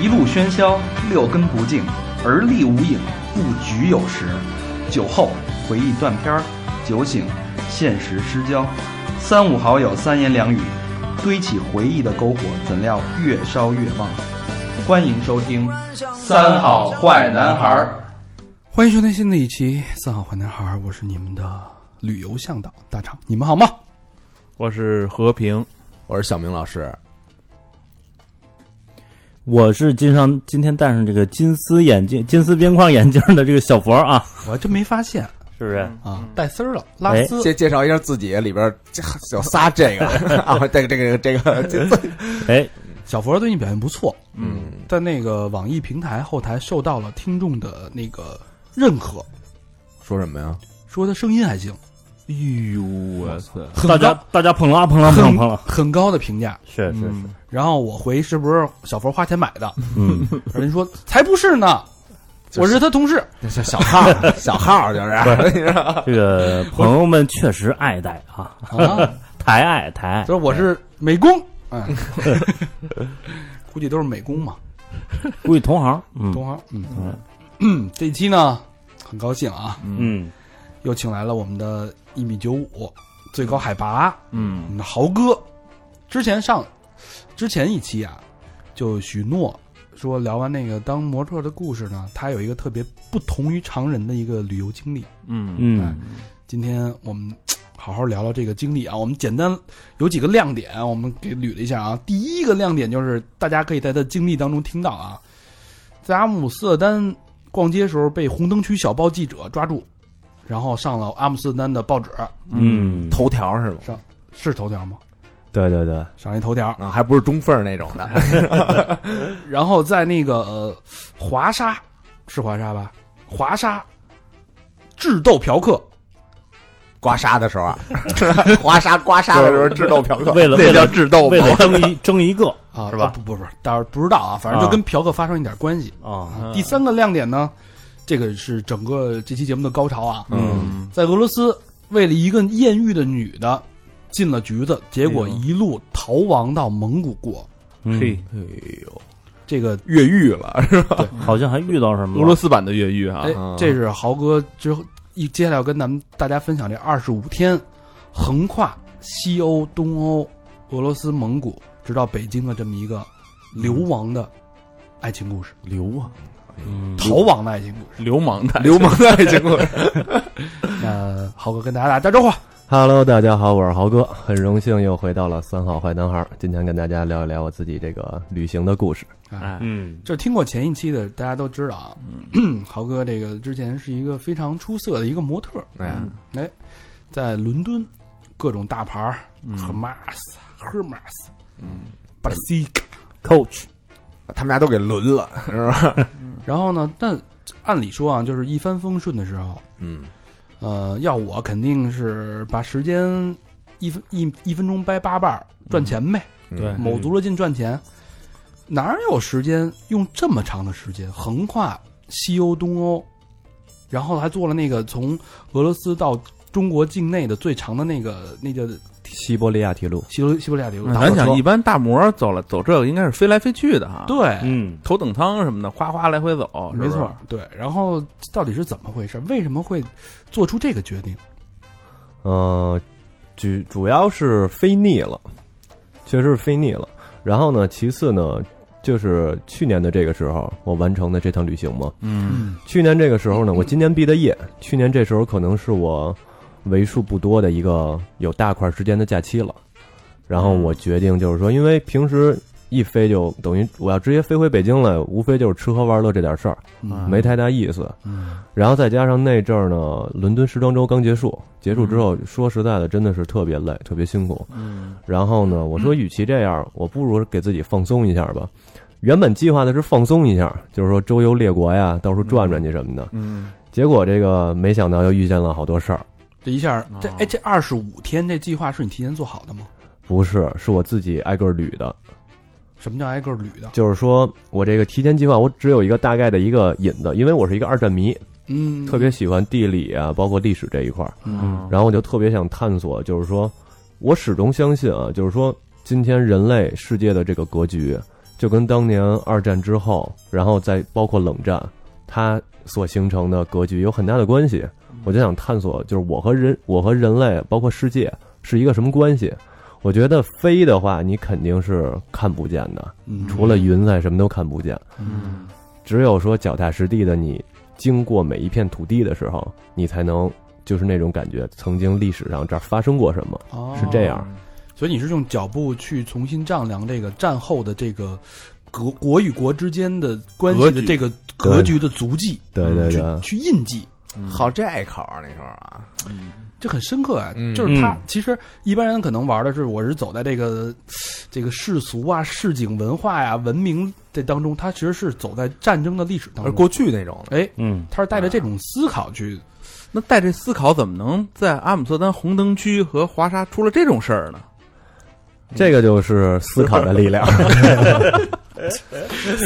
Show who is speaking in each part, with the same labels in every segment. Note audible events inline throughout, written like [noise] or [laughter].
Speaker 1: 一路喧嚣，六根不净，而立无影，不局有时。酒后回忆断片儿，酒醒现实失焦。三五好友三言两语，堆起回忆的篝火，怎料越烧越旺。欢迎收听《三好坏男孩儿》。
Speaker 2: 欢迎收听新的一期《三好坏男孩》，我是你们的旅游向导大厂，你们好吗？
Speaker 3: 我是和平，
Speaker 4: 我是小明老师，
Speaker 5: 我是今上今天戴上这个金丝眼镜、金丝边框眼镜的这个小佛啊，
Speaker 2: 我还真没发现
Speaker 5: 是不是？
Speaker 2: 啊，带丝儿了，拉丝。
Speaker 4: 介介绍一下自己，里边这有仨这个 [laughs] 啊，这个这个这个这个， [laughs]
Speaker 5: 哎，
Speaker 2: 小佛最近表现不错，
Speaker 4: 嗯，
Speaker 2: 在那个网易平台后台受到了听众的那个认可，
Speaker 4: 说什么呀？
Speaker 2: 说他声音还行，
Speaker 3: 哎呦我操！
Speaker 2: 很
Speaker 5: 大家
Speaker 2: 高
Speaker 5: 大家捧了啊，捧了啊，捧
Speaker 2: 很
Speaker 5: 了捧了，
Speaker 2: 很高的评价。
Speaker 5: 是是
Speaker 3: 嗯
Speaker 5: 是，
Speaker 2: 然后我回是不是小佛花钱买的？
Speaker 5: 嗯，
Speaker 2: 人说才不是呢，我是他同事。
Speaker 4: 这小小号小号就是，啊你知道
Speaker 5: 这个朋友们确实爱戴啊，
Speaker 2: 啊，
Speaker 5: 抬爱抬爱，
Speaker 2: 说我是美工，哎， [laughs] 估计都是美工嘛。
Speaker 5: 估计同行，嗯
Speaker 2: 东航，嗯，嗯，这一期呢很高兴啊，
Speaker 5: 嗯，
Speaker 2: 又请来了我们的一米九五最高海拔，我
Speaker 3: 嗯
Speaker 2: 们的豪哥。之前上之前一期啊，就许诺说聊完那个当模特的故事呢，他有一个特别不同于常人的一个旅游经历。
Speaker 3: 嗯
Speaker 5: 嗯，
Speaker 2: 今天我们好好聊聊这个经历啊，我们简单有几个亮点，我们给捋了一下啊。第一个亮点就是大家可以在他的经历当中听到啊，在阿姆斯特丹逛街时候被红灯区小报记者抓住，然后上了阿姆斯特丹的报纸，
Speaker 5: 嗯，
Speaker 4: 头条是吗？
Speaker 2: 是头条吗？
Speaker 5: 对对对，
Speaker 2: 上一头条，
Speaker 4: 啊，还不是中缝儿那种的，
Speaker 2: 然后在那个、呃、华沙，是华沙吧？华沙智斗嫖客，
Speaker 4: 刮痧的时候啊， [laughs] 刮痧刮痧的时候治豆嫖客，
Speaker 5: 为了
Speaker 4: 那
Speaker 5: 为
Speaker 4: 叫
Speaker 5: 了
Speaker 4: 治豆
Speaker 5: 为
Speaker 4: 吧
Speaker 5: 了争一争一个
Speaker 2: 啊，
Speaker 5: 是吧
Speaker 2: 啊不不不，当然不知道啊，反正就
Speaker 5: 啊
Speaker 2: 跟嫖客发生一点关系。
Speaker 5: 啊，
Speaker 3: 嗯
Speaker 2: 第三个亮点呢，这个是整个这期节目的高潮啊，
Speaker 5: 嗯
Speaker 2: 在俄罗斯为了一个艳遇的女的进了局子，结果一路逃亡到蒙古国，
Speaker 5: 嗯
Speaker 3: 嘿，
Speaker 4: 哎呦，
Speaker 2: 这个。
Speaker 4: 越狱了是吧？
Speaker 5: 嗯好像还遇到什么
Speaker 3: 俄罗斯版的越狱啊
Speaker 2: 哎，
Speaker 4: 啊
Speaker 2: 这是豪哥之后一接下来要跟咱们大家分享这二十五天，横跨西欧、东欧、俄罗斯、蒙古，直到北京的这么一个流亡的爱情故事，
Speaker 3: 流啊，
Speaker 5: 嗯
Speaker 2: 逃亡的爱情故事。
Speaker 3: 流氓的
Speaker 4: 哎流氓的爱
Speaker 2: [laughs]
Speaker 4: 情故事，
Speaker 2: 那豪哥跟大家打打招呼，
Speaker 6: Hello，大家好，我是豪哥，很荣幸又回到了三好坏男孩儿。今天跟大家聊一聊我自己这个旅行的故事。
Speaker 3: 哎，
Speaker 5: 嗯
Speaker 2: 就是听过前一期的，大家都知道啊，[clears throat]
Speaker 3: 嗯
Speaker 2: 豪哥这个之前是一个非常出色的一个模特，
Speaker 4: 哎呀，
Speaker 2: 在伦敦各种大牌儿
Speaker 3: 嗯
Speaker 2: ，Hermes、Hermes、
Speaker 4: 嗯
Speaker 2: Balenciaga，
Speaker 5: ，coach，
Speaker 4: 他们俩都给轮了，是吧？
Speaker 2: 然后呢，但按理说啊，就是一帆风顺的时候，
Speaker 4: 嗯，
Speaker 2: 呃，要我肯定是把时间一分一一分钟掰八瓣儿
Speaker 4: 嗯
Speaker 2: 赚钱呗，
Speaker 4: 哎
Speaker 3: 对
Speaker 2: 卯足了劲赚钱，哪有时间用这么长的时间横跨西欧、东欧，然后还做了那个从俄罗斯到中国境内的最长的那个那叫
Speaker 6: 西伯利亚铁路，
Speaker 2: 西伯西伯利亚
Speaker 4: 嗯
Speaker 2: 流。
Speaker 3: 咱想，一般大模走了走这个应该是飞来飞去的哈，
Speaker 2: 对，
Speaker 5: 嗯
Speaker 3: 头等舱什么的，哗哗来回走，是
Speaker 2: 没
Speaker 3: 不是
Speaker 2: 错，，对。然后到底是怎么回事？为什么会做出这个决定？
Speaker 6: 呃，主主要是飞腻了，确实是飞腻了。然后呢，其次呢，就是去年的这个时候，我完成的这趟旅行嘛。
Speaker 3: 嗯
Speaker 6: 去年这个时候呢，我今年毕的业，去年这时候可能是我为数不多的一个有大块时间的假期了。然后我决定就是说，因为平时一飞就等于我要直接飞回北京来，无非就是吃喝玩乐这点事儿，
Speaker 3: 啊
Speaker 2: 嗯
Speaker 6: 没太大意思。
Speaker 2: 嗯
Speaker 6: 然后再加上那阵儿呢，伦敦时装周刚结束，结束之后，说实在的，真的是特别累，特别辛苦。
Speaker 3: 嗯
Speaker 6: 然后呢，我说与其这样，我不如给自己放松一下吧。原本计划的是放松一下，就是说周游列国呀，到处转转去什么的。
Speaker 3: 嗯，
Speaker 6: 结果这个没想到又遇见了好多事儿，
Speaker 2: 这一下，
Speaker 6: 嗯
Speaker 2: 这
Speaker 3: 哦
Speaker 2: 哎，这二十五天这计划是你提前做好的吗？
Speaker 6: 不是，是我自己挨个儿捋的。
Speaker 2: 什么叫挨个儿捋的？
Speaker 6: 就是说我这个提前计划，我只有一个大概的一个引子，因为我是一个二战迷，
Speaker 2: 嗯，
Speaker 6: 特别嗯喜欢地理啊，包括历史这一块儿。然后我就特别想探索，就是说，我始终相信啊，就是说，今天人类世界的这个格局，就跟当年二战之后，然后再包括冷战，它所形成的格局有很大的关系。我就想探索，就是我和人，我和人类，包括世界是一个什么关系？我觉得飞的话，你肯定是看不见的，
Speaker 2: 嗯
Speaker 6: 除了云彩，什么都看不见。
Speaker 2: 嗯
Speaker 6: 只有说脚踏实地的你，经过每一片土地的时候，你才能就是那种感觉，曾经历史上这儿发生过什么，
Speaker 2: 哦
Speaker 6: 是这样。
Speaker 2: 所以你是用脚步去重新丈量这个战后的这个国国与国之间的关系
Speaker 3: 格
Speaker 2: 的
Speaker 3: 局
Speaker 2: 这个格局的足迹，嗯
Speaker 6: 对对对，
Speaker 2: 去去印记，
Speaker 3: 嗯
Speaker 4: 好这口儿那时候啊，
Speaker 2: 这很深刻啊。
Speaker 4: 嗯
Speaker 2: 就是他
Speaker 5: 嗯
Speaker 2: 其实一般人可能玩的是，我是走在这个这个世俗啊、市井文化呀、文明这当中，他其实是走在战争的历史当
Speaker 4: 而
Speaker 2: 中。
Speaker 4: 过去那种的，
Speaker 2: 哎，
Speaker 5: 嗯，
Speaker 2: 他是带着这种思考去，
Speaker 3: 那带这思考，怎么能在阿姆斯特丹红灯区和华沙出了这种事儿呢？
Speaker 6: 这个就是思考的力量。
Speaker 2: [laughs]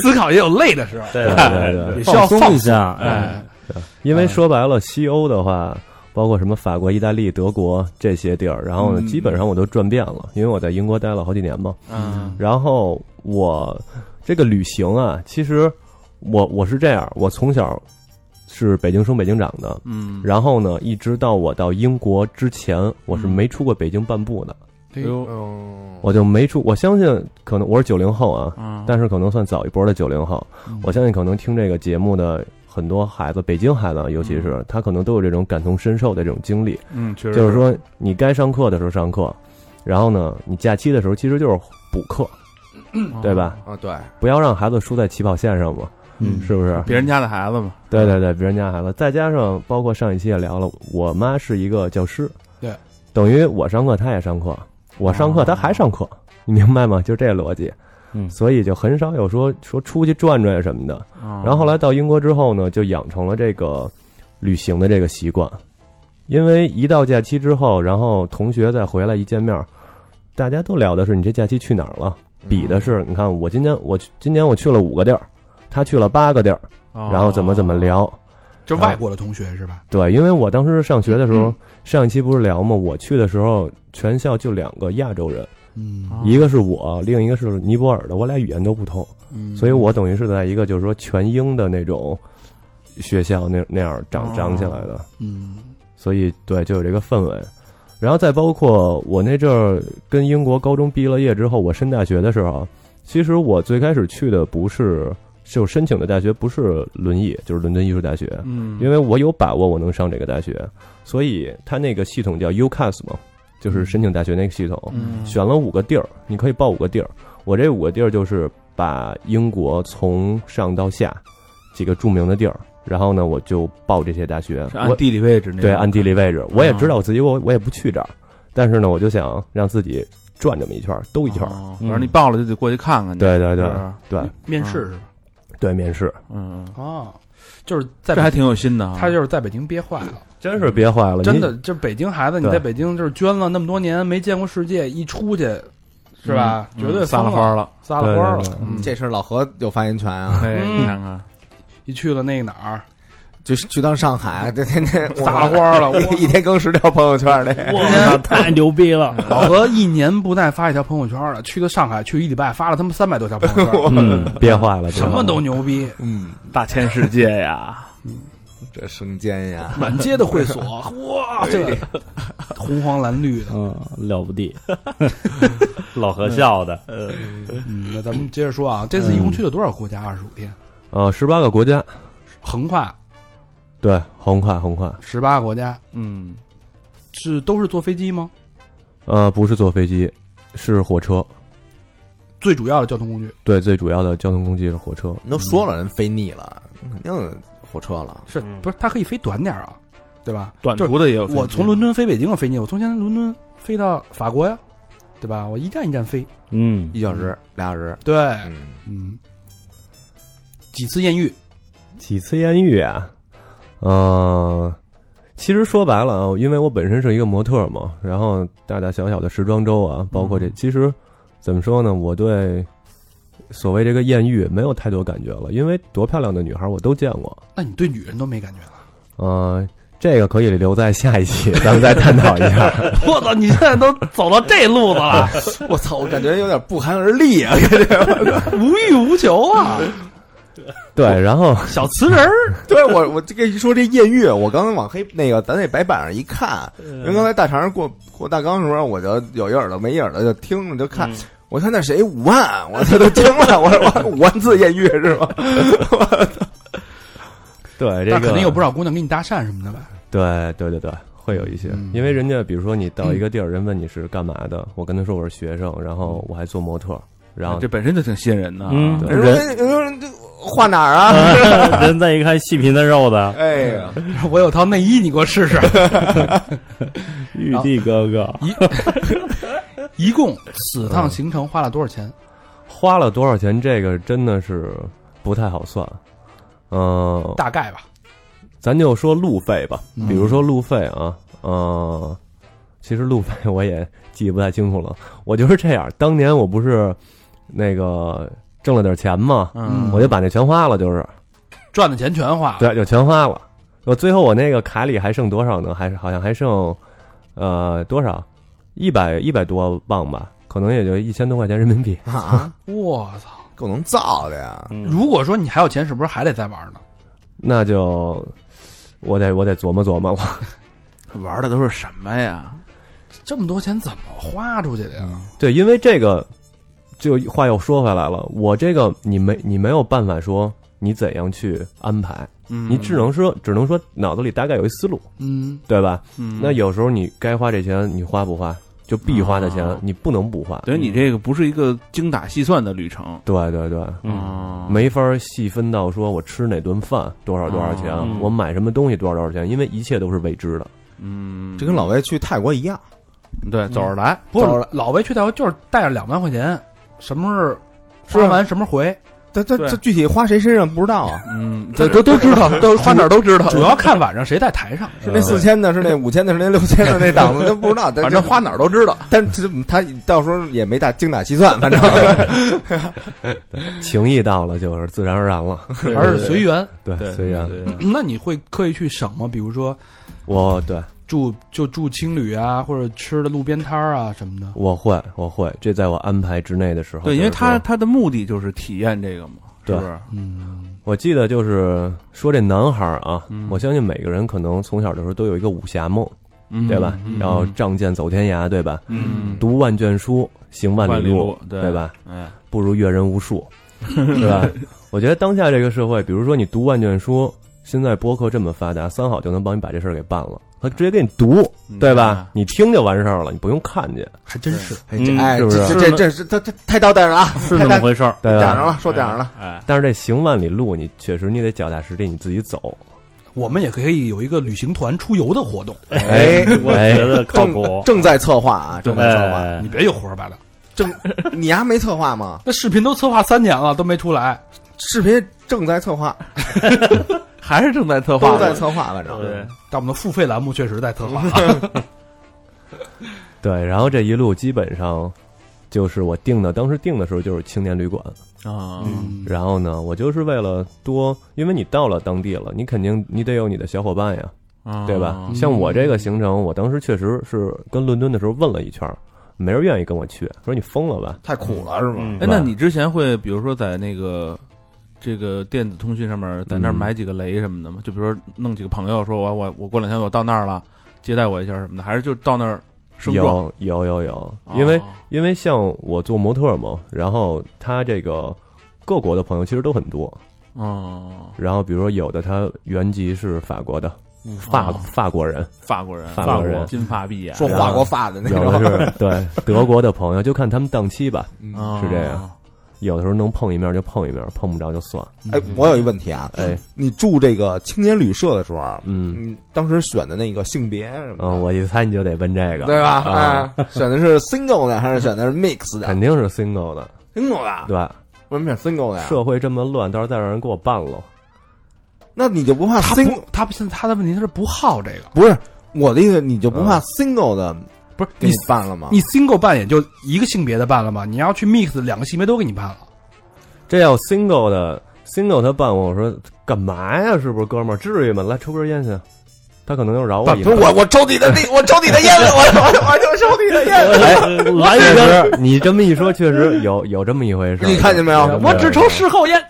Speaker 2: 思考也有累的时候，
Speaker 5: 对
Speaker 6: 对对对
Speaker 2: 也需要
Speaker 5: 松一下，哎，
Speaker 2: 哎，
Speaker 6: [laughs] 因为说白了，西欧的话，包括什么法国、意大利、德国这些地儿，然后呢，
Speaker 3: 嗯
Speaker 6: 基本上我都转遍了，因为我在英国待了好几年嘛。
Speaker 3: 嗯，
Speaker 6: 然后我这个旅行啊，其实我我是这样，我从小是北京生北京长的，
Speaker 3: 嗯，
Speaker 6: 然后呢，一直到我到英国之前，我是没出过北京半步的，
Speaker 2: 对
Speaker 4: 嗯，
Speaker 6: 我就没出。我相信可能我是九零后啊，
Speaker 3: 嗯，
Speaker 6: 但是可能算早一波的九零后。
Speaker 2: 嗯
Speaker 6: 我相信可能听这个节目的很多孩子，北京孩子啊，尤其是他可能都有这种感同身受的这种经历，
Speaker 3: 嗯，确实
Speaker 6: 就是说你该上课的时候上课，然后呢，你假期的时候其实就是补课，
Speaker 3: 嗯
Speaker 6: 对吧？
Speaker 4: 啊对，
Speaker 6: 不要让孩子输在起跑线上嘛，
Speaker 5: 嗯，
Speaker 6: 是不是？
Speaker 3: 别人家的孩子嘛，
Speaker 6: 对对对，别人家孩子，再加上包括上一期也聊了，我妈是一个教师，
Speaker 2: 对，
Speaker 6: 等于我上课她也上课，我上课她还上课，你明白吗？就这逻辑，
Speaker 5: 哦嗯哦
Speaker 6: 所以就很少有说说出去转转呀什么的。
Speaker 3: 嗯
Speaker 6: 然后后来到英国之后呢，就养成了这个旅行的这个习惯，因为一到假期之后，然后同学再回来一见面，大家都聊的是你这假期去哪儿了，
Speaker 4: 嗯
Speaker 6: 比的是你看我今天我去今年我去了五个地儿，他去了八个地儿，
Speaker 3: 哦，
Speaker 6: 然后怎么怎么聊。
Speaker 2: 就是外国的同学是吧？
Speaker 6: 对，因为我当时上学的时候，上一期不是聊吗？我去的时候，全校就两个亚洲人，
Speaker 2: 嗯
Speaker 3: 哦
Speaker 6: 一个是我，另一个是尼泊尔的，我俩语言都不通，
Speaker 2: 嗯，
Speaker 6: 所以我等于是在一个就是说全英的那种学校那那样
Speaker 3: 哦
Speaker 6: 长长起来的，
Speaker 2: 嗯
Speaker 6: 所以对，就有这个氛围。然后再包括我那阵儿跟英国高中毕了业之后，我申大学的时候，其实我最开始去的不是，就申请的大学不是轮艺，就是伦敦艺术大学，
Speaker 3: 嗯，
Speaker 6: 因为我有把握我能上这个大学，所以它那个系统叫 UCAS 嘛，就是申请大学那个系统，
Speaker 3: 嗯
Speaker 6: 选了五个地儿，你可以报五个地儿。我这五个地儿就是把英国从上到下几个著名的地儿，然后呢，我就报这些大学。
Speaker 3: 是按
Speaker 6: 我
Speaker 3: 地理位置那
Speaker 6: 对
Speaker 3: 种
Speaker 6: 按地理位置，我也知道我自己我我也不去这儿，但是呢，我就想让自己转这么一圈儿，兜一圈儿。
Speaker 3: 哦
Speaker 5: 嗯
Speaker 3: 反正你报了就得过去看看去，
Speaker 6: 对对对
Speaker 3: 是吧
Speaker 6: 对
Speaker 2: 面试是吧？
Speaker 6: 对，面试
Speaker 3: 嗯，嗯
Speaker 2: 哦，就是
Speaker 5: 嗯
Speaker 2: 在
Speaker 3: 这还挺有心的啊，
Speaker 2: 他就是在北京憋坏了，
Speaker 6: 真是憋坏了，
Speaker 2: 真
Speaker 6: 你
Speaker 2: 的，就是北京孩子，你
Speaker 6: 对
Speaker 2: 在北京就是捐了那么多年，没见过世界，一出去是吧？
Speaker 3: 嗯
Speaker 2: 绝对
Speaker 3: 撒
Speaker 2: 疯
Speaker 3: 了
Speaker 2: 了
Speaker 3: 花，了，
Speaker 2: 撒了花
Speaker 6: 对对
Speaker 2: 了。
Speaker 3: 嗯
Speaker 4: 这事儿老何有发言权啊，
Speaker 3: 哎，
Speaker 2: 嗯
Speaker 3: 你看看，
Speaker 2: 一去了那个哪儿，
Speaker 4: 就是去趟上海，这天天
Speaker 2: 撒了花了。
Speaker 4: 一一天更十条朋友圈的，
Speaker 5: 哇，太牛逼了，
Speaker 2: 老何一年不带发一条朋友圈了，去个上海，去一礼拜，发了他妈三百多条朋友圈，
Speaker 5: 嗯，
Speaker 6: 憋坏了，
Speaker 2: 什么都牛逼，
Speaker 4: 嗯，
Speaker 3: [laughs] 大千世界呀，
Speaker 4: 这生煎呀，
Speaker 2: 满街的会所，哇，这个红黄蓝绿的。
Speaker 5: 嗯，了不地，老何笑的，
Speaker 2: 嗯，那咱们接着说啊，这次一共去了多少国家？二十五天，
Speaker 6: 呃，十八个国家，
Speaker 2: 横跨
Speaker 6: 对，横跨横跨，
Speaker 2: 十八个国家，
Speaker 3: 嗯，
Speaker 2: 是都是坐飞机吗？
Speaker 6: 呃，不是坐飞机，是火车。
Speaker 2: 最主要的交通工具
Speaker 6: 对，最主要的交通工具是火车。
Speaker 4: 你都说了人飞腻了，肯定火车了，
Speaker 2: 是
Speaker 5: 嗯
Speaker 2: 不是？它可以飞短点儿啊，对吧？
Speaker 3: 短
Speaker 2: 就是
Speaker 3: 途的也有飞机，
Speaker 2: 我从伦敦飞北京，我飞你，我从现在伦敦飞到法国呀，对吧？我一站一站飞。
Speaker 5: 嗯，
Speaker 4: 一小时俩小时，
Speaker 2: 对，
Speaker 4: 嗯，
Speaker 2: 嗯，几次艳遇，
Speaker 6: 几次艳遇啊？呃，其实说白了啊，因为我本身是一个模特嘛，然后大大小小的时装周啊，包括这，其实怎么说呢，我对所谓这个艳遇没有太多感觉了，因为多漂亮的女孩我都见过。
Speaker 2: 那你对女人都没感觉了？
Speaker 6: 呃，这个可以留在下一期，
Speaker 4: [laughs]
Speaker 6: 咱们再探讨一下。
Speaker 2: 我操，你现在都走到这路子
Speaker 6: [laughs]
Speaker 2: 了，
Speaker 4: 我操，我感觉有点不寒而栗啊！
Speaker 2: 无欲无求啊，
Speaker 6: 嗯对，然后
Speaker 2: 小瓷人儿，
Speaker 4: [laughs] 对我，我这个一说这艳遇，我刚刚往黑那个咱那白板上一看，
Speaker 3: 嗯
Speaker 4: 因为刚才大肠过过大纲的时候，我就有一耳朵没一耳朵就听着就看，
Speaker 3: 嗯
Speaker 4: 我看那谁五万，我操都听了，我
Speaker 3: [laughs]
Speaker 4: 说我五万字艳遇是吧？
Speaker 6: [laughs] 对这
Speaker 2: 那
Speaker 6: 个
Speaker 2: 肯定有不少姑娘给你搭讪什么的吧？
Speaker 6: 对对对对，会有一些，因为人家比如说你到一个地儿，人问你是干嘛的，我跟他说我是学生，然后我还做模特，然后
Speaker 3: 这本身就挺吸引人的啊。嗯
Speaker 5: 嗯
Speaker 6: 对
Speaker 4: 人说
Speaker 5: 人
Speaker 4: 人说这画哪儿啊？
Speaker 5: 人再一看细皮嫩肉的，
Speaker 4: 哎呀，
Speaker 2: 我有套内衣，你给我试试。
Speaker 5: 玉帝哥哥，
Speaker 3: [laughs]
Speaker 2: 一共此趟行程花了多少钱？
Speaker 6: 花了多少钱，这个真的是不太好算。嗯、
Speaker 2: 大概吧，
Speaker 6: 咱就说路费吧，比如说路费啊，嗯，其实路费我也记不太清楚了。我就是这样，当年我不是那个挣了点钱嘛，
Speaker 3: 嗯，
Speaker 6: 我就把那全花了，就是
Speaker 2: 赚的钱全花了。
Speaker 6: 对，就全花了。我最后我那个卡里还剩多少呢？还是好像还剩呃多少？一百一百多磅吧，可能也就一千多块钱人民币。
Speaker 4: 啊，
Speaker 2: 我操！
Speaker 4: 够能造的
Speaker 3: 嗯
Speaker 4: 呀！
Speaker 2: 如果说你还有钱，是不是还得再玩呢？
Speaker 6: 那就我得我得琢磨琢磨，我
Speaker 3: 玩的都是什么呀？
Speaker 2: 这么多钱怎么花出去的呀？
Speaker 6: [laughs] 对，因为这个，就话又说回来了，我这个你没你没有办法说你怎样去安排，
Speaker 3: 嗯
Speaker 6: 你只能说只能说脑子里大概有一思路，
Speaker 2: 嗯，
Speaker 6: 对吧？
Speaker 3: 嗯
Speaker 6: 那有时候你该花这钱你花不花，就必花的钱
Speaker 3: 啊
Speaker 6: 你不能不花。
Speaker 3: 等于你这个不是一个精打细算的旅程。
Speaker 6: 对对对，
Speaker 5: 嗯，
Speaker 3: 啊，
Speaker 6: 没法儿细分到说我吃哪顿饭多少多少
Speaker 3: 啊
Speaker 6: 钱，
Speaker 5: 嗯
Speaker 6: 我买什么东西多少多少钱，因为一切都是未知的。
Speaker 3: 嗯，
Speaker 4: 这跟老魏去泰国一样，
Speaker 3: 对走着来，
Speaker 2: 不是
Speaker 4: 走了
Speaker 2: 老魏去泰国就是带着两万块钱，什么时
Speaker 4: 是
Speaker 2: 候
Speaker 4: 啊
Speaker 2: 花完什么时候回，
Speaker 4: 这这
Speaker 3: 对
Speaker 4: 这具体花谁身上不知道啊？
Speaker 3: 嗯，
Speaker 2: 这都都知道，都花哪儿
Speaker 3: 都知道
Speaker 2: 主要看晚上谁在台 [laughs] 上。
Speaker 4: 是那四千的，是那五千的，是那六千的，那档子都不知道，
Speaker 3: 反正花哪儿都知道。
Speaker 4: 但是他到时候也没大精打细算，反正
Speaker 6: 情谊到了就是自然而然
Speaker 3: [laughs]
Speaker 6: 了，
Speaker 2: 还是随缘。
Speaker 6: 对啊
Speaker 3: 对，
Speaker 6: 随缘。
Speaker 3: 对
Speaker 2: 那你会刻意去省吗？比如说
Speaker 6: 我对
Speaker 2: 住就住青旅啊，或者吃的路边摊儿啊什么的。
Speaker 6: 我会我会，这在我安排之内的时候。
Speaker 3: 对，因为
Speaker 6: 就是说
Speaker 3: 他他的目的就是体验这个嘛，是
Speaker 6: 对
Speaker 3: 不是？
Speaker 2: 嗯，
Speaker 6: 我记得就是说这男孩儿啊，我相信每个人可能从小的时候都有一个武侠梦，
Speaker 3: 嗯
Speaker 6: 对吧？
Speaker 3: 嗯
Speaker 6: 然后仗剑走天涯，对吧？
Speaker 3: 嗯，
Speaker 6: 读万卷书，行万
Speaker 3: 万
Speaker 6: 里
Speaker 3: 里
Speaker 6: 路
Speaker 3: 路，，对
Speaker 6: 对吧？？
Speaker 3: 哎，
Speaker 6: 不如阅人无
Speaker 3: [laughs]
Speaker 6: 数，对吧？我觉得当下这个社会，比如说你读万卷书，现在播客这么发达，三好就能帮你把这事儿给办了。他直接给你读，
Speaker 3: 嗯
Speaker 6: 对吧？你听就完事儿了，你不用看去，
Speaker 2: 还真是。
Speaker 4: 哎，这 [laughs] 哎
Speaker 6: 是哎不是
Speaker 4: 这这这这这这太到点儿了啊，
Speaker 5: 是那么回事儿。
Speaker 6: 对
Speaker 4: 点儿
Speaker 6: 吧？
Speaker 4: 上了，说点儿上了，
Speaker 3: 哎？
Speaker 6: 但是这行万里路，你确实你得脚踏实地，你自己走。
Speaker 2: 我们也可以有一个旅行团出游的活动，
Speaker 4: 哎
Speaker 5: 我觉得靠谱
Speaker 4: 正。正在策划啊，正在策划，
Speaker 5: 哎
Speaker 2: 你，别又胡说八道。
Speaker 4: 你丫没策划吗？
Speaker 2: 那视频都策划三年了，都没出来。
Speaker 4: 视频正在策划，
Speaker 3: [laughs] 还是正在策划
Speaker 4: 都
Speaker 3: 呢，
Speaker 4: 在策划，反正
Speaker 3: 对，
Speaker 2: 但我们的付费栏目确实在策划啊。
Speaker 6: 对，然后这一路基本上就是我定的，当时定的时候就是青年旅馆。
Speaker 3: 啊，
Speaker 2: 嗯
Speaker 6: 然后呢，我就是为了多，因为你到了当地了，你肯定你得有你的小伙伴呀，
Speaker 3: 啊
Speaker 6: 嗯对吧？像我这个行程，我当时确实是跟伦敦的时候问了一圈儿，没人愿意跟我去，说你疯了吧？
Speaker 4: 太苦了是吗？
Speaker 5: 嗯
Speaker 3: 哎，那你之前会比如说在那个这个电子通讯上面，在那儿买几个雷什么的吗？就比如说弄几个朋友，说我我我过两天我到那儿了，接待我一下什么的，还是就到那儿升撞？
Speaker 6: 有有有有，因为、
Speaker 3: 哦
Speaker 6: 因为像我做模特嘛，然后他这个各国的朋友其实都很多，
Speaker 3: 哦，
Speaker 6: 然后比如说有的他原籍是法国的，法、
Speaker 3: 哦
Speaker 6: 法国人，
Speaker 3: 法国人，
Speaker 6: 法
Speaker 5: 国人
Speaker 3: 金发碧眼，
Speaker 4: 说
Speaker 6: 然
Speaker 4: 法
Speaker 6: 后
Speaker 4: 国发的那
Speaker 6: [laughs] 有的
Speaker 4: 种，
Speaker 6: 是对德国的朋友，就看他们档期吧。
Speaker 4: 嗯
Speaker 3: 哦
Speaker 6: 是这样。有的时候能碰一面就碰一面，碰不着就算。
Speaker 4: 哎，我有一问题啊，
Speaker 6: 哎，
Speaker 4: 你住这个青年旅社的时候，啊
Speaker 6: 嗯
Speaker 4: 你当时选的那个性别什么
Speaker 6: 嗯，我一猜你就得问这
Speaker 4: 的，
Speaker 6: 个，
Speaker 4: 对吧？
Speaker 6: 啊，
Speaker 4: 哎，选的是 single 的还是选的是 mix 的
Speaker 6: 肯定是 single 的，
Speaker 4: ？single 的，
Speaker 6: 对吧？
Speaker 4: 为什么选 single 的呀？
Speaker 6: 社会这么乱，到时候再让人给我办了。
Speaker 4: 那你就不怕
Speaker 2: 他
Speaker 4: single
Speaker 2: 不，他不现在他的问题他是不好这个。
Speaker 4: 不是我的意思，你就不怕 single 的
Speaker 2: 不是
Speaker 4: 给
Speaker 2: 你
Speaker 4: 你办了吗？
Speaker 2: 你 single 办也就一个性别的办了吧？你要去 mix 两个性别都给你办了，
Speaker 6: 这要 single 的 single 他办我，我说干嘛呀？是不是哥们儿？至于吗？来抽根烟去。他可能能饶
Speaker 4: 不
Speaker 6: 我一
Speaker 4: 是我，我抽你的 [laughs] 那，我抽你的烟了，我我我就抽你的
Speaker 3: [laughs]
Speaker 4: 烟了。
Speaker 6: 哎，来一根。你这么一说，确实有有这么一回事儿。
Speaker 4: 你看见没有
Speaker 6: 有这么
Speaker 2: 我
Speaker 6: 一回事
Speaker 2: 只
Speaker 6: 儿
Speaker 2: 抽事后烟。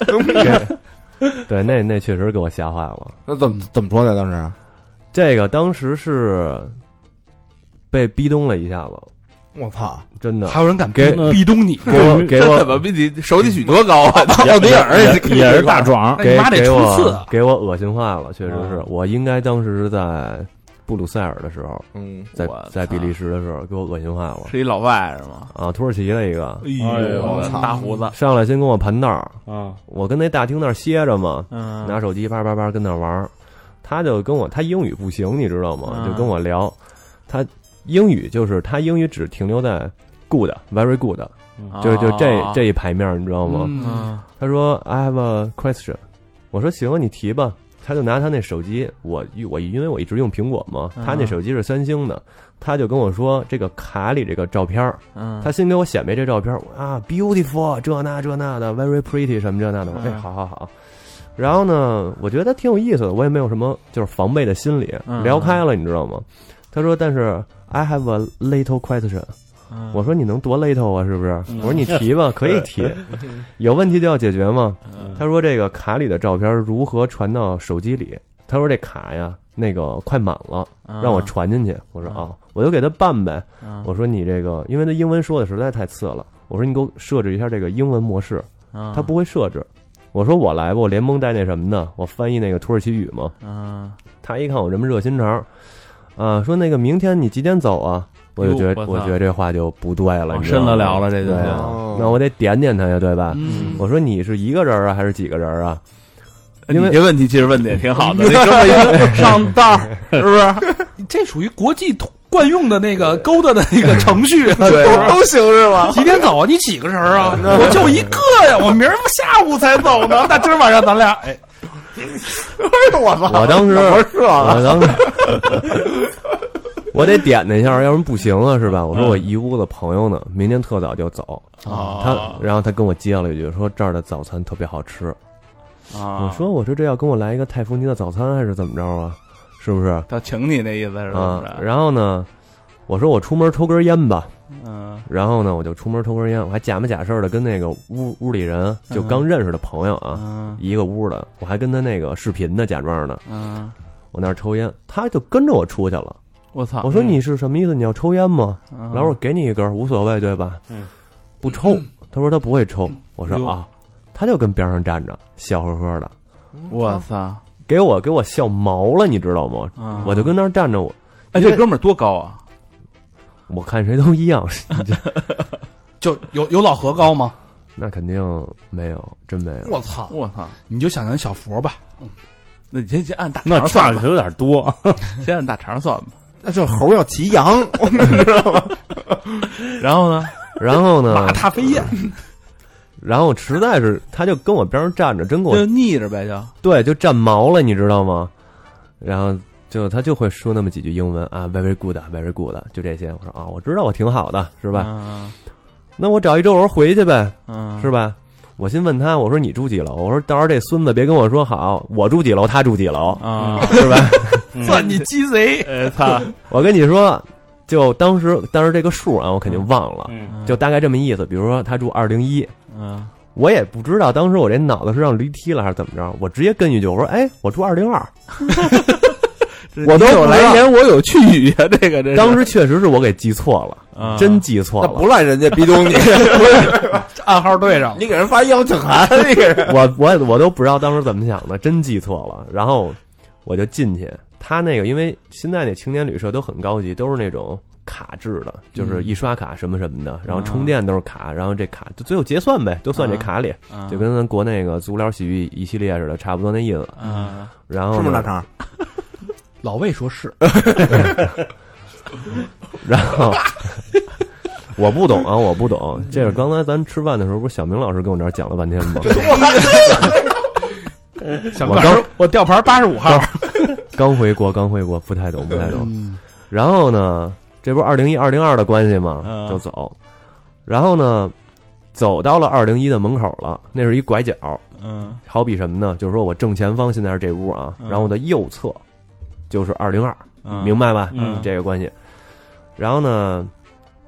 Speaker 6: [laughs] 对，那那确实给我吓坏了。
Speaker 4: 那怎么怎么说的？当时
Speaker 6: 这个当时是被逼咚了一下子，
Speaker 4: 我操，
Speaker 6: 真的
Speaker 2: 还有人敢
Speaker 6: 给
Speaker 2: 逼咚你？
Speaker 6: 给我
Speaker 2: [laughs]
Speaker 6: 给我
Speaker 3: 怎么比你手里许多高
Speaker 4: [laughs]
Speaker 3: 啊？
Speaker 5: 奥迪尔也也是大壮，
Speaker 2: 那你
Speaker 6: 给
Speaker 2: 妈得
Speaker 6: 给
Speaker 2: 冲刺
Speaker 6: 我哎
Speaker 2: 啊！
Speaker 6: 给我恶心坏了，确实是
Speaker 5: 啊
Speaker 6: 我应该当时是在布鲁塞尔的时候，
Speaker 4: 嗯，
Speaker 6: 在
Speaker 3: 我操
Speaker 6: 在比利时的时候给我恶心坏了
Speaker 3: 是一老外是吗？
Speaker 6: 啊！土耳其的一个
Speaker 5: 哎呦
Speaker 4: 我操
Speaker 3: 大胡子，
Speaker 6: 上来先跟我盘道儿，
Speaker 5: 啊，
Speaker 6: 我跟那大厅那儿歇着嘛，
Speaker 2: 啊
Speaker 3: 嗯，
Speaker 6: 拿手机叭叭叭跟那玩儿，他就跟我，他英语不行，你知道吗？
Speaker 2: 啊
Speaker 3: 嗯
Speaker 6: 就跟我聊，他英语就是他英语只停留在 good，very good，就是就这
Speaker 3: 哦
Speaker 6: 这一排面儿，你知道吗？
Speaker 2: 嗯，
Speaker 3: 嗯
Speaker 6: 他说 I have a question，我说行，啊你提吧。他就拿他那手机，我我因为我一直用苹果嘛，
Speaker 3: 嗯
Speaker 6: 他那手机是三星的，他就跟我说这个卡里这个照片儿，
Speaker 3: 嗯，
Speaker 6: 他先给我显摆这照片儿啊，beautiful 这那这那的，very pretty 什么这那的，我说哎，
Speaker 3: 嗯
Speaker 6: 好好好。然后呢，我觉得挺有意思的，我也没有什么就是防备的心理，
Speaker 3: 嗯
Speaker 6: 聊开了，你知道吗？他说，但是 I have a little question。
Speaker 3: 嗯
Speaker 6: 我说你能多 little 啊，是不是？
Speaker 5: 嗯
Speaker 6: 我说你提吧，可以
Speaker 3: [laughs]
Speaker 6: 提，有问题就要解决嘛。
Speaker 3: 嗯
Speaker 6: 他说这个卡里的照片如何传到手机里？他说这卡呀，那个快满了，让我传进去。我说
Speaker 3: 嗯
Speaker 6: 哦，我就给他办呗。
Speaker 3: 嗯
Speaker 6: 我说你这个，因为他英文说的实在太次了，我说你给我设置一下这个英文模式，
Speaker 3: 嗯
Speaker 6: 他不会设置。我说我来吧，我连蒙带那什么的，我翻译那个土耳其语嘛。
Speaker 3: 嗯，
Speaker 6: 他一看我这么热心肠，啊，说那个明天你几点走啊？我就觉
Speaker 3: 哟
Speaker 6: 得，
Speaker 3: 我
Speaker 6: 我
Speaker 3: 操
Speaker 6: 觉得这话就不对了，
Speaker 3: 往
Speaker 6: 你知道吗
Speaker 3: 深了聊了这就
Speaker 6: 对
Speaker 3: 是
Speaker 6: 啊，那我得点点他呀，对吧？
Speaker 2: 嗯
Speaker 6: 我说你是一个人啊，还是几个人啊？因为
Speaker 3: 你这问题其实问的也挺 [laughs] 好的，你这么一上道儿是不是？
Speaker 2: 这属于国际惯用的那个勾搭的那个程序。 [laughs]
Speaker 4: 都都行是吧？
Speaker 2: 几点走啊？你几个人啊？我就一个呀，我明儿下午才走呢。那今儿晚上咱俩，哎，
Speaker 4: 哎呦我操！
Speaker 6: [laughs] 我当时
Speaker 4: 不是啊，
Speaker 6: 我当时我得点他一下，要不然不行啊，是吧？我说我一屋子朋友呢，明天特早就走。
Speaker 3: 啊
Speaker 6: 他然后他跟我接了一句，说这儿的早餐特别好吃。我
Speaker 3: 啊，
Speaker 6: 说我说这要跟我来一个泰芙尼的早餐还是怎么着啊？是不是
Speaker 3: 他请你那意思是
Speaker 6: 啊
Speaker 3: 不？是？
Speaker 6: 然后呢，我说我出门抽根烟吧。
Speaker 3: 嗯
Speaker 6: 然后呢，我就出门抽根烟，我还假模假式的跟那个屋屋里人，就刚认识的朋友啊，
Speaker 3: 嗯
Speaker 6: 一个屋的，我还跟他那个视频呢，假装呢，
Speaker 3: 嗯，
Speaker 6: 我那儿抽烟，他就跟着我出去了。
Speaker 3: 我操！
Speaker 6: 我说你是什么意思？你要抽烟吗？
Speaker 3: 嗯，
Speaker 6: 然后我给你一根，无所谓，对吧？
Speaker 5: 嗯，
Speaker 6: 不抽。他说他不会抽。我
Speaker 3: 嗯
Speaker 2: 哎呦
Speaker 6: 说啊，他就跟边上站着，笑呵呵的，
Speaker 3: 我操！
Speaker 6: 给我给我笑毛了，你知道吗？
Speaker 3: 嗯
Speaker 6: 我就跟那儿站着，我
Speaker 3: 哎，这哥们儿多高啊？
Speaker 6: 我看谁都一样， [laughs]
Speaker 2: 就有有老何高吗？
Speaker 6: 那肯定没有，真没有。
Speaker 2: 我操！
Speaker 3: 我操！
Speaker 2: 你就想想小佛吧，
Speaker 3: 那你先先按大
Speaker 5: 那
Speaker 3: 肠
Speaker 5: 差
Speaker 3: 算
Speaker 5: 的
Speaker 3: 吧，
Speaker 5: 有点多，
Speaker 3: 先按大肠算吧。
Speaker 4: 那这猴要骑 [laughs] 羊，
Speaker 3: 然后呢？
Speaker 6: 然后
Speaker 2: 马
Speaker 6: 呢，
Speaker 2: 踏飞燕，
Speaker 6: 然后实在是他就跟我边上站着，真给我
Speaker 3: 就腻着呗，就
Speaker 6: 对就站毛了，你知道吗？然后就他就会说那么几句英文啊，very good，very good，就这些。我说啊，我知道我挺好的，是
Speaker 3: 是
Speaker 6: 吧？
Speaker 3: 吧？
Speaker 6: 那我找一周游回去呗，
Speaker 3: 嗯，
Speaker 6: 是吧？我先问他，我说你住几楼？我说到时候这孙子别跟我说好，我住几楼，他住几楼，
Speaker 3: 啊，
Speaker 6: 是吧？
Speaker 2: 算你鸡贼。
Speaker 3: 呃，操，
Speaker 6: 我跟你说，就当时当时这个数啊，我肯定忘了，
Speaker 5: 嗯
Speaker 6: 就大概这么意思。比如说他住二零一，
Speaker 3: 嗯
Speaker 6: 我也不知道当时我这脑子是让驴踢了还是怎么着，我直接跟一句我说，哎，我住二零
Speaker 3: [laughs]
Speaker 6: 二。我都
Speaker 3: 你有
Speaker 6: 不知道
Speaker 3: 来言，我有去语啊，这个这是
Speaker 6: 当时确实是我给记错了，
Speaker 3: 啊
Speaker 6: 真记错
Speaker 4: 那
Speaker 6: 了。
Speaker 4: 不赖人家逼咚你，
Speaker 2: 暗号对上了，
Speaker 4: [laughs] 你给人发邀请函，你 [laughs] 给人
Speaker 6: [laughs] 我我我都不知道当时怎么想的，真记错了。然后我就进去，他那个因为现在那青年旅社都很高级，都是那种卡制的，
Speaker 3: 嗯
Speaker 6: 就是一刷卡什么什么的，然后充电都是卡，然后这卡就最后结算呗，就算这卡里，
Speaker 3: 啊
Speaker 6: 就跟咱国内那个足疗洗浴一系列似的，差不多那意思。
Speaker 3: 啊
Speaker 6: 然后
Speaker 4: 是
Speaker 6: 呢
Speaker 4: 不是大肠？
Speaker 2: 老魏说 [laughs] 是，
Speaker 6: 然后我不懂啊，我不懂。这是刚才咱吃饭的时候，不是小明老师跟我那儿讲了半天吗？
Speaker 2: 想
Speaker 6: 我
Speaker 2: 告诉我吊牌八十五号。
Speaker 6: 刚回国，刚回国，不太懂，不太懂。
Speaker 2: 嗯
Speaker 6: 然后呢，这不是二零一、二零二的关系吗
Speaker 3: 嗯？
Speaker 6: 就走。然后呢，走到了二零一的门口了，那是一拐角，
Speaker 3: 嗯
Speaker 6: 好比什么呢？就是说我正前方现在是这屋啊，
Speaker 3: 嗯
Speaker 6: 然后我的右侧就是二零二，
Speaker 1: 嗯
Speaker 6: 明白吧？
Speaker 1: 嗯
Speaker 6: 这个关系。然后呢，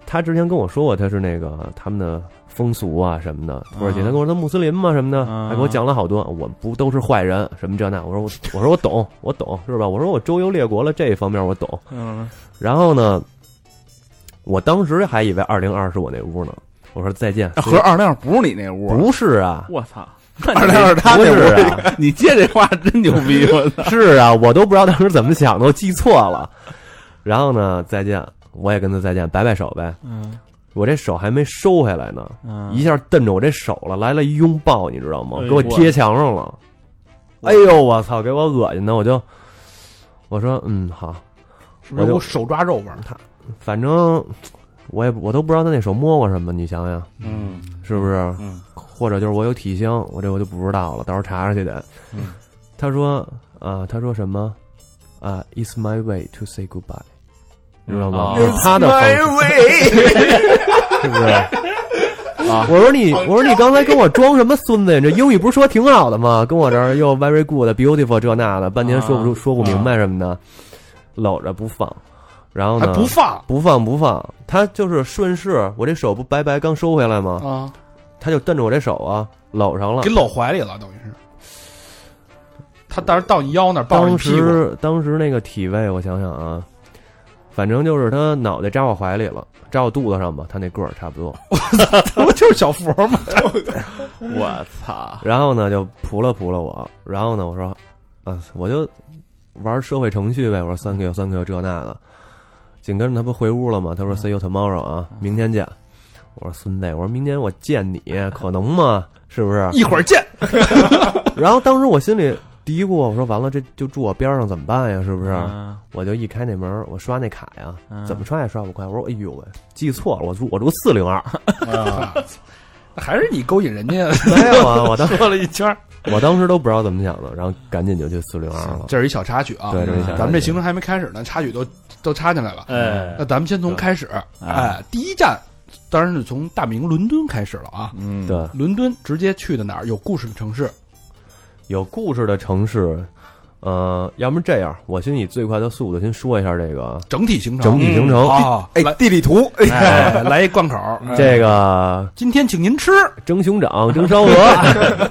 Speaker 6: 他之前跟我说过，他是那个他们的风俗啊什么的，土耳其。
Speaker 3: 啊
Speaker 6: 他跟我说他穆斯林嘛什么的，
Speaker 3: 啊
Speaker 6: 还给我讲了好多，我们不都是坏人什么这那。我说我我说我懂，我懂是吧？我说我周游列国了这一方面我懂。
Speaker 3: 嗯
Speaker 6: 然后呢，我当时还以为二零二是我那屋呢，我说再见。
Speaker 3: 啊合二亮不是你那屋，
Speaker 6: 不是
Speaker 3: [laughs]
Speaker 6: 啊，
Speaker 3: 我操！
Speaker 4: 二零二他
Speaker 6: 不
Speaker 4: 那
Speaker 6: 是
Speaker 4: 屋
Speaker 6: 啊，
Speaker 3: 你接这话真牛逼，我操！
Speaker 6: 是啊，我都不知道当时怎么想的，我记错了。然后呢，再见，我也跟他再见，摆摆手呗。
Speaker 3: 嗯
Speaker 6: 我这手还没收回来呢，
Speaker 3: 嗯
Speaker 6: 一下瞪着我这手了，来了一拥抱，你知道吗
Speaker 3: 哎？呦
Speaker 6: 给我贴墙上了。哎呦，我操，给我恶心的，我就我说嗯好，
Speaker 2: 是不是
Speaker 6: 我就
Speaker 2: 我手抓肉玩儿？
Speaker 6: 反正我也我都不知道他那手摸过什么，你想想
Speaker 1: 嗯
Speaker 6: 是不是？
Speaker 1: 嗯
Speaker 6: 或者就是我有体香，我这我就不知道了，到时候查查去得。
Speaker 1: 嗯
Speaker 6: 他说啊、他说什么啊、i t s my way to say goodbye，你知道吗？
Speaker 3: 哦
Speaker 6: 就是他的方式，是不是？啊！我说你，我说你刚才跟我装什么孙子呀？这英语不是说挺好的吗？跟我这儿又 very good、beautiful 这那的，半天说不出、
Speaker 3: 啊
Speaker 6: 说不明白什么的，搂着不放，然后
Speaker 2: 还
Speaker 6: 呢？
Speaker 2: 哎不放
Speaker 6: 不放不放，他就是顺势，我这手不白白刚收回来吗？
Speaker 2: 啊，
Speaker 6: 他就瞪着我这手啊，搂上了
Speaker 2: 给。搂怀里了，等于是。他当时到你腰那儿抱着你
Speaker 6: 当
Speaker 2: 屁股，
Speaker 6: 时当时那个体位，我想想啊，反正就是他脑袋扎我怀里了，扎我肚子上吧，他那个儿差不多。
Speaker 2: [laughs] 不就是小佛
Speaker 6: [laughs]
Speaker 2: 吗？
Speaker 3: 我
Speaker 2: 啊
Speaker 3: 操！
Speaker 6: 然后呢，就扑了扑了我，然后呢，我说，啊，我就玩社会程序呗，我说三 Q 三 Q 这那的。紧跟着他不回屋了吗？
Speaker 2: 嗯
Speaker 6: 他说 “see you tomorrow” 啊，明天见。我说孙子，我说明天我
Speaker 2: [laughs]
Speaker 6: 见你可能吗？是不是？
Speaker 2: 一会儿见。
Speaker 6: 然后当时我心里嘀咕，我说完了，这就住我边上怎么办呀？是不是？
Speaker 3: 嗯
Speaker 6: 我就一开那门，我刷那卡呀，
Speaker 3: 嗯
Speaker 6: 怎么刷也刷不开。我说哎呦喂，记错了，我住我住四零二，
Speaker 2: 啊 [laughs] 还是你勾引人家
Speaker 6: [laughs] 没有啊，我 [laughs] 当
Speaker 2: 转了一圈儿，
Speaker 6: 我当时都不知道怎么想的，然后赶紧就去四零二了。
Speaker 2: 这是一小插曲啊。
Speaker 6: 对，这是一小
Speaker 2: 咱们这
Speaker 6: 插曲
Speaker 2: 行程还没开始呢，插曲都都插进来了。
Speaker 5: 哎
Speaker 2: 那，咱们先从开始，哎，第一站当然是从大明伦敦开始了啊。
Speaker 3: 嗯，
Speaker 6: 对
Speaker 2: 伦敦直接去的哪儿有故事的城市？
Speaker 6: 有故事的城市，呃，要么这样，我先以最快的速度先说一下这个
Speaker 2: 整体行
Speaker 6: 整
Speaker 2: 程
Speaker 6: 体行程。
Speaker 2: 啊，
Speaker 4: [laughs] 哎，地理图，哎
Speaker 2: 哎来一贯口儿，
Speaker 6: 这个
Speaker 2: 今天请您吃
Speaker 6: 蒸熊
Speaker 3: [laughs]
Speaker 6: 掌、蒸烧鹅， [laughs]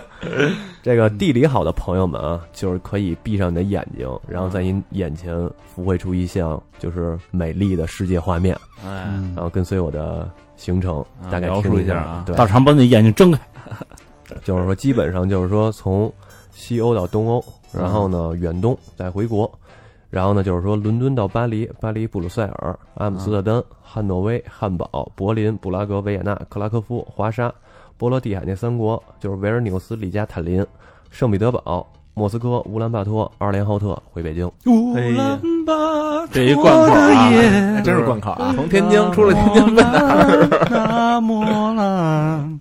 Speaker 6: 这个地理好的朋友们啊，就是可以闭上你的眼睛，然后在你眼前浮绘出一项就是美丽的世界画面，
Speaker 3: 哎，
Speaker 6: 然后跟随我的行程
Speaker 3: 啊
Speaker 6: 大概
Speaker 3: 描
Speaker 6: 听
Speaker 3: 述一
Speaker 6: 一下
Speaker 3: 下啊
Speaker 6: 对，
Speaker 5: 大肠把你眼睛睁开，
Speaker 6: 就是说，基本上就是说从西欧到东欧，然后呢远东再回国，然后呢就是说伦敦到巴黎，巴黎布鲁塞尔、阿姆斯特丹、汉诺威、汉堡、柏林、布拉格、维也纳、克拉科夫、华沙、波罗的海那三国，就是维尔纽斯、里加塔林、圣彼得堡、莫斯科、乌兰巴托、阿尔连浩特回北京。
Speaker 2: 乌
Speaker 3: 哎
Speaker 2: 兰
Speaker 3: 呀
Speaker 2: 巴
Speaker 3: 这一
Speaker 2: 托
Speaker 3: 贯口啊
Speaker 2: 的夜，
Speaker 3: 还真是贯口啊！从天津出了天津，
Speaker 2: 奔那摩兰。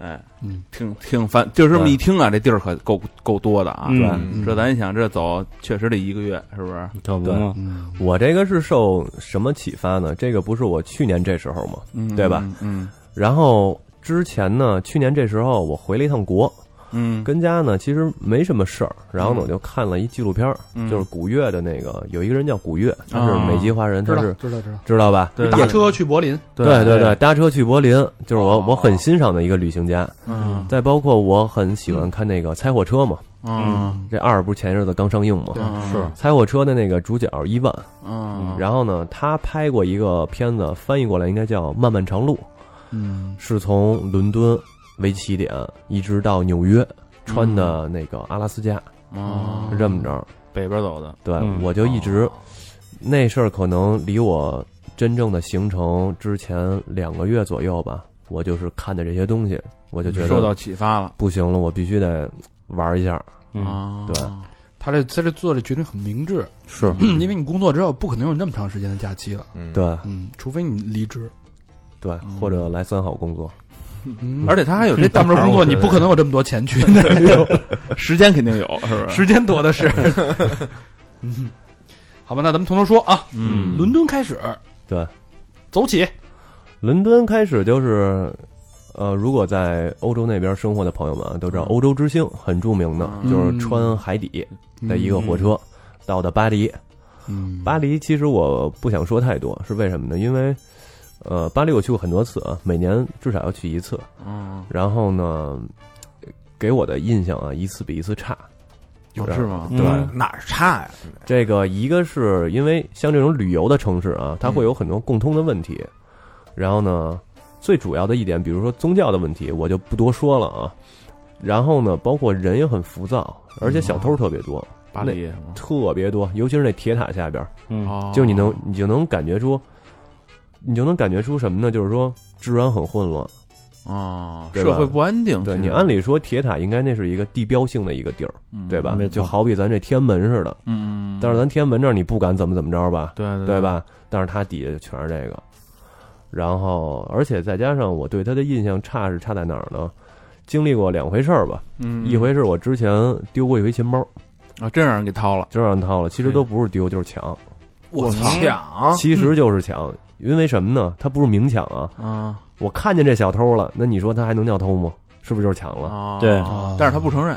Speaker 3: 哎，
Speaker 2: 嗯
Speaker 3: [laughs] 挺挺烦，就是这么一听啊，这地儿可够够多的啊！
Speaker 5: 嗯
Speaker 2: 嗯
Speaker 3: 这咱一想，这走确实得一个月，是不是？
Speaker 5: 可不嘛，
Speaker 2: 嗯，
Speaker 6: 我这个是受什么启发呢？这个不是我去年这时候吗？
Speaker 3: 嗯
Speaker 6: 对吧？
Speaker 3: 嗯
Speaker 6: 然后之前呢，去年这时候我回了一趟国，
Speaker 3: 嗯，
Speaker 6: 跟家呢其实没什么事儿，然后呢我就看了一纪录片儿，
Speaker 3: 嗯
Speaker 6: 就是古月的那个有一个人叫古月，他是
Speaker 3: 啊
Speaker 6: 美籍华人，
Speaker 2: 知
Speaker 6: 他
Speaker 2: 道
Speaker 6: 是
Speaker 2: 知道知道。
Speaker 6: 知道吧？
Speaker 3: 对
Speaker 2: 打车去柏林，
Speaker 6: 对对对，搭车去柏林，就是我我很欣赏的一个旅行家。
Speaker 3: 哦嗯
Speaker 6: 再包括我很喜欢看那个《猜火车》嘛，
Speaker 3: 嗯
Speaker 6: 这二不前日子刚上映嘛，《
Speaker 3: 嗯是
Speaker 6: 猜火车》的那个主角伊万，
Speaker 3: 嗯，
Speaker 6: 然后呢他拍过一个片子，翻译过来应该叫《漫漫长路》，
Speaker 2: 嗯，
Speaker 6: 是从伦敦为起点一直到纽约，穿的那个阿拉斯加，
Speaker 3: 嗯
Speaker 2: 哦
Speaker 6: 是这么着。
Speaker 3: 北边走的，
Speaker 6: 对，
Speaker 5: 嗯
Speaker 6: 我就一直、那事儿可能离我真正的行程之前两个月左右吧，我就是看的这些东西，我就觉
Speaker 3: 受到
Speaker 6: 得
Speaker 3: 启发了
Speaker 6: 不行了，我必须得玩一下。
Speaker 5: 嗯，
Speaker 3: 啊！
Speaker 6: 对
Speaker 2: 哦
Speaker 6: 嗯
Speaker 2: 他这他这做的决定很明智，
Speaker 4: 嗯
Speaker 6: 是
Speaker 2: 因为你工作之后不可能有那么长时间的假期了，
Speaker 6: 对
Speaker 2: 嗯，除非你离职，
Speaker 6: 对，或者来三好工作，
Speaker 2: 嗯
Speaker 3: 而且他还有
Speaker 2: 这
Speaker 3: 这
Speaker 2: 大门
Speaker 3: 门
Speaker 2: 工作你不可能有这么多钱 [laughs] 去，那
Speaker 3: 时间肯定有，是不是？
Speaker 2: 时间多的是。 [laughs] 嗯，好吧，那咱们从头说啊。
Speaker 3: 嗯
Speaker 2: 伦敦开始
Speaker 6: 对。
Speaker 2: 走起，
Speaker 6: 伦敦开始就是，呃，如果在欧洲那边生活的朋友们啊，都知道欧洲之星很著名的，
Speaker 3: 嗯
Speaker 6: 就是穿海底的一个火车到的巴黎，
Speaker 2: 嗯，
Speaker 6: 巴黎其实我不想说太多，是为什么呢？因为，呃，巴黎我去过很多次啊，每年至少要去一次。
Speaker 3: 嗯，
Speaker 6: 然后呢，给我的印象啊，一次比一次差。
Speaker 3: 有嗯是吗？
Speaker 6: 对
Speaker 4: 哪儿差呀？
Speaker 6: 这个一个是因为像这种旅游的城市啊，它会有很多共通的问题。然后呢，最主要的一点，比如说宗教的问题，我就不多说了啊。然后呢，包括人也很浮躁，而且小偷特别多，
Speaker 3: 巴黎
Speaker 6: 特别多，尤其是那铁塔下边儿，
Speaker 5: 嗯，
Speaker 3: 哦，
Speaker 6: 就你能你就能感觉出，你就能感觉出什么呢？就是说治安很混乱。
Speaker 3: 哦，
Speaker 6: 对吧
Speaker 3: 社会不安定。
Speaker 6: 对
Speaker 3: 其实嗯
Speaker 6: 你按理说铁塔应该那是一个地标性的一个地儿，对吧
Speaker 5: 没？错
Speaker 6: 就好比咱这天安门似的，
Speaker 3: 嗯，嗯，
Speaker 6: 但是咱天安门这儿你不敢怎么怎么着吧？
Speaker 3: 对对
Speaker 6: 对？吧？但是它底下全是这个，然后而且再加上我对它的印象差是差在哪儿呢？经历过两回事儿吧，
Speaker 3: 嗯，
Speaker 6: 一回是我之前丢过一回钱包，
Speaker 3: 啊，真让人给掏了。
Speaker 6: 就让人掏了，其实都不是丢就是抢，
Speaker 4: 我
Speaker 3: 啊
Speaker 4: 抢，
Speaker 6: 其实就是抢，因为什么呢？它不是明抢啊，
Speaker 3: 啊
Speaker 6: 我看见这小偷了，那你说他还能叫偷吗？是不是就是抢了？
Speaker 3: 啊，
Speaker 5: 对
Speaker 3: 啊但是他不承认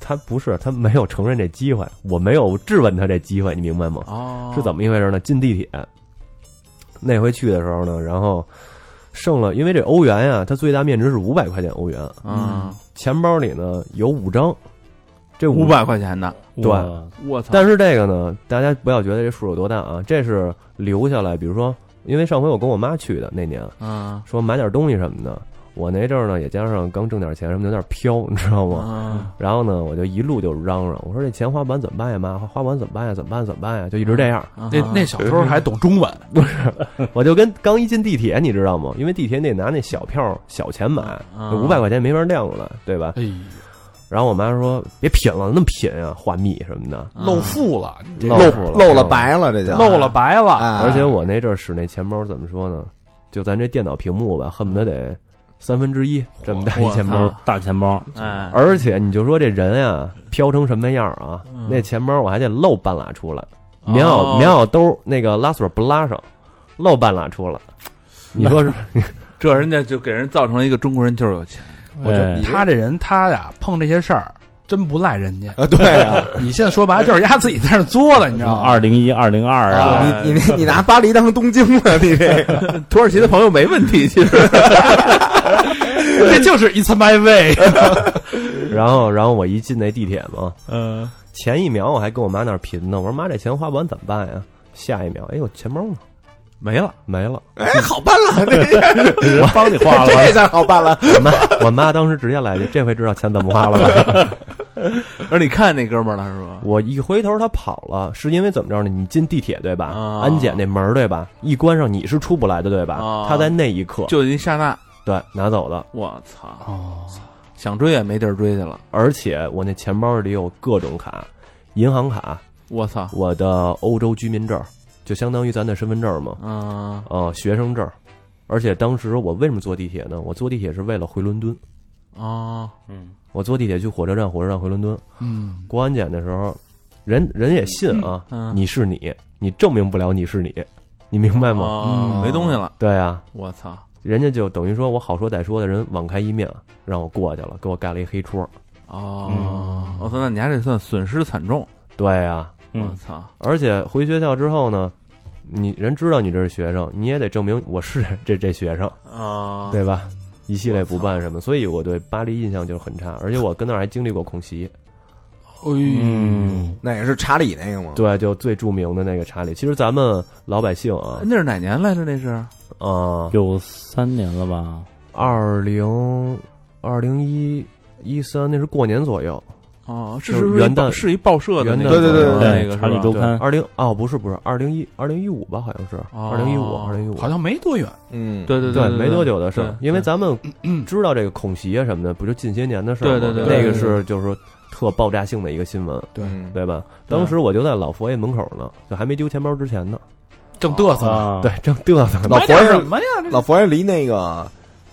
Speaker 6: 他不是，他没有承认这机会，我没有质问他这机会，你明白吗？
Speaker 3: 哦，
Speaker 6: 是怎
Speaker 3: 么？
Speaker 6: 么一回事呢？进地铁，那回去的时候呢，然后剩了，因为这欧元呀、它最大面值是五百块钱欧元，
Speaker 3: 嗯，
Speaker 6: 钱包里呢有五张，这
Speaker 3: 五，百块钱的，
Speaker 6: 对
Speaker 5: 哇
Speaker 3: 我操！
Speaker 6: 但是这个呢，大家不要觉得这数有多大啊，这是留下来，比如说，因为上回我跟我妈去的那年，
Speaker 3: 嗯
Speaker 6: 说买点东西什么的，我那阵儿呢也加上刚挣点钱什么的，有点飘， [laughs] 你知道吗？
Speaker 3: 嗯
Speaker 6: 然后呢，我就一路就嚷嚷，我说这钱花不完怎么办呀，妈？花花不完怎么办呀？怎么办？怎么办呀？就一直这样。
Speaker 2: 那那小偷还懂中文，
Speaker 6: 我就跟刚一进地铁，你知道吗？因为地铁你得拿那小票小钱买，
Speaker 3: 啊
Speaker 6: 五百块钱没法亮过来，对吧？
Speaker 2: 哎，
Speaker 6: 然后我妈说：“别品了，那么品啊，花蜜什么的。
Speaker 1: 啊
Speaker 2: 露富了，你这
Speaker 6: 露
Speaker 2: 个
Speaker 6: 富了
Speaker 4: 露了白了，这叫
Speaker 2: 露了白了，
Speaker 4: 啊
Speaker 6: 而且我那阵儿使那钱包怎么说呢？就咱这电脑屏幕吧，恨不得得三分之一这么大一钱
Speaker 3: 我
Speaker 6: 包
Speaker 3: 操。
Speaker 5: 大钱包，
Speaker 3: 哎，
Speaker 6: 而且你就说这人呀，飘成什么样啊？那钱包我还得露半拉出来，棉袄棉袄兜那个拉锁不拉上，露半拉出来。你说是？
Speaker 3: 这人家就给人造成了一个中国人就是有钱，
Speaker 2: 我觉得
Speaker 5: 哎
Speaker 2: 他这人他呀碰这些事儿真不赖人家， [laughs]
Speaker 4: 啊，对啊，
Speaker 2: 你现在说白了就是丫自己在那儿作了，你知道吗？
Speaker 5: 二零一、二零二啊，
Speaker 3: 哎
Speaker 4: 你你你拿巴黎当东京了， [laughs] 你这个
Speaker 3: 土耳其的朋友没问题，其实
Speaker 2: [laughs] 这就是 It's my way，
Speaker 3: [laughs]
Speaker 6: 然后然后我一进那地铁嘛，
Speaker 5: 嗯，
Speaker 6: 前一秒我还跟我妈那儿贫呢，我说妈这钱花不完怎么办呀？下一秒，哎呦钱包呢？
Speaker 3: 没了。
Speaker 6: 没了。
Speaker 4: 哎，好办
Speaker 6: [laughs]
Speaker 4: 了，这
Speaker 5: 人帮你花了，
Speaker 4: 这下好办了。
Speaker 6: 我妈我妈当时直接来句：“这回知道钱怎么花
Speaker 4: [laughs]
Speaker 6: 了吧
Speaker 3: 而你看那哥们儿了是？”吧？
Speaker 6: 我一回头她跑了，是因为怎么着呢？你进地铁对吧？
Speaker 3: 啊
Speaker 6: 安检那门儿对吧？一关上你是出不来的对吧？
Speaker 3: 啊
Speaker 6: 她在那一刻
Speaker 3: 就一刹那，
Speaker 6: 对拿走了，
Speaker 3: 我操！
Speaker 6: 哦
Speaker 3: 想追也没地儿追去了，
Speaker 6: 而且我那钱包里有各种卡，银行卡，
Speaker 3: 我操！
Speaker 6: 我的欧洲居民证儿，就相当于咱的身份证儿嘛。
Speaker 3: 嗯，
Speaker 6: 呃，学生证儿，而且当时我为什么坐地铁呢？我坐地铁是为了回伦敦，嗯
Speaker 3: 哦，
Speaker 6: 我坐地铁去火车站，火车站回伦敦。
Speaker 2: 嗯，
Speaker 6: 过安检的时候，人人也信啊，
Speaker 3: 嗯
Speaker 6: 你是你，你证明不了你是你，你明白吗？
Speaker 3: 哦
Speaker 2: 嗯
Speaker 3: 没东西了，
Speaker 6: 对啊，
Speaker 3: 我操！
Speaker 6: 人家就等于说我好说歹说的人网开一面，让我过去了，给我盖了一黑戳。嗯
Speaker 3: 哦，我操！那你还得算损失惨重，
Speaker 6: 对啊，
Speaker 3: 我
Speaker 5: 嗯，
Speaker 3: 操！
Speaker 6: 而且回学校之后呢，你人知道你这是学生，你也得证明我是这这学生，
Speaker 3: 啊，
Speaker 6: 对吧？一系列补办什么，所以我对巴黎印象就很差，而且我跟那儿还经历过恐袭。
Speaker 5: 嗯，
Speaker 4: 那也是查理那个
Speaker 3: 哦
Speaker 4: 吗？
Speaker 6: 对，啊就最著名的那个查理。其实咱们老百姓啊，
Speaker 3: 那是哪年来着？那是嗯
Speaker 6: 啊、
Speaker 5: 有三年了吧？
Speaker 6: 二零二零一一三，那是过年左右。
Speaker 3: 哦，是
Speaker 6: 就是
Speaker 3: 是
Speaker 6: 元旦
Speaker 3: 是一报社的那
Speaker 6: 元旦
Speaker 3: 个，
Speaker 4: 对对对
Speaker 5: 对
Speaker 3: 那个
Speaker 5: 哎查理
Speaker 3: 是吧
Speaker 5: 周刊
Speaker 6: 二零哦，不是不是，二零一二零一五吧，好像是
Speaker 3: 哦
Speaker 6: 二零一五二零一五。
Speaker 2: 好像没多远，
Speaker 4: 嗯，
Speaker 3: 对对
Speaker 6: 对，没多久的事
Speaker 3: 对
Speaker 6: 儿，因为
Speaker 3: 对
Speaker 6: 咱们知道这个恐袭啊什么的，不就近些年的事儿
Speaker 3: 对
Speaker 6: 吗？
Speaker 3: 对对
Speaker 2: 对
Speaker 6: 那个
Speaker 2: 对
Speaker 6: 是就是说特爆炸性的一个新闻，
Speaker 2: 对
Speaker 4: 嗯
Speaker 6: 对吧？
Speaker 3: 对
Speaker 6: 当时我就在老佛爷门口呢，就还没丢钱包之前呢，
Speaker 2: 正嘚瑟呢。
Speaker 5: 啊，
Speaker 6: 对，正嘚瑟呢，
Speaker 4: 老
Speaker 2: 买
Speaker 4: 佛
Speaker 2: 点
Speaker 4: 爷
Speaker 2: 什么呀？这
Speaker 4: 老佛爷离那个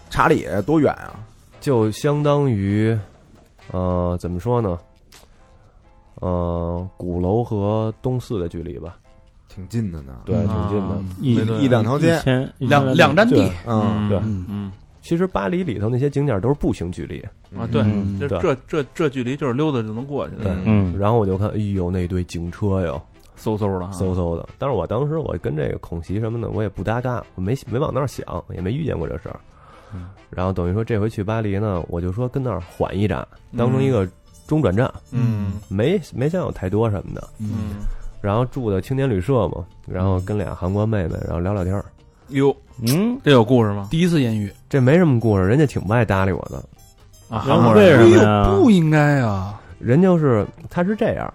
Speaker 4: 查理多远啊？
Speaker 6: 就相当于，呃，怎么说呢？呃，鼓楼和东四的距离吧，
Speaker 4: 挺近的呢。
Speaker 6: 对，挺近的。
Speaker 3: 啊
Speaker 5: 一
Speaker 3: 没多久
Speaker 4: 一两条街
Speaker 5: 一千
Speaker 2: 两两站地，
Speaker 4: 嗯，
Speaker 3: 嗯
Speaker 6: 对
Speaker 2: 嗯，
Speaker 3: 嗯
Speaker 6: 其实巴黎里头那些景点都是步行距离，
Speaker 3: 啊，对，
Speaker 5: 嗯
Speaker 3: 这
Speaker 6: 对
Speaker 3: 这这这距离就是溜达就能过去的，
Speaker 6: 对
Speaker 4: 嗯
Speaker 5: 嗯，
Speaker 6: 然后我就看，哎呦，那堆警车哟，
Speaker 3: 嗖嗖的啊哈，
Speaker 6: 嗖嗖的。但是我当时我跟这个恐袭什么的，我也不搭嘎，我没没往那儿想，也没遇见过这事儿
Speaker 3: 嗯。
Speaker 6: 然后等于说这回去巴黎呢，我就说跟那儿缓一站，当成一个中转站，
Speaker 3: 嗯
Speaker 6: 没没想有太多什么的。
Speaker 3: 嗯，
Speaker 6: 然后住的青年旅社嘛，然后跟俩韩国妹妹，然后聊聊天儿。
Speaker 3: 哟，
Speaker 2: 嗯，
Speaker 3: 这有故事吗？
Speaker 2: 第一次艳遇，
Speaker 6: 这没什么故事，人家挺不爱搭理我的。
Speaker 3: 啊，
Speaker 5: 然
Speaker 3: 韩
Speaker 5: 后
Speaker 3: 国
Speaker 5: 为
Speaker 3: 人
Speaker 5: 什
Speaker 2: 哎呦，
Speaker 5: 么呀？
Speaker 2: 不应该啊，
Speaker 6: 人就是他是这样，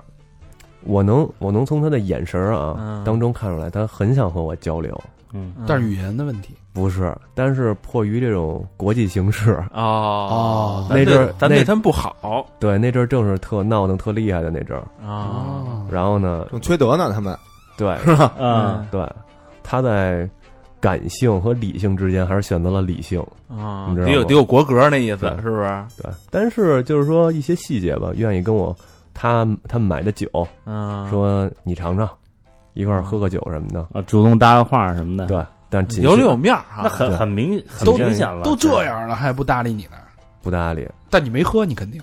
Speaker 6: 我能我能从他的眼神儿啊、
Speaker 3: 嗯
Speaker 6: 当中看出来，他很想和我交流，
Speaker 5: 嗯，
Speaker 3: 嗯
Speaker 2: 但是语言的问题，
Speaker 6: 不是，但是迫于这种国际形势， [laughs]
Speaker 3: 哦
Speaker 2: 哦
Speaker 3: 咱
Speaker 6: 那阵儿
Speaker 3: 咱
Speaker 6: 那
Speaker 3: 那哦他们不好
Speaker 6: 对那阵儿正是特闹腾、特厉害的那阵儿。
Speaker 3: 啊，
Speaker 2: 哦，
Speaker 6: 然后呢，
Speaker 4: 正缺德呢，他们
Speaker 6: 对嗯
Speaker 5: 啊，
Speaker 6: 对，他在感性和理性之间还是选择了理性，
Speaker 3: 啊
Speaker 6: 你知道吗
Speaker 3: 得有得有国格那意思
Speaker 6: 对
Speaker 3: 是不是？
Speaker 6: 对。但是就是说一些细节吧，愿意跟我他他们买的酒，
Speaker 3: 嗯，
Speaker 6: 说你尝尝，一块儿喝个酒什么的，
Speaker 5: 啊，主动搭个话什么的，
Speaker 6: 对。但仅
Speaker 3: 有里
Speaker 6: 是
Speaker 3: 有面儿
Speaker 5: 那
Speaker 3: 哈，
Speaker 5: 很
Speaker 6: 对
Speaker 5: 很明很
Speaker 2: 都
Speaker 5: 明显了，
Speaker 2: 都这样了还不搭理你呢，
Speaker 6: 不搭理，
Speaker 2: 但你没喝，你肯定，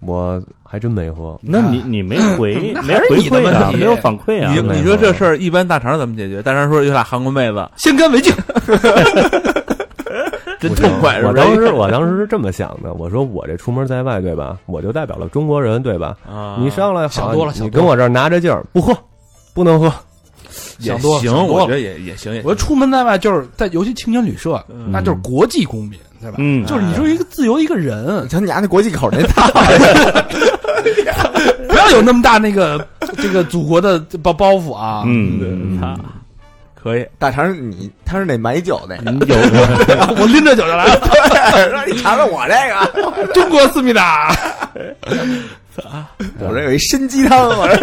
Speaker 6: 我还真没喝。
Speaker 5: 那你你没回，
Speaker 2: 那
Speaker 5: 没人
Speaker 2: 还是
Speaker 5: 回
Speaker 2: 你的
Speaker 5: 馈啊，
Speaker 2: 问题
Speaker 5: 没有反馈啊
Speaker 3: 你，
Speaker 6: 没
Speaker 3: 你说
Speaker 6: 错
Speaker 3: 这事儿一般大肠怎么解决？大肠说有俩韩国妹子，
Speaker 2: 先干为敬，
Speaker 3: 真
Speaker 6: 我
Speaker 3: 痛快，是
Speaker 6: 我
Speaker 3: 不
Speaker 6: 当
Speaker 3: 是？
Speaker 6: 时我当时是这么想的，我说我这出门在外对吧，我就代表了中国人对吧？
Speaker 3: 啊
Speaker 6: 你上来
Speaker 2: 想
Speaker 6: 好
Speaker 2: 多了想
Speaker 6: 你
Speaker 2: 多
Speaker 6: 跟我这儿拿着劲儿不喝，不能喝。
Speaker 3: 也
Speaker 2: 想多了
Speaker 3: 行，
Speaker 2: 想多
Speaker 3: 我
Speaker 2: 了
Speaker 3: 觉得也也行，也
Speaker 2: 我
Speaker 3: 行
Speaker 2: 出门在外就是在，尤其青年旅社，
Speaker 3: 嗯
Speaker 2: 那就是国际公民，对吧？
Speaker 5: 嗯，
Speaker 2: 就是你是一个自由的一个人，
Speaker 4: 瞧你家那国际口那大，
Speaker 2: 不要有那么大那个 [laughs] 这个祖国的包包袱啊！
Speaker 5: 嗯，
Speaker 3: 啊可以，
Speaker 4: 大肠你他是那买酒的，
Speaker 5: 嗯有。
Speaker 2: [laughs] 我拎着酒就来了，
Speaker 4: [laughs] 说你尝尝我这个，
Speaker 2: 中国思密达。
Speaker 4: [laughs] 我这有一参鸡汤，我这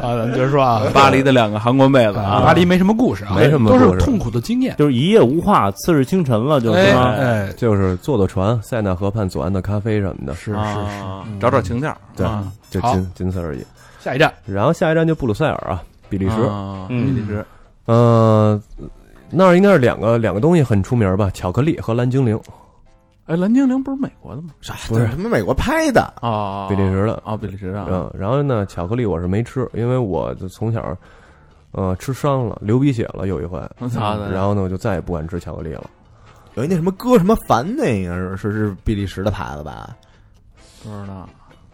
Speaker 2: 啊，咱们就是说啊，
Speaker 3: 巴黎的两个韩国妹子
Speaker 2: 啊，
Speaker 3: 啊，
Speaker 2: 巴黎没什么故事啊，
Speaker 6: 没什么
Speaker 2: 都
Speaker 6: 故
Speaker 2: 是
Speaker 6: 事
Speaker 2: 痛苦的经验
Speaker 5: 就是一夜无话，次日清晨了，就是
Speaker 2: 哎
Speaker 5: 吗
Speaker 2: 哎，
Speaker 6: 就是坐坐船，塞纳河畔左岸的咖啡什么的，
Speaker 2: 是
Speaker 3: 啊找找情调，
Speaker 6: 嗯对
Speaker 3: 啊，
Speaker 6: 就
Speaker 2: 好
Speaker 6: 仅仅此而已。
Speaker 2: 下一站，
Speaker 6: 然后下一站就布鲁塞尔啊，比利时。
Speaker 3: 啊比
Speaker 5: 嗯
Speaker 3: 利时，
Speaker 6: 嗯，那儿应该是两个两个东西很出名吧，巧克力和蓝精灵，
Speaker 3: 哎，蓝精灵不是美国的吗？
Speaker 4: 啥？
Speaker 6: 不是
Speaker 4: 这他妈美国拍的，
Speaker 2: 哦
Speaker 3: 啊，
Speaker 6: 比利时的。
Speaker 3: 啊，比利时的啊，
Speaker 6: 嗯，然后呢，巧克力我是没吃，因为我就从小，呃，吃伤了，流鼻血了有一 [laughs] 回，
Speaker 3: 我操的，
Speaker 6: 然后呢，我就再也不敢吃巧克力了。
Speaker 4: 有一那什么哥什么凡那个是是是比利时的牌子吧？
Speaker 3: 不知道，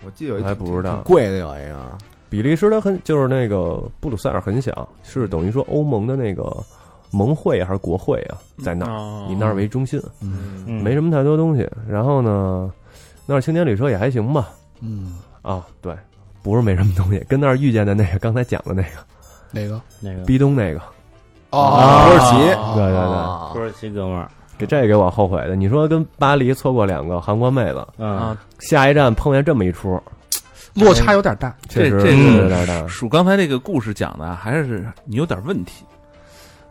Speaker 4: 我记得有一
Speaker 6: 还不知道
Speaker 4: 挺贵的有一个，
Speaker 6: 比利时它很就是那个布鲁塞尔很小，是等于说欧盟的那个盟会还是国会啊，在那儿，
Speaker 3: 儿
Speaker 6: 以那儿为中心，
Speaker 3: 嗯
Speaker 5: 嗯
Speaker 6: 没什么太多东西。然后呢，那儿青年旅社也还行吧。
Speaker 2: 嗯，
Speaker 6: 啊，对，不是没什么东西，跟那儿遇见的那个刚才讲的那个
Speaker 2: 哪个？哦
Speaker 5: 那个
Speaker 6: 壁咚那个，
Speaker 4: 土耳其
Speaker 2: 啊
Speaker 6: 对对对，
Speaker 4: 啊
Speaker 5: 土耳其哥们儿，
Speaker 6: 给这给我后悔的。你说跟巴黎错过两个韩国妹子，
Speaker 5: 嗯，
Speaker 3: 啊，
Speaker 6: 下一站碰见这么一出，
Speaker 2: 落差有点大。
Speaker 6: 确实
Speaker 3: 这这
Speaker 5: 个
Speaker 6: 有点大。
Speaker 3: 属刚才这个故事讲的啊，还是你有点问题。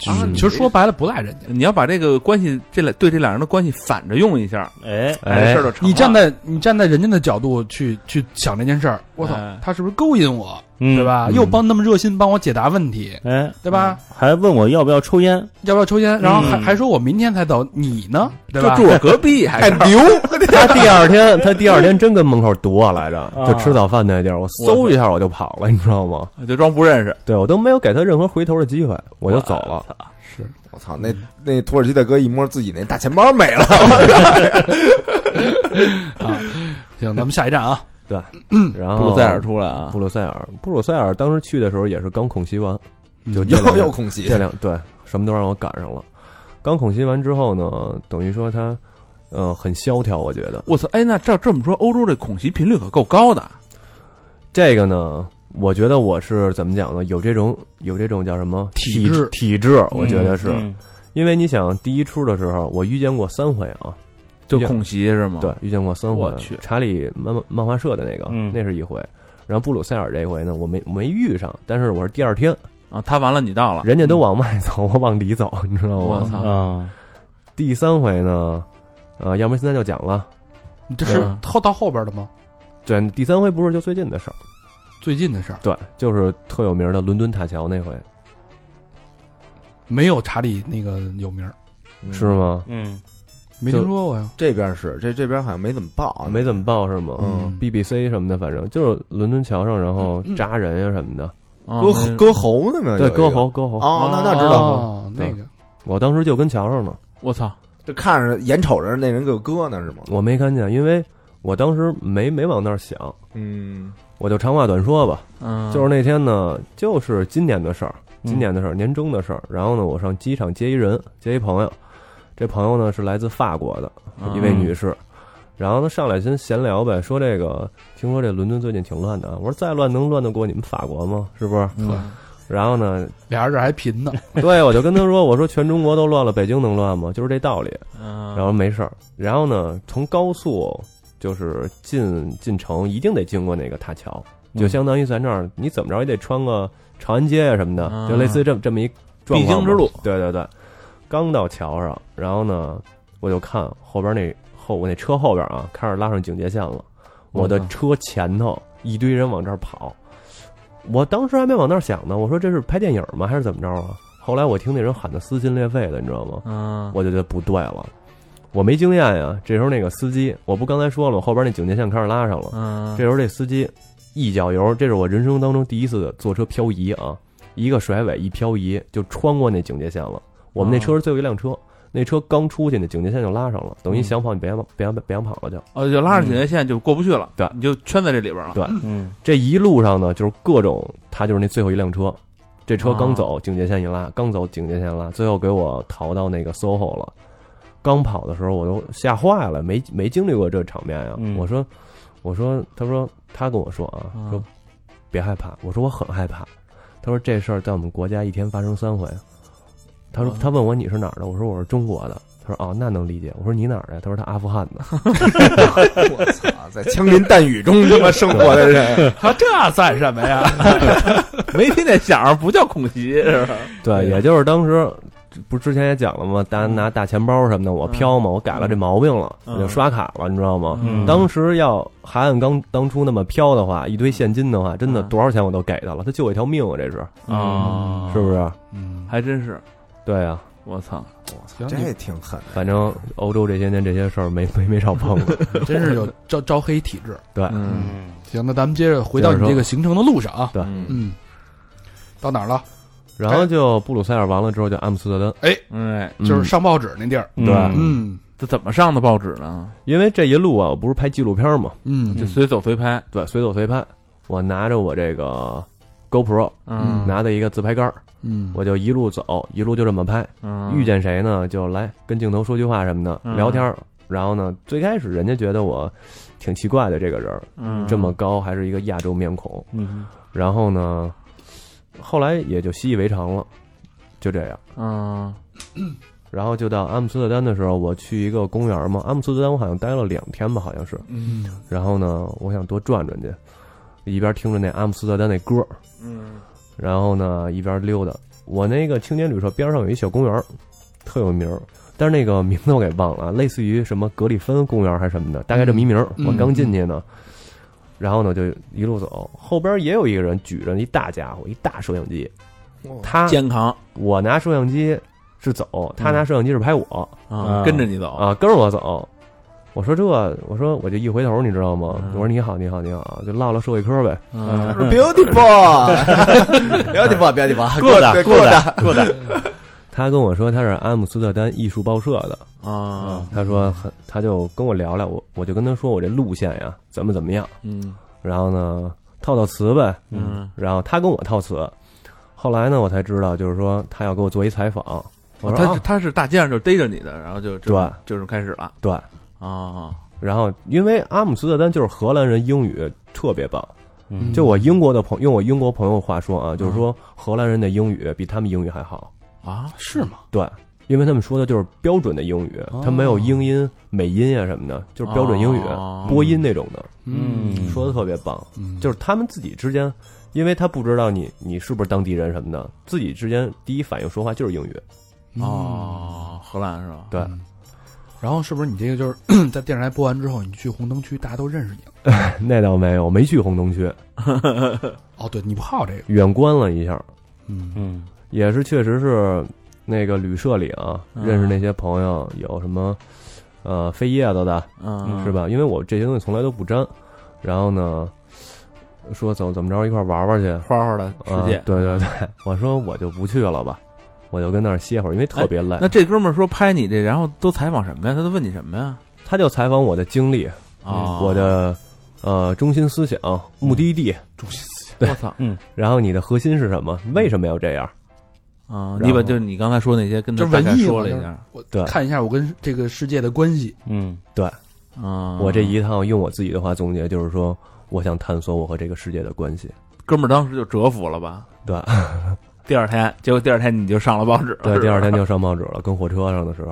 Speaker 2: 啊，其实说白了不赖人家，
Speaker 3: 你要把这个关系，这俩对这俩人的关系反着用一下，
Speaker 5: 哎，
Speaker 3: 这
Speaker 6: 哎
Speaker 3: 事儿就成了。
Speaker 2: 你站在你站在人家的角度去去想这件事儿，我操
Speaker 3: 哎，
Speaker 2: 他是不是勾引我，
Speaker 5: 嗯
Speaker 2: 对？吧？
Speaker 6: 嗯
Speaker 2: 又帮那么热心帮我解答问题，
Speaker 5: 哎，
Speaker 2: 对吧？
Speaker 5: 还问我要不要抽烟，
Speaker 2: 要不要抽烟？然后还
Speaker 5: 嗯
Speaker 2: 还说我明天才走，你呢？对
Speaker 3: 就
Speaker 2: 吧
Speaker 3: 住？我隔壁，还
Speaker 4: 太
Speaker 3: 是
Speaker 4: 牛，
Speaker 6: [laughs] 他第二天，他第二天真跟门口堵我来着，
Speaker 5: 啊
Speaker 6: 就吃早饭那地儿，我嗖一下我就跑了，你知道吗？
Speaker 3: [laughs] 就装不认识。
Speaker 6: 对我都没有给他任何回头的机会，我就走了。
Speaker 4: 我操，那那土耳其大哥一摸自己那大钱包没
Speaker 6: [laughs]
Speaker 4: 了，
Speaker 2: 行，咱们 [laughs] 下一站啊，
Speaker 6: 对，然后
Speaker 3: 布鲁塞尔，出来啊
Speaker 6: 布，鲁塞尔，布鲁塞尔当时去的时候也是刚恐袭完，就
Speaker 4: [laughs]
Speaker 6: 这两
Speaker 4: 又
Speaker 6: 天
Speaker 4: 又空袭
Speaker 6: 这，两对什么都让我赶上了。刚恐袭完之后呢，等于说他，呃，很萧条，我觉得
Speaker 3: 我操！哎，那照这么说，欧洲这恐袭频率可够高的。
Speaker 6: 这个呢，我觉得我是怎么讲呢？有这种有这种叫什么
Speaker 2: 体
Speaker 6: 体
Speaker 2: 制
Speaker 6: 体制，我觉得是、
Speaker 5: 嗯
Speaker 6: 因为你想第一出的时候，我遇见过三回啊，
Speaker 3: 就
Speaker 6: 遇见
Speaker 3: 恐袭是吗？
Speaker 6: 对，遇见过三回。
Speaker 3: 哦我去
Speaker 6: 查理漫漫画社的那个，
Speaker 5: 嗯
Speaker 6: 那是一回。然后布鲁塞尔这一回呢，我没没遇上，但是我是第二天，
Speaker 3: 啊，他完了，你到了，
Speaker 6: 人嗯家都往外走，我往里走， [laughs] 你知道
Speaker 3: 我
Speaker 6: 吗？
Speaker 3: 操
Speaker 5: 啊，
Speaker 6: 第三回呢，呃，要不然现在就讲了。
Speaker 2: 你这是
Speaker 3: 嗯
Speaker 2: 后到后边的吗？
Speaker 6: 对，第三回不是就最近的事儿，
Speaker 2: 最近的事儿
Speaker 6: 对，就是特有名的伦敦塔桥那回，
Speaker 2: 没有查理那个有名儿，
Speaker 4: 嗯
Speaker 6: 是吗？
Speaker 5: 嗯，
Speaker 2: 没听说过呀。
Speaker 4: 这边是这这边好像没怎么报啊，
Speaker 6: 没怎么报是吗？
Speaker 4: 嗯
Speaker 6: ，BBC 什么的，反正就是伦敦桥上，然后扎人呀、什么的。
Speaker 3: 啊
Speaker 4: 割
Speaker 3: 那
Speaker 4: 割喉呢吗？
Speaker 6: 嗯
Speaker 4: 有
Speaker 6: 对，
Speaker 4: 一个
Speaker 6: 割喉割喉，
Speaker 4: 哦，那那知道，
Speaker 2: 哦，那个
Speaker 6: 我当时就跟桥上呢，
Speaker 3: 我操，
Speaker 4: 就看着眼瞅着那人给我割呢是吗？
Speaker 6: 我没看见，因为我当时没没往那儿想，
Speaker 4: 嗯，
Speaker 6: 我就长话短说吧。
Speaker 3: 嗯，
Speaker 6: 就是那天呢，就是今年的事儿，
Speaker 5: 嗯
Speaker 6: 今年的事儿，年终的事儿。然后呢，我上机场接一人，接一朋友，这朋友呢是来自法国的
Speaker 3: 嗯
Speaker 6: 一位女士。然后呢，上来先闲聊呗，说这个，听说这伦敦最近挺乱的啊。我说再乱能乱得过你们法国吗？是不是？
Speaker 3: 嗯
Speaker 6: 然后
Speaker 3: [laughs]
Speaker 6: 呢，
Speaker 2: 俩人这还贫呢，
Speaker 6: 对我就跟他说，我说全中国都乱了，北京能乱吗？就是这道理。
Speaker 3: 嗯，
Speaker 6: 然后没事儿。然后呢，从高速就是进进城，一定得经过那个塔桥，
Speaker 3: 嗯
Speaker 6: 就相当于在那儿，你怎么着也得穿个长安街啊什么的，
Speaker 3: 啊
Speaker 6: 就类似于这么这么一状况
Speaker 3: 必经之路
Speaker 6: 嘛。对对对，刚到桥上，然后呢，我就看后边那后我那车后边啊，开始拉上警戒线了，我的
Speaker 3: 我操
Speaker 6: 车前头一堆人往这儿跑。我当时还没往那儿想呢，我说这是拍电影吗，还是怎么着啊？后来我听那人喊的撕心裂肺的，你知道吗？
Speaker 3: 嗯，
Speaker 6: 我就觉得不对了，我没经验呀。这时候那个司机，我不刚才说了吗，后边那警戒线开始拉上了。
Speaker 3: 嗯，
Speaker 6: 这时候这司机一脚油，这是我人生当中第一次坐车漂移啊，一个甩尾一漂移就穿过那警戒线了。我们那车是最后一辆车，那车刚出去，那警戒线就拉上了，等于
Speaker 3: 嗯
Speaker 6: 想跑你别跑，别想别想跑了就。
Speaker 3: 哦，就拉上警戒线就过不去了，
Speaker 6: 嗯对
Speaker 3: 你就圈在这里边了， [laughs]
Speaker 6: 对
Speaker 5: 嗯，
Speaker 6: 这一路上呢，就是各种，他就是那最后一辆车，这车刚
Speaker 3: 哦
Speaker 6: 走，警戒线一拉，刚走警戒线一拉，最后给我逃到那个 SOHO 了。刚跑的时候我都吓坏了，没没经历过这场面呀。
Speaker 5: 嗯
Speaker 6: 我说，我说，他说他跟我说啊，
Speaker 3: 嗯
Speaker 6: 说别害怕，我说我很害怕。他说这事儿在我们国家一天发生三回。他说
Speaker 3: 嗯
Speaker 6: 他问我你是哪儿的，我说我是中国的。他说哦，那能理解。我说你哪儿的？他说他阿富汗的。
Speaker 4: 我操，在枪林弹雨中他妈生活的人，
Speaker 2: 他这算什么呀？
Speaker 3: 没听那响儿，不叫恐
Speaker 6: [laughs]
Speaker 3: 袭，是吧？
Speaker 6: 对，也就是当时不是之前也讲了吗？大拿大钱包什么的，我飘嘛，我改了这毛病了，
Speaker 3: 嗯
Speaker 6: 我就刷卡了，你知道吗？
Speaker 3: 嗯
Speaker 6: 当时要还按刚当初那么飘的话，一堆现金的话，真的
Speaker 3: 嗯
Speaker 6: 多少钱我都给他了，他救我一条命啊，这是
Speaker 3: 啊
Speaker 6: 是不是？
Speaker 2: 嗯，
Speaker 3: 还真是，
Speaker 6: 对啊，
Speaker 3: 我操，
Speaker 2: 行，
Speaker 4: 这挺狠的。
Speaker 6: 反正欧洲这些年这些事儿没 [laughs] 没没少碰
Speaker 3: [laughs]
Speaker 2: 你
Speaker 6: 过。
Speaker 2: 真是有招招黑体质。
Speaker 6: 对，
Speaker 3: 嗯，
Speaker 2: 行，那咱们接着回到
Speaker 6: 接着
Speaker 2: 你
Speaker 6: 说
Speaker 2: 这个行程的路上啊。
Speaker 6: 对
Speaker 3: 嗯，
Speaker 2: 嗯，到哪儿了？
Speaker 6: 然后就布鲁塞尔完了之后就阿姆斯特丹，嗯
Speaker 3: 哎，
Speaker 2: 就是上报纸那地儿。
Speaker 6: 对
Speaker 2: 嗯
Speaker 3: 这怎么上的报纸呢？
Speaker 6: 因为这一路啊，我不是拍纪录片嘛，
Speaker 2: 嗯，
Speaker 3: 就随走随拍，
Speaker 6: 对，随走随拍，我拿着我这个 GoPro，
Speaker 3: 嗯，
Speaker 6: 拿的一个自拍杆儿，
Speaker 2: 嗯，
Speaker 6: 我就一路走，一路就这么拍。
Speaker 3: 嗯
Speaker 6: 遇见谁呢，就来跟镜头说句话什么的，
Speaker 3: 嗯
Speaker 6: 聊天儿。然后呢，最开始人家觉得我挺奇怪的这个人儿，
Speaker 3: 嗯
Speaker 6: 这么高还是一个亚洲面孔。
Speaker 5: 嗯
Speaker 6: 然后呢，后来也就习以为常了，就这样。
Speaker 3: 嗯
Speaker 6: 然后就到阿姆斯特丹的时候，我去一个公园嘛，阿姆斯特丹我好像待了两天吧，好像是。
Speaker 2: 嗯
Speaker 6: 然后呢，我想多转转去，一边听着那阿姆斯特丹那歌儿，
Speaker 3: 嗯
Speaker 6: 然后呢一边溜达。我那个青年旅社边上有一小公园儿，特有名儿，但是那个名字我给忘了，啊类似于什么格里芬公园还是什么的，大概这么一名儿。
Speaker 2: 嗯
Speaker 6: 我刚进去呢，然后呢就一路走，后边也有一个人举着一大家伙，一大摄像机。他
Speaker 2: 嗯
Speaker 3: 健康
Speaker 6: 我拿摄像机是走，他拿摄像机是拍我
Speaker 3: 啊，
Speaker 5: 啊
Speaker 3: 跟着你走，
Speaker 6: 啊，跟着我走。我说这，我说我就一回头，你知道吗？
Speaker 3: 嗯
Speaker 6: 我说你好，你好，你好，就唠唠社会科呗。
Speaker 3: 嗯
Speaker 4: Beautiful，beautiful，beautiful，good
Speaker 6: [laughs]
Speaker 4: good，
Speaker 5: 过的，
Speaker 6: 他跟我说他是阿姆斯特丹艺术报社的，
Speaker 3: 啊，
Speaker 6: 他说很，他就跟我聊聊，我我就跟他说我这路线呀怎么怎么样，
Speaker 3: 嗯
Speaker 6: 然后呢套套词呗，
Speaker 3: 嗯
Speaker 6: 然后他跟我套词，后来呢我才知道就是说他要给我做一采访，我说、
Speaker 3: 哦他是
Speaker 6: 啊、
Speaker 3: 他是大街上就逮着你的，然后就就
Speaker 6: 对
Speaker 3: 就是开始了
Speaker 6: 对，
Speaker 3: 啊，
Speaker 6: 然后因为阿姆斯特丹就是荷兰人英语特别棒，
Speaker 5: 嗯
Speaker 6: 就我英国的朋用我英国朋友话说啊，就是说荷兰人的英语比他们英语还好，
Speaker 3: 啊，
Speaker 2: 是吗？
Speaker 6: 对。因为他们说的就是标准的英语，他没有英音、美音啊什么的，就是标准英语、
Speaker 3: 哦
Speaker 6: 播音那种的，
Speaker 5: 嗯
Speaker 6: 说的特别棒。
Speaker 2: 嗯，
Speaker 6: 就是他们自己之间，因为他不知道你你是不是当地人什么的，自己之间第一反应说话就是英语。
Speaker 3: 嗯哦，荷兰是吧？
Speaker 6: 对，
Speaker 2: 嗯然后是不是你这个就是 [coughs] 在电视台播完之后，你去红灯区，大家都认识你了？
Speaker 6: [laughs] 那倒没有，没去红灯区，
Speaker 2: 哦，对，你不好这个，
Speaker 6: 远观了一下，
Speaker 2: 嗯
Speaker 5: 嗯
Speaker 6: 也是确实是那个旅社里啊，
Speaker 3: 嗯
Speaker 6: 认识那些朋友，有什么呃飞叶子的，
Speaker 3: 嗯，
Speaker 6: 是吧？因为我这些东西从来都不沾。然后呢，说怎么怎么着一块儿玩玩去，
Speaker 3: 花花的世界
Speaker 6: 啊。对对对，我说我就不去了吧，我就跟那儿歇会儿，因为特别累。
Speaker 3: 哎那这哥们儿说拍你这，然后都采访什么呀？他都问你什么呀？
Speaker 6: 他就采访我的经历，
Speaker 3: 啊，
Speaker 6: 我的呃中心思想、目的地，
Speaker 3: 嗯我操
Speaker 6: 然后你的核心是什么？为什么要这样？
Speaker 3: 啊！
Speaker 6: 然后
Speaker 3: 你把就是你刚才说那些跟他
Speaker 2: 就是
Speaker 3: 大
Speaker 2: 文
Speaker 3: 概
Speaker 2: 艺嘛
Speaker 3: 说了一
Speaker 2: 就是
Speaker 3: 下
Speaker 6: 对
Speaker 2: 嗯看一下我跟这个世界的关系。
Speaker 5: 嗯，
Speaker 3: 啊，
Speaker 6: 我这一趟用我自己的话总结就是说，我想探索我和这个世界的关系。
Speaker 3: 哥们儿当时就折服了吧？ [laughs]
Speaker 6: 对，
Speaker 3: 第二天，结果第二天你就上了报纸了，
Speaker 6: 对，
Speaker 3: 是吧
Speaker 6: 第二
Speaker 3: [laughs]
Speaker 6: 天就上报纸了，跟火车上的时候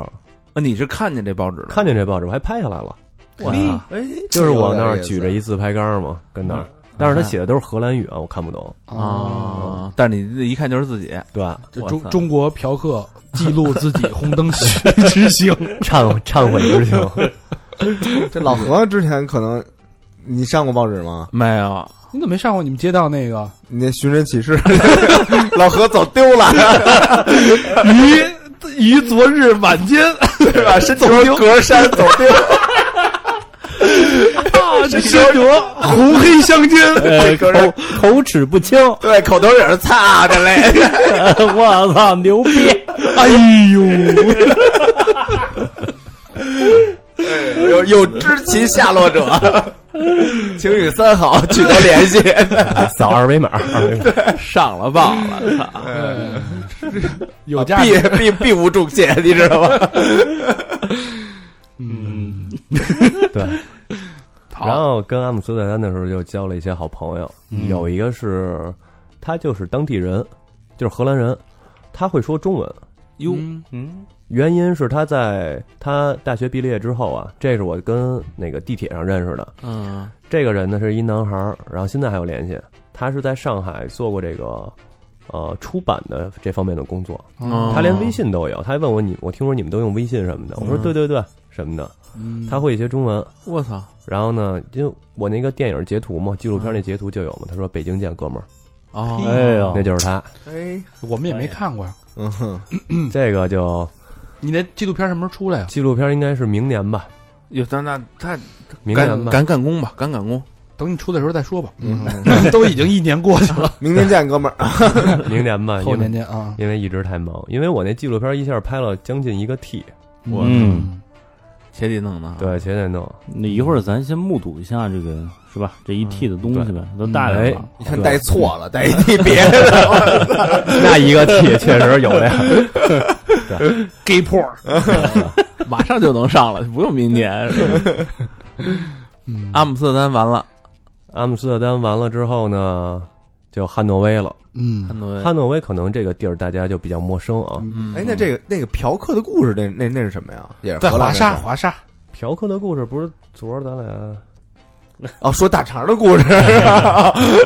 Speaker 3: 啊，你是看见这报纸了？
Speaker 6: 看见这报纸，我还拍下来了。
Speaker 3: 哇，
Speaker 4: 哎，
Speaker 6: 就是我那儿举着一自嗯拍杆嘛，跟那儿，但是他写的都是荷兰语啊，我看不懂。
Speaker 3: 啊！但是你一看就是自己，
Speaker 6: 对，
Speaker 2: 这
Speaker 3: 我
Speaker 2: 中
Speaker 3: 操
Speaker 2: 中国嫖客记录自己红灯
Speaker 5: [laughs]
Speaker 2: 区之行，
Speaker 6: 忏忏悔之情。
Speaker 4: 这老何之前可能你上过报纸吗？
Speaker 3: 没有，
Speaker 2: 你怎么没上过你们街道那个
Speaker 4: 你那寻人启事， [laughs] 老何走丢了，
Speaker 2: 于于昨日晚间
Speaker 4: 对吧？身丢隔山走丢，
Speaker 2: 深得红黑相间，
Speaker 5: 呃，
Speaker 4: 个人
Speaker 5: 口口齿不清，
Speaker 4: 对，口头也是擦的嘞。
Speaker 5: [laughs] 我操，牛逼！
Speaker 2: 哎呦，
Speaker 4: 有有知其下落者， [laughs] 请与三好取得联系。
Speaker 6: 扫二 [laughs] 维码，二维码
Speaker 3: 上了报了，操 [laughs] 啊
Speaker 2: 有价值。
Speaker 4: 必必必无重谢，你知道吗？
Speaker 2: 嗯，
Speaker 6: 对。然后跟阿姆斯特丹的时候就交了一些好朋友，有一个是他就是当地人，就是荷兰人，他会说中文。
Speaker 3: 哟，
Speaker 5: 嗯，
Speaker 6: 原因是他在他大学毕业之后啊，这是我跟那个地铁上认识的。
Speaker 3: 嗯
Speaker 6: 这个人呢是一男孩儿，然后现在还有联系。他是在上海做过这个呃出版的这方面的工作，
Speaker 3: 嗯
Speaker 6: 他连微信都有。他还问我你，我听说你们都用微信什么的，我说
Speaker 3: 嗯
Speaker 6: 对对对什么的。
Speaker 2: 嗯
Speaker 6: 他会一些中文，
Speaker 3: 我操，
Speaker 6: 然后呢，因为我那个电影截图嘛，纪录片那截图就有嘛。他说北京见哥们儿，
Speaker 3: 哦，
Speaker 5: 哎呦
Speaker 6: 那，就是他。
Speaker 4: 哎，
Speaker 2: 我们也没看过呀。
Speaker 4: 嗯哼，
Speaker 6: 这个就
Speaker 2: 你那纪录片什么时候出来呀？啊
Speaker 6: 纪录片应该是明年吧，
Speaker 3: 哟，那那他
Speaker 6: 明
Speaker 3: 赶
Speaker 6: 年吧。
Speaker 3: 赶赶工吧，赶赶工，
Speaker 2: 等你出的时候再说吧。
Speaker 4: 嗯，
Speaker 2: [laughs] 都已经一年过去了，
Speaker 4: 明天见，哥们儿。
Speaker 6: 明年吧，
Speaker 2: 后
Speaker 6: 因为
Speaker 2: 年间啊，
Speaker 6: 因为一直太忙，因为我那纪录片一下拍了将近一个 T，
Speaker 3: 我
Speaker 5: 嗯，
Speaker 3: 鞋底弄的，，
Speaker 6: 对，且得弄。
Speaker 5: 那一会儿咱先目睹一下这个是吧？这一 T 的东西呗，都大点了。
Speaker 4: 你看带错了，带一地别的。
Speaker 6: 那一个 T 确实有的呀，
Speaker 2: 给破。
Speaker 3: 马上就能上了，不用明 [laughs] 年。是吧
Speaker 2: 嗯
Speaker 3: 阿姆斯特丹完了，
Speaker 6: 阿姆斯特丹完了之后呢，就汉诺威了。
Speaker 2: 嗯
Speaker 3: 看到没
Speaker 6: 汉诺威可能这个地儿大家就比较陌生啊。
Speaker 3: 嗯
Speaker 4: 哎，那这个那个嫖客的故事，那那那是什么呀？也是
Speaker 2: 在
Speaker 4: 荷兰
Speaker 2: 华
Speaker 4: 人
Speaker 2: 沙，
Speaker 4: 是吧
Speaker 2: 华沙
Speaker 6: 嫖客的故事不是昨儿咱俩
Speaker 4: 哦，说大肠的故事。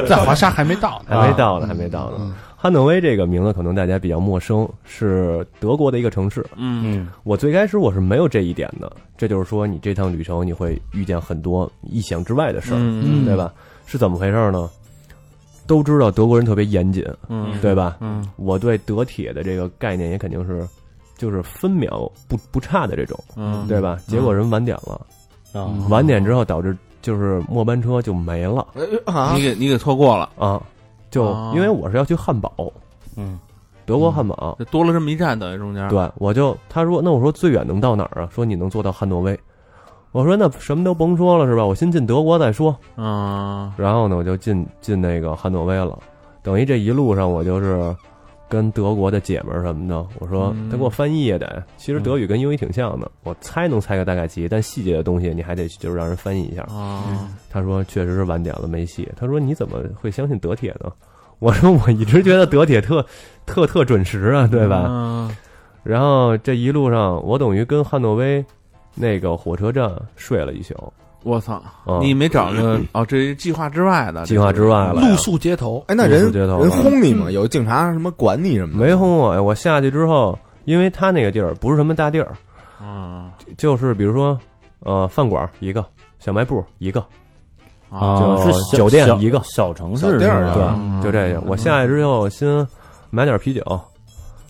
Speaker 2: 在华沙还没到呢，
Speaker 6: 还没到呢，还没到呢。啊汉诺威这个名字可能大家比较陌生，是德国的一个城市。
Speaker 3: 嗯
Speaker 5: 嗯，
Speaker 6: 我最开始我是没有这一点的，这就是说你这趟旅程你会遇见很多意想之外的事儿。
Speaker 3: 嗯
Speaker 6: 对吧？是怎么回事呢？都知道德国人特别严谨，
Speaker 3: 嗯
Speaker 6: 对吧？
Speaker 3: 嗯
Speaker 6: 我对德铁的这个概念也肯定是，就是分秒不不差的这种，
Speaker 3: 嗯
Speaker 6: 对吧？结果人晚点了，
Speaker 5: 啊，
Speaker 6: 晚点之后导致就是末班车就没了
Speaker 4: 哎啊
Speaker 3: 你，给你给错过了，
Speaker 6: 啊！就
Speaker 3: 哦
Speaker 6: 因为我是要去汉堡，
Speaker 5: 嗯，
Speaker 6: 德国汉堡，
Speaker 3: 这多了这么一站，等于中间，
Speaker 6: 对，我就他说那我说最远能到哪儿啊？说你能坐到汉诺威。我说那什么都甭说了是吧？我先进德国再说。
Speaker 3: 嗯
Speaker 6: 然后呢，我就进进那个汉诺威了。等于这一路上，我就是跟德国的姐们儿什么的，我说
Speaker 3: 嗯
Speaker 6: 他给我翻译也得。其实德语跟英语挺像的，我猜能猜个大概齐，但细节的东西你还得就是让人翻译一下。
Speaker 3: 啊，
Speaker 6: 他说确实是晚点了，没戏。他说你怎么会相信德铁呢？ [laughs] 我说我一直觉得德铁特特特准时啊，对吧？
Speaker 3: 嗯
Speaker 6: 然后这一路上，我等于跟汉诺威那个火车站睡了一宿，
Speaker 3: 我操，
Speaker 6: 嗯
Speaker 3: 你没找着哦？这是计划之外的，
Speaker 6: 计划之外了呀。
Speaker 2: 露宿街头。
Speaker 4: 哎，那
Speaker 6: 露
Speaker 4: 人
Speaker 6: 宿街头
Speaker 4: 人
Speaker 6: 了
Speaker 4: 轰你吗？有警察什么管你什么的？
Speaker 6: 没轰我呀！我下去之后，因为他那个地儿不是什么大地儿，
Speaker 3: 嗯
Speaker 6: 就是比如说，呃，饭馆一个，小卖部一个，
Speaker 5: 啊，
Speaker 6: 就是
Speaker 5: 小
Speaker 6: 酒店
Speaker 5: 小
Speaker 6: 一个
Speaker 5: 小城
Speaker 4: 小
Speaker 5: 市
Speaker 4: 店儿
Speaker 5: 是吧
Speaker 4: 对
Speaker 3: 嗯
Speaker 6: 就这个。我下去之后，先买点啤酒，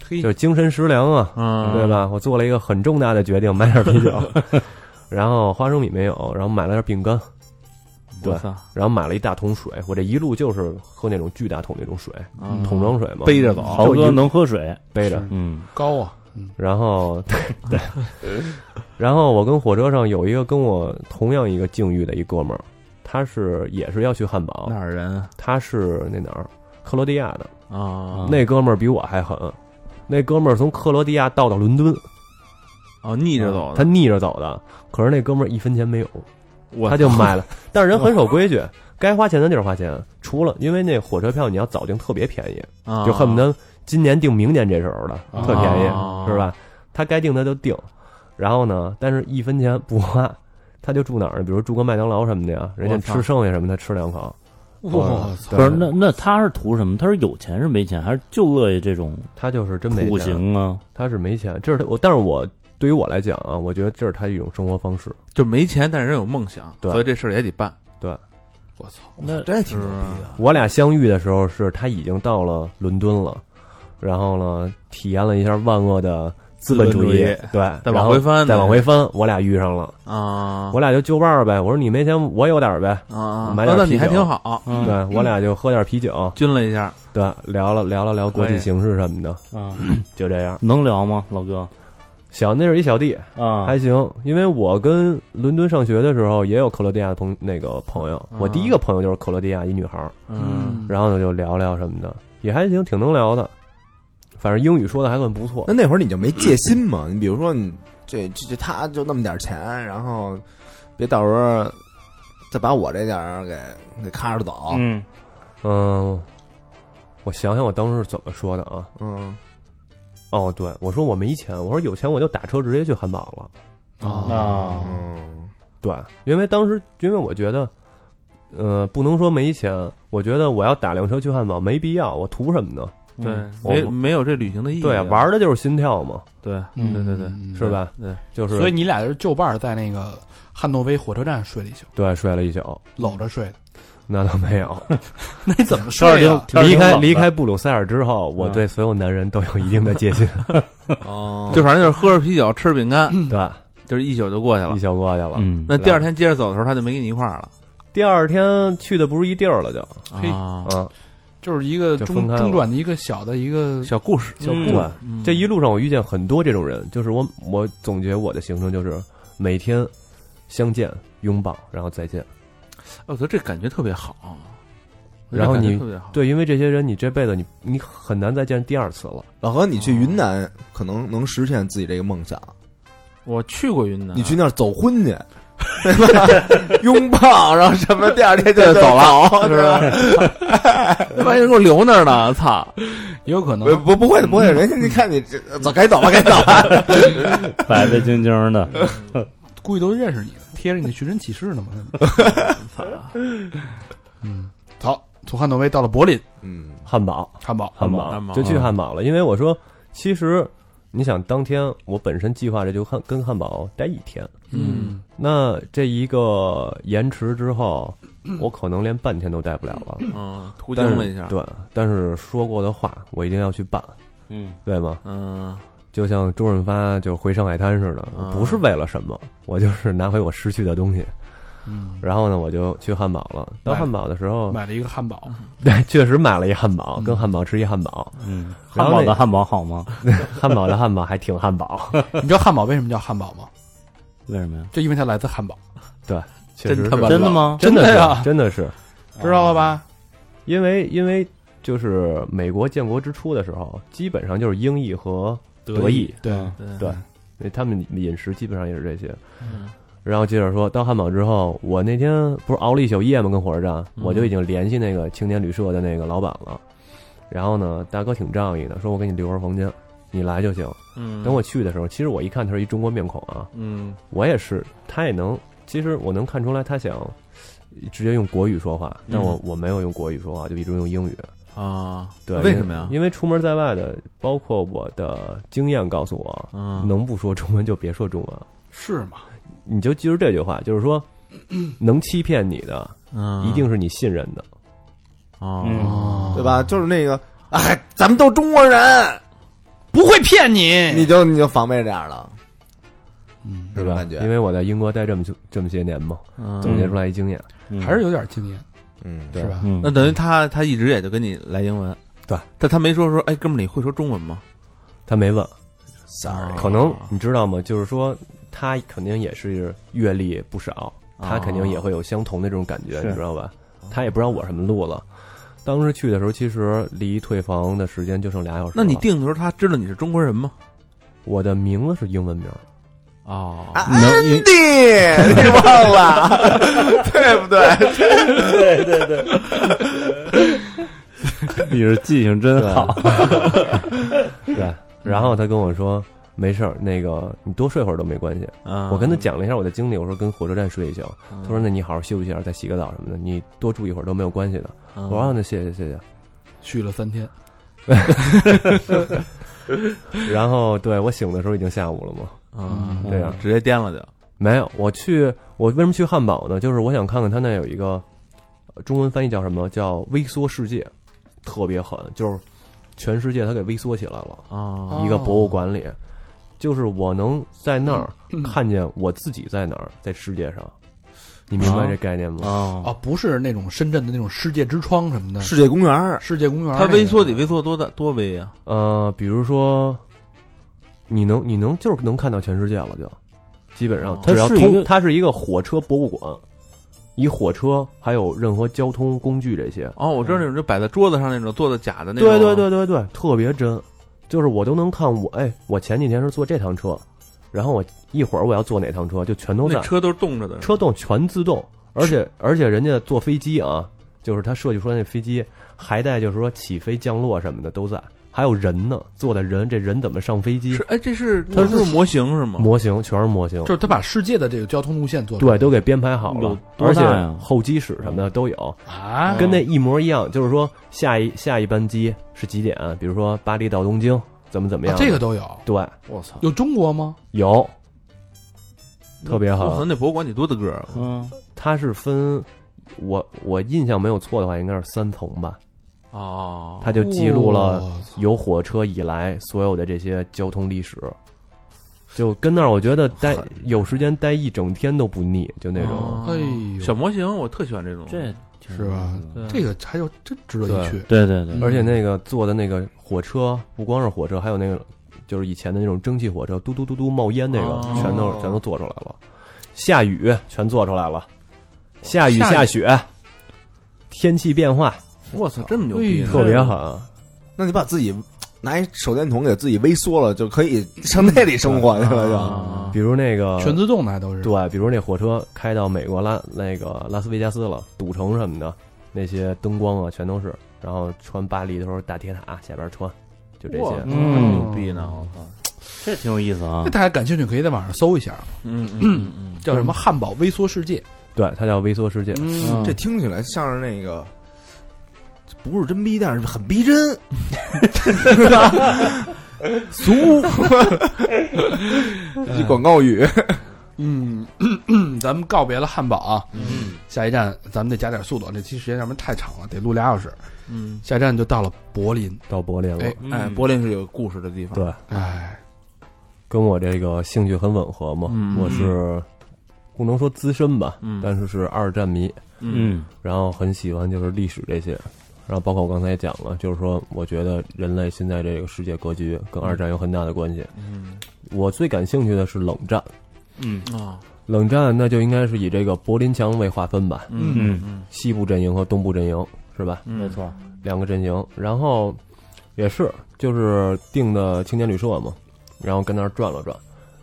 Speaker 2: 嘿
Speaker 6: 就是精神食粮啊，
Speaker 3: 嗯，
Speaker 6: 对吧？我做了一个很重大的决定，买点啤酒。 [laughs] 然后花生米没有，然后买了点饼干，对
Speaker 3: 我操，
Speaker 6: 然后买了一大桶水。我这一路就是喝那种巨大桶那种水，
Speaker 3: 嗯
Speaker 6: 桶装水嘛，
Speaker 3: 背着走
Speaker 5: 豪哥能喝水，
Speaker 6: 背着。
Speaker 5: 嗯，
Speaker 2: 高啊，
Speaker 6: 然后 [laughs] 对，然后我跟火车上有一个跟我同样一个境遇的一哥们儿，他是也是要去汉堡
Speaker 3: 哪，儿人啊？
Speaker 6: 他是那哪儿克罗地亚的，
Speaker 3: 啊
Speaker 6: 那哥们儿比我还狠。那哥们儿从克罗地亚到到伦敦，
Speaker 3: 哦，逆着走
Speaker 6: 啊他
Speaker 3: 的，
Speaker 6: 逆着走的。可是那哥们儿一分钱没有，
Speaker 3: 我
Speaker 6: 他就买
Speaker 3: [laughs]
Speaker 6: 了。但是人很守规矩，该花钱的地儿花钱。除了因为那火车票你要早订特别便宜，
Speaker 3: 啊
Speaker 6: 就恨不得今年订明年这时候的，
Speaker 2: 啊
Speaker 6: 特便宜，
Speaker 3: 啊
Speaker 6: 是吧？他该订他就订，然后呢，但是一分钱不花，他就住哪儿呢？比如住个麦当劳什么的呀，人家
Speaker 3: 我操
Speaker 6: 吃剩下什么他吃两口。
Speaker 2: 我
Speaker 6: 嗯
Speaker 2: 操，
Speaker 6: 对
Speaker 5: 不是那那他是图什么？他是有钱是没钱，还是就乐意这种
Speaker 6: 他就是真没
Speaker 5: 苦
Speaker 6: 钱，
Speaker 5: 行啊？
Speaker 6: 他是没钱，这是他我，但是我对于我来讲啊，我觉得这是他一种生活方式。
Speaker 3: 就没钱，但是人有梦想，
Speaker 6: 对
Speaker 3: 所以这事儿也得办，
Speaker 2: 我操，
Speaker 5: 那
Speaker 4: 这
Speaker 3: 是
Speaker 4: 挺
Speaker 3: 不
Speaker 4: 牛
Speaker 3: 是
Speaker 2: 啊
Speaker 4: 逼的。
Speaker 6: 我俩相遇的时候是他已经到了伦敦了，然后呢，体验了一下万恶的资本主
Speaker 3: 资本主义
Speaker 6: 对，
Speaker 3: 再
Speaker 6: 然
Speaker 3: 往
Speaker 6: 后
Speaker 3: 回翻呢，
Speaker 6: 再往回翻，我俩遇上了，
Speaker 3: 啊，
Speaker 6: 我俩就就伴儿呗。我说你没钱，我有点儿呗。
Speaker 3: 啊，
Speaker 6: 买
Speaker 3: 那
Speaker 6: 点
Speaker 3: 那
Speaker 6: 啤
Speaker 3: 你还
Speaker 6: 酒
Speaker 3: 挺好，
Speaker 5: 嗯
Speaker 6: 对我俩就喝点啤酒，
Speaker 3: 均了一下，
Speaker 6: 对，聊了聊了聊国
Speaker 3: 可
Speaker 6: 际
Speaker 3: 以
Speaker 6: 形势什么的，
Speaker 3: 哎
Speaker 5: 啊，
Speaker 6: 就这样。
Speaker 5: 能聊吗，老哥？
Speaker 6: 小那是一小弟，
Speaker 5: 啊，
Speaker 6: 还行，因为我跟伦敦上学的时候也有克罗地亚的朋那个朋友，我第一个朋友就是克罗地亚一女孩儿，
Speaker 3: 啊嗯，
Speaker 6: 然后呢就聊聊什么的，也还行，挺能聊的，反正英语说的还算不错
Speaker 4: 那。那会儿你就没戒心吗？你比如说你这这这他就那么点钱，然后别到时候再把我这点儿给给揩着走。
Speaker 5: 嗯，
Speaker 6: 嗯，我想想我当时是怎么说的啊？
Speaker 4: 嗯，
Speaker 6: 哦，对，我说我没钱，我说有钱我就打车直接去汉堡了。
Speaker 2: 哦
Speaker 5: 啊，
Speaker 4: 嗯，
Speaker 6: 对，因为当时因为我觉得，呃，不能说没钱，我觉得我要打辆车去汉堡没必要，我图什么呢？
Speaker 3: 对
Speaker 5: 嗯，
Speaker 3: 没
Speaker 6: 我
Speaker 3: 没有这旅行的意义，
Speaker 6: 对，啊玩，儿的就是心跳嘛，
Speaker 3: 对，
Speaker 2: 嗯
Speaker 3: 对对对，
Speaker 6: 是吧？
Speaker 3: 对，
Speaker 6: 就是
Speaker 2: 所以你俩就是就伴儿在那个汉诺威火车站睡了一宿，
Speaker 6: 对啊睡了一宿，
Speaker 2: 搂着睡的，
Speaker 6: 那倒没有。
Speaker 2: 那你怎么
Speaker 5: 天儿
Speaker 2: 睡啊
Speaker 5: 挺
Speaker 2: 呀？
Speaker 5: 天儿
Speaker 6: 离
Speaker 5: 挺
Speaker 6: 开
Speaker 5: 冷的
Speaker 6: 离开布鲁塞尔之后，我对所有男人都有一定的戒心，
Speaker 4: 哦
Speaker 3: 就反正就是喝着啤酒，吃着饼干，
Speaker 2: [clears throat]
Speaker 6: 对，
Speaker 3: 就是一宿就过去了
Speaker 6: 一。宿过去了。
Speaker 5: 嗯，
Speaker 3: 那第二天接着走的时候，他就没跟你一块儿了。
Speaker 6: [laughs] 第二天去的不是一地儿了，就
Speaker 2: 嘿
Speaker 3: 啊，
Speaker 6: 啊，
Speaker 2: 就是一个
Speaker 6: 就
Speaker 2: 中
Speaker 6: 分开了
Speaker 2: 中转的一个小的一个
Speaker 3: 小故事，
Speaker 5: 小
Speaker 6: 对
Speaker 5: 故事，
Speaker 3: 嗯
Speaker 6: 这一路上我遇见很多这种人，就是我我总结我的行程就是每天相见、拥抱，然后再见。
Speaker 3: 我觉得哦这感觉特别好。
Speaker 6: 然后你
Speaker 3: 这感觉特别好，
Speaker 6: 对，因为这些人你这辈子你你很难再见第二次了。
Speaker 4: 老何，你去云南可能能实现自己这个梦想。
Speaker 3: 我去过云南，
Speaker 4: 你去那儿走婚去，对吧？拥抱，然后什么，第二天就
Speaker 3: 走
Speaker 4: 了，
Speaker 3: 是吧？万一给我留那儿呢？操！
Speaker 2: 也有可能
Speaker 4: 不不不会的，不会的，人家你看你这走，该走吧，该走吧。
Speaker 5: 白白净净的，
Speaker 2: 估计都认识你了，贴着你的寻人启事呢嘛。 [laughs] 嗯，好，从汉诺威到了柏林，
Speaker 4: 嗯，
Speaker 6: 汉堡，
Speaker 2: 汉堡，
Speaker 6: 汉
Speaker 5: 汉
Speaker 6: 堡，
Speaker 5: 堡
Speaker 3: 汉堡啊
Speaker 6: 就去汉堡了。因为我说，其实你想，当天我本身计划着就汉跟汉堡待一天，
Speaker 3: 嗯，
Speaker 6: 那这一个延迟之后，我可能连半天都待不了了。
Speaker 3: 嗯，途经
Speaker 6: 但
Speaker 3: 了一
Speaker 6: 是
Speaker 3: 下，
Speaker 6: 对，但是说过的话，我一定要去办，
Speaker 5: 嗯
Speaker 6: 对吗？
Speaker 3: 嗯，
Speaker 6: 就像周润发就回上海滩似的，
Speaker 3: 嗯
Speaker 6: 不是为了什么，我就是拿回我失去的东西。
Speaker 2: 嗯，
Speaker 6: 然后呢，我就去汉堡了。到汉堡的时候，
Speaker 2: 买了一个汉堡，
Speaker 6: 对， [laughs] 确实买了一汉堡，
Speaker 2: 嗯
Speaker 6: 跟汉堡吃一汉
Speaker 5: [laughs]
Speaker 6: 堡，
Speaker 5: 嗯，汉
Speaker 6: 然后
Speaker 5: 堡的
Speaker 6: 那
Speaker 5: 汉堡好吗？
Speaker 6: 汉堡的汉堡还挺汉堡，
Speaker 2: 你知道汉堡为什么叫汉堡吗？
Speaker 5: 为什么呀？
Speaker 2: 就因为它来自汉堡，
Speaker 6: 确实
Speaker 3: 真
Speaker 6: 是
Speaker 3: 他妈
Speaker 5: 真的吗？
Speaker 6: 真的
Speaker 2: 真的
Speaker 6: 是
Speaker 2: 呀
Speaker 6: 真的是，
Speaker 2: 知道了吧？
Speaker 6: 因为因为就是美国建国之初的时候，基本上就是英译和德意，
Speaker 2: 哦对，
Speaker 3: 对
Speaker 6: 对那他们饮食基本上也是这些。
Speaker 3: 嗯
Speaker 6: 然后接着说到汉堡之后，我那天不是熬了一宿夜吗？跟火车站，
Speaker 3: 嗯
Speaker 6: 我就已经联系那个青年旅社的那个老板了。然后呢，大哥挺仗义的，说我给你留间房间，你来就行。
Speaker 3: 嗯，
Speaker 6: 等我去的时候，其实我一看他是一中国面孔啊，
Speaker 3: 嗯
Speaker 6: 我也是，他也能，其实我能看出来他想直接用国语说话，
Speaker 3: 嗯
Speaker 6: 但我、我没有用国语说话，就一直用英语。
Speaker 3: 啊，
Speaker 6: 对，
Speaker 3: 为什么呀？
Speaker 6: 因为出门在外的，包括我的经验告诉我，
Speaker 3: 嗯，
Speaker 6: 能不说中文就别说中文。
Speaker 2: 是吗？
Speaker 6: 你就记住这句话，就是说，能欺骗你的
Speaker 3: 嗯
Speaker 6: 一定是你信任的。
Speaker 3: 啊，
Speaker 5: 嗯
Speaker 4: 对吧？就是那个，哎，咱们都中国人，
Speaker 2: 不会骗你，
Speaker 4: 你就你就防备这样了。
Speaker 2: 嗯，
Speaker 4: 是
Speaker 6: 对
Speaker 4: 吧？
Speaker 6: 吧
Speaker 4: 感？觉
Speaker 6: 因为我在英国待这么久这么些年嘛，
Speaker 3: 嗯
Speaker 6: 总结出来一经验，
Speaker 5: 嗯
Speaker 2: 还是有点经验，
Speaker 4: 嗯，
Speaker 2: 是吧？
Speaker 5: 嗯
Speaker 3: 那等于他他一直也就跟你来英文，
Speaker 6: 对，
Speaker 3: 但他没说说，哎，哥们儿，你会说中文吗？
Speaker 6: 他没问，
Speaker 3: 哦
Speaker 4: ，sorry，
Speaker 6: 可能你知道吗？就是说他肯定也是阅历不少，他肯定也会有相同的这种感觉，
Speaker 5: 是
Speaker 6: 你知道吧？他也不知道我什么路了。当时去的时候，其实离退房的时间就剩俩小时了。
Speaker 3: 那你定的时候，他知道你是中国人吗？
Speaker 6: 我的名字是英文名，
Speaker 3: 哦，
Speaker 5: 能因
Speaker 4: 弟，你忘了， [laughs] 对不对？
Speaker 5: 你是记性真好，
Speaker 6: 对。然后他跟我说：“没事儿，那个你多睡会儿都没关系。”
Speaker 3: 啊
Speaker 6: 我跟他讲了一下我的经历，我说跟火车站睡一宿。
Speaker 3: 嗯
Speaker 6: 他说：“那你好好休息一下，再洗个澡什么的，你多住一会儿都没有关系的。”
Speaker 3: 嗯
Speaker 6: 我说：“啊那谢谢谢谢。”
Speaker 2: 去了三天，
Speaker 6: 然后对我醒的时候已经下午了嘛，
Speaker 3: 嗯
Speaker 6: 对呀
Speaker 3: 直接颠了就，
Speaker 6: 没有，我去，我为什么去汉堡呢？就是我想看看他那有一个呃中文翻译叫什么，叫微缩世界，特别狠，就是全世界它给微缩起来了，
Speaker 2: 哦嗯
Speaker 3: 啊
Speaker 6: 一个博物馆里，就是我能在那儿
Speaker 2: 嗯
Speaker 6: 看见我自己在哪儿，在世界上，你明白这概念吗？
Speaker 2: 啊，
Speaker 3: 啊，
Speaker 2: 不是那种深圳的那种世界之窗什么的，
Speaker 4: 世界公园儿
Speaker 2: 世界公园那
Speaker 3: 他
Speaker 2: 个。
Speaker 3: 微缩得微缩多大多微啊呀？
Speaker 6: 呃，比如说，你能你能就是能看到全世界了就，基本上
Speaker 3: 哦
Speaker 6: 只
Speaker 5: 它
Speaker 6: 要
Speaker 5: 是一
Speaker 6: 通
Speaker 5: 个
Speaker 6: 它是一个火车博物馆，以火车还有任何交通工具这些。
Speaker 3: 哦，我知道那种就摆在桌子上那种做的假的那种，
Speaker 6: 对对对对对，特别真，就是我都能看我哎，我前几天是坐这趟车，然后我一会儿我要坐哪趟车，就全都
Speaker 3: 那
Speaker 6: 在
Speaker 3: 车都是动着的，
Speaker 6: 车动全自动，而且而且人家坐飞机啊，就是他设计出来那飞机还带就是说起飞降落什么的都在，还有人呢，坐的人这人怎么上飞机
Speaker 3: 是？哎，这是
Speaker 6: 它
Speaker 3: 它是模型是吗？
Speaker 6: 模型全是模型
Speaker 2: 就，是他把世界的这个交通路线做出来
Speaker 6: 对，都给编排好了
Speaker 5: 有，多
Speaker 6: 而且
Speaker 5: 大呀
Speaker 6: 候机室什么的都有，
Speaker 2: 啊，
Speaker 6: 跟那一模一样。就是说下一下一班机是几点？啊比如说巴黎到东京，怎么怎么
Speaker 2: 啊
Speaker 6: 样？
Speaker 2: 这个都有，
Speaker 6: 对
Speaker 3: 我操，
Speaker 2: 有中国吗？
Speaker 6: 有，特别
Speaker 3: 我操，
Speaker 6: 好。
Speaker 3: 那博物馆得多大个儿啊？
Speaker 5: 嗯，
Speaker 6: 它是分，我我印象没有错的话，应该是三层吧。
Speaker 3: 哦，
Speaker 6: 它就记录了
Speaker 2: 哇
Speaker 6: 有火车以来所有的这些交通历史。就跟那儿，我觉得待有时间待一整天都不腻，就那种。
Speaker 3: 哦
Speaker 2: 哎呦
Speaker 3: 小模型，我特喜欢这种，
Speaker 5: 这
Speaker 2: 是吧
Speaker 3: 对
Speaker 2: 这个还有真值得一去。
Speaker 5: [laughs] 对对对，
Speaker 6: 而且那个坐的那个火车，不光是火车，还有那个就是以前的那种蒸汽火车，嘟嘟嘟嘟冒烟那个
Speaker 3: 哦，
Speaker 6: 全都全都做出来了。下雨全做出来了，下雨
Speaker 3: 下雨
Speaker 6: 下雪，天气变化
Speaker 3: 我操，这么牛逼呢，
Speaker 6: 特别
Speaker 3: 嗯
Speaker 6: 狠。
Speaker 4: 那你把自己拿一手电筒给自己微缩了，就可以上那里生活去了，就
Speaker 3: 啊！
Speaker 6: 比如那个
Speaker 2: 全自动的还都是，
Speaker 6: 对，比如那火车开到美国拉那个拉斯维加斯了，赌城什么的，那些灯光啊全都是。然后穿巴黎的时候，大铁塔下边穿，就这些。
Speaker 3: 嗯，牛逼呢！我操，
Speaker 5: 这挺有意思啊
Speaker 2: 那，大家感兴趣可以在网上搜一下，
Speaker 3: 嗯嗯嗯，
Speaker 2: 叫什么“汉堡微缩世界
Speaker 6: 对，它叫微缩世界。
Speaker 5: 嗯
Speaker 4: 这听起来像是那个。不是真逼，但是很逼真。俗，一广告语。”。
Speaker 2: 嗯，咱们告别了汉堡啊，下一站咱们得加点速度，这期时间要不然太长了，得录俩小时。
Speaker 3: 嗯
Speaker 2: 下一站就到了柏林，
Speaker 6: 到柏林了，
Speaker 2: 哎
Speaker 3: 嗯，哎，柏林是有故事的地方，
Speaker 6: 对，
Speaker 2: 哎，
Speaker 6: 跟我这个兴趣很吻合嘛。
Speaker 3: 嗯
Speaker 6: 我是不能说资深吧，
Speaker 3: 嗯
Speaker 6: 但是是二战迷，
Speaker 5: 嗯
Speaker 6: 然后很喜欢就是历史这些。然后包括我刚才也讲了，就是说，我觉得人类现在这个世界格局跟二战有很大的关系。
Speaker 3: 嗯
Speaker 6: 我最感兴趣的是冷战，
Speaker 5: 嗯
Speaker 3: 啊，
Speaker 6: 冷战那就应该是以这个柏林墙为划分吧，
Speaker 5: 嗯
Speaker 3: 嗯
Speaker 6: 西部阵营和东部阵营是吧？
Speaker 3: 嗯，
Speaker 5: 没，错，
Speaker 6: 两个阵营，然后也是就是订的青年旅社嘛，然后跟那儿转了转，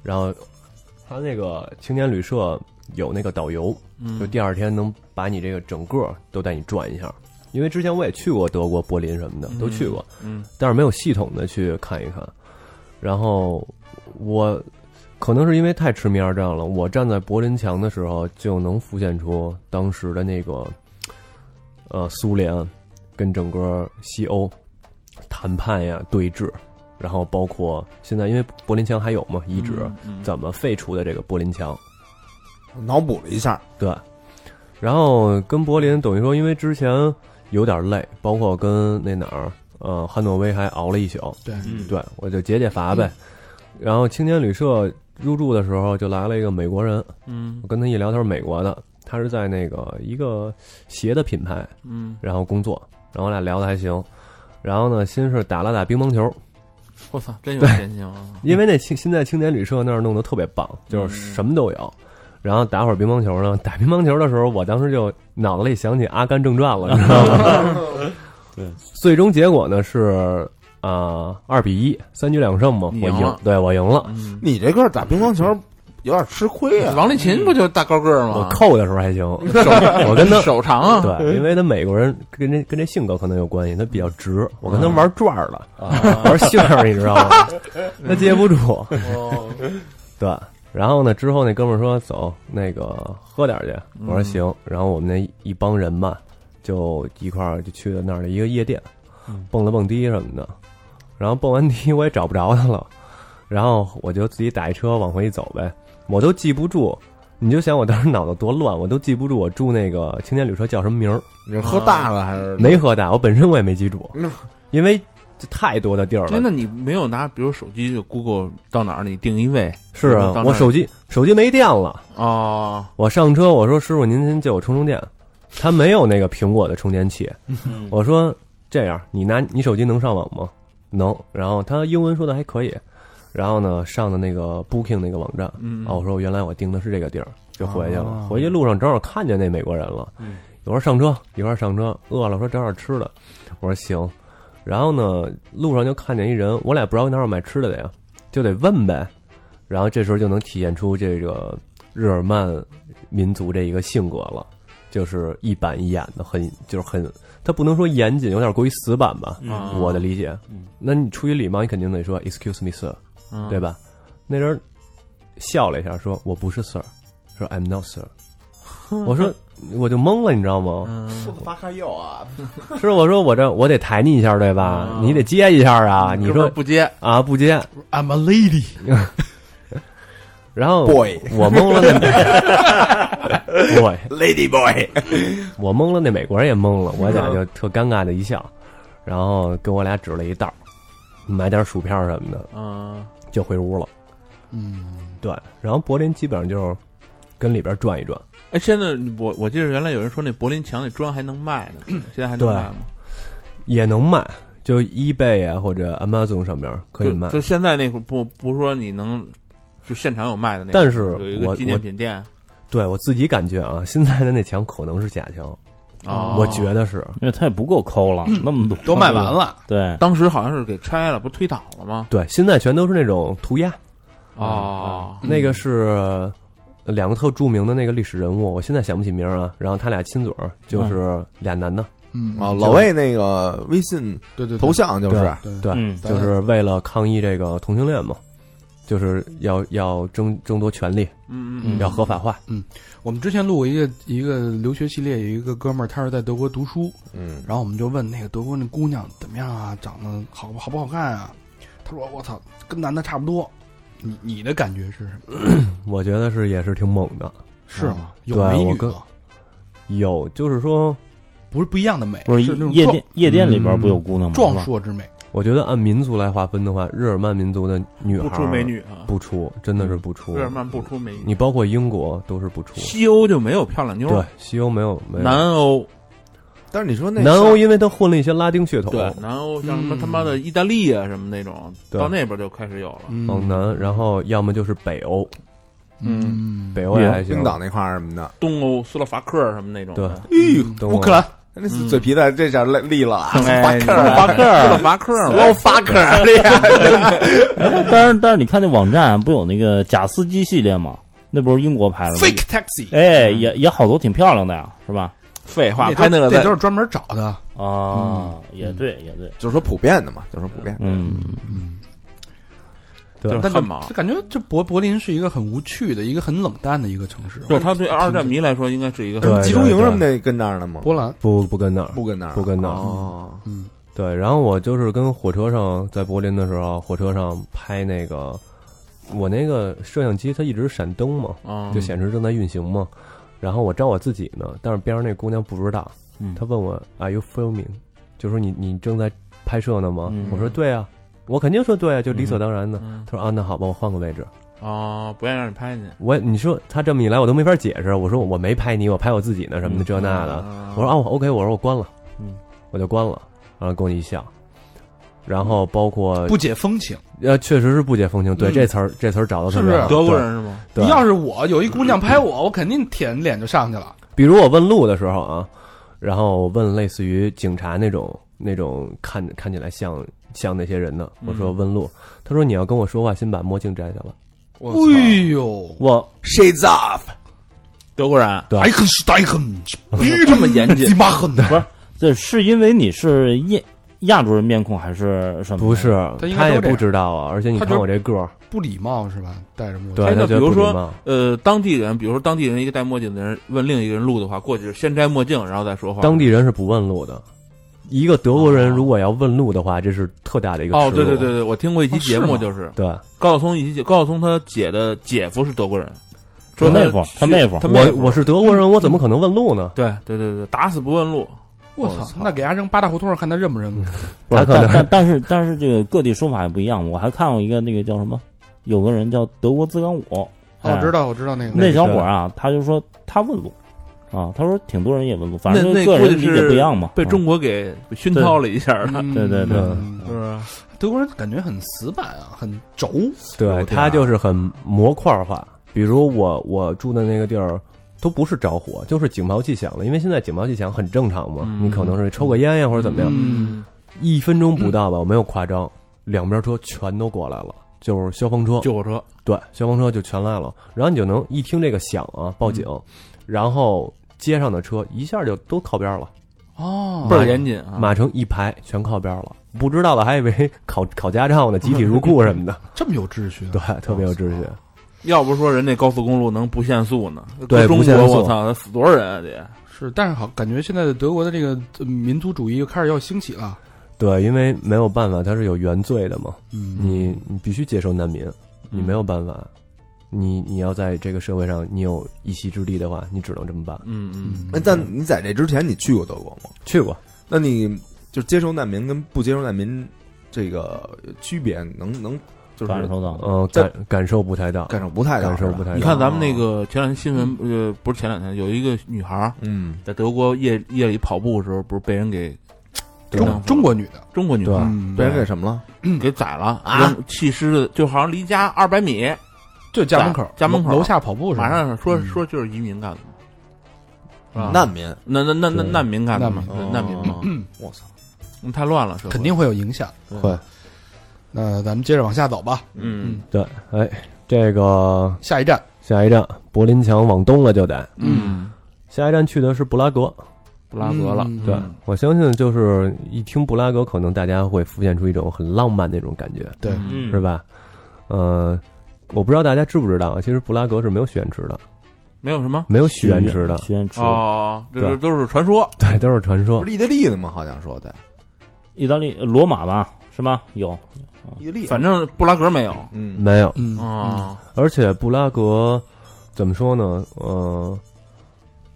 Speaker 6: 然后他那个青年旅社有那个导游，
Speaker 3: 嗯
Speaker 6: 就第二天能把你这个整个都带你转一下。因为之前我也去过德国、柏林什么的，都去过，
Speaker 3: 嗯
Speaker 6: 但是没有系统的去看一看。然后我可能是因为太痴迷二战了，我站在柏林墙的时候就能浮现出当时的那个呃苏联跟整个西欧谈判呀、对峙，然后包括现在因为柏林墙还有嘛遗址，怎么废除的这个柏林墙？
Speaker 4: 嗯脑补了一下，
Speaker 6: 对，然后跟柏林等于说，因为之前有点累，包括跟那哪儿，呃，汉诺威还熬了一宿，
Speaker 2: 对，
Speaker 5: 嗯
Speaker 6: 对我就解解乏呗。然后青年旅社入住的时候就来了一个美国人，
Speaker 3: 嗯
Speaker 6: 我跟他一聊，他是美国的，他是在那个一个鞋的品牌，
Speaker 3: 嗯，
Speaker 6: 然后工作，然后我俩聊的还行。然后呢，先是打了打乒乓球，
Speaker 3: 我操，真有闲情啊！
Speaker 6: 因为那青现在青年旅社那儿弄得特别
Speaker 3: 嗯
Speaker 6: 棒，就是什么都有。然后打会儿乒乓球呢，打乒乓球的时候，我当时就脑子里想起《阿甘正传》
Speaker 3: [laughs]
Speaker 6: 了，你知道吗？
Speaker 5: 对，
Speaker 6: 最终结果呢是啊二、比一，三局两胜嘛，
Speaker 3: 你
Speaker 6: 我
Speaker 3: 赢了
Speaker 6: 对我赢了。
Speaker 3: 嗯，
Speaker 4: 你这个打乒乓球有点吃亏啊，
Speaker 3: 王励勤不就大高个儿
Speaker 6: 我
Speaker 3: 吗？ [laughs]
Speaker 6: 扣的时候还行，我跟他
Speaker 3: 手长啊，
Speaker 6: 对，因为他美国人跟这跟这性格可能有关系，他比较直。我跟他
Speaker 3: 啊
Speaker 6: 玩转儿
Speaker 3: [laughs]
Speaker 6: 了，玩性儿，你知道吗？他接不住。
Speaker 3: 哦
Speaker 6: 对，然后呢，之后那哥们儿说走，那个喝点儿去。我说行。然后我们那一帮人吧，就一块儿就去了那儿的一个夜店，蹦了蹦迪什么的。然后蹦完迪我也找不着他了，然后我就自己打一车往回走呗，我都记不住。你就想我当时脑子多乱，我都记不住我住那个青年旅社叫什么名儿。
Speaker 4: 你喝大了还是
Speaker 6: 没喝大，我本身我也没记住
Speaker 4: 嗯，
Speaker 6: 因为这太多的地儿
Speaker 3: 真
Speaker 6: 了。
Speaker 3: 的，你没有拿，比如手机就 Google 到哪儿，你定一位
Speaker 6: 是
Speaker 3: 然后
Speaker 6: 啊，
Speaker 3: 到那儿
Speaker 6: 我手机手机没电了，
Speaker 3: 哦，
Speaker 6: 啊我上车我说师傅您您借我充充电，他没有那个苹果的充电器，我说这样你拿你手机能上网吗？能，然后他英文说的还可以，然后呢上的那个 Booking 那个网站，
Speaker 3: 嗯，
Speaker 6: 哦，我说我原来我订的是这个地儿，就回去了
Speaker 2: 哦。
Speaker 6: 回去路上正好看见那美国人了，一会儿上车，一会儿上车，饿了说找点吃的，我说行。然后呢，路上就看见一人，我俩不知道哪有买吃的的呀，就得问呗。然后这时候就能体现出这个日耳曼民族这一个性格了，就是一板一眼的，很就是很，他不能说严谨，有点过于死板吧。
Speaker 3: 嗯
Speaker 6: 我的理解，那你出于礼貌，你肯定得说 “excuse me, sir”，
Speaker 3: 嗯
Speaker 6: 对吧？那人笑了一下，说：“我不是 sir，说 I'm not
Speaker 3: [laughs]
Speaker 6: sir。”我说，我就懵了，你知道吗？
Speaker 3: 嗯
Speaker 4: 发开药啊？
Speaker 6: 是我说我这我得抬你一下，对吧？
Speaker 3: 嗯
Speaker 6: 你得接一下啊！你
Speaker 3: 哥们
Speaker 6: 说
Speaker 3: 儿不接，
Speaker 6: 啊不接，
Speaker 2: I'm a lady，
Speaker 6: 然后
Speaker 4: Boy [laughs]
Speaker 6: 我懵了那 boy，
Speaker 4: Lady Boy，嗯
Speaker 6: 我懵了，那美国人也懵了，我俩就特尴尬的一笑，然后给我俩指了一道，买点薯片什么的
Speaker 3: 嗯，
Speaker 6: 就回屋了。
Speaker 2: 嗯，
Speaker 6: 对，然后柏林基本上就是跟里边转一转。
Speaker 3: 哎，现在我我记得原来有人说那柏林墙那砖还能卖呢，
Speaker 6: 嗯
Speaker 3: 现在还能
Speaker 6: 对
Speaker 3: 卖吗？
Speaker 6: 也能卖，就 eBay 啊或者 Amazon 上面可以卖
Speaker 3: 就。就现在那个不不是说你能就现场有卖的那个，
Speaker 6: 但是
Speaker 3: 有一个
Speaker 6: 我
Speaker 3: 纪念品店
Speaker 6: 对我自己感觉啊，现在的那墙可能是假墙，
Speaker 4: 哦
Speaker 3: 啊，
Speaker 6: 哦我觉得是。
Speaker 5: 因为他也不够抠了，那么多
Speaker 2: 都卖完。了，
Speaker 5: 对，
Speaker 3: 当时好像是给拆了，不是推倒了吗？
Speaker 6: 对，现在全都是那种涂鸦。
Speaker 3: 哦，
Speaker 6: 那个是两个特著名的那个历史人物，我现在想不起名儿啊。然后他俩亲嘴儿，就是俩男的，
Speaker 2: 嗯，
Speaker 4: 啊，老魏那个微信
Speaker 2: 对对，对
Speaker 4: 头，像就是
Speaker 2: 对，
Speaker 6: 对，
Speaker 5: 嗯，
Speaker 6: 就是为了抗议这个同性恋嘛，就是要要争争夺权利，
Speaker 3: 嗯嗯
Speaker 6: 要合法化。
Speaker 2: 我们之前录过一个一个留学系列，有一个哥们儿，他是在德国读书，
Speaker 4: 嗯，
Speaker 2: 然后我们就问那个德国那姑娘怎么样啊，长得好不好不好看啊？他说我操，跟男的差不多。你你的感觉是什么？
Speaker 6: 我觉得是也是挺猛的，
Speaker 2: 是吗？有
Speaker 6: 对
Speaker 2: 美
Speaker 6: 我
Speaker 2: 女
Speaker 6: 跟
Speaker 2: 吗？
Speaker 6: 有就是说
Speaker 2: 不是不一样的美，
Speaker 5: 不
Speaker 2: 是
Speaker 5: 是
Speaker 2: 那种
Speaker 5: 夜
Speaker 2: 壮
Speaker 5: 店夜店里边不有姑娘吗？
Speaker 2: 壮硕之美。
Speaker 6: 我觉得按民族来划分的话，日耳曼民族的女孩
Speaker 3: 不
Speaker 6: 儿
Speaker 3: 出美，女啊，
Speaker 6: 不出，真的是不出。
Speaker 3: 日耳曼不出美女，
Speaker 6: 你包括英国都是不出。
Speaker 3: 西欧就没有漂亮妞
Speaker 6: 对
Speaker 3: 儿，，
Speaker 6: 西欧没有没有。
Speaker 3: 南欧
Speaker 4: 但是你说那
Speaker 6: 南欧，因为它混了一些拉丁血统，
Speaker 3: 对南欧像什么
Speaker 2: 嗯
Speaker 3: 他妈的意大利啊什么那种，
Speaker 6: 对
Speaker 3: 到那边就开始有了。
Speaker 2: 嗯
Speaker 6: 往南，然后要么就是北欧，
Speaker 3: 嗯，
Speaker 2: 嗯，
Speaker 6: 北欧也还行。
Speaker 4: 冰岛那块儿什么的，嗯
Speaker 3: 东欧斯洛伐克什么那种
Speaker 6: 对
Speaker 3: 的，
Speaker 4: 哎
Speaker 6: 东欧
Speaker 2: 乌克兰，
Speaker 4: 那嘴皮子这下立立了啊， [laughs]
Speaker 3: 哎
Speaker 4: 克儿
Speaker 3: 斯洛伐克嘛，
Speaker 4: 老发克儿这样，
Speaker 5: 哎，但是但是你看那网站不有那个假司机系列吗？那不是英国拍的吗
Speaker 2: Fake Taxi，
Speaker 5: 哎，也也好多挺漂亮的呀，是吧？
Speaker 3: [laughs] 废话，
Speaker 2: 那
Speaker 3: 拍那个
Speaker 2: 这
Speaker 3: 在
Speaker 2: 都是专门找的。
Speaker 5: 啊，也对，也对，
Speaker 4: 就是说普遍的嘛，就是说普遍。
Speaker 5: 嗯，
Speaker 6: 对
Speaker 3: 就是
Speaker 2: 但
Speaker 3: 汗毛
Speaker 2: 就。感觉这柏柏林是一个很无趣的、一个很冷淡的一个城市。
Speaker 3: 对他对二战迷来说，应该是一个
Speaker 6: 对
Speaker 4: 集中营什么的跟那儿呢吗？
Speaker 2: 波兰，
Speaker 6: 不不跟那儿，
Speaker 4: 不跟那儿，
Speaker 6: 不跟那儿
Speaker 4: 哦，
Speaker 2: 嗯，
Speaker 6: 对，然后我就是跟火车上在柏林的时候，火车上拍那个，我那个摄像机它一直闪灯嘛，
Speaker 3: 啊，
Speaker 6: 就显示正在运行嘛。然后我照我自己呢，但是边上那姑娘不知道，
Speaker 5: 嗯
Speaker 6: 她问我 Are you filming？就说你你正在拍摄呢吗？
Speaker 5: 嗯
Speaker 6: 我说对啊，我肯定说对啊，就理所当然的。
Speaker 3: 嗯
Speaker 6: 她说啊，那好吧，我换个位置，
Speaker 3: 哦，不愿意让你拍你
Speaker 6: 我你说他这么一来，我都没法解释。我说我没拍你，我拍我自己呢，什么的这那的。
Speaker 3: 啊
Speaker 6: 我说啊，我 OK，我说我关了，
Speaker 5: 嗯，
Speaker 6: 我就关了。然后跟我一笑，然后包括
Speaker 2: 不解风情。
Speaker 6: 呃，确实是不解风情。对，这词儿这词儿找到特别好
Speaker 3: 德国人是吗？
Speaker 6: 啊对
Speaker 2: 你要是我有一姑娘拍我，我肯定舔脸就上去了。
Speaker 6: 比如我问路的时候啊，然后我问类似于警察那种那种看看起来像像那些人的，我说问路，他说你要跟我说话，先把墨镜摘下来。
Speaker 4: 我操
Speaker 2: 哎呦，
Speaker 6: 我
Speaker 4: shades up，
Speaker 3: 德国人
Speaker 6: 对
Speaker 2: 哎很是呆很，
Speaker 3: 这么严谨
Speaker 2: 鸡巴狠的。
Speaker 5: 不是，这是因为你是亚亚洲人面孔还是什么？
Speaker 6: 不，是
Speaker 2: 他应该都
Speaker 6: 他也
Speaker 2: 这样
Speaker 6: 不知道啊，而且你
Speaker 2: 他
Speaker 6: 看
Speaker 2: 就
Speaker 6: 我这个儿，
Speaker 2: 不礼貌是吧？戴着墨镜，
Speaker 6: 对
Speaker 3: 哎，
Speaker 6: 他
Speaker 3: 那
Speaker 6: 觉得
Speaker 3: 比如
Speaker 6: 不礼
Speaker 3: 说
Speaker 6: 貌。
Speaker 3: 呃，当地人，比如说当地人一个戴墨镜的人问另一个人路的话，过去是先摘墨镜，然后再说话。
Speaker 6: 当地人是不问路的。一个德国人
Speaker 3: 哦
Speaker 6: 如果要问路的话，这是特大的一个
Speaker 3: 哦，
Speaker 6: 耻辱
Speaker 3: 对对对对，我听过一期
Speaker 2: 哦是
Speaker 3: 节目，
Speaker 2: 吗
Speaker 3: 就是
Speaker 6: 对
Speaker 3: 高晓松一期节，高晓松他姐的姐夫是德国人，说
Speaker 5: 他妹夫
Speaker 3: 去
Speaker 5: 他妹夫
Speaker 3: 他嗯妹
Speaker 6: 我
Speaker 3: 夫
Speaker 6: 我是德国人，我怎么可能问路呢？
Speaker 3: 对对对对，打死不问路。
Speaker 2: 我操！那给他扔八大胡同儿，看他认不认？
Speaker 5: 但
Speaker 6: 他可
Speaker 5: 但
Speaker 6: 能
Speaker 5: 但但是但是这个各地说法也不一样。我还看过一个那个叫什么，有个人叫德国自钢舞，
Speaker 2: 哦，我
Speaker 5: 哎
Speaker 2: 知道，我知道那个。
Speaker 5: 那小伙儿啊，他就说他问路啊，他说挺多人也问路，反
Speaker 3: 那
Speaker 5: 正
Speaker 3: 那
Speaker 5: 就个
Speaker 3: 估
Speaker 5: 人
Speaker 3: 计
Speaker 5: 理解
Speaker 3: 是
Speaker 5: 不一样嘛。
Speaker 3: 被
Speaker 5: 啊
Speaker 3: 中国给熏陶了一下了，
Speaker 2: 嗯
Speaker 5: 对对对
Speaker 2: 嗯
Speaker 3: 是不是？
Speaker 2: 德国人感觉很死板啊，很轴。
Speaker 6: 对
Speaker 2: 啊
Speaker 6: 他就是很模块化。比如我我住的那个地儿，都不是着火，就是警报器响了，因为现在警报器响很正常嘛，
Speaker 3: 嗯
Speaker 6: 你可能是抽个烟呀或者怎么样，
Speaker 2: 嗯，
Speaker 6: 一分钟不
Speaker 3: 嗯
Speaker 6: 到吧，我没有夸张，两边车全都过来了。就是消防车，
Speaker 3: 救火车，
Speaker 6: 对，消防车就全来了，然后你就能一听这个响啊，报警，
Speaker 3: 嗯
Speaker 6: 然后街上的车一下就都靠边了，
Speaker 2: 哦，
Speaker 3: 倍儿严谨啊！
Speaker 6: 码成一排全靠边了，不知道的还以为考考驾照呢，集体入库什么的，
Speaker 2: 这么有秩序啊。
Speaker 6: 对， [laughs] 特别有秩序。
Speaker 3: 要不说人那高速公路能不限速呢？
Speaker 6: 对
Speaker 3: 中
Speaker 6: 不限
Speaker 3: 国
Speaker 6: 速
Speaker 3: 我操，他死多少人啊得？
Speaker 2: 是，但是好，感觉现在的德国的这个呃民族主义又开始要兴起了。
Speaker 6: 对，因为没有办法，他是有原罪的嘛，
Speaker 2: 嗯，
Speaker 6: 你你必须接受难民，你没有办法，你你要在这个社会上你有一席之地的话，你只能这么办。
Speaker 3: 嗯嗯，
Speaker 4: 哎但你在这之前你去过德国吗？
Speaker 6: 去过，
Speaker 4: 那你就接受难民跟不接受难民这个区别能，能就是
Speaker 5: 感受到，
Speaker 6: 嗯、
Speaker 4: 在
Speaker 6: 感感受不太到，
Speaker 4: 感受不太到，
Speaker 6: 感受不
Speaker 4: 是吧
Speaker 6: 太到。
Speaker 3: 你看咱们那个前两天新闻，呃，不是前两天，有一个女孩儿
Speaker 4: 嗯，
Speaker 3: 在德国夜夜里跑步的时候，不是被人给
Speaker 2: 中中国女的，
Speaker 3: 中国女
Speaker 6: 对
Speaker 3: 孩
Speaker 2: 嗯
Speaker 4: 被人给什么了？
Speaker 3: 给宰了
Speaker 4: 啊
Speaker 3: 扔弃尸的，就好像离家二百米，
Speaker 2: 就家门口，
Speaker 3: 家门口
Speaker 2: 楼下跑步是吧
Speaker 3: 马上说
Speaker 2: 嗯
Speaker 3: 说就是移民干的，是吧
Speaker 4: 难民，
Speaker 3: 那那那那
Speaker 6: 对
Speaker 3: 难民干的嘛，
Speaker 4: 啊难民
Speaker 3: 对难民嘛，
Speaker 4: 我操！
Speaker 3: 嗯太乱了，社会
Speaker 2: 肯定会有影响。
Speaker 6: 会，
Speaker 2: 那咱们接着往下走吧，
Speaker 3: 嗯
Speaker 6: 对，哎，这个
Speaker 2: 下一站，
Speaker 6: 下一站柏林墙往东了就得，
Speaker 3: 嗯，
Speaker 6: 下一站去的是布拉格。
Speaker 3: 布拉格了，
Speaker 2: 嗯
Speaker 6: 对
Speaker 3: 嗯
Speaker 6: 我相信，就是一听布拉格，可能大家会浮现出一种很浪漫那种感觉，
Speaker 2: 对，
Speaker 3: 嗯
Speaker 6: 是吧？呃，我不知道大家知不知道，啊其实布拉格是没有许愿池的，
Speaker 3: 没有什么
Speaker 6: 没有许愿池的，
Speaker 5: 许愿池，
Speaker 3: 哦，这
Speaker 6: 对
Speaker 3: 是都是传说，
Speaker 6: 对，都是传说
Speaker 4: 不。是意大利的吗？好像说的，
Speaker 5: 意大利呃罗马吧，是吗？有，
Speaker 4: 意大利
Speaker 3: 反正布拉格没有
Speaker 4: 嗯，
Speaker 6: 没有，
Speaker 2: 嗯，
Speaker 3: 啊，
Speaker 6: 而且布拉格怎么说呢？呃，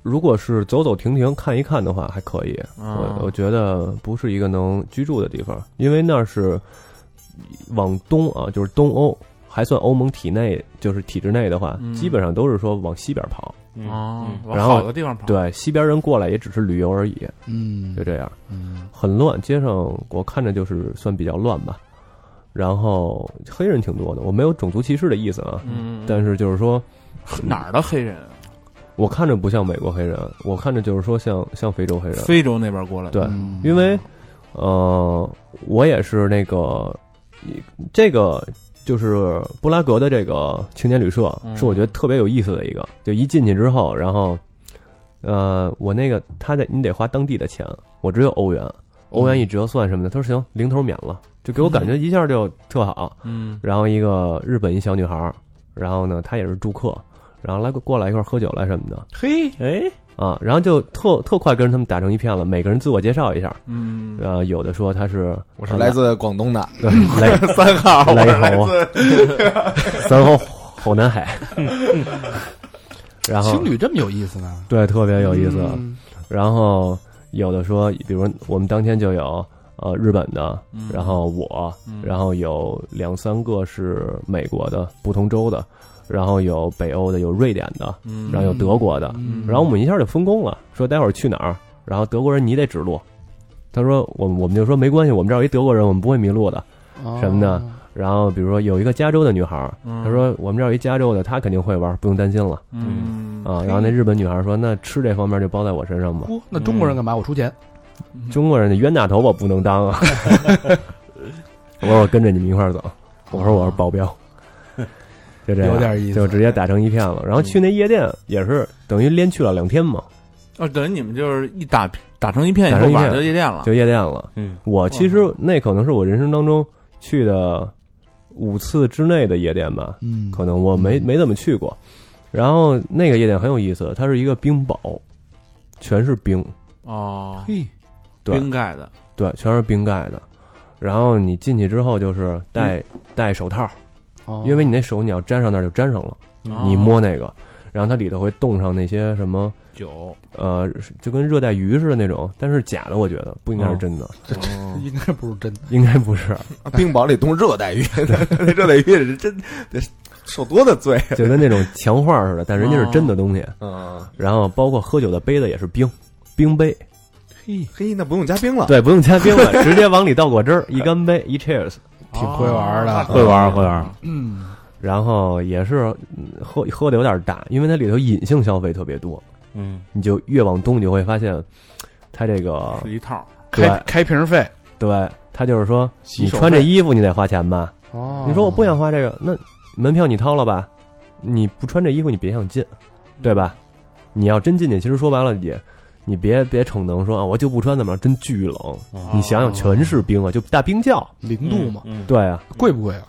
Speaker 6: 如果是走走停停看一看的话，还可以。我我
Speaker 3: 嗯
Speaker 6: 觉得不是一个能居住的地方，因为那儿是往东啊，就是东欧，还算欧盟体内，就是体制内的话，
Speaker 3: 嗯
Speaker 6: 基本上都是说往西边跑。
Speaker 5: 嗯
Speaker 3: 哦，
Speaker 5: 嗯
Speaker 3: 往
Speaker 6: 然后
Speaker 3: 好的地方跑，
Speaker 6: 对，西边人过来也只是旅游而已，
Speaker 2: 嗯
Speaker 6: 就这样，
Speaker 2: 嗯
Speaker 6: 很乱。街上我看着就是算比较乱吧，然后黑人挺多的，我没有种族歧视的意思啊，
Speaker 3: 嗯，嗯，
Speaker 6: 但是就是说。
Speaker 3: 嗯 [laughs] 哪儿的黑人啊？
Speaker 6: 我看着不像美国黑人，我看着就是说像像非洲黑人，
Speaker 3: 非洲那边过来的，
Speaker 6: 对，
Speaker 2: 嗯
Speaker 6: 因为呃，我也是那个一这个就是布拉格的这个青年旅社，
Speaker 3: 嗯
Speaker 6: 是我觉得特别有意思的一个，就一进去之后，然后呃，我那个他得你得花当地的钱，我只有欧元，欧元一折算什么的，他说行，零头免了，就给我感觉一下就特好。 [laughs]
Speaker 3: 嗯
Speaker 6: 然后一个日本一小女孩儿，然后呢，她也是住客，然后来过来一块儿喝酒来什么的。
Speaker 2: 嘿，
Speaker 5: 哎，
Speaker 6: 啊，然后就特特快跟他们打成一片了，每个人自我介绍一下。
Speaker 3: 嗯，
Speaker 6: 呃，有的说他是
Speaker 4: 我是来自广东的，
Speaker 6: 对来
Speaker 4: 三
Speaker 6: [laughs]
Speaker 4: 号
Speaker 6: 来一猴啊，三猴吼南海，然后
Speaker 2: 情侣这么有意思呢，
Speaker 6: 对特别有意思。
Speaker 2: 嗯
Speaker 6: 然后有的说，比如我们当天就有呃日本的，
Speaker 3: 嗯
Speaker 6: 然后我，
Speaker 3: 嗯
Speaker 6: 然后有两三个是美国的，不同州的，然后有北欧的，有瑞典的，
Speaker 3: 嗯，
Speaker 6: 然后有德国的，
Speaker 2: 嗯
Speaker 6: 然后我们一下就分工了，说待会儿去哪儿，然后德国人你得指路。他说我我们就说没关系，我们这儿有一德国人，我们不会迷路的。什么呢？然后比如说有一个加州的女孩儿，
Speaker 3: 嗯
Speaker 6: 她说我们这儿有一加州的，她肯定会玩，不用担心了
Speaker 3: 嗯
Speaker 6: 啊。然后那日本女孩儿说那吃这方面就包在我身上吧。
Speaker 2: 哦那中国人干嘛？我出钱。嗯
Speaker 6: 中国人的冤大头我不能
Speaker 2: [laughs]
Speaker 6: 当啊！我说我跟着你们一块儿走，我说我是
Speaker 2: [laughs]
Speaker 6: 保镖，就这样，
Speaker 2: 哦有点意思
Speaker 6: 啊
Speaker 2: 嗯
Speaker 6: 就直接打成一片了。然后去那夜店也是等于连去了两天嘛，
Speaker 3: 啊，等于你们就是一打打成一片以
Speaker 6: 打
Speaker 3: 后
Speaker 6: 成一，片
Speaker 3: 晚上就夜店
Speaker 2: 啊
Speaker 3: 了，
Speaker 6: 就夜店了。
Speaker 5: 嗯，
Speaker 6: 我其实那可能是我人生当中去的五次之内的夜店吧，
Speaker 2: 嗯，
Speaker 6: 可能我没没怎么去过。然后那个夜店很有意思，它是一个冰堡，全是冰，
Speaker 3: 哦，
Speaker 2: 嘿，
Speaker 6: 对
Speaker 3: 冰盖的，
Speaker 6: 对，全是冰盖的。然后你进去之后就是戴、戴手套，
Speaker 2: 嗯哦
Speaker 6: 因为你那手你要粘上那儿就粘上了，嗯
Speaker 3: 哦
Speaker 6: 你摸那个，然后它里头会冻上那些什么
Speaker 3: 酒，
Speaker 6: 呃，就跟热带鱼似的那种，但是假的，我觉得不应该是真的，
Speaker 3: 哦
Speaker 2: 应该不是真的。
Speaker 6: 应该不是，
Speaker 4: 冰雹里冻热带鱼，那热带鱼是真得受多大罪
Speaker 6: 就跟那种墙画似的，但人家是真
Speaker 2: 哦
Speaker 6: 的东西。
Speaker 4: 啊！
Speaker 6: 然后包括喝酒的杯子也是冰，冰杯，
Speaker 2: 嘿，
Speaker 4: 嘿，那不用加冰了，
Speaker 6: 对，不用加冰
Speaker 2: [laughs]
Speaker 6: 了，直接往里倒果汁儿，一干杯，一 cheers。
Speaker 2: 挺会玩的
Speaker 3: 哦
Speaker 6: 会玩儿会玩儿
Speaker 2: 嗯，
Speaker 6: 然后也是嗯喝喝的有点大，因为它里头隐性消费特别多，
Speaker 5: 嗯，
Speaker 6: 你就越往东，你就会发现，它这个
Speaker 3: 是一套，
Speaker 2: 开
Speaker 6: 对
Speaker 2: 开瓶费。
Speaker 6: 对，它就是说，
Speaker 2: 洗
Speaker 6: 你
Speaker 2: 手
Speaker 6: 穿这
Speaker 2: 费
Speaker 6: 衣服你得花钱吧？
Speaker 2: 哦
Speaker 6: 你说我不想花这个，那门票你掏了吧？你不穿这衣服，你别想进，对吧？你要真进去，其实说白了也，你别别逞能说啊，我就不穿怎么着，真巨冷。你想想，全是冰啊，就大冰窖。
Speaker 2: 零度嘛，
Speaker 5: 嗯，
Speaker 6: 对啊，
Speaker 2: 贵不贵啊？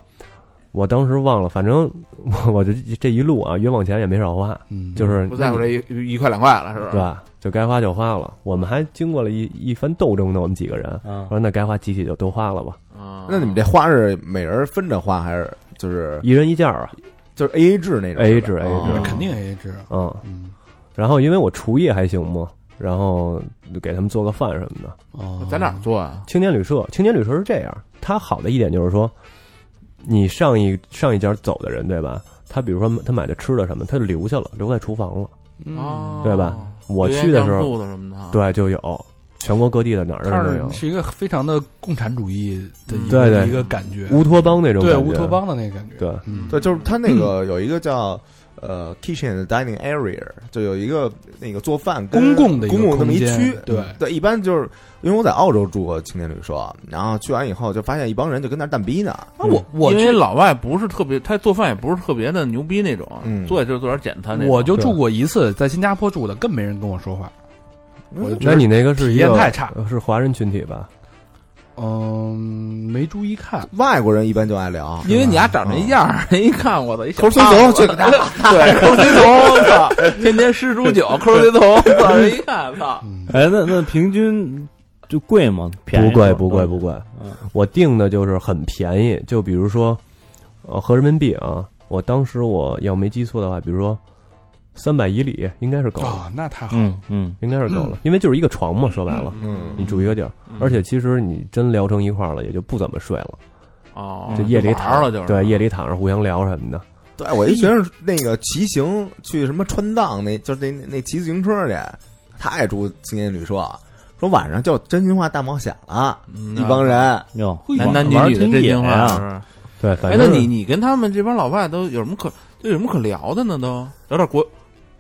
Speaker 6: 我当时忘了，反正我我这这一路啊，冤枉钱也没少花，
Speaker 2: 嗯，
Speaker 6: 就是
Speaker 4: 不在乎这一一块两块了，是
Speaker 6: 嗯对
Speaker 4: 吧？
Speaker 6: 吧？就该花就花了。我们还经过了一一番斗争呢，我们几个人。
Speaker 5: 嗯
Speaker 6: 我说那该花集体就都花了吧，
Speaker 3: 啊，
Speaker 4: 那你们这花是每人分着花，还是就是
Speaker 6: 一人一件儿啊，
Speaker 4: 就是 A A 制那种
Speaker 6: AA
Speaker 4: 是吧
Speaker 6: 制 AA
Speaker 4: 哦
Speaker 6: 制
Speaker 2: 肯定 A A 制。
Speaker 6: 嗯。
Speaker 2: 嗯，
Speaker 6: 然后因为我厨艺还行嘛，然后就给他们做个饭什么的。
Speaker 2: 哦，
Speaker 3: 在哪儿做啊？
Speaker 6: 青年旅社，青年旅社是这样，它好的一点就是说，你上一上一家走的人对吧？他比如说他买的吃的什么，他就留下了，留在厨房了。
Speaker 3: 哦
Speaker 2: 嗯，
Speaker 6: 对吧？我去的时
Speaker 3: 有点像
Speaker 6: 候，
Speaker 3: 肚子什么的，，
Speaker 6: 对就有，全国各地的哪儿的人都有
Speaker 2: 它，啊是一个非常的共产主义的一
Speaker 6: 对
Speaker 2: 个
Speaker 6: 对
Speaker 2: 一个感觉，
Speaker 6: 乌托邦那种
Speaker 2: 对
Speaker 6: 感觉
Speaker 2: 乌托，邦的那个感觉。
Speaker 6: 对，
Speaker 2: 嗯，
Speaker 4: 对，就是它那个有一个叫呃 kitchen and dining area，就有一个那个做饭跟
Speaker 2: 公共的一个
Speaker 4: 公共那么一
Speaker 2: 空间
Speaker 4: 区。
Speaker 2: 对
Speaker 4: 对，一般就是因为我在澳洲住过青年旅社，然后去完以后就发现一帮人就跟那儿蛋逼呢。
Speaker 2: 那我我
Speaker 3: 嗯因
Speaker 2: 去
Speaker 3: 为老外不是特别，他做饭也不是特别的牛逼那种，啊
Speaker 4: 嗯
Speaker 3: 做也就是做点简单那种。
Speaker 2: 我就住过一次，在新加坡住的，更没人跟我说话。
Speaker 4: 我
Speaker 6: 那你那个是
Speaker 2: 体
Speaker 6: 一
Speaker 2: 验
Speaker 6: 个
Speaker 2: 太差，
Speaker 6: 呃是华人群体吧？
Speaker 2: 嗯，没注意看。
Speaker 4: 外国人一般就爱聊，
Speaker 3: 因为你俩长
Speaker 6: 嗯
Speaker 3: 那样儿，人一看我操， [laughs] 一小
Speaker 4: 抠孙
Speaker 2: 啊
Speaker 3: 胖
Speaker 4: 头
Speaker 3: 子
Speaker 4: 就给他
Speaker 3: 对，抠随头，我
Speaker 6: [laughs]
Speaker 3: 操，天天吃猪酒，抠随头，我操，人一看，操，
Speaker 5: 哎，那那平均就贵吗？便宜
Speaker 6: 不
Speaker 5: 吗
Speaker 6: 贵不贵不贵
Speaker 5: 嗯，
Speaker 6: 我订的就是很便宜，就比如说，呃，合人民币啊，我当时我要没记错的话，比如说三百以里应该是够了，
Speaker 2: 哦，那太好了。
Speaker 5: 嗯嗯，
Speaker 6: 应该是够了，因为就是一个床嘛，说白了，
Speaker 4: 嗯，
Speaker 6: 你住一个地儿，而且其实你真聊成一块儿了，也就不怎么睡了，
Speaker 3: 哦，
Speaker 6: 就夜里
Speaker 3: 玩儿
Speaker 6: 躺
Speaker 3: 了就是，啊
Speaker 6: 对，夜里躺着互相聊什么的，
Speaker 4: 对我一学生那个骑行去什么川藏那，就是那那那骑自行车去，他也住青年旅社，说晚上叫真心话大冒险了，
Speaker 3: 嗯，
Speaker 4: 一帮
Speaker 2: 啊
Speaker 4: 人。
Speaker 5: 哟，
Speaker 3: 男
Speaker 5: 玩
Speaker 3: 嗯男女
Speaker 5: 玩儿
Speaker 3: 女的
Speaker 5: 挺
Speaker 3: 真
Speaker 5: 野
Speaker 3: 心话
Speaker 5: 呀
Speaker 3: 是不是。
Speaker 6: 对，反
Speaker 3: 哎，那
Speaker 6: 正
Speaker 3: 你你跟他们这帮老外都有什么可都有什么可聊的呢？都聊点国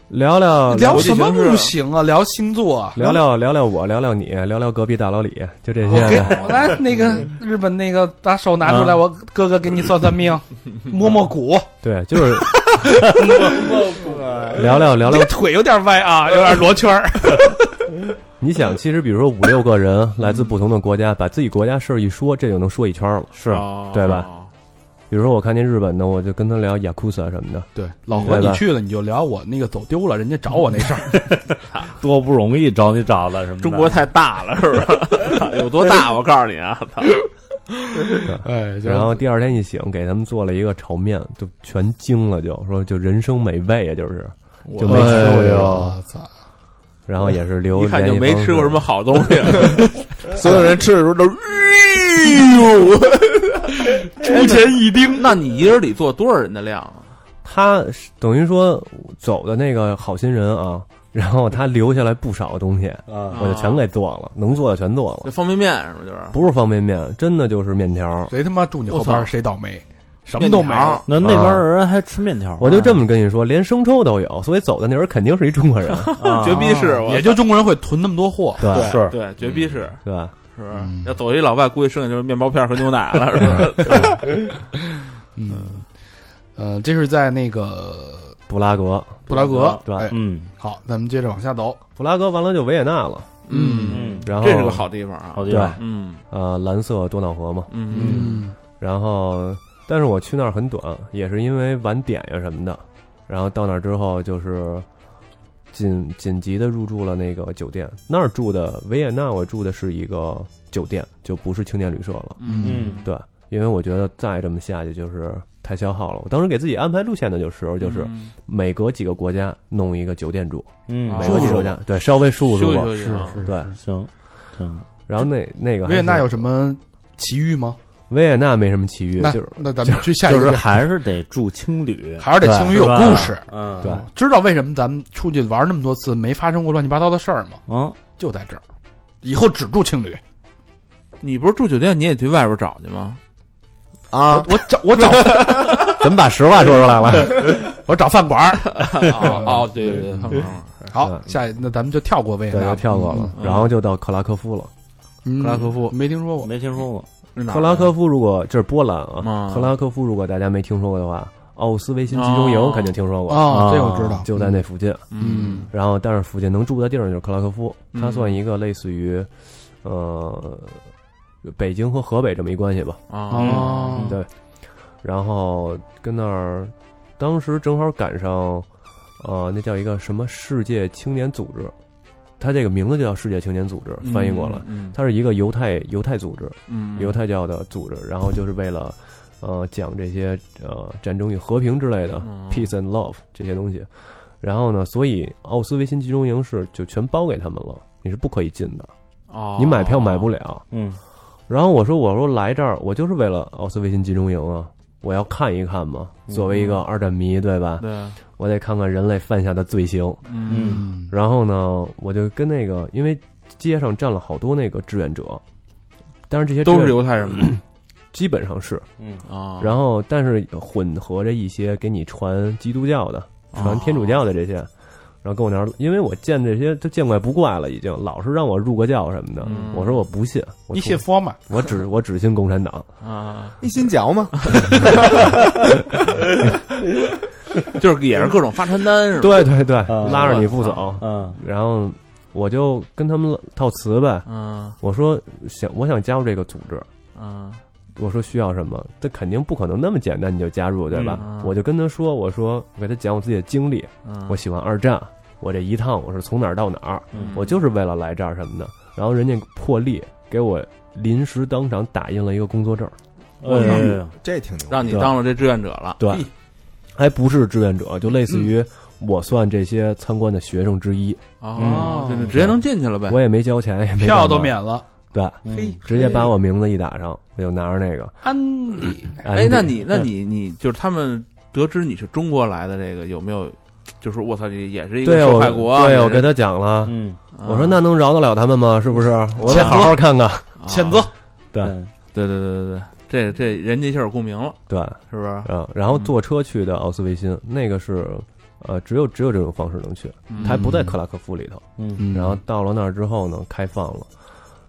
Speaker 6: 聊聊
Speaker 2: 聊
Speaker 3: 我
Speaker 2: 什么
Speaker 3: 这就是
Speaker 2: 不行啊？聊星座啊？
Speaker 6: 聊聊聊聊我，聊聊你，聊聊隔壁大老李，就这些呗。
Speaker 2: 我来那个日本那个，把手拿出来，我哥哥给你算算 [laughs] 命，摸摸骨，
Speaker 6: 对，就是 [laughs]
Speaker 3: [laughs]
Speaker 6: 聊聊聊
Speaker 2: 这
Speaker 6: 聊
Speaker 2: 个。腿有点歪啊，有点罗圈儿。
Speaker 6: 你想，其实比如说五六个人来自不同的国家，把自己国家事儿一说，这就能说一圈了。
Speaker 5: 是
Speaker 3: 啊哦
Speaker 6: 对吧？比如说我看见日本的，我就跟他聊雅库萨什么的，
Speaker 2: [laughs] 对，老何，
Speaker 6: 对吧
Speaker 2: 你去了你就聊我那个走丢了，人家找我那事儿。
Speaker 5: 多不容易找你找的什么的？
Speaker 3: 中国太大了，是不
Speaker 6: [laughs]
Speaker 3: 是？有多大？我告诉你啊，操！
Speaker 2: [laughs] 哎，就是
Speaker 6: 然后第二天一醒，给他们做了一个炒面，就全惊了就，说就人生美味啊，就是就没吃过这
Speaker 2: 哎
Speaker 6: 个
Speaker 2: 呦我操！
Speaker 6: 然后也是留
Speaker 3: 一看就
Speaker 6: 联系
Speaker 3: 没
Speaker 6: 方
Speaker 3: 吃过
Speaker 6: 式
Speaker 3: 什么好东西。
Speaker 4: 所有人吃的时候都，哎呦，
Speaker 3: 出钱一丁，那你一人得做多少人的量啊？
Speaker 6: 他是等于说走的那个好心人啊，然后他留下来不少东西，我就全给做了，能做的全做了
Speaker 3: 这，方便面是不是就是？
Speaker 6: 不是方便面，真的就是面条。
Speaker 2: 谁他妈住你后
Speaker 3: 我操
Speaker 2: 边谁倒霉，什么都没有。
Speaker 5: 那那帮人还吃面条啊，
Speaker 6: 我就这么跟你说，连生抽都有，所以走的那人肯定是一中国
Speaker 3: [laughs]
Speaker 6: 人，
Speaker 5: 啊
Speaker 3: 绝逼是，我
Speaker 2: 也就中国人会囤那么多货。
Speaker 6: 对
Speaker 3: 对
Speaker 6: 是，
Speaker 3: 对，绝逼是
Speaker 6: 对吧？
Speaker 3: 是不是。要走一老外，估计剩下就是面包片和牛奶了，是吧？
Speaker 2: 嗯，呃，这是在那个
Speaker 6: 布拉格，
Speaker 2: 布拉格。
Speaker 6: 对
Speaker 2: 哎，
Speaker 5: 嗯
Speaker 2: 好，咱们接着往下走。
Speaker 6: 布拉格完了就维也纳了，
Speaker 2: 嗯
Speaker 5: 嗯，
Speaker 6: 然后
Speaker 3: 这是个好地方啊
Speaker 5: 好。地
Speaker 6: 对，
Speaker 5: 方，
Speaker 3: 嗯
Speaker 6: 呃，蓝色多瑙河嘛，
Speaker 3: 嗯
Speaker 6: 然后但是我去那儿很短，也是因为晚点呀什么的，然后到那儿之后就是紧紧急的入住了那个酒店，那儿住的维也纳，我住的是一个酒店，就不是青年旅社了，
Speaker 3: 嗯
Speaker 5: 嗯
Speaker 6: 对，因为我觉得再这么下去就是太消耗了。我当时给自己安排路线的时候，就是
Speaker 3: 嗯
Speaker 6: 每隔几个国家弄一个酒店住，
Speaker 5: 嗯
Speaker 3: 啊
Speaker 6: 每
Speaker 3: 说
Speaker 6: 个
Speaker 3: 起
Speaker 6: 几个国家对稍微舒服舒
Speaker 3: 休息
Speaker 6: 服，嗯
Speaker 3: 休息啊。
Speaker 6: 对。
Speaker 5: 行行，
Speaker 6: 然后那那嗯个还
Speaker 2: 维也纳
Speaker 6: 是
Speaker 2: 有什么奇遇吗？
Speaker 6: 维也纳没什么奇遇，
Speaker 2: 那
Speaker 6: 就是
Speaker 2: 那咱们去下一
Speaker 5: 就是
Speaker 2: 个，
Speaker 5: 还是得住青旅，
Speaker 2: 还是得青旅有
Speaker 5: 对吧
Speaker 2: 故事。
Speaker 5: 嗯
Speaker 6: 对
Speaker 2: 知道为什么咱们出去玩那么多次没发生过乱七八糟的事儿吗？
Speaker 5: 嗯，
Speaker 2: 就在这儿，以后只住青旅。
Speaker 3: 你不是住酒店，你也去外边找去吗？
Speaker 4: 啊，
Speaker 2: 我找我找
Speaker 6: 怎么把实话说出来了？
Speaker 2: 我找饭馆儿。
Speaker 3: 哦，哦对对对，看看啊
Speaker 2: 好，
Speaker 6: 嗯
Speaker 2: 下一那咱们就跳过维也
Speaker 6: 对，
Speaker 2: 纳
Speaker 6: 就，跳过了，
Speaker 3: 嗯
Speaker 6: 然后就到克拉科夫了。
Speaker 2: 嗯
Speaker 3: 克拉科夫
Speaker 2: 没听说过。
Speaker 5: 没听说过，
Speaker 3: 是哪儿啊
Speaker 6: 克拉科夫如果这是波兰
Speaker 3: 嗯
Speaker 6: 啊，克拉科夫如果大家没听说过的话，奥斯维辛集中
Speaker 3: 哦
Speaker 6: 营肯定听说过，
Speaker 2: 哦，
Speaker 5: 啊
Speaker 2: 这我知道，
Speaker 6: 就在那附近。
Speaker 3: 嗯
Speaker 6: 然后，但是附近能住的地儿就是克拉科夫，
Speaker 3: 嗯
Speaker 6: 它算一个类似于，呃，北京和河北这么一关系吧。
Speaker 3: 啊
Speaker 2: 哦，
Speaker 6: 对，然后跟那儿，当时正好赶上，呃，那叫一个什么世界青年组织，它这个名字就叫世界青年组织，翻译过来，，
Speaker 3: 嗯
Speaker 6: 它是一个犹太犹太组织，
Speaker 3: 嗯
Speaker 6: 犹太教的组织，然后就是为了呃讲这些呃战争与和平之类的、
Speaker 3: 嗯
Speaker 6: peace and love 这些东西。然后呢，所以奥斯维辛集中营是就全包给他们了，你是不可以进的，
Speaker 3: 哦，
Speaker 6: 你买票买不了。
Speaker 5: 嗯
Speaker 6: 然后我说我说来这儿，我就是为了奥斯维辛集中营啊，我要看一看嘛。
Speaker 3: 嗯
Speaker 6: 作为一个二战迷，对吧？
Speaker 3: 对，
Speaker 6: 我得看看人类犯下的罪行。
Speaker 3: 嗯
Speaker 2: 嗯
Speaker 6: 然后呢，我就跟那个，因为街上站了好多那个志愿者，但是这些志
Speaker 3: 都
Speaker 6: 愿
Speaker 3: 是犹太人吗？
Speaker 6: 基本上是
Speaker 5: 嗯
Speaker 3: 啊，
Speaker 6: 然后但是混合着一些给你传基督教的、
Speaker 3: 啊
Speaker 6: 传天主教的这些，然后跟我聊，因为我见这些都见怪不怪了，已经老是让我入个教什么的，
Speaker 3: 嗯
Speaker 6: 我说我不信，我
Speaker 2: 你
Speaker 6: 从
Speaker 2: 信佛嘛？
Speaker 6: 我只我只信共产党，
Speaker 3: 啊，
Speaker 4: 一心嚼吗？
Speaker 3: 就是也是各种发传单是吧？
Speaker 6: 对对对，
Speaker 5: 啊
Speaker 6: 拉着你不走，
Speaker 5: 嗯
Speaker 6: 然后我就跟他们套词呗，
Speaker 3: 嗯
Speaker 6: 我说想我想加入这个组织。
Speaker 3: 嗯
Speaker 6: 我说需要什么？这肯定不可能那么简单你就加入，对吧？
Speaker 5: 啊
Speaker 3: 嗯
Speaker 6: 我就跟他说，我说我给他讲我自己的经历，
Speaker 3: 嗯，
Speaker 6: 我喜欢二战，我这一趟我是从哪儿到哪儿，
Speaker 5: 嗯
Speaker 6: 我就是为了来这儿什么的。然后人家破例给我临时当场打印了一个工作证，
Speaker 5: 哎呀
Speaker 4: 这挺牛，
Speaker 3: 让你当了这志愿者了，
Speaker 6: 对还不是志愿者，就类
Speaker 5: 嗯
Speaker 6: 似于我算这些参观的学生之一，
Speaker 3: 哦，
Speaker 2: 嗯
Speaker 3: 就是直接能进去了呗。
Speaker 6: 我也没交钱，也没
Speaker 2: 票
Speaker 6: 干嘛
Speaker 2: 都，免了。
Speaker 6: 对，
Speaker 5: 嗯
Speaker 6: 直接把我名字一打上，我就拿着那个。
Speaker 2: 安利
Speaker 6: 嗯
Speaker 3: 哎，那你那
Speaker 5: 对
Speaker 3: 你你就是他们得知你是中国来的这个有没有？就是我操，这也是一个
Speaker 6: 对
Speaker 3: 受
Speaker 6: 我
Speaker 3: 害国啊。
Speaker 6: 对
Speaker 3: 这
Speaker 6: 我
Speaker 3: 人
Speaker 6: 跟他讲了，
Speaker 5: 嗯
Speaker 3: 啊
Speaker 6: 我说那能饶得了他们吗？是不是？
Speaker 3: 嗯
Speaker 6: 我得
Speaker 2: 谴责
Speaker 6: 好好看看。
Speaker 3: 啊
Speaker 2: 谴责。
Speaker 6: 对
Speaker 5: 嗯
Speaker 3: 对对对对对，这这人家一下有共鸣了，
Speaker 6: 对，
Speaker 3: 是不是？
Speaker 6: 嗯，然后坐车去的奥斯维辛，那个是，呃，只有只有这种方式能去，
Speaker 3: 嗯
Speaker 6: 它还不在克拉科夫里头。
Speaker 5: 嗯
Speaker 2: 嗯
Speaker 6: 然后到了那儿之后呢，开放了，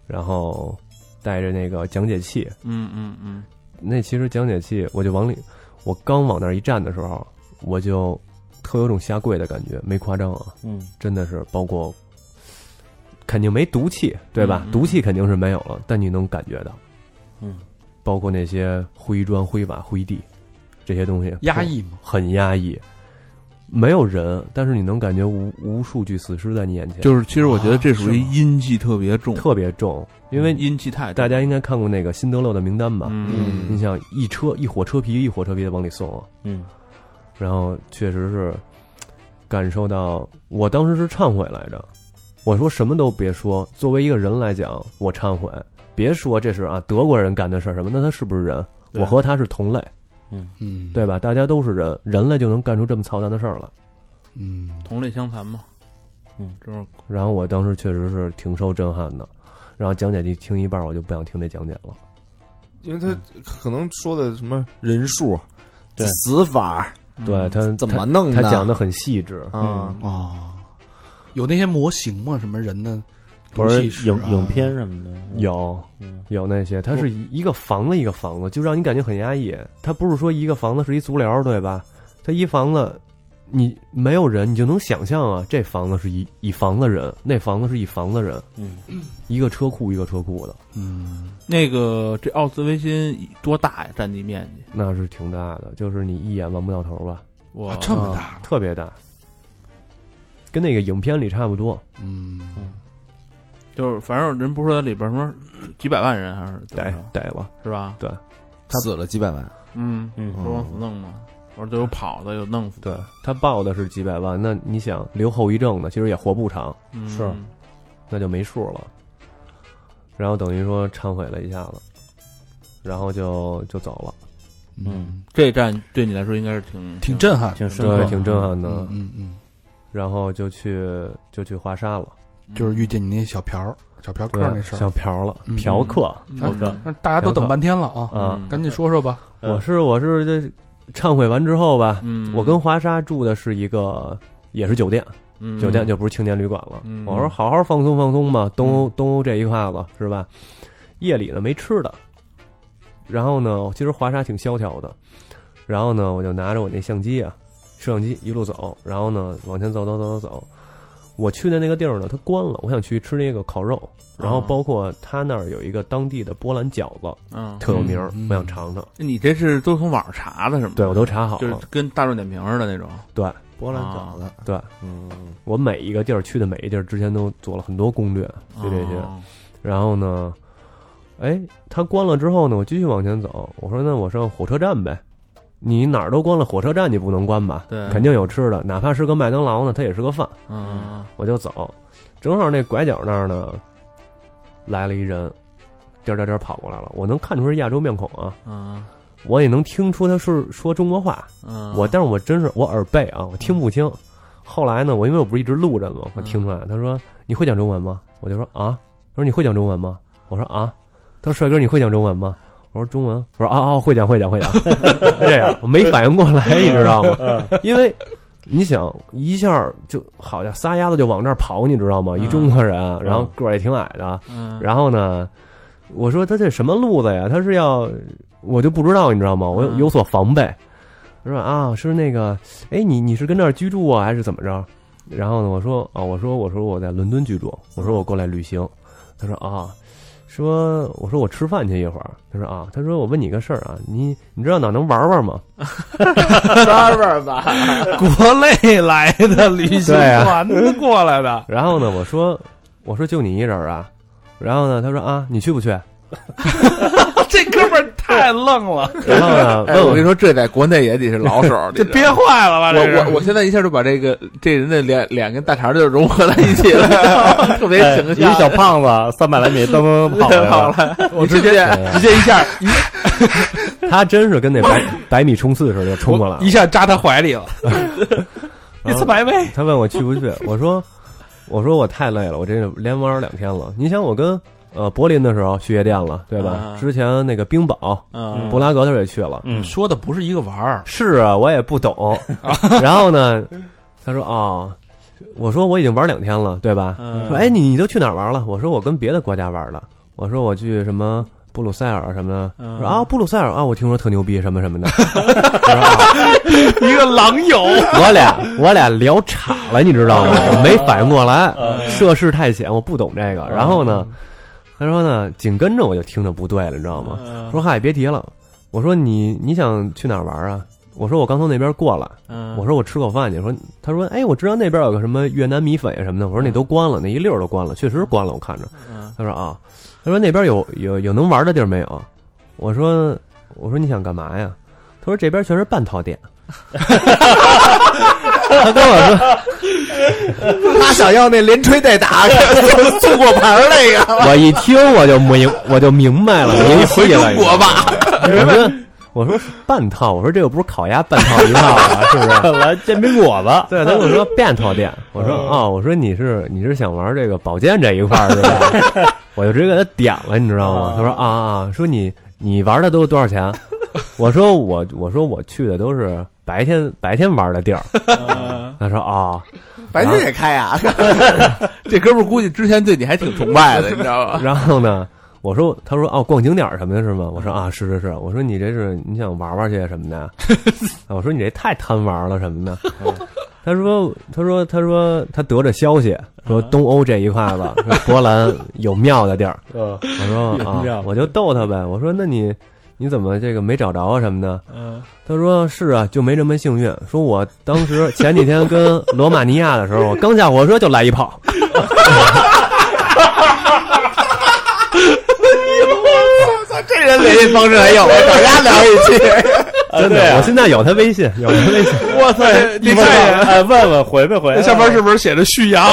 Speaker 6: 然后带着那个讲解器，
Speaker 3: 嗯嗯嗯，
Speaker 6: 那其实讲解器我就往里，我刚往那儿一站的时候，我就特有种下跪的感觉，没夸张啊，
Speaker 5: 嗯
Speaker 6: 真的是包括。肯定没毒气，对吧？
Speaker 3: 嗯嗯
Speaker 6: 毒气肯定是没有了，但你能感觉到，
Speaker 5: 嗯，
Speaker 6: 包括那些灰砖、灰瓦、灰地这些东西，
Speaker 2: 压抑嘛，
Speaker 6: 很压抑，没有人，但是你能感觉无无数具死尸在你眼前，
Speaker 3: 就是其实我觉得这属于
Speaker 2: 啊是吗
Speaker 3: 阴气特别重，
Speaker 6: 特别重，因为
Speaker 3: 阴气太重
Speaker 6: 大家应该看过那个《辛德勒的名单》吧？
Speaker 3: 嗯
Speaker 6: 你想一车一火车皮一火车皮的往里送啊，
Speaker 5: 嗯
Speaker 6: 然后确实是感受到，我当时是忏悔来着，我说什么都别说，作为一个人来讲，我忏悔。别说这是啊德国人干的事儿什么，那他是不是人？
Speaker 5: 对
Speaker 6: 我和他是同类，
Speaker 2: 嗯，，
Speaker 6: 对吧？大家都是人，人类就能干出这么操蛋的事儿来。
Speaker 2: 嗯，
Speaker 3: 同类相残嘛。
Speaker 5: 嗯，
Speaker 3: 这种
Speaker 6: 然后我当时确实是挺受震撼的。然后讲解一听一半儿，我就不想听这讲解了。
Speaker 4: 因为他可能说的什么人数、啊
Speaker 5: 对
Speaker 4: 死法
Speaker 6: 对他
Speaker 4: 嗯怎么弄
Speaker 6: 他
Speaker 4: 的，
Speaker 6: 讲的很细致，
Speaker 5: 嗯
Speaker 4: 啊，
Speaker 2: 哦，有那些模型吗？什么人的
Speaker 5: 不
Speaker 2: 毒
Speaker 5: 是
Speaker 2: 气室
Speaker 5: 影
Speaker 2: 啊
Speaker 5: 影片什么的，
Speaker 6: 有
Speaker 5: 嗯
Speaker 6: 有那些，它是一个房子一个房子，就让你感觉很压抑。它不是说一个房子是一足疗，对吧？它一房子，你没有人，你就能想象啊，这房子是一一房子人，那房子是一房子人，
Speaker 5: 嗯，
Speaker 6: 一个车库一个车库的，
Speaker 2: 嗯，
Speaker 3: 那个这奥斯维辛多大呀？占地面积？
Speaker 6: 那是挺大的，就是你一眼望不到头吧，
Speaker 3: 我
Speaker 2: 啊这么大
Speaker 6: 啊特别大，跟那个影片里差不多。
Speaker 2: 嗯，
Speaker 3: 就是反正人不是说在里边什么几百万人还是怎么
Speaker 6: 逮
Speaker 3: 着
Speaker 6: 逮了，
Speaker 3: 是吧？
Speaker 4: 死了几百万，
Speaker 3: 嗯
Speaker 5: 嗯
Speaker 3: 说往死弄嘛，我说都有跑的，有弄死的，
Speaker 6: 对他报的是几百万，那你想留后遗症呢？其实也活不长，
Speaker 3: 嗯
Speaker 5: 是
Speaker 6: 那就没数了。然后等于说忏悔了一下子，然后就就走了，
Speaker 5: 嗯
Speaker 3: 这一站对你来说应该是挺
Speaker 2: 挺震撼，
Speaker 5: 挺深
Speaker 6: 对，
Speaker 5: 刻，
Speaker 6: 挺震撼的。
Speaker 2: 嗯嗯
Speaker 6: 然后就去就去华沙了，
Speaker 2: 嗯，就是遇见你那小嫖小嫖客那事儿，
Speaker 6: 想嫖了，
Speaker 2: 嗯
Speaker 6: 嫖客。
Speaker 3: 好的。
Speaker 2: 那大家都等半天了啊，
Speaker 6: 啊
Speaker 3: 嗯
Speaker 2: 赶紧说说吧。
Speaker 5: 嗯
Speaker 6: 我是我是这忏悔完之后吧，
Speaker 3: 嗯，
Speaker 6: 我跟华沙住的是一个也是酒店，
Speaker 3: 嗯
Speaker 6: 酒店就不是青年旅馆了。
Speaker 3: 嗯
Speaker 6: 我说好好放松放松吧，东欧东欧这一块子是吧？夜里呢没吃的，然后呢，其实华沙挺萧条的，然后呢，我就拿着我那相机啊，摄像机一路走，然后呢往前走走走走走，我去的那个地儿呢，它关了，我想去吃那个烤肉，然后
Speaker 3: 啊
Speaker 6: 包括他那儿有一个当地的波兰饺子
Speaker 3: 嗯，
Speaker 6: 特有名儿，
Speaker 2: 嗯嗯
Speaker 6: 我想尝尝。
Speaker 3: 你这是都从网上查的是吗？
Speaker 6: 对，我都查好
Speaker 3: 就是
Speaker 6: 了。
Speaker 3: 跟大众点评似的那种。
Speaker 6: 对
Speaker 4: 波兰
Speaker 5: 啊
Speaker 4: 饺子，
Speaker 6: 对，
Speaker 4: 嗯，
Speaker 6: 我每一个地儿去的每一地儿之前都做了很多攻略，就这些。
Speaker 3: 哦
Speaker 6: 然后呢，哎，它关了之后呢，我继续往前走。我说那我上火车站呗。你哪儿都关了，火车站你不能关吧？
Speaker 3: 对
Speaker 6: 肯定有吃的，哪怕是个麦当劳呢，它也是个饭。
Speaker 3: 嗯，
Speaker 6: 我就走，正好那拐角那儿呢，来了一人，颠儿颠儿颠儿跑过来了。我能看出是亚洲面孔啊，
Speaker 3: 嗯
Speaker 6: 我也能听出他是说中国话。
Speaker 3: 嗯，
Speaker 6: 我，但是我真是我耳背啊，我听不清。后来呢，我因为我不是一直录着吗？我听出来，他说你会讲中文吗？我就说啊，他说你会讲中文吗？我说啊，他说帅哥你会讲中文吗？我说中文，我说啊啊会讲会讲会 [laughs] 讲，这样我没反应过来，你知道吗？因为你想一下就好像撒丫子就往这儿跑，你知道吗？一中国人，然后个儿也挺矮的，
Speaker 3: 嗯，
Speaker 6: 然后呢，我说他这什么路子呀？他是要我就不知道，你知道吗？我有
Speaker 3: 嗯
Speaker 6: 有所防备。我说啊，是那个，哎，你你是跟这儿居住啊，还是怎么着？然后呢，我说啊，我说我说我在伦敦居住，我说我过来旅行。他说啊，说我说我吃饭去一会儿。他说啊，他说我问你个事儿啊，你你知道哪能玩玩吗？
Speaker 4: 玩玩吧，
Speaker 2: [laughs] 国内来的旅行团过来的，
Speaker 6: 然后呢，我说我说就你一人儿啊。然后呢，他说啊，你去不去？
Speaker 2: [laughs] 这哥们儿太愣 [laughs] 了，
Speaker 6: 然后呢，
Speaker 4: 哎，
Speaker 6: 问
Speaker 4: 我
Speaker 6: 我
Speaker 4: 跟你说，这在国内也得是老手，
Speaker 6: [laughs]
Speaker 4: 你
Speaker 2: 这
Speaker 4: 知道吗
Speaker 2: 憋坏了吧？这
Speaker 4: 我我
Speaker 2: 是
Speaker 4: 我现在一下就把这个这人的脸脸跟大肠就融合在一起
Speaker 6: [laughs]
Speaker 4: 了，特别
Speaker 6: 哎
Speaker 4: 形
Speaker 5: 一个
Speaker 4: 象。
Speaker 5: 小胖子三百来米噔噔跑
Speaker 4: 好
Speaker 5: 了，
Speaker 4: 我直接
Speaker 6: 对
Speaker 4: 直接一
Speaker 2: [laughs]
Speaker 4: 下，
Speaker 6: 他真是跟那百百米冲刺似的就冲过来了
Speaker 2: 一。下扎他怀 [laughs] 里了，一
Speaker 6: 然
Speaker 2: 次
Speaker 6: 后
Speaker 2: 百倍。
Speaker 6: 他问我去不去，我说我说我太累了，我这连玩两天了。你想我跟呃柏林的时候去夜店了，对吧
Speaker 3: 啊？
Speaker 6: 之前那个冰堡、
Speaker 3: 嗯
Speaker 6: 布拉格他也去了。
Speaker 5: 嗯，
Speaker 2: 说的不是一个玩儿，
Speaker 6: 是啊，我也不
Speaker 2: [laughs]
Speaker 6: 懂。然后呢，他说哦，我说我已经玩两天了，对吧？
Speaker 2: 嗯
Speaker 6: 说哎，你你都去哪儿玩了？我说我跟别的国家玩的。我说我去什么布鲁塞尔什么的。
Speaker 3: 嗯
Speaker 6: 说啊，布鲁塞尔啊，我听说特牛逼什么什么的。
Speaker 2: [laughs]
Speaker 6: [laughs]
Speaker 2: 一个狼友，嗯
Speaker 6: 我俩我俩聊岔了，你知道吗？我没反应过来，涉世太浅，我不懂这个。然后呢，他说呢，紧跟着我就听着不对了，你知道吗？
Speaker 3: 嗯
Speaker 6: 说嗨，别提了。我说你你想去哪儿玩啊？我说我刚从那边过来，
Speaker 3: 嗯，
Speaker 6: 我说我吃口饭去。说他说哎，我知道那边有个什么越南米粉呀什么的。我说那都关了，那一溜儿都关了，确实关了，我看着。
Speaker 3: 嗯，
Speaker 6: 他说啊，他说那边有有有能玩的地儿没有？我说
Speaker 3: [laughs]
Speaker 6: 我说你想干嘛呀？他说这边全是半套店。他跟我说，
Speaker 4: 他想要那连吹带 [laughs] 打送送果盘儿那个，
Speaker 6: [laughs] 我一听我就明我就明
Speaker 4: [laughs]
Speaker 6: 白了，明
Speaker 4: 回
Speaker 6: 细了。
Speaker 4: 中国吧。
Speaker 6: [laughs] 我说我说半套，我说这个不是烤鸭半套一套啊，是不是？
Speaker 5: [laughs] 我煎饼果子，嗯
Speaker 6: 对，他跟我说半套店，我说啊、我说你是你是想玩这个保健这一块儿是吧？
Speaker 5: [laughs]
Speaker 6: 我就直接给他点了，你知道吗？他说啊啊，说你你玩的都是多少钱？我说我我说我去的都是白天白天玩的地儿。他说啊，
Speaker 4: 白天也开呀，这哥们儿估计之前对你还挺崇拜的，你知道
Speaker 6: [laughs]
Speaker 4: 吗？
Speaker 6: 然后呢？我说，他说哦，逛景点儿什么的是吗？我说啊，是是是。我说你这是你想玩玩去什么的？啊我说你这太贪玩了什么的。他说，他说，他说他得着消息说东欧这一块吧，说波兰有庙的地儿。
Speaker 5: 嗯
Speaker 6: 我
Speaker 5: [laughs]
Speaker 6: 说
Speaker 5: 有庙
Speaker 6: 啊，我就逗他呗。我说那你你怎么这个没找着啊什么的？
Speaker 5: 嗯，
Speaker 6: 他说是啊，就没这么幸运。说我当时前几天跟罗马尼亚的时候，我刚下火车就来一炮。
Speaker 4: 我操， [laughs] 这人联系方式还有啊，找丫聊一期。
Speaker 5: 啊
Speaker 6: [laughs] 真的，
Speaker 5: 对啊
Speaker 6: 我现在有他微信，有他微信。
Speaker 2: 我操，
Speaker 5: 你
Speaker 2: 你
Speaker 5: 问
Speaker 2: 看一眼，
Speaker 5: 问哎问问回没回来？
Speaker 2: 那下边是不是写着旭阳？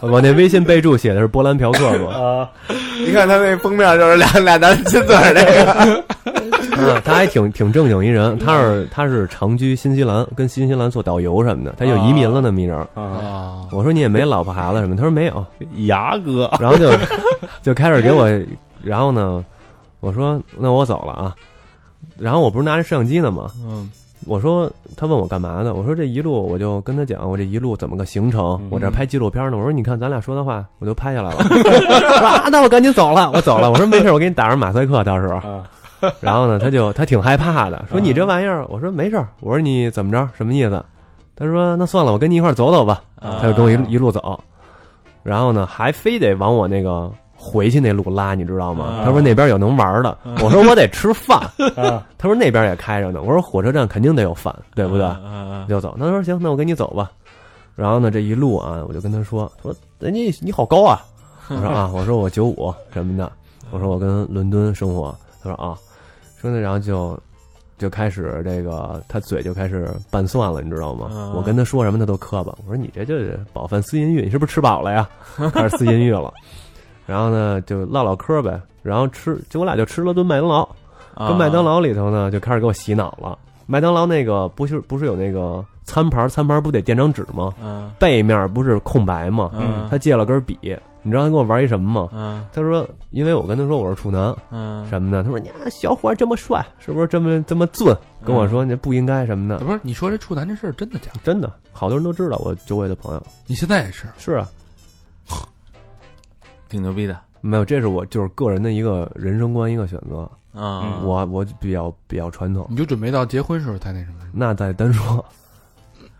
Speaker 6: 我那微信备注写的是波兰嫖客嘛，
Speaker 5: 啊，
Speaker 4: [laughs] 你看他那封面就是俩俩男亲嘴儿那个，
Speaker 6: 嗯，他还挺挺正经一人，他是他是长居新西兰，跟新西兰做导游什么的，他就移民了那么一人。
Speaker 5: 啊
Speaker 2: 啊，
Speaker 6: 我说你也没老婆孩子什么，他说没有，
Speaker 5: 牙哥，
Speaker 6: 然后就就开始给我，然后呢，我说那我走了啊，然后我不是拿着摄像机呢吗？
Speaker 3: 嗯，
Speaker 6: 我说他问我干嘛呢？我说这一路我就跟他讲我这一路怎么个行程，我这儿拍纪录片呢。我说你看咱俩说的话我都拍下来了， [laughs] 说啊那我赶紧走了，我走了。我说没事，我给你打上马赛克，到时候。
Speaker 5: 啊
Speaker 6: 然后呢，他就他挺害怕的，说你这玩意儿，我说没事儿，我说你怎么着，什么意思？他说那算了，我跟你一块儿走走吧。他就跟我一路一路走，然后呢，还非得往我那个回去那路拉，你知道吗？
Speaker 3: 啊
Speaker 6: 他说那边有能玩的，我说我得吃饭，
Speaker 5: 啊，
Speaker 6: 他说那边也开着呢，我说火车站肯定得有饭，对不对？
Speaker 3: 嗯嗯
Speaker 6: 就走。他说行，那我跟你走吧。然后呢，这一路啊，我就跟他说，说人家你好高啊，我说啊，我说我九五什么的，我说我跟伦敦生活。他说啊，说那然后就就开始这个，他嘴就开始拌蒜了，你知道吗
Speaker 3: 啊？
Speaker 6: 我跟他说什么他都磕巴，我说你这就是饱饭思淫欲，你是不是吃饱了呀？开始思淫欲了。然后呢，就唠唠嗑呗，然后吃，就我俩就吃了顿麦当劳。
Speaker 3: 嗯，
Speaker 6: 跟麦当
Speaker 3: 劳
Speaker 6: 劳里头呢就开始给我洗脑了。麦当劳那个不是不是有那个餐盘，餐盘不得垫张纸吗？
Speaker 3: 嗯
Speaker 6: 背面不是空白吗？
Speaker 3: 嗯
Speaker 6: 他借了根笔，你知道他跟我玩一什么吗？
Speaker 3: 嗯
Speaker 6: 他说，因为我跟他说我是啊处男
Speaker 3: 嗯，
Speaker 6: 什么的，他说你看小伙儿这么帅，是不是这么这么俊？跟我说你不应该什么
Speaker 3: 嗯
Speaker 6: 的，
Speaker 2: 不是，你说这处男这事儿真的假的？
Speaker 6: 真的，好多人都知道我周围的朋友
Speaker 2: 你现在也是，
Speaker 6: 是啊，
Speaker 4: 嗯
Speaker 3: 挺牛逼的
Speaker 6: 没有，这是我就是个人的一个人生观一个选择，
Speaker 4: 嗯
Speaker 3: 啊，
Speaker 6: 我我比较比较传统，
Speaker 2: 你就准备到结婚时候才那什
Speaker 3: 嗯
Speaker 2: 么？
Speaker 6: 那再单说。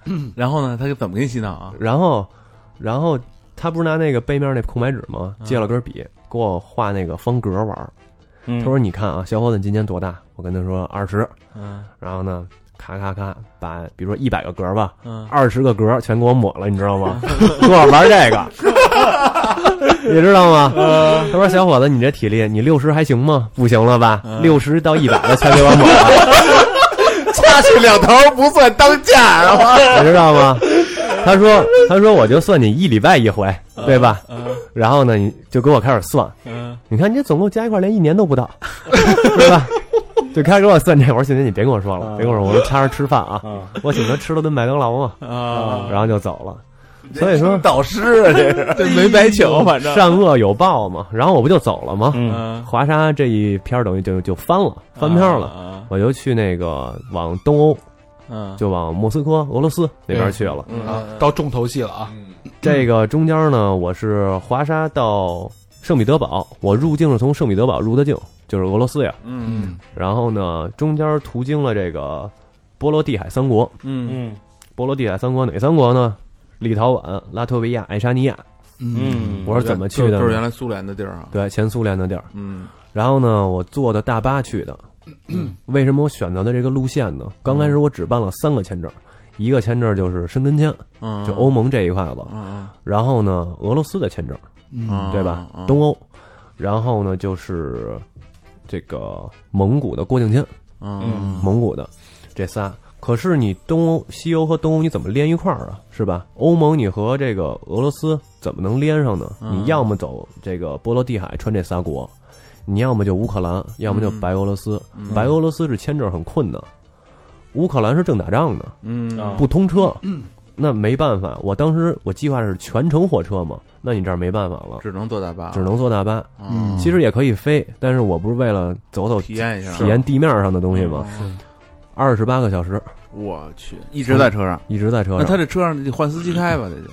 Speaker 6: 嗯
Speaker 3: 然后呢，他怎么给你洗脑啊？
Speaker 6: 然后，然后他不是拿那个背面那空白纸吗？
Speaker 3: 嗯
Speaker 6: 借了根笔给我画那个方格玩儿。
Speaker 5: 他
Speaker 6: 他说：“你看啊，小伙子，你今年多大？”我跟他说二十。
Speaker 3: 嗯
Speaker 6: 然后呢，咔咔咔，把比如说一百个格儿吧，
Speaker 3: 嗯，
Speaker 6: 二十个格儿全给我抹了，你知
Speaker 4: [laughs]
Speaker 6: 道吗？跟我玩这个，你知道吗？
Speaker 4: 嗯
Speaker 6: 他说：“小伙子，你这体力，你六十还行吗？不行了吧？
Speaker 3: 嗯
Speaker 6: 六十到一百的全给我抹了，
Speaker 4: [laughs] 掐去两头不算当啊嫁，是吧？
Speaker 6: [laughs] 你知道吗？”他说：“他说我就算你一礼拜一回，对吧？
Speaker 3: 嗯
Speaker 6: 然后呢，你就给我开始算，
Speaker 3: 嗯
Speaker 6: 你看你这总共加一块儿连一年都不到， [laughs] 对吧？就开始给我算这，我说行行，你别跟我说
Speaker 4: 嗯
Speaker 6: 了，别跟我说，我说插着吃饭
Speaker 3: [laughs]
Speaker 6: 啊，
Speaker 5: 啊
Speaker 6: 我请他吃了顿麦当劳嘛，
Speaker 3: 啊，
Speaker 6: 然后就走了。所以说
Speaker 4: 导师啊，这是
Speaker 3: 这没白请，
Speaker 6: 嗯
Speaker 3: 反正
Speaker 6: 善恶有报嘛，然后我不就走了吗？
Speaker 5: 嗯
Speaker 3: 嗯，啊
Speaker 6: 华沙这一篇儿等于就就翻了，翻篇儿了，
Speaker 4: 啊
Speaker 3: 了，
Speaker 6: 我就去那个往东欧，
Speaker 3: 嗯，
Speaker 6: 就往莫斯科、俄罗斯那边去了。
Speaker 3: 嗯
Speaker 2: 啊，到重头戏了啊！
Speaker 6: 这个中间呢，我是华沙到圣彼得堡，我入境是从圣彼得堡入的境，就是俄罗斯呀。
Speaker 3: 嗯
Speaker 6: 然后呢，中间途经了这个波罗的海三国，
Speaker 3: 嗯
Speaker 5: 嗯
Speaker 6: 波罗的海三国哪三国呢？立陶宛、拉脱维亚、爱沙尼亚。
Speaker 5: 嗯，
Speaker 6: 我是怎么去的呢？
Speaker 3: 就是原来苏联的地儿啊。
Speaker 6: 对前苏联的地儿。
Speaker 3: 嗯
Speaker 6: 然后呢，我坐的大巴去的。为什么我选择的这个路线呢？刚开始我只办了三个签证，一个签证就是申根签，
Speaker 3: 嗯，
Speaker 6: 就欧盟这一块子。
Speaker 3: 嗯，
Speaker 6: 然后呢，俄罗斯的签证，
Speaker 2: 嗯，
Speaker 6: 对吧
Speaker 3: 嗯？
Speaker 6: 东欧。然后呢，就是这个蒙古的过境签，
Speaker 3: 嗯
Speaker 6: 蒙古的这仨。可是你东欧、西欧和东欧你怎么连一块儿啊？是吧？欧盟你和这个俄罗斯怎么能连上呢？
Speaker 3: 嗯
Speaker 6: 你要么走这个波罗的海穿这仨国，你要么就乌克兰，要么就白俄罗斯。
Speaker 3: 嗯
Speaker 6: 白俄罗斯是签证很困难，乌克兰是正打仗呢，
Speaker 3: 嗯
Speaker 5: 啊
Speaker 6: 不通车。那没办法，我当时我计划是全程火车嘛，那你这儿没办法了，
Speaker 3: 只能坐大巴，
Speaker 6: 只能坐大巴。
Speaker 3: 嗯
Speaker 6: 其实也可以飞，但是我不是为了走走
Speaker 3: 体验一下，
Speaker 6: 体验地面上的东西吗？
Speaker 3: 嗯
Speaker 6: 二十八个小时
Speaker 3: 我去，一直在车上，
Speaker 6: 一直在车
Speaker 3: 那他
Speaker 6: 上
Speaker 3: 这车上得换司机开吧，得得。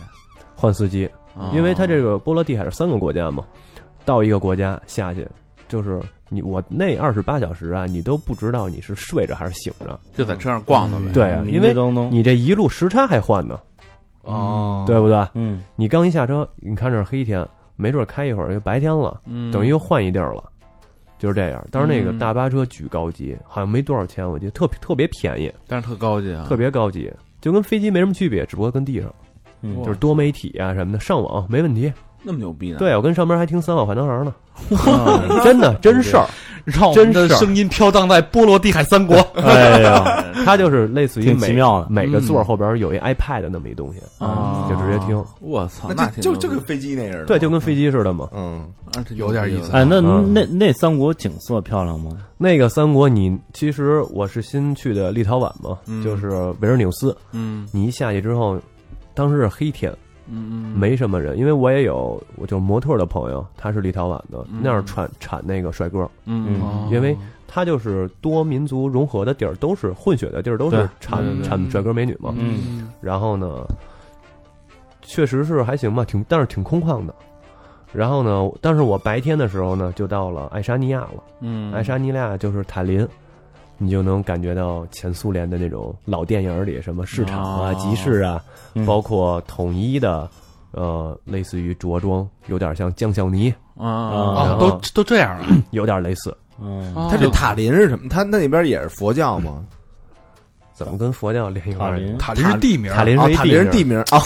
Speaker 6: 换司机，嗯
Speaker 3: 啊
Speaker 6: 因为他这个波罗的海是三个国家嘛，到一个国家下去，就是你我那二十八小时啊，你都不知道你是睡着还是醒着，
Speaker 3: 就在车上逛的呗，
Speaker 6: 对啊，因为
Speaker 5: 咚咚，
Speaker 6: 你这一路时差还换呢，
Speaker 2: 哦，
Speaker 6: 对不对？
Speaker 5: 嗯，
Speaker 6: 你刚一下车，你看这是黑天，没准开一会儿就白天了，
Speaker 3: 嗯
Speaker 6: 等于又换一地儿了。就是这样，当时那个
Speaker 3: 嗯
Speaker 6: 大巴车巨高级，好像没多少钱，我记得特别特别便宜，
Speaker 3: 但是特高级啊，
Speaker 6: 特别高级，就跟飞机没什么区别，只不过跟地上
Speaker 5: 嗯
Speaker 6: 就是多媒体啊什么的，上网没问题。
Speaker 3: 那么牛逼呢？，
Speaker 6: 对我跟上班还听三好坏男孩呢， [laughs] 真的
Speaker 3: [laughs]
Speaker 6: 真事儿。
Speaker 2: 让我们的
Speaker 6: 真是
Speaker 2: 声音飘荡在波罗的海三国。
Speaker 5: 哎呀，
Speaker 6: 它就是类似于
Speaker 5: [laughs] 挺奇
Speaker 6: 每
Speaker 5: 妙的，
Speaker 6: 每个座儿后边有一 iPad 那么一东西，
Speaker 3: 啊
Speaker 6: 就直接听。
Speaker 3: 我操，
Speaker 4: 那
Speaker 3: 挺
Speaker 4: 就就就
Speaker 3: 牛逼
Speaker 4: 跟飞机那似的，
Speaker 6: 对，就跟飞机似的嘛。
Speaker 4: 嗯，
Speaker 3: 啊挺
Speaker 2: 有点
Speaker 3: 牛逼
Speaker 2: 意思
Speaker 3: 的
Speaker 5: 哎，那
Speaker 6: 嗯
Speaker 5: 那那三国景色漂亮吗？
Speaker 6: 那个三国你，其实我是新去的立陶宛嘛，
Speaker 3: 嗯
Speaker 6: 就是维尔纽斯。
Speaker 3: 嗯
Speaker 6: 你一下去之后，当时是黑天，
Speaker 3: 嗯嗯，
Speaker 6: 没什么人，因为我也有我就是模特儿的朋友，他是立陶宛的，
Speaker 3: 嗯
Speaker 6: 那儿产产那个帅哥，
Speaker 3: 嗯
Speaker 2: 哦
Speaker 3: 嗯，
Speaker 6: 因为它就是多民族融合的地儿，都是混血的地儿，都是
Speaker 5: 对
Speaker 6: 产
Speaker 3: 对对对
Speaker 6: 产帅哥美女嘛。
Speaker 5: 嗯
Speaker 6: 然后呢，确实是还行吧，挺但是挺空旷的。然后呢，但是我白天的时候呢，就到了爱沙尼亚了。
Speaker 3: 嗯
Speaker 6: 爱沙尼亚就是塔林，你就能感觉到前苏联的那种老电影里什么市场啊、
Speaker 3: 哦
Speaker 6: 集市啊，
Speaker 5: 嗯
Speaker 6: 包括统一的。呃，类似于着装，有点像将相泥，
Speaker 3: 啊
Speaker 2: 哦，
Speaker 6: 然
Speaker 2: 都
Speaker 6: 后
Speaker 2: 都这样了。
Speaker 6: [laughs] 有点类似，
Speaker 5: 嗯，
Speaker 2: 哦
Speaker 4: 他这塔林是什么？他那边也是佛教吗？
Speaker 6: 怎么跟佛教联系
Speaker 5: 塔林，
Speaker 2: 塔林是地名，
Speaker 6: 塔林
Speaker 4: 啊
Speaker 6: 是，一
Speaker 4: 塔林是地名 [laughs] 啊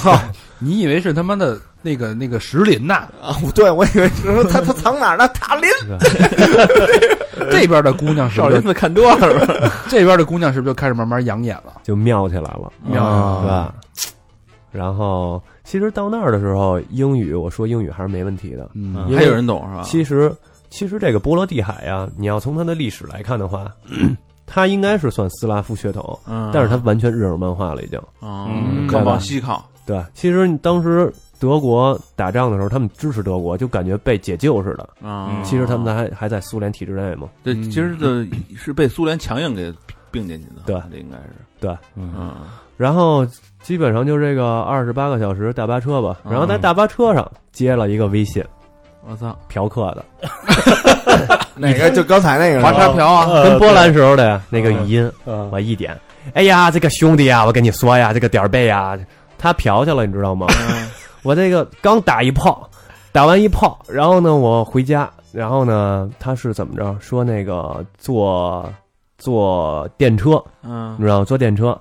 Speaker 2: 你以为是他妈的那个那个石林呐？
Speaker 4: 啊！我对，我以为是说他他藏哪儿呢？塔林
Speaker 2: 这边的姑娘是不是
Speaker 6: 子看多了，
Speaker 2: 这边的姑娘是不是就开始慢慢养眼了？
Speaker 6: 就妙起来了，
Speaker 2: 妙
Speaker 6: 对吧？然后其实到那儿的时候，英语我说英语还是没问题的。
Speaker 2: 嗯
Speaker 5: 嗯
Speaker 3: 还有人懂是吧？
Speaker 6: 其实其实这个波罗的海呀，你要从它的历史来看的话， [clears throat] 它应该是算斯拉夫血统，
Speaker 3: 嗯，
Speaker 6: 但是它完全日耳曼化了已经。
Speaker 3: 嗯
Speaker 5: 嗯
Speaker 3: 靠
Speaker 6: 对吧
Speaker 3: 往西靠，
Speaker 6: 对，其实你当时德国打仗的时候，他们支持德国，就感觉被解救似的。
Speaker 3: 啊，
Speaker 6: 其实他们还还在苏联体制内嘛。
Speaker 3: 对，
Speaker 2: 嗯
Speaker 3: 其实这是被苏联强硬给并进去的，
Speaker 6: 对
Speaker 3: 这应该是，
Speaker 5: 嗯
Speaker 3: 嗯
Speaker 6: 然后基本上就这个二十八个小时大巴车吧，
Speaker 3: 嗯
Speaker 6: 然后在大巴车上接了一个微信，
Speaker 3: 我操，
Speaker 6: 嫖客的，
Speaker 4: [laughs] 哪个？就刚才那个
Speaker 3: 华
Speaker 4: 是吧
Speaker 3: 沙嫖啊，
Speaker 2: 呃嗯
Speaker 6: 跟波兰时候的呀那个语音，
Speaker 5: 嗯
Speaker 6: 我一点，哎呀，这个兄弟呀，我跟你说呀，这个点儿背呀，他嫖去了，你知道吗？
Speaker 3: 嗯
Speaker 6: 我这个刚打一炮，打完一炮，然后呢，我回家，然后呢，他是怎么着？说那个坐坐电车，你
Speaker 3: 嗯，嗯
Speaker 6: 知道吗坐电车，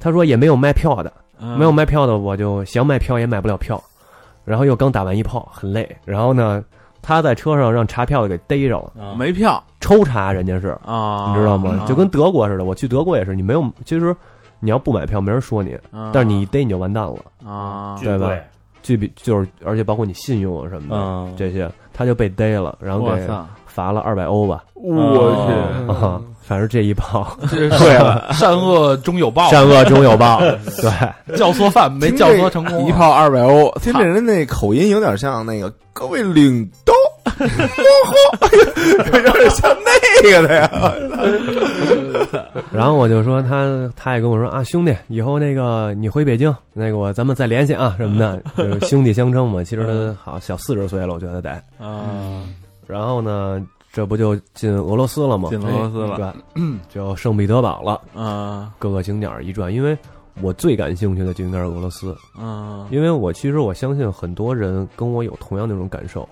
Speaker 6: 他说也没有卖票的。没
Speaker 3: 没
Speaker 6: 有卖票的，我就想买票也买不了票，然后又刚打完一炮，很累。然后呢，他在车上让查票的给逮着了，
Speaker 5: 啊
Speaker 3: 没票
Speaker 6: 抽查人家是，
Speaker 3: 啊，
Speaker 6: 你知道吗？
Speaker 3: 啊
Speaker 6: 就跟德国似的，我去德国也是，你没有，其实你要不买票没人说你，
Speaker 3: 嗯
Speaker 6: 但是你一逮你就完蛋了，
Speaker 3: 啊，
Speaker 6: 对吧？就比就是，而且包括你信用啊什么的
Speaker 5: 嗯，
Speaker 6: 这些，他就被逮了，然后
Speaker 3: 我
Speaker 6: 给
Speaker 3: 操，
Speaker 6: 罚了二百欧吧，
Speaker 3: 我
Speaker 5: 嗯去
Speaker 3: 去，嗯
Speaker 6: 啊，反正这一炮，
Speaker 2: 嗯对了， [laughs] 善恶终有报，
Speaker 6: 善恶终有
Speaker 3: [laughs]
Speaker 6: 报，对，
Speaker 2: 教唆犯没教唆成功，啊
Speaker 3: 一炮二百欧，
Speaker 4: 啊 [laughs] 听
Speaker 3: 操
Speaker 4: 这人那口音有点像那个各位领 [laughs] 导，我哎有点像那个的呀。
Speaker 6: 然后我就说他，他也跟我说啊，兄弟，以后那个你回北京，那个我咱们再联系啊什么
Speaker 3: [laughs]
Speaker 6: 的，就是兄弟相称嘛。其实他好小四十岁了，我觉得得。
Speaker 3: 啊，
Speaker 6: 然后呢，这不就进俄罗斯了吗？
Speaker 3: 进俄罗斯
Speaker 6: 对
Speaker 3: 了，
Speaker 6: 吧？就圣彼得堡了，
Speaker 3: 啊
Speaker 6: 各个景点儿一转。因为我最感兴趣的景点儿是俄罗斯，
Speaker 3: 啊，
Speaker 6: 因为我其实我相信很多人跟我有同样那种感受，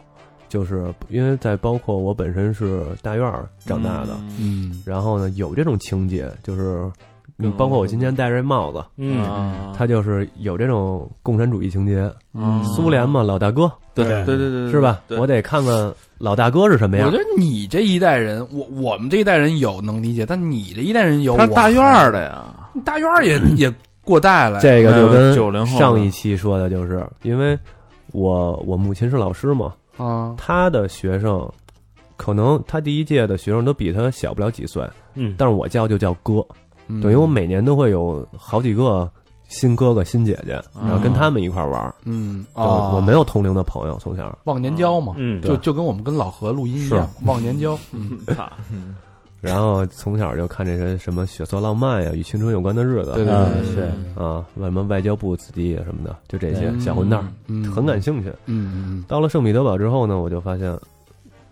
Speaker 6: 就是因为在包括我本身是大院儿长大的，
Speaker 3: 嗯
Speaker 2: 嗯
Speaker 6: 然后呢，有这种情节，就是嗯包括我今天戴这帽子，
Speaker 5: 嗯，
Speaker 3: 啊，
Speaker 6: 它就是有这种共产主义情节。
Speaker 3: 嗯
Speaker 6: 苏联嘛，老大哥
Speaker 3: 对对对对对，
Speaker 6: 是吧？
Speaker 3: 对
Speaker 6: 我得看看老大哥是什么
Speaker 2: 我
Speaker 6: 样
Speaker 2: 觉。得你这一代人，我我们这一代人有能理解，但你这一代人有
Speaker 3: 他
Speaker 2: 我
Speaker 3: 大院儿的呀，
Speaker 2: 大院儿也也过代了，
Speaker 6: 这个就
Speaker 3: 嗯90
Speaker 6: 跟
Speaker 3: 后的
Speaker 6: 上一期说的就是，因为我我母亲是老师嘛，
Speaker 2: 啊，
Speaker 6: 他的学生，可能他第一届的学生都比他小不了几岁，
Speaker 5: 嗯
Speaker 6: 但是我叫就叫哥，
Speaker 2: 嗯
Speaker 6: 等于我每年都会有好几个新哥哥、新姐姐，
Speaker 3: 嗯
Speaker 6: 然后跟他们一块玩儿。
Speaker 2: 嗯
Speaker 6: 就
Speaker 2: 啊，
Speaker 6: 我没有同龄的朋友，从小
Speaker 2: 忘年交嘛，
Speaker 5: 嗯，
Speaker 2: 就就跟我们跟老何录音一样，忘年交，嗯
Speaker 6: 然后从小就看这些什么《血色浪漫》呀，与青春有关的嗯日子，
Speaker 2: 对对
Speaker 5: 啊
Speaker 2: 对
Speaker 5: 是
Speaker 6: 啊，什么外交部子弟啊什么的，就这些小混蛋儿，
Speaker 2: 嗯，
Speaker 6: 很感兴趣。
Speaker 2: 嗯，嗯
Speaker 6: 到了圣彼得堡之后呢，我就发现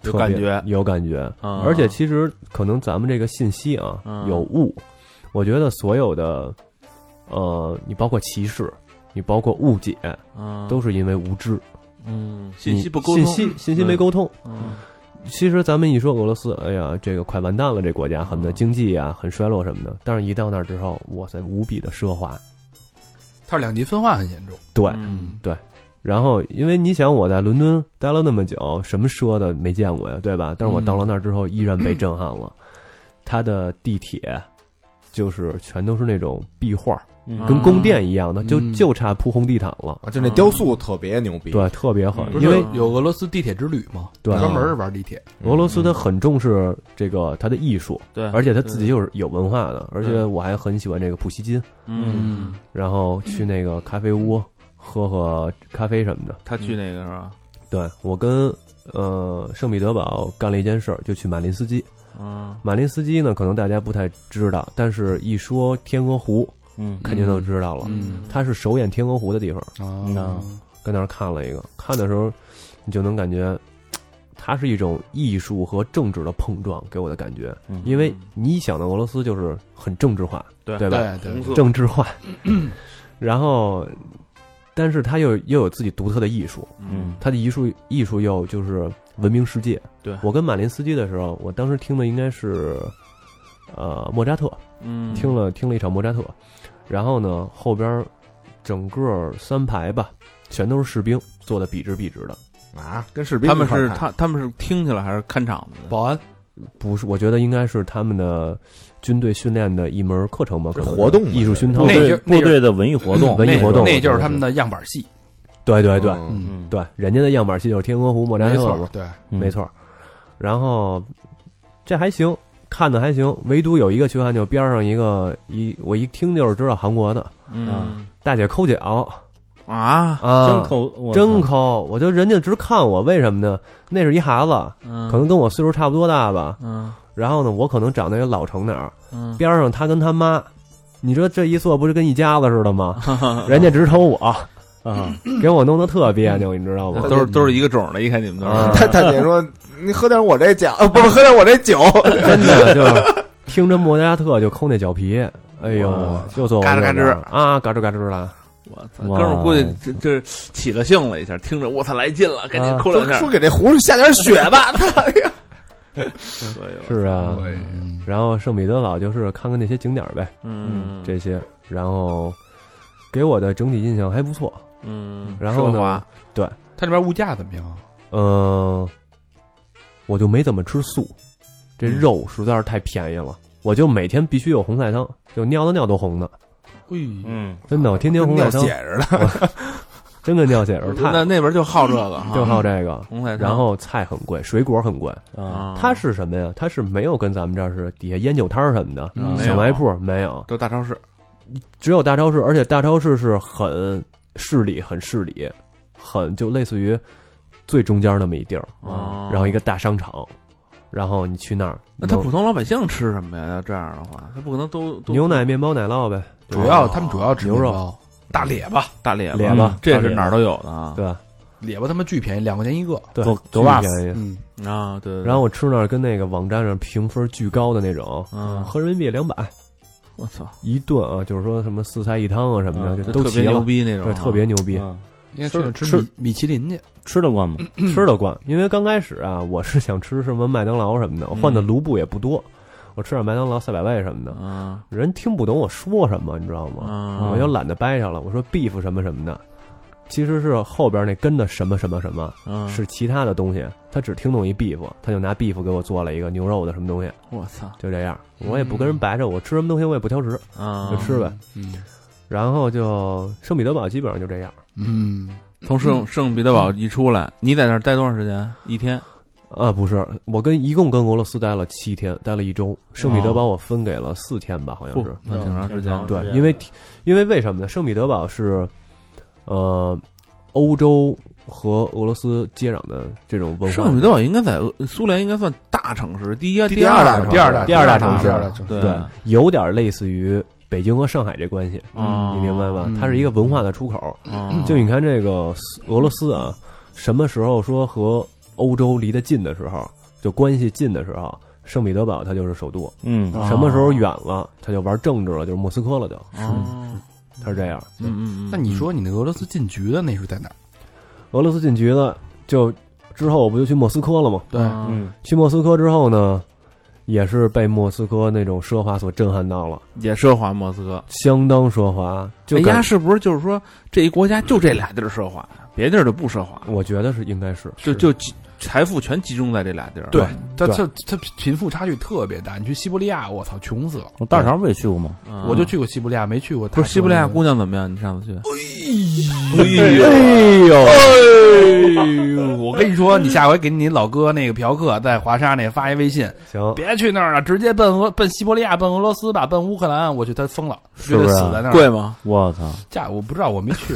Speaker 3: 有
Speaker 6: 特
Speaker 3: 感
Speaker 6: 别
Speaker 3: 觉
Speaker 6: 有感觉，
Speaker 3: 啊
Speaker 6: 而且其实可能咱们这个信息啊
Speaker 3: 嗯
Speaker 6: 有误，我觉得所有的呃，你包括歧视，你包括误解，
Speaker 3: 嗯
Speaker 6: 都是因为无知，
Speaker 3: 嗯信息
Speaker 6: 你
Speaker 3: 不沟
Speaker 6: 信
Speaker 3: 通，
Speaker 6: 息信息没沟通。
Speaker 3: 嗯
Speaker 6: 其实咱们一说俄罗斯，哎呀，这个快完蛋了，这国家恨不得经济啊很衰落什么的，但是一到那儿之后，哇塞，无比的奢华。
Speaker 2: 它是两极分化很严重，
Speaker 6: 对，
Speaker 3: 嗯
Speaker 6: 然后因为你想我在伦敦待了那么久，什么奢的没见过呀，对吧？但是我到了那儿之后，依然被震撼了。它的地铁就是全都是那种壁画，
Speaker 5: 嗯
Speaker 3: 啊
Speaker 6: 跟宫殿一样的，就
Speaker 2: 嗯
Speaker 6: 就差铺红地毯了。
Speaker 4: 啊，就那雕塑特别牛逼，
Speaker 6: 对，特别狠，
Speaker 3: 嗯
Speaker 2: 不是
Speaker 6: 因为
Speaker 2: 有有俄罗斯地铁之旅嘛，
Speaker 6: 对
Speaker 2: 专门是玩地铁，
Speaker 6: 俄罗斯它很重视这个它的艺术，
Speaker 3: 对，
Speaker 6: 而且它自己又是有文化的，而且我还很喜欢这个普希金，
Speaker 3: 嗯，
Speaker 6: 然后去那个咖啡屋喝喝咖啡什么的。
Speaker 3: 他去那个是吧？
Speaker 6: 对我跟呃圣彼得堡干了一件事儿，就去马林斯基。
Speaker 3: 嗯
Speaker 6: 马林斯基呢，可能大家不太知道，但是一说天鹅湖，
Speaker 5: 嗯
Speaker 6: 肯定都知道了。
Speaker 2: 嗯
Speaker 6: 它是首演天鹅湖的地方，
Speaker 2: 啊，
Speaker 6: 跟那儿看了一个，看的时候你就能感觉，嘖它是一种艺术和政治的碰撞，给我的感觉。
Speaker 5: 嗯
Speaker 6: 因为你一想到俄罗斯就是很政治化，
Speaker 3: 对
Speaker 6: 对吧？
Speaker 2: 对
Speaker 3: 红
Speaker 2: 对，嗯
Speaker 3: 色
Speaker 6: 政治化，然后，但是它又又有自己独特的艺术，
Speaker 5: 嗯
Speaker 6: 它的艺术艺术又就是闻名世界。
Speaker 3: 对
Speaker 6: 我跟马林斯基的时候，我当时听的应该是，呃，莫扎特，
Speaker 3: 嗯
Speaker 6: 听了听了一场莫扎特，然后呢，后边儿整个三排吧，全都是士兵坐的笔直笔直的，
Speaker 4: 啊，跟士兵
Speaker 3: 他们
Speaker 4: 一块
Speaker 3: 是
Speaker 4: 看
Speaker 3: 他他们是听去了还是看场子的？
Speaker 2: 保安，
Speaker 6: 不是，我觉得应该是他们的军队训练的一门课程吧，可能是
Speaker 4: 活动嘛
Speaker 6: 艺术熏陶
Speaker 5: 部，
Speaker 2: 那
Speaker 5: 队
Speaker 2: 就嗯
Speaker 5: 部队的文艺活动，
Speaker 6: 文艺活动
Speaker 2: 那就是他们的样板戏，
Speaker 6: 对对对
Speaker 4: 嗯
Speaker 2: 嗯，
Speaker 6: 对，人家的样板戏就是天鹅湖莫扎
Speaker 2: 没
Speaker 6: 特
Speaker 2: 错
Speaker 6: 嘛，，
Speaker 2: 对，
Speaker 5: 嗯
Speaker 6: 没，错儿。然后这还行，看的还行，唯独有一个缺憾，就边上一个一我一听就是知道韩国的
Speaker 3: 嗯
Speaker 6: 大姐抠脚
Speaker 3: 啊，
Speaker 6: 啊，
Speaker 5: 真抠，我
Speaker 6: 真
Speaker 5: 操，
Speaker 6: 抠，我就人家直看我，为什么呢？那是一孩子，
Speaker 3: 可
Speaker 5: 嗯
Speaker 6: 可能跟我岁数差不多大吧。
Speaker 3: 嗯
Speaker 6: 然后呢，我可能长得也老成点儿，
Speaker 3: 嗯
Speaker 6: 边上他跟他妈，你说这一坐不是跟一家子似
Speaker 5: [laughs]
Speaker 6: 的吗？人家直瞅我，
Speaker 5: 啊，
Speaker 6: 给我弄得特别扭，你知道吗？
Speaker 3: 都是都是一个种的，一看你们都
Speaker 6: 啊
Speaker 4: 他
Speaker 3: 是
Speaker 4: 他姐说：“你喝点我这酒，呃嗯 [laughs] 不是喝点我这酒。
Speaker 6: 真的就是听着莫扎特就抠那脚皮，哎呦
Speaker 3: 哇，
Speaker 6: 就坐我
Speaker 3: 嘎吱嘎吱
Speaker 6: 这边儿啊，嘎吱嘎吱
Speaker 3: [laughs]
Speaker 6: 的。
Speaker 3: 我操，哥
Speaker 5: 哇
Speaker 3: 们儿估计这这起了兴了一下，听着我操来劲了，赶紧
Speaker 6: 啊
Speaker 3: 抠”两
Speaker 4: [laughs]
Speaker 3: 下
Speaker 4: 说，给这胡子下点血吧。
Speaker 3: 所以我
Speaker 6: 是啊，
Speaker 2: 嗯
Speaker 6: 然后圣彼得堡就是看看那些景点儿呗，
Speaker 3: 嗯
Speaker 6: 这些，然后给我的整体印象还不错。
Speaker 3: 嗯，
Speaker 6: 然后呢啊
Speaker 3: 奢华
Speaker 2: 它这边物价怎么样啊？
Speaker 6: 嗯、我就没怎么吃素，这
Speaker 3: 嗯
Speaker 6: 肉实在是太便宜了，我就每天必须有红菜汤，就尿的尿都红的，
Speaker 2: 哎，
Speaker 5: 嗯，
Speaker 6: 真
Speaker 3: 啊
Speaker 6: 的，我天天红
Speaker 4: 尿
Speaker 6: 菜汤
Speaker 4: 血，似的，
Speaker 6: 真跟尿血似的，
Speaker 3: [laughs] 那嗯
Speaker 6: 太
Speaker 3: 那边就好这个哈，
Speaker 6: 就好这个。
Speaker 3: 红菜汤，
Speaker 6: 然后菜很贵，水果很贵。
Speaker 5: 啊，
Speaker 3: 啊，
Speaker 6: 它是什么呀？它是没有跟咱们这儿是底下烟酒摊儿什么的，
Speaker 2: 嗯
Speaker 6: 小卖铺没有，
Speaker 3: 都大超
Speaker 6: 嗯
Speaker 3: 市，
Speaker 6: 只有大超市，而且大超市是很市里，很市里，很就类似于最中间那么一地儿，
Speaker 3: 哦
Speaker 6: 然后一个大商场，然后你去那儿，
Speaker 3: 那他
Speaker 6: 能
Speaker 3: 普通老百姓吃什么呀？要这样的话，他不可能都都
Speaker 6: 牛奶、面包、奶酪呗，
Speaker 2: 主要他们主要吃
Speaker 6: 牛肉
Speaker 2: 面包、大列巴，
Speaker 3: 大列
Speaker 6: 列
Speaker 5: 巴
Speaker 3: 这
Speaker 5: 大列
Speaker 3: 是
Speaker 5: 巴
Speaker 3: 哪儿都有的啊。
Speaker 6: 对吧？
Speaker 2: 列巴他妈巨便宜，两块钱一个，
Speaker 6: 对
Speaker 5: 多，
Speaker 6: 巨
Speaker 5: 多辣死
Speaker 6: 便宜。
Speaker 2: 嗯，
Speaker 3: 啊，对。对
Speaker 6: 然后我吃那儿跟那个网站上评分巨高的那种，
Speaker 3: 嗯
Speaker 6: 合人民币两百
Speaker 3: 我操，
Speaker 6: 一顿啊，就是说什么四菜一汤啊什么
Speaker 5: 嗯
Speaker 6: 的，就
Speaker 3: 就
Speaker 6: 都
Speaker 3: 特
Speaker 6: 齐
Speaker 3: 别牛
Speaker 6: 了，
Speaker 3: 逼那种
Speaker 6: 对，
Speaker 3: 啊，
Speaker 6: 特别牛逼，
Speaker 5: 啊
Speaker 2: 应该去那吃
Speaker 5: 吃
Speaker 2: 米米其林去，
Speaker 5: 吃得惯吗？
Speaker 3: 嗯
Speaker 6: 吃得惯。因为刚开始啊，我是想吃什么麦当劳什么的，我换的
Speaker 3: 嗯
Speaker 6: 卢布也不多，我吃点麦当劳赛百味什么的，
Speaker 3: 啊
Speaker 6: 人听不懂我说什么，你知道吗？
Speaker 3: 啊
Speaker 6: 我就懒得掰扯了。我说 beef 什么什么的，其实是后边那跟的什么什么什么，
Speaker 3: 啊！
Speaker 6: 是其他的东西。他只听懂一 beef，他就拿 beef 给我做了一个牛肉的什么东西，
Speaker 3: 我操
Speaker 6: 就这样。我也不跟人
Speaker 3: 嗯
Speaker 6: 掰扯，我吃什么东西我也不挑食，
Speaker 3: 啊
Speaker 6: 就！吃呗。
Speaker 2: 嗯
Speaker 6: 然后就圣彼得堡基本上就这样。
Speaker 2: 嗯，
Speaker 3: 从圣圣彼得堡
Speaker 6: 嗯
Speaker 3: 一出来，你在那儿待多长时间？一天
Speaker 6: 啊，不是，我跟一共跟俄罗斯待了七天，待了一周。圣彼得
Speaker 3: 哦
Speaker 6: 堡我分给了四天吧，好像
Speaker 3: 不
Speaker 6: 是。
Speaker 3: 那挺长时间了。
Speaker 6: 对，因为
Speaker 3: 啊
Speaker 6: 因为为什么呢？圣彼得堡是呃欧洲和俄罗斯接壤的这种文化。
Speaker 3: 圣彼得堡应该在俄苏联应该算大城市，第一、啊
Speaker 4: 第
Speaker 3: 二
Speaker 4: 二
Speaker 3: 大
Speaker 4: 大城
Speaker 3: 城市
Speaker 4: 市
Speaker 2: 第二大
Speaker 6: 第二大城
Speaker 2: 城
Speaker 6: 市
Speaker 2: 第二大城市，
Speaker 3: 对
Speaker 6: 对，有点类似于北京和上海这关系，
Speaker 3: 哦
Speaker 6: 你明白吧
Speaker 2: 嗯？
Speaker 6: 它是一个文化的出口。
Speaker 3: 哦
Speaker 6: 就你看这个斯俄罗斯啊，什么时候说和欧洲离得近的时候，就关系近的时候，圣彼得堡它就是首都。
Speaker 5: 嗯
Speaker 3: 哦
Speaker 6: 什么时候远了，他就玩政治了，就是莫斯科了就，
Speaker 3: 哦
Speaker 6: 他是这样。
Speaker 3: 嗯嗯嗯，
Speaker 2: 那你说你那俄罗斯进局的那是在哪儿？
Speaker 6: 俄罗斯进局呢，就之后我不就去莫斯科了吗？
Speaker 2: 对
Speaker 3: 啊
Speaker 5: 嗯，
Speaker 6: 去莫斯科之后呢，也是被莫斯科那种奢华所震撼到了，
Speaker 3: 也奢华莫斯科，
Speaker 6: 相当奢华，就
Speaker 2: 哎
Speaker 3: 人
Speaker 6: 感、
Speaker 3: 家是不是就是说这一国家就这俩地儿奢华，别地儿就不奢华，
Speaker 6: 我觉得是应该是
Speaker 3: 就就集财富全集中在这俩地儿。
Speaker 2: 对，他
Speaker 6: 对
Speaker 2: 他他贫富差距特别大。你去西伯利亚，我操，穷死了！
Speaker 5: 我大肠不也去过吗？
Speaker 3: 啊
Speaker 2: 我就去过西伯利亚，没去过
Speaker 3: 不是西伯利亚
Speaker 2: 姑
Speaker 3: 姑娘怎么样？你上次去？
Speaker 2: 娘。哎我跟你说，你下回给你老哥那个嫖客在华沙那发一微信，
Speaker 6: 行，
Speaker 2: 别去那儿了，直接奔俄奔西伯利亚，奔俄罗斯吧，奔乌克兰。我去，他疯了，
Speaker 5: 是
Speaker 2: 绝
Speaker 5: 不
Speaker 2: 对
Speaker 5: 是
Speaker 2: 死
Speaker 5: 啊
Speaker 2: 在那儿。
Speaker 3: 贵吗？
Speaker 5: 我操，
Speaker 2: 价我不知道，我没去。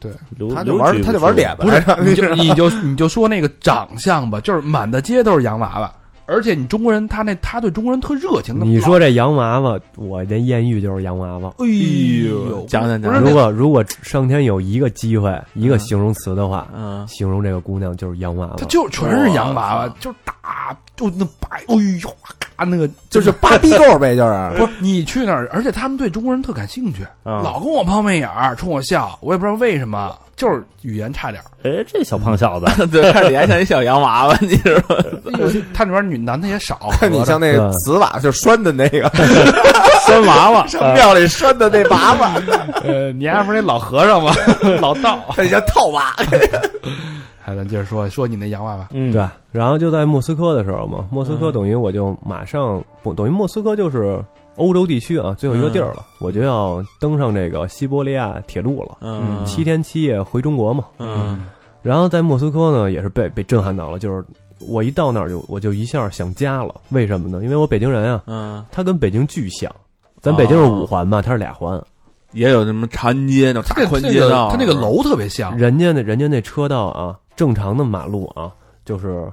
Speaker 2: 对，
Speaker 5: 刘
Speaker 4: 他就玩 [laughs] 他就玩脸，吧，
Speaker 2: 不是，你就你就你就说那个长相吧，就是满大街都是洋娃娃，而且你中国人他那他对中国人特热情。
Speaker 6: 你说这洋娃娃，我那艳遇就是洋娃娃。
Speaker 2: 哎呦，
Speaker 3: 讲讲
Speaker 2: 不
Speaker 3: 讲
Speaker 2: 是
Speaker 6: 如
Speaker 2: 那
Speaker 6: 果如果上天有一个机会，一个形容词的话，
Speaker 3: 嗯，
Speaker 6: 形容这个姑娘就是洋娃娃
Speaker 2: 他。就全是洋娃娃，就是大，就那白，哎呦，咔那个就是
Speaker 4: 芭比够呗，就是 [laughs]
Speaker 2: 不是你去那儿，而且他们对中国人特感兴趣，
Speaker 5: 啊
Speaker 2: 老跟我抛媚眼儿，冲我笑，我也不知道为什么，就是语言差点儿。
Speaker 5: 哎，这小胖小子，
Speaker 3: [laughs] 对，看着你还像一小洋娃娃，你知道吗？
Speaker 2: 尤其他那边女男的也少，
Speaker 4: 看你像那个瓷瓦就拴的那个，
Speaker 5: 酸娃
Speaker 3: [laughs]
Speaker 5: 娃，
Speaker 4: 上庙里拴的那娃娃，
Speaker 2: 呃，你还不是那老和尚吗？ [laughs] 老道。
Speaker 4: 那叫套
Speaker 2: [laughs]
Speaker 4: 娃。
Speaker 2: 哎，咱接着说说你那洋娃娃，
Speaker 5: 嗯，
Speaker 6: 对，然后就在莫斯科的时候嘛，莫斯科等于我就马上不等于莫斯科就是欧洲地区啊最后一个地儿了，我就要登上这个西伯利亚铁路了，
Speaker 3: 嗯
Speaker 6: 七天七夜回中国嘛。
Speaker 3: 嗯
Speaker 6: 然后在莫斯科呢，也是被被震撼到了，就是我一到那儿就我就一下想家了，为什么呢？因为我北京人啊，
Speaker 3: 嗯，
Speaker 6: 他跟北京巨像，咱北京是五环吧，他是俩环，
Speaker 3: 也有什么长安街那种
Speaker 2: 他
Speaker 3: 大
Speaker 2: 那
Speaker 3: 宽
Speaker 2: 那
Speaker 3: 街
Speaker 2: 个
Speaker 3: 道，啊
Speaker 2: 他那个楼特别像，
Speaker 6: 人家那人家那车道啊，正常的马路啊，就是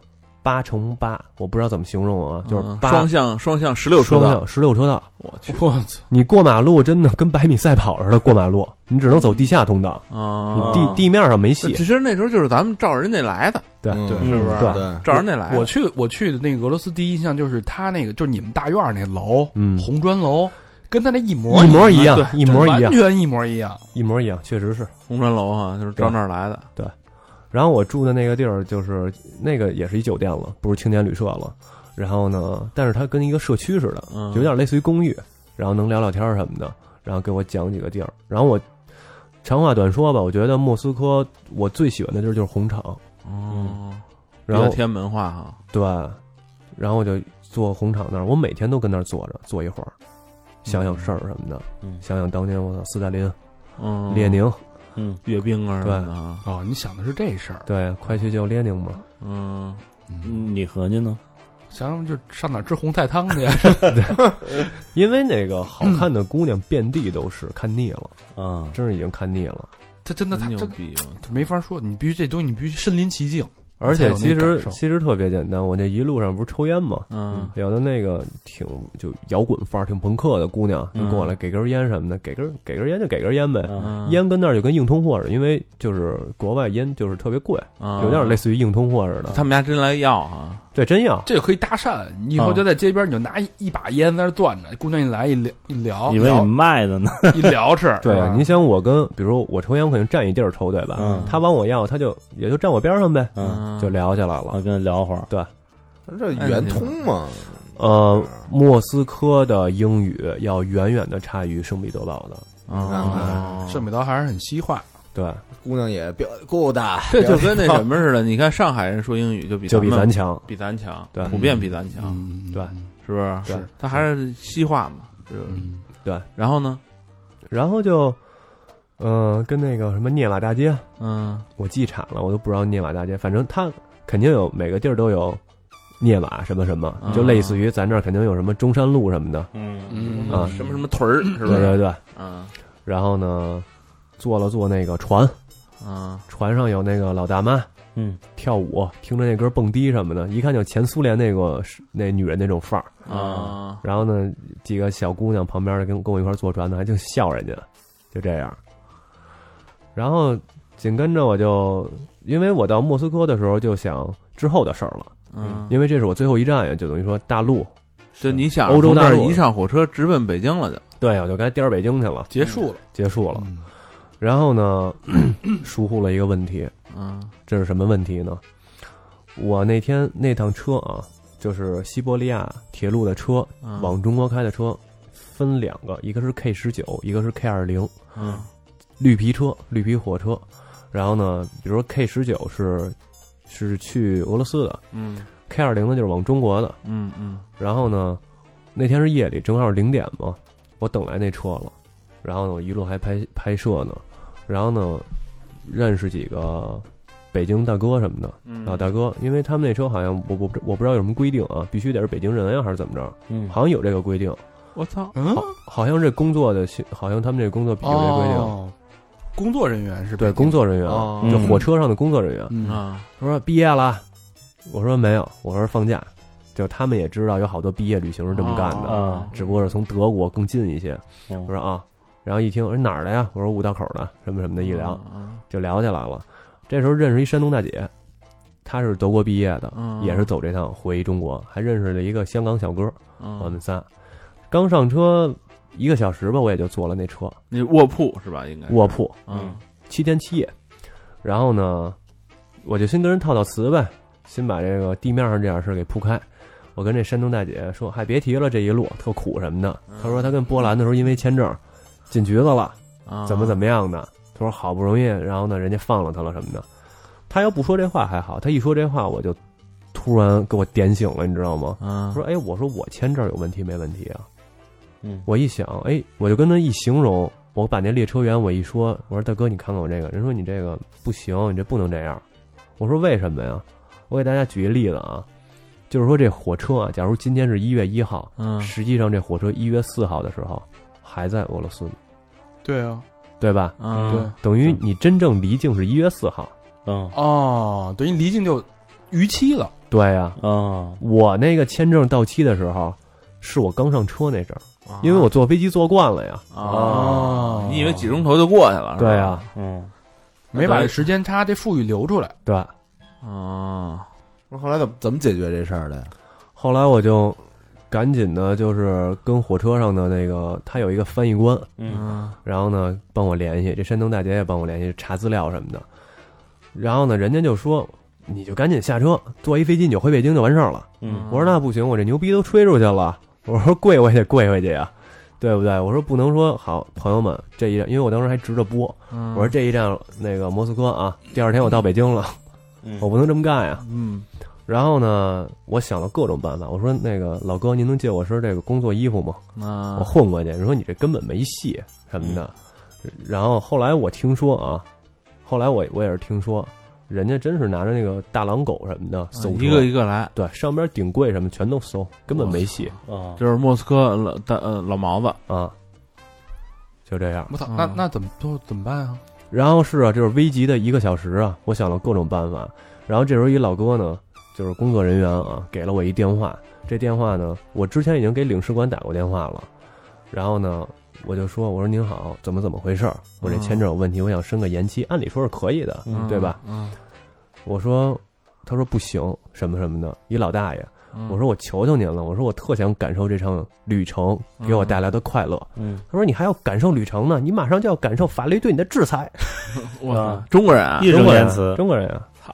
Speaker 6: 八乘八，我不知道怎么形容啊，就是
Speaker 3: 嗯
Speaker 6: 八。
Speaker 3: 双向双向十六车
Speaker 6: 双
Speaker 3: 道，
Speaker 6: 向十六车道，
Speaker 3: 我去
Speaker 2: 我操！
Speaker 6: 你过马路真的跟百米赛跑似的，过马路你只能走地下通道，你
Speaker 3: 啊！
Speaker 6: 地地面上没戏
Speaker 3: 其。实那时候就是咱们照着人家来的，
Speaker 6: 对
Speaker 4: [laughs] 对
Speaker 5: 是不是
Speaker 6: 对
Speaker 4: 对，
Speaker 3: 照着人家来的。
Speaker 2: 我去我去的那个俄罗斯第一印象就是他那个就是你们大院儿那楼，
Speaker 6: 嗯
Speaker 2: 红砖楼，跟他那一模
Speaker 6: 一模一样
Speaker 2: 对，
Speaker 6: 一模一
Speaker 2: 完
Speaker 6: 样，
Speaker 2: 全一模一样。
Speaker 6: 一模一样，确实是。
Speaker 3: 红砖楼啊，就是照那儿来的。
Speaker 6: 然后我住的那个地儿就是那个也是一酒店了，不是青年旅社了。然后呢，但是它跟一个社区似的，
Speaker 3: 嗯
Speaker 6: 就有点类似于公寓，然后能聊聊天儿什么的，然后给我讲几个地儿。然后我长话短说吧，我觉得莫斯科我最喜欢的地儿就是红场，
Speaker 3: 哦，
Speaker 6: 然后
Speaker 3: 比较天安门化哈。
Speaker 6: 对，然后我就坐红场那儿，我每天都跟那儿坐着，坐一会儿，想想事儿什么的，
Speaker 5: 嗯
Speaker 6: 想想当年我操斯大林、
Speaker 3: 嗯，
Speaker 6: 列宁，
Speaker 5: 嗯，
Speaker 3: 阅兵啊什么的啊。
Speaker 2: 哦，你想的是这事儿，
Speaker 6: 对，快去救列宁嘛，
Speaker 3: 嗯，
Speaker 5: 你合计呢？
Speaker 2: 想想就上哪儿吃红菜汤 [laughs] 去？
Speaker 6: 因为那个好看的姑娘遍地都是，看腻了，
Speaker 5: 啊，
Speaker 6: 真是已经看腻了。
Speaker 2: 他真的他
Speaker 3: 真牛
Speaker 2: 这
Speaker 3: 逼！啊
Speaker 2: 这没法说，你必须这东西你必须身临其境。
Speaker 6: 而且
Speaker 2: 才
Speaker 6: 其
Speaker 2: 有那
Speaker 6: 实
Speaker 2: 感受
Speaker 6: 其实特别简单，我那一路上不是抽烟嘛，
Speaker 3: 嗯
Speaker 6: 有的那个挺就摇滚范儿、挺朋克的姑娘就
Speaker 3: 嗯
Speaker 6: 过来给根烟什么的，给根给根烟就给根烟呗。
Speaker 3: 嗯，
Speaker 6: 烟跟那儿就跟硬通货似的，因为就是国外烟就是特别贵，有
Speaker 3: 有
Speaker 6: 点类。似于硬通货似的。
Speaker 3: 嗯他们家真来要啊，
Speaker 6: 对，真要
Speaker 2: 这就可以搭讪，你以后
Speaker 3: 啊
Speaker 2: 就在街边儿你就拿一一把烟在那儿攥着，姑娘一来一聊一聊
Speaker 5: 以为你卖的呢，
Speaker 2: [laughs] 一聊吃，
Speaker 6: [laughs] 对
Speaker 2: 是吧
Speaker 6: 啊，你想我跟，比如我抽烟，我肯定占一地儿抽，对吧？
Speaker 5: 嗯
Speaker 6: 他管我要，他就也就站我边上呗，
Speaker 5: 嗯，
Speaker 6: 就聊起来
Speaker 5: 我
Speaker 6: 了。
Speaker 5: 跟他聊会儿，
Speaker 4: 这圆通嘛，
Speaker 6: 呃，莫斯科的英语要远远的差于圣彼得堡的。
Speaker 3: 啊，
Speaker 2: 圣彼得堡还是很西化，
Speaker 6: 对，
Speaker 4: 姑娘也表够大，
Speaker 3: 这就跟那什么似的。你看上海人说英语就比
Speaker 6: 就比
Speaker 3: 咱
Speaker 6: 咱
Speaker 3: 们
Speaker 6: 强。
Speaker 3: 比咱强，
Speaker 6: 对
Speaker 3: 普遍比咱强，
Speaker 2: 嗯，
Speaker 6: 对
Speaker 3: 是不是？
Speaker 6: 是，
Speaker 3: 他还是西化嘛，是吧
Speaker 2: 嗯，
Speaker 3: 然后呢，
Speaker 6: 然后就，嗯、跟那个什么涅瓦大街，
Speaker 3: 嗯
Speaker 6: 我记岔了，我都不知道涅瓦大街，反正它肯定有每个地儿都有涅瓦什么什么，就类似于咱这儿肯定有什么中山路什么的。
Speaker 2: 嗯
Speaker 6: 啊
Speaker 3: 什么什么屯儿，是
Speaker 6: 对
Speaker 3: 不是
Speaker 6: 对？对。
Speaker 3: 嗯
Speaker 6: 然后呢，坐了坐那个船，
Speaker 3: 嗯
Speaker 6: 船上有那个老大妈
Speaker 5: 嗯，
Speaker 6: 跳舞，听着那歌蹦迪什么的，一看就前苏联那个那女人那种范儿。
Speaker 3: 啊，
Speaker 6: 然后呢，几个小姑娘旁边的跟跟我一块儿坐船的，还净笑人家，就这样。然后紧跟着我就，因为我到莫斯科的时候就想之后的事儿了，
Speaker 3: 嗯，
Speaker 6: 因为这是我最后一站呀，就等于说大陆。
Speaker 3: 就你想
Speaker 6: 欧洲
Speaker 3: 从那
Speaker 6: 大
Speaker 3: 儿
Speaker 6: 陆
Speaker 3: 一上火车直奔北京了，就
Speaker 6: 对呀，我就该颠儿北京去了，
Speaker 2: 结束了，
Speaker 6: 结束了。
Speaker 2: 嗯
Speaker 6: 然后呢， [clears throat] 疏忽了一个问题，
Speaker 3: 嗯
Speaker 6: 这是什么问题呢？我那天那趟车啊，就是西伯利亚铁路的车
Speaker 3: 嗯
Speaker 6: 往中国开的车，分两个，一个是 K 十九，一个是 K 二零。
Speaker 3: 嗯
Speaker 6: 绿皮车、绿皮火车。然后呢，比如说 K 十九是是去俄罗斯的
Speaker 3: 嗯
Speaker 6: ，K 二零呢就是往中国的。
Speaker 3: 嗯嗯
Speaker 6: 然后呢，那天是夜里，正好是零点嘛，我等来那车了。然后呢，我一路还拍拍摄呢。然后呢，认识几个北京大哥什么的。
Speaker 3: 嗯
Speaker 6: 啊，大哥，因为他们那车好像我我不我不知道有什么规定啊，必须得是北京人呀、还是怎么着？
Speaker 5: 嗯
Speaker 6: 好像有这个规定，
Speaker 3: 我操，
Speaker 2: 嗯，
Speaker 6: 好像这工作的性，好像他们这工作有这规定。
Speaker 2: 哦，工作人员是
Speaker 6: 对，工作人员，啊
Speaker 2: 哦
Speaker 6: 就
Speaker 5: 嗯
Speaker 6: 火车上的工作人员。
Speaker 2: 嗯
Speaker 3: 啊，
Speaker 6: 他说毕业了，我说没有，我说放假，就他们也知道有好多毕业旅行是这么干的，
Speaker 3: 啊
Speaker 6: 啊
Speaker 5: 哦
Speaker 6: 只不过是从德国更近一些。
Speaker 5: 嗯
Speaker 6: 我说啊，然后一听我说哪儿的呀？我说五道口的，什么什么的，一聊、
Speaker 3: 嗯
Speaker 6: 就聊起来了。这时候认识一山东大姐，她是德国毕业的，
Speaker 3: 嗯
Speaker 6: 也是走这趟回中国，还认识了一个香港小哥，我
Speaker 3: 嗯
Speaker 6: 们，仨刚上车一个小时吧，我也就坐了那车
Speaker 3: 那卧铺是吧？应该是
Speaker 6: 卧，铺，
Speaker 3: 嗯
Speaker 6: 七天七夜。然后呢，我就先跟人套套词呗，先把这个地面上这点事儿给铺开。我跟这山东大姐说：“嗨，别提了，这一路特苦什么的。”
Speaker 3: 嗯
Speaker 6: 她说她跟波兰的时候因为签证进局子了，
Speaker 3: 啊，
Speaker 6: 怎么怎么样的。她说好不容易，然后呢，人家放了她了什么的。她要不说这话还好，她一说这话我就突然给我点醒了，你知道吗？
Speaker 3: 嗯，
Speaker 6: 我说：“哎，我说我签证有问题没问题啊？”
Speaker 5: 嗯
Speaker 6: 我一想，哎，我就跟他一形容，我把那列车员我一说，我说大哥，你看看我这个，人说你这个不行，你这不能这样。我说为什么呀？我给大家举一例子啊，就是说这火车啊，假如今天是一月一号，
Speaker 3: 嗯
Speaker 6: 实际上这火车一月四号的时候还在俄罗斯呢，
Speaker 2: 对啊，
Speaker 6: 对吧？
Speaker 3: 嗯
Speaker 2: 对，
Speaker 6: 等于你真正离境是一月四号。
Speaker 5: 嗯
Speaker 2: 哦，等于离境就逾期了，
Speaker 6: 对呀、
Speaker 5: 啊，
Speaker 6: 我那个签证到期的时候，是我刚上车那阵儿，
Speaker 3: 啊
Speaker 6: 因为我坐飞机坐惯了呀。
Speaker 3: 啊
Speaker 2: 哦，
Speaker 3: 你以为几钟头就过去了？
Speaker 6: 对啊呀、
Speaker 3: 呀，
Speaker 5: 嗯
Speaker 2: 没把这时间差这富裕留出来，
Speaker 4: 嗯
Speaker 6: 对。
Speaker 3: 啊，
Speaker 4: 我后来怎么怎么解决这事 [laughs] 儿的呀？
Speaker 6: 后来我就赶紧的，就是跟火车上的那个他有一个翻译官，
Speaker 5: 嗯
Speaker 3: 嗯
Speaker 6: 然后呢帮我联系，这山东大姐也帮我联系查资料什么的。然后呢，人家就说你就赶紧下车，坐一飞机你就回北京就完事儿了。
Speaker 5: 嗯
Speaker 6: 我说那不行，我这牛逼都吹出去了，我说跪我也得跪回去呀，对不对？我说不能说好朋友们这一站，因为我当时还直着播，
Speaker 3: 嗯，
Speaker 6: 我说这一站那个莫斯科啊，第二天我到北京了，
Speaker 5: 嗯
Speaker 6: 我不能这么干呀。
Speaker 3: 嗯
Speaker 6: 然后呢，我想了各种办法。我说：“那个老哥，您能借我身这个工作衣服吗？
Speaker 3: 啊
Speaker 6: 我，混过去。”你说你这根本没戏什么的。
Speaker 3: 嗯
Speaker 6: 然后后来我听说啊，后来我我也是听说，人家真是拿着那个大狼狗什么的搜车
Speaker 3: 啊一个一个来，
Speaker 6: 对上边顶柜什么全都搜，根本没戏
Speaker 5: 啊，
Speaker 3: 就是莫斯科老大呃老毛子，
Speaker 6: 啊。就这样。
Speaker 2: 我操，
Speaker 3: 嗯
Speaker 2: 那那怎么都怎么办啊？
Speaker 6: 然后是啊，就是危急的一个小时啊，我想了各种办法。然后这时候一老哥呢，就是工作人员啊，给了我一电话。这电话呢，我之前已经给领事馆打过电话了。然后呢，我就说，我说您好，怎么怎么回事儿？我这签证有问题，我想申个延期，按理说是可以的，
Speaker 3: 嗯
Speaker 6: 对吧？？
Speaker 3: 嗯，
Speaker 6: 我说，他说不行，什么什么的。一老大爷，
Speaker 3: 嗯
Speaker 6: 我说我求求您了，我说我特想感受这场旅程给我带来的快乐。
Speaker 5: 嗯
Speaker 6: 他说你还要感受旅程呢，你马上就要感受法律对你的制裁。
Speaker 3: 我操中国人啊，
Speaker 5: 义
Speaker 6: 中
Speaker 5: 正
Speaker 6: 国人
Speaker 5: 言辞，
Speaker 6: 中国人啊，
Speaker 3: 操，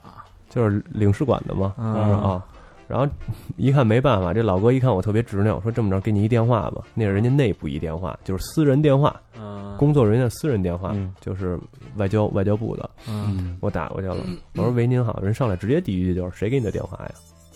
Speaker 6: 就是领事馆的嘛。
Speaker 3: 嗯
Speaker 6: 他说啊，然后一看没办法，这老哥一看我特别执拗，说这么着给你一电话吧，那是人家内部一电话，就是私人电话，
Speaker 3: 嗯
Speaker 6: 工作人员的私人电话，
Speaker 5: 嗯
Speaker 6: 就是外交外交部的。
Speaker 3: 嗯
Speaker 2: 嗯，
Speaker 6: 我打过去了，我说喂您好，人上来直接第一句就是谁给你的电话呀？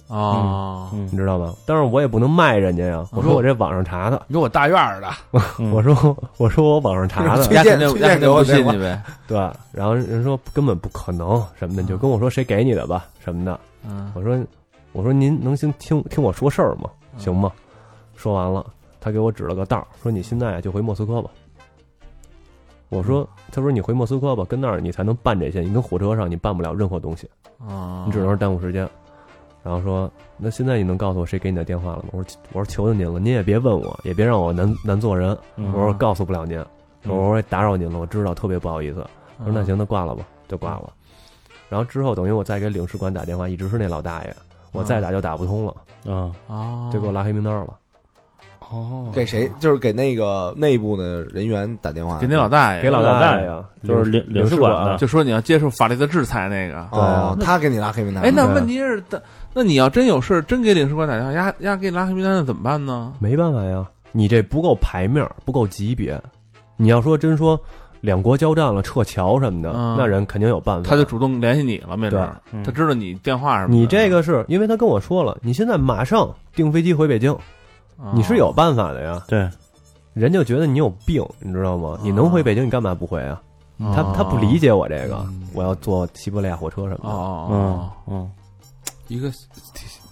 Speaker 3: 啊，
Speaker 5: 嗯
Speaker 6: 你知道吗？但是我也不能卖人家呀，我说我这网上查的，
Speaker 2: 你说我大院
Speaker 4: [laughs]
Speaker 2: 儿的，
Speaker 5: 嗯
Speaker 6: 我说我说我网上查的，
Speaker 4: 推
Speaker 3: 家肯
Speaker 4: 荐
Speaker 3: 定
Speaker 4: 推
Speaker 3: 家
Speaker 4: 荐
Speaker 3: 肯
Speaker 4: 给
Speaker 3: 定
Speaker 4: 我
Speaker 3: 不信
Speaker 4: 对吧
Speaker 3: 你呗，
Speaker 6: 对，然后人说根本不可能什么的，你就跟我说谁给你的吧什么的。
Speaker 3: 嗯
Speaker 6: 我说我说您能行听听我说事儿吗？行吗？说完了，他给我指了个道儿，说你现在就回莫斯科吧。我说，他说你回莫斯科吧，跟那儿你才能办这些，你跟火车上你办不了任何东西，
Speaker 3: 啊，
Speaker 6: 你只嗯能是耽误时间。然后说，那现在你能告诉我谁给你的电话了吗？我说，我说求求您了，您也别问我，也别让我难难做人。
Speaker 5: 嗯
Speaker 6: 我说告诉不了您，我说我也打扰您了，我知道特别不好意思。我
Speaker 3: 嗯
Speaker 6: 说那
Speaker 5: 啊
Speaker 6: 行，那挂了吧，就挂
Speaker 5: 嗯
Speaker 6: 了。然后之后等于我再给领事馆打电话，一直是那老大爷，我再打就打不通了，
Speaker 5: 啊，
Speaker 3: 啊，
Speaker 6: 就给我拉黑名单了。
Speaker 2: 哦，
Speaker 4: 给谁？就是给那个内部的人员打电话，
Speaker 3: 给那老大爷，
Speaker 6: 给老
Speaker 5: 老大
Speaker 6: 大
Speaker 5: 爷
Speaker 6: 爷啊，
Speaker 5: 就是领领事馆的，
Speaker 3: 就说你要接受法律的制裁那个。
Speaker 4: 哦，他给你拉黑名单。
Speaker 3: 哎，那
Speaker 6: 对
Speaker 3: 问题是，那那你要真有事儿，真给领事馆打电话，压压给你拉黑名单，那怎么办呢？
Speaker 6: 没办法呀，你这不够牌面儿，不够级别。你要说真说两国交战了撤侨什么的，
Speaker 5: 啊
Speaker 3: 嗯
Speaker 6: 那人肯定有办法。
Speaker 3: 他就主动联系你了，没准儿
Speaker 5: 对嗯
Speaker 3: 他知道你电话什么
Speaker 5: 嗯
Speaker 3: 的。
Speaker 6: 你这个是因为他跟我说了，你现在马上订飞机回北京，
Speaker 3: 啊
Speaker 6: 你是有办法的呀。
Speaker 5: 对，
Speaker 6: 人就觉得你有病，你知道吗？你能回北京，你干嘛不回啊？他他不理解我这个，我要坐西伯利亚火车什么的。
Speaker 3: 嗯哦
Speaker 5: 嗯嗯
Speaker 2: 一个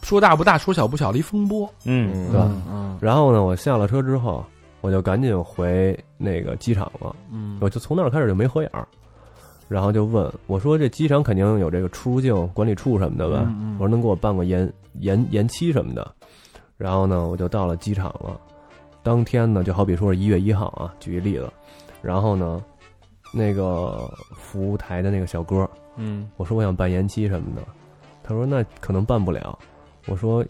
Speaker 2: 说大不大，说小不小的一风波，
Speaker 5: 嗯
Speaker 6: 对吧
Speaker 3: 嗯嗯
Speaker 6: 然后呢，我下了车之后，我就赶紧回那个机场了，
Speaker 3: 嗯
Speaker 6: 我就从那儿开始就没合眼儿，然后就问我说：“这机场肯定有这个出入境管理处什么的吧？”
Speaker 3: 嗯嗯
Speaker 6: 我说：“能给我办个延延延期什么的？”然后呢，我就到了机场了。当天呢，就好比说是一月一号啊，举一例子，然后呢，那个服务台的那个小哥，
Speaker 3: 嗯
Speaker 6: 我说我想办延期什么的，他说那可能办不了。我说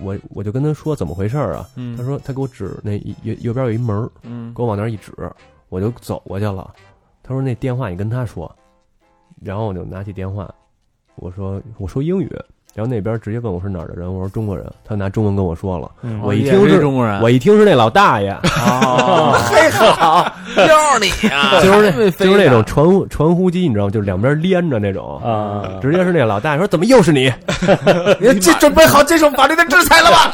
Speaker 6: 我我就跟他说怎么回事儿啊，
Speaker 3: 嗯，
Speaker 6: 他说他给我指那一右右边有一门儿，
Speaker 3: 嗯
Speaker 6: 给我往那儿一指，我就走过去了。他说那电话你跟他说，然后我就拿起电话，我说我说英语，然后那边直接问我是哪儿的人，我说中国人，他拿中文跟我说了，
Speaker 5: 嗯
Speaker 6: 我一
Speaker 3: 哦也
Speaker 6: 听
Speaker 3: 是
Speaker 6: 是
Speaker 3: 中国人，
Speaker 6: 我一听是那老大爷，
Speaker 5: 啊
Speaker 3: 哦，
Speaker 4: 嘿，好，
Speaker 3: 就是你啊，
Speaker 6: 就是那就是那种传呼传呼机，你知道吗？就是两边连着那种。
Speaker 5: 啊，
Speaker 6: 直接是那老大爷说：“怎么又是你？”
Speaker 4: 你 [laughs] 这准备好接受法律的制裁
Speaker 2: [laughs]
Speaker 4: 了吧？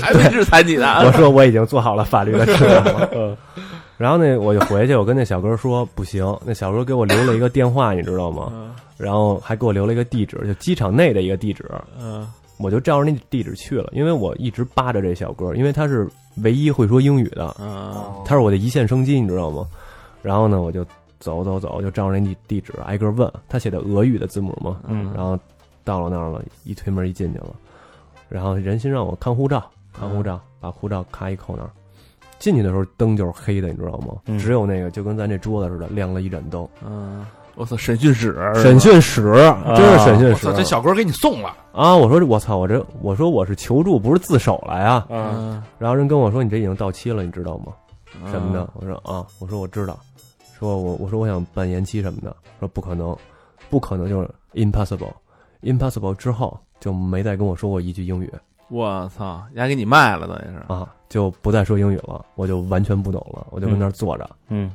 Speaker 3: 还没制裁你呢。
Speaker 6: 我说我已经做好了法律的制衡 [laughs] 了。嗯然后呢，我就回去，我跟那小哥说不行，那小哥给我留了一个电话，你知道吗？然后还给我留了一个地址，就机场内的一个地址。
Speaker 3: 嗯
Speaker 6: 我就照着那地址去了，因为我一直扒着这小哥，因为他是唯一会说英语的，
Speaker 3: 嗯
Speaker 6: 他是我的一线生机，你知道吗？然后呢，我就走走走，就照着那地地址挨个问，他写的俄语的字母嘛。
Speaker 5: 嗯
Speaker 6: 然后到了那儿了，一推门一进去了，然后人先让我看护照，看护照，
Speaker 3: 嗯
Speaker 6: 把护照咔一扣那儿。进去的时候灯就是黑的，你知道吗？
Speaker 5: 嗯
Speaker 6: 只有那个就跟咱这桌子似的，亮了一盏灯。
Speaker 3: 嗯，我操，审讯室，
Speaker 6: 审讯室，真是审讯
Speaker 2: 我
Speaker 6: 室
Speaker 2: 操，这小哥给你送了，
Speaker 6: 啊！我说我操，我这我说我是求助，不是自首来啊！
Speaker 5: 啊
Speaker 3: 嗯
Speaker 6: 然后人跟我说你这已经到期了，你知道吗？
Speaker 3: 嗯
Speaker 6: 什么的。我说啊，我说我知道，说我我说我想办延期什么的，说不可能，不可能就是 impossible。impossible 之后就没再跟我说过一句英语
Speaker 3: 我操，丫给你卖了，等于是。
Speaker 6: 啊，就不再说英语了，我就完全不懂了，我就跟那儿坐着，
Speaker 5: 嗯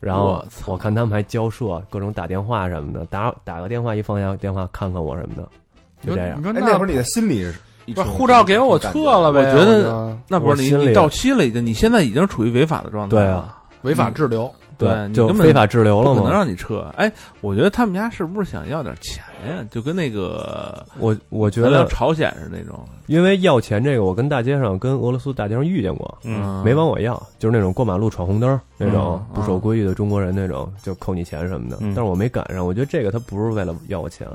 Speaker 6: 然后
Speaker 3: 我操
Speaker 6: 我看他们还交涉，各种打电话什么的，打打个电话一放下电话看看我什么的，
Speaker 2: 你
Speaker 6: 就
Speaker 2: 说
Speaker 6: 这样
Speaker 2: 你。说
Speaker 4: 哎，那
Speaker 2: 那
Speaker 4: 会儿你的心里是一
Speaker 2: 不
Speaker 4: 种
Speaker 2: 是护照给我，我撤了呗，
Speaker 3: 我觉得
Speaker 2: 我
Speaker 3: 那不是
Speaker 6: 我心
Speaker 3: 你，
Speaker 6: 里
Speaker 3: 你到期了已经，你现在已经处于违法的状态
Speaker 6: 对
Speaker 3: 了
Speaker 6: 啊，
Speaker 2: 就违法滞留，
Speaker 3: 对你
Speaker 6: 就
Speaker 3: 根本
Speaker 6: 非法滞留了
Speaker 3: 不可能
Speaker 6: 嘛。
Speaker 3: 让你撤。哎，我觉得他们家是不是想要点钱呀？就跟那个
Speaker 6: 我我觉
Speaker 3: 咱聊
Speaker 6: 得，
Speaker 3: 朝鲜似的那种，
Speaker 6: 因为要钱这个，我跟大街上跟俄罗斯大街上遇见过，
Speaker 5: 嗯
Speaker 3: 啊
Speaker 6: 没往我要，就是那种过马路闯红灯儿那种
Speaker 3: 嗯
Speaker 6: 不守规矩的中国人那种，就扣你钱什么的。
Speaker 5: 嗯
Speaker 6: 但是我没赶上，我觉得这个他不是为了要我钱，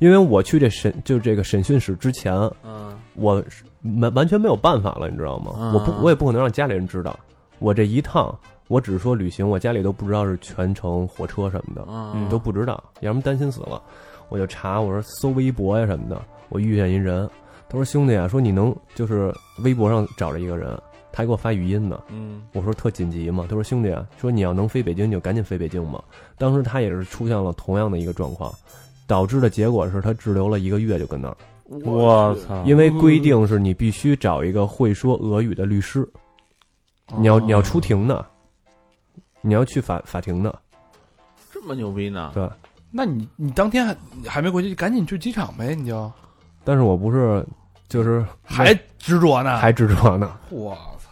Speaker 6: 因为我去这审就这个审讯室之前，
Speaker 3: 嗯
Speaker 6: 我是完完全没有办法了，你知道吗？
Speaker 3: 嗯
Speaker 6: 我不我也不可能让家里人知道，我这一趟我只是说旅行，我家里都不知道是全程火车什么的，
Speaker 3: 嗯
Speaker 6: 都不知道，要么担心死了。我就查，我说搜微博呀什么的，我遇见一人，他说兄弟啊，说你能就是微博上找着一个人，他还给我发语音呢。
Speaker 3: 嗯
Speaker 6: 我说特紧急嘛，他说兄弟啊，说你要能飞北京你就赶紧飞北京嘛。当时他也是出现了同样的一个状况，导致的结果是他滞留了一个月就跟那儿，
Speaker 3: 嗯
Speaker 5: 我
Speaker 3: 啊
Speaker 5: 操！
Speaker 6: 因为规定是你必须找一个会说俄语的律师，
Speaker 3: 哦
Speaker 6: 嗯你要你要
Speaker 2: 哦
Speaker 6: 出庭的，你要去法法庭的，
Speaker 3: 这么牛逼呢？
Speaker 6: 对。
Speaker 2: 那你你当天还还没回去，赶紧去机场呗，你就
Speaker 6: 但是我不是就是
Speaker 2: 还执着呢，
Speaker 6: 还执着呢，
Speaker 2: 我操，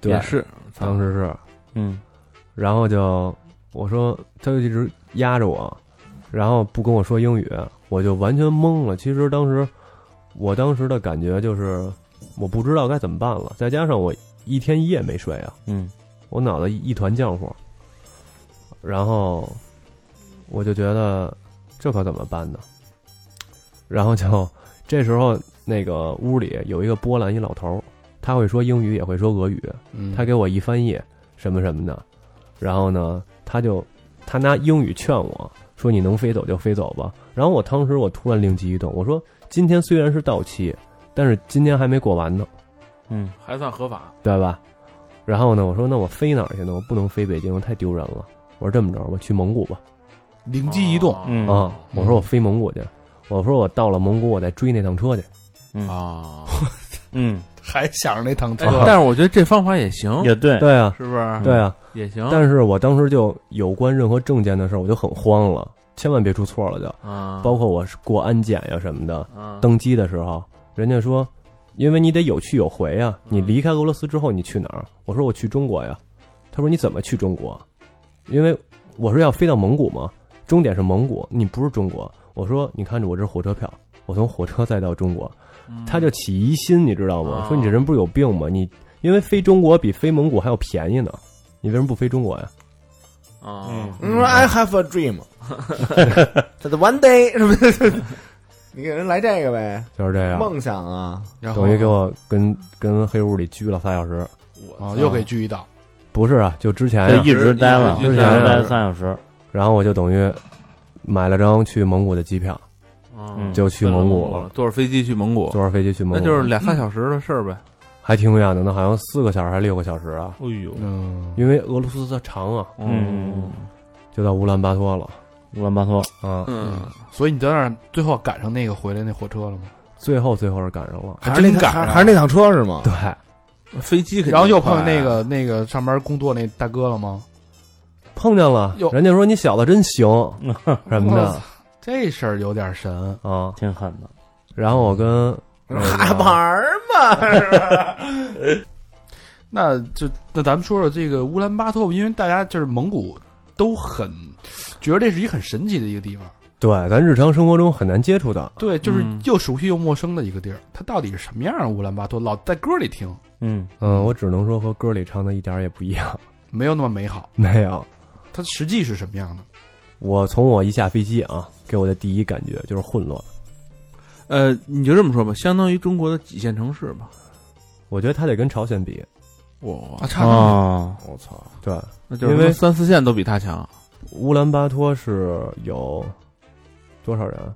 Speaker 6: 对
Speaker 3: 也，是，操
Speaker 6: 当时是，
Speaker 5: 嗯，
Speaker 6: 然后就我说他就一直压着我，然后不跟我说英语，我就完全懵了。其实当时我当时的感觉就是我不知道该怎么办了，再加上我一天一夜没睡啊，
Speaker 5: 嗯，
Speaker 6: 我脑袋一团浆糊，然后我就觉得这可怎么办呢？然后就这时候那个屋里有一个波兰一老头儿，他会说英语也会说俄语，
Speaker 2: 嗯
Speaker 6: 他给我一翻译什么什么的，然后呢，他就他拿英语劝我说：“你能飞走就飞走吧。”然后我当时我突然灵机一动，我说：“今天虽然是到期，但是今天还没过完呢，
Speaker 5: 嗯，
Speaker 3: 还算合法。
Speaker 6: 对吧？”然后呢，我说：“那我飞哪儿去呢？我不能飞北京，太丢人了。”我说：“这么着吧，去蒙古吧。
Speaker 2: 灵机一动，
Speaker 4: 哦
Speaker 5: 嗯
Speaker 6: 啊，我说：“我飞蒙古去。”我说：“我到了蒙古，我再追那趟车去。
Speaker 5: 嗯
Speaker 3: 啊！
Speaker 5: 嗯，
Speaker 2: 还想着那趟车 [laughs]
Speaker 3: 哎，但是我觉得这方法也行，
Speaker 5: 也对”，嗯
Speaker 6: 对啊，
Speaker 3: 是不是？
Speaker 6: 对啊。
Speaker 3: 也行。
Speaker 6: 但是我当时就有关任何证件的事儿，我就很慌了，千万别出错了就。
Speaker 3: 啊，
Speaker 6: 包括我是过安检呀什么的，
Speaker 3: 啊
Speaker 6: 登机的时候，人家说，因为你得有去有回啊，你离开俄罗斯之后你去哪儿？我说我去中国呀，他说你怎么去中国？因为我说要飞到蒙古嘛，终点是蒙古，你不是中国。我说你看着我这火车票，我从火车再到中国，他就起疑心，你知道吗？
Speaker 3: 哦
Speaker 6: 说你这人不是有病吗？你因为飞中国比飞蒙古还要便宜呢，你为什么不飞中国呀？
Speaker 3: 啊，
Speaker 6: 嗯
Speaker 4: 你嗯说 I have a dream，他的 one day [laughs] 什么的，你给人来这个呗，
Speaker 6: 就是这样，
Speaker 4: 梦想啊，
Speaker 3: 然后
Speaker 6: 等于给我跟跟黑屋里拘了仨小时。
Speaker 2: 啊，又给狙一道，
Speaker 6: 不是啊，就之前
Speaker 5: 就
Speaker 6: 呀、
Speaker 5: 一直待了，
Speaker 3: 一
Speaker 5: 一
Speaker 3: 直
Speaker 5: 直
Speaker 3: 待了
Speaker 5: 待了三小时，
Speaker 6: 然后我就等于买了张去蒙古的机票，
Speaker 3: 嗯
Speaker 6: 就去蒙古了，
Speaker 3: 坐着飞机去蒙古，
Speaker 6: 坐上飞机去蒙
Speaker 3: 那
Speaker 6: 古，
Speaker 3: 就是俩仨小时的事儿呗。
Speaker 6: 还挺远的呢，好像四个小时还是六个小时啊，
Speaker 5: 哎呦，
Speaker 2: 嗯，
Speaker 6: 因为俄罗斯它长啊，
Speaker 5: 嗯，
Speaker 6: 就到乌兰巴托了
Speaker 5: 乌兰巴托，
Speaker 6: 啊。
Speaker 3: 嗯，
Speaker 2: 所以你在那儿最后赶上那个回来那火车了吗？
Speaker 6: 最后最后是赶上了，
Speaker 2: 还
Speaker 4: 还是那
Speaker 2: 真啊赶
Speaker 4: 趟
Speaker 2: 上
Speaker 4: 还还是那趟车是吗？
Speaker 6: 对，
Speaker 3: 飞机肯定
Speaker 2: 然后又碰
Speaker 3: 快啊
Speaker 2: 见那个那个上班工作那大哥了吗？
Speaker 6: 碰见了
Speaker 2: 哟，
Speaker 6: 人家说你小子真行什么
Speaker 2: 哇
Speaker 6: 的
Speaker 2: 这事儿有点神，
Speaker 6: 啊。
Speaker 5: 挺狠的，
Speaker 6: 然后我跟
Speaker 4: [laughs]
Speaker 6: 呃
Speaker 4: 哈玩儿嘛，
Speaker 2: 那就那咱们说说这个乌兰巴托，因为大家就是蒙古都很觉得这是一很神奇的一个地方，
Speaker 6: 对咱日常生活中很难接触的，
Speaker 2: 对，就是
Speaker 3: 嗯
Speaker 2: 又熟悉又陌生的一个地儿。它到底是什么样啊？乌兰巴托老在歌里听，
Speaker 5: 嗯
Speaker 6: 嗯，我只能说和歌里唱的一点儿也不一样。 [laughs]
Speaker 2: 没有那么美好。
Speaker 6: 没有，
Speaker 2: 它实际是什么样的？
Speaker 6: 我从我一下飞机啊，给我的第一感觉就是混乱。
Speaker 3: 呃，你就这么说吧，相当于中国的几线城市吧。
Speaker 6: 我觉得它得跟朝鲜比，
Speaker 3: 哇
Speaker 2: 啊，，差不多。
Speaker 5: 啊，
Speaker 4: 我操，
Speaker 6: 对，
Speaker 3: 那就是
Speaker 6: 因为
Speaker 3: 三四线都比他强。
Speaker 6: 乌兰巴托是有多少人啊？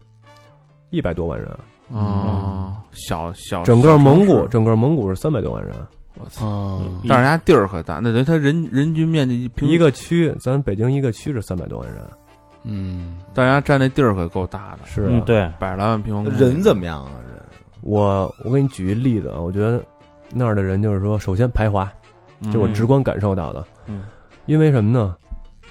Speaker 6: 一百多万人啊，
Speaker 3: 啊，小小
Speaker 6: 整个蒙古，
Speaker 3: 小城市
Speaker 6: 整个蒙古是三百多万人啊，
Speaker 3: 我操！
Speaker 2: 嗯，
Speaker 3: 但是人家地儿可大，那等于他人人均面积平
Speaker 6: 一，个区，咱北京一个区是三百多万人，啊
Speaker 2: 嗯，
Speaker 3: 但人家占那地儿可够大的，
Speaker 6: 是、啊
Speaker 5: 嗯，对，
Speaker 3: 百来万平方公里。
Speaker 4: 人怎么样啊？
Speaker 6: 我我给你举一例子啊，我觉得那儿的人就是说，首先排华，
Speaker 3: 嗯
Speaker 6: 这我直观感受到的，
Speaker 5: 嗯，
Speaker 6: 因为什么呢？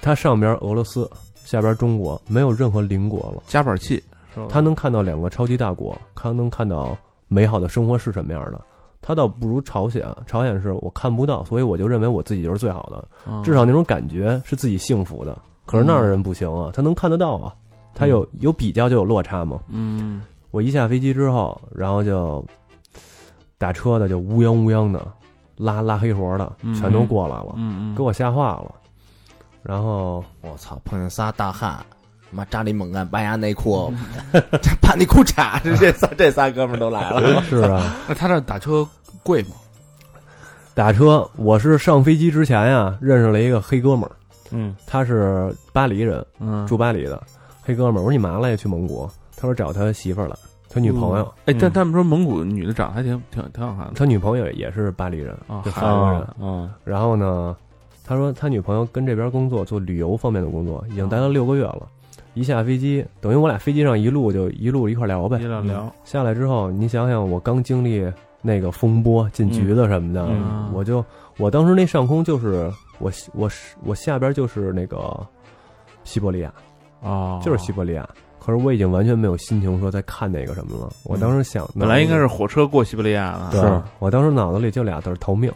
Speaker 6: 它上边俄罗斯，下边中国，没有任何邻国了。
Speaker 3: 夹板器，是吧
Speaker 6: 他能看到两个超级大国，他能看到美好的生活是什么样的。他倒不如朝鲜，啊朝鲜是我看不到，所以我就认为我自己就是最好的，
Speaker 3: 嗯
Speaker 6: 至少那种感觉是自己幸福的。可是那儿的人不行啊，他能看得到啊，他有有比较就有落差嘛。
Speaker 3: 嗯
Speaker 6: 我一下飞机之后，然后就打车的就乌泱乌泱的拉拉黑活的
Speaker 3: 嗯
Speaker 6: 全都过来了，
Speaker 3: 嗯嗯，
Speaker 6: 给我吓坏了。然
Speaker 3: [laughs]
Speaker 6: 后
Speaker 4: 我操，碰见仨大汉，妈扎里猛干，拔牙内裤， [laughs] 这把内裤衩，这这仨这仨哥们儿都来了。
Speaker 6: 是啊，
Speaker 2: 那他这打车贵吗？
Speaker 6: 打车，我是上飞机之前呀、认识了一个黑哥们儿，
Speaker 5: 嗯
Speaker 6: 他是巴黎人，
Speaker 3: 嗯
Speaker 6: 住巴黎的黑哥们儿。我说你嘛来呀？去蒙古？他说找他媳妇儿来，他女朋友，
Speaker 3: 哎，但
Speaker 5: 嗯
Speaker 3: 他们说蒙古女的长得还挺挺挺好看的
Speaker 6: 他女朋友也是巴黎人
Speaker 3: 啊，
Speaker 6: 就法国人。
Speaker 5: 啊嗯
Speaker 6: 然
Speaker 3: 嗯
Speaker 6: 后呢，他说他女朋友跟这边工作做旅游方面的工作，已经待了六个月了。一下飞机，等于我俩飞机上一路就一路一块聊呗，
Speaker 3: 一聊聊
Speaker 6: 下来之后，你想想，我刚经历那个风波、进局子什么的，
Speaker 3: 嗯
Speaker 6: 我就我当时那上空就是我我我下边就是那个西伯利亚，
Speaker 3: 啊
Speaker 6: 就是西伯利亚。可是我已经完全没有心情说再看那个什么了。我当时想，
Speaker 3: 嗯本来应该是火车过西伯利亚的，
Speaker 6: 对，我当时脑子里就俩字儿逃命，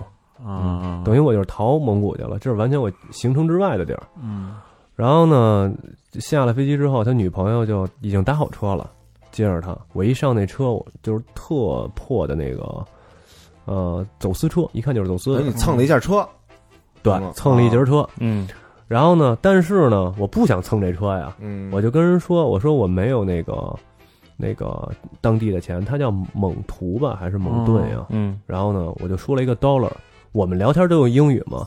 Speaker 3: 啊，
Speaker 6: 等于我就是逃蒙古去了，这是完全我行程之外的地儿。
Speaker 3: 嗯
Speaker 6: 然后呢，下了飞机之后，他女朋友就已经打好车了，接着他。我一上那车，我就是特破的那个，呃，走私车，嗯一看就是走私
Speaker 4: 等
Speaker 6: 的，
Speaker 4: 你蹭了一下车，啊
Speaker 6: 对，蹭了一节车。
Speaker 5: 嗯
Speaker 6: 然后呢，但是呢，我不想蹭这车呀，
Speaker 4: 嗯，
Speaker 6: 我就跟人说，我说我没有那个那个当地的钱，他叫蒙图吧，还是蒙顿
Speaker 3: 哦
Speaker 6: 呀？
Speaker 5: 嗯
Speaker 6: 然后呢，我就说了一个 dollar，我们聊天都用英语嘛。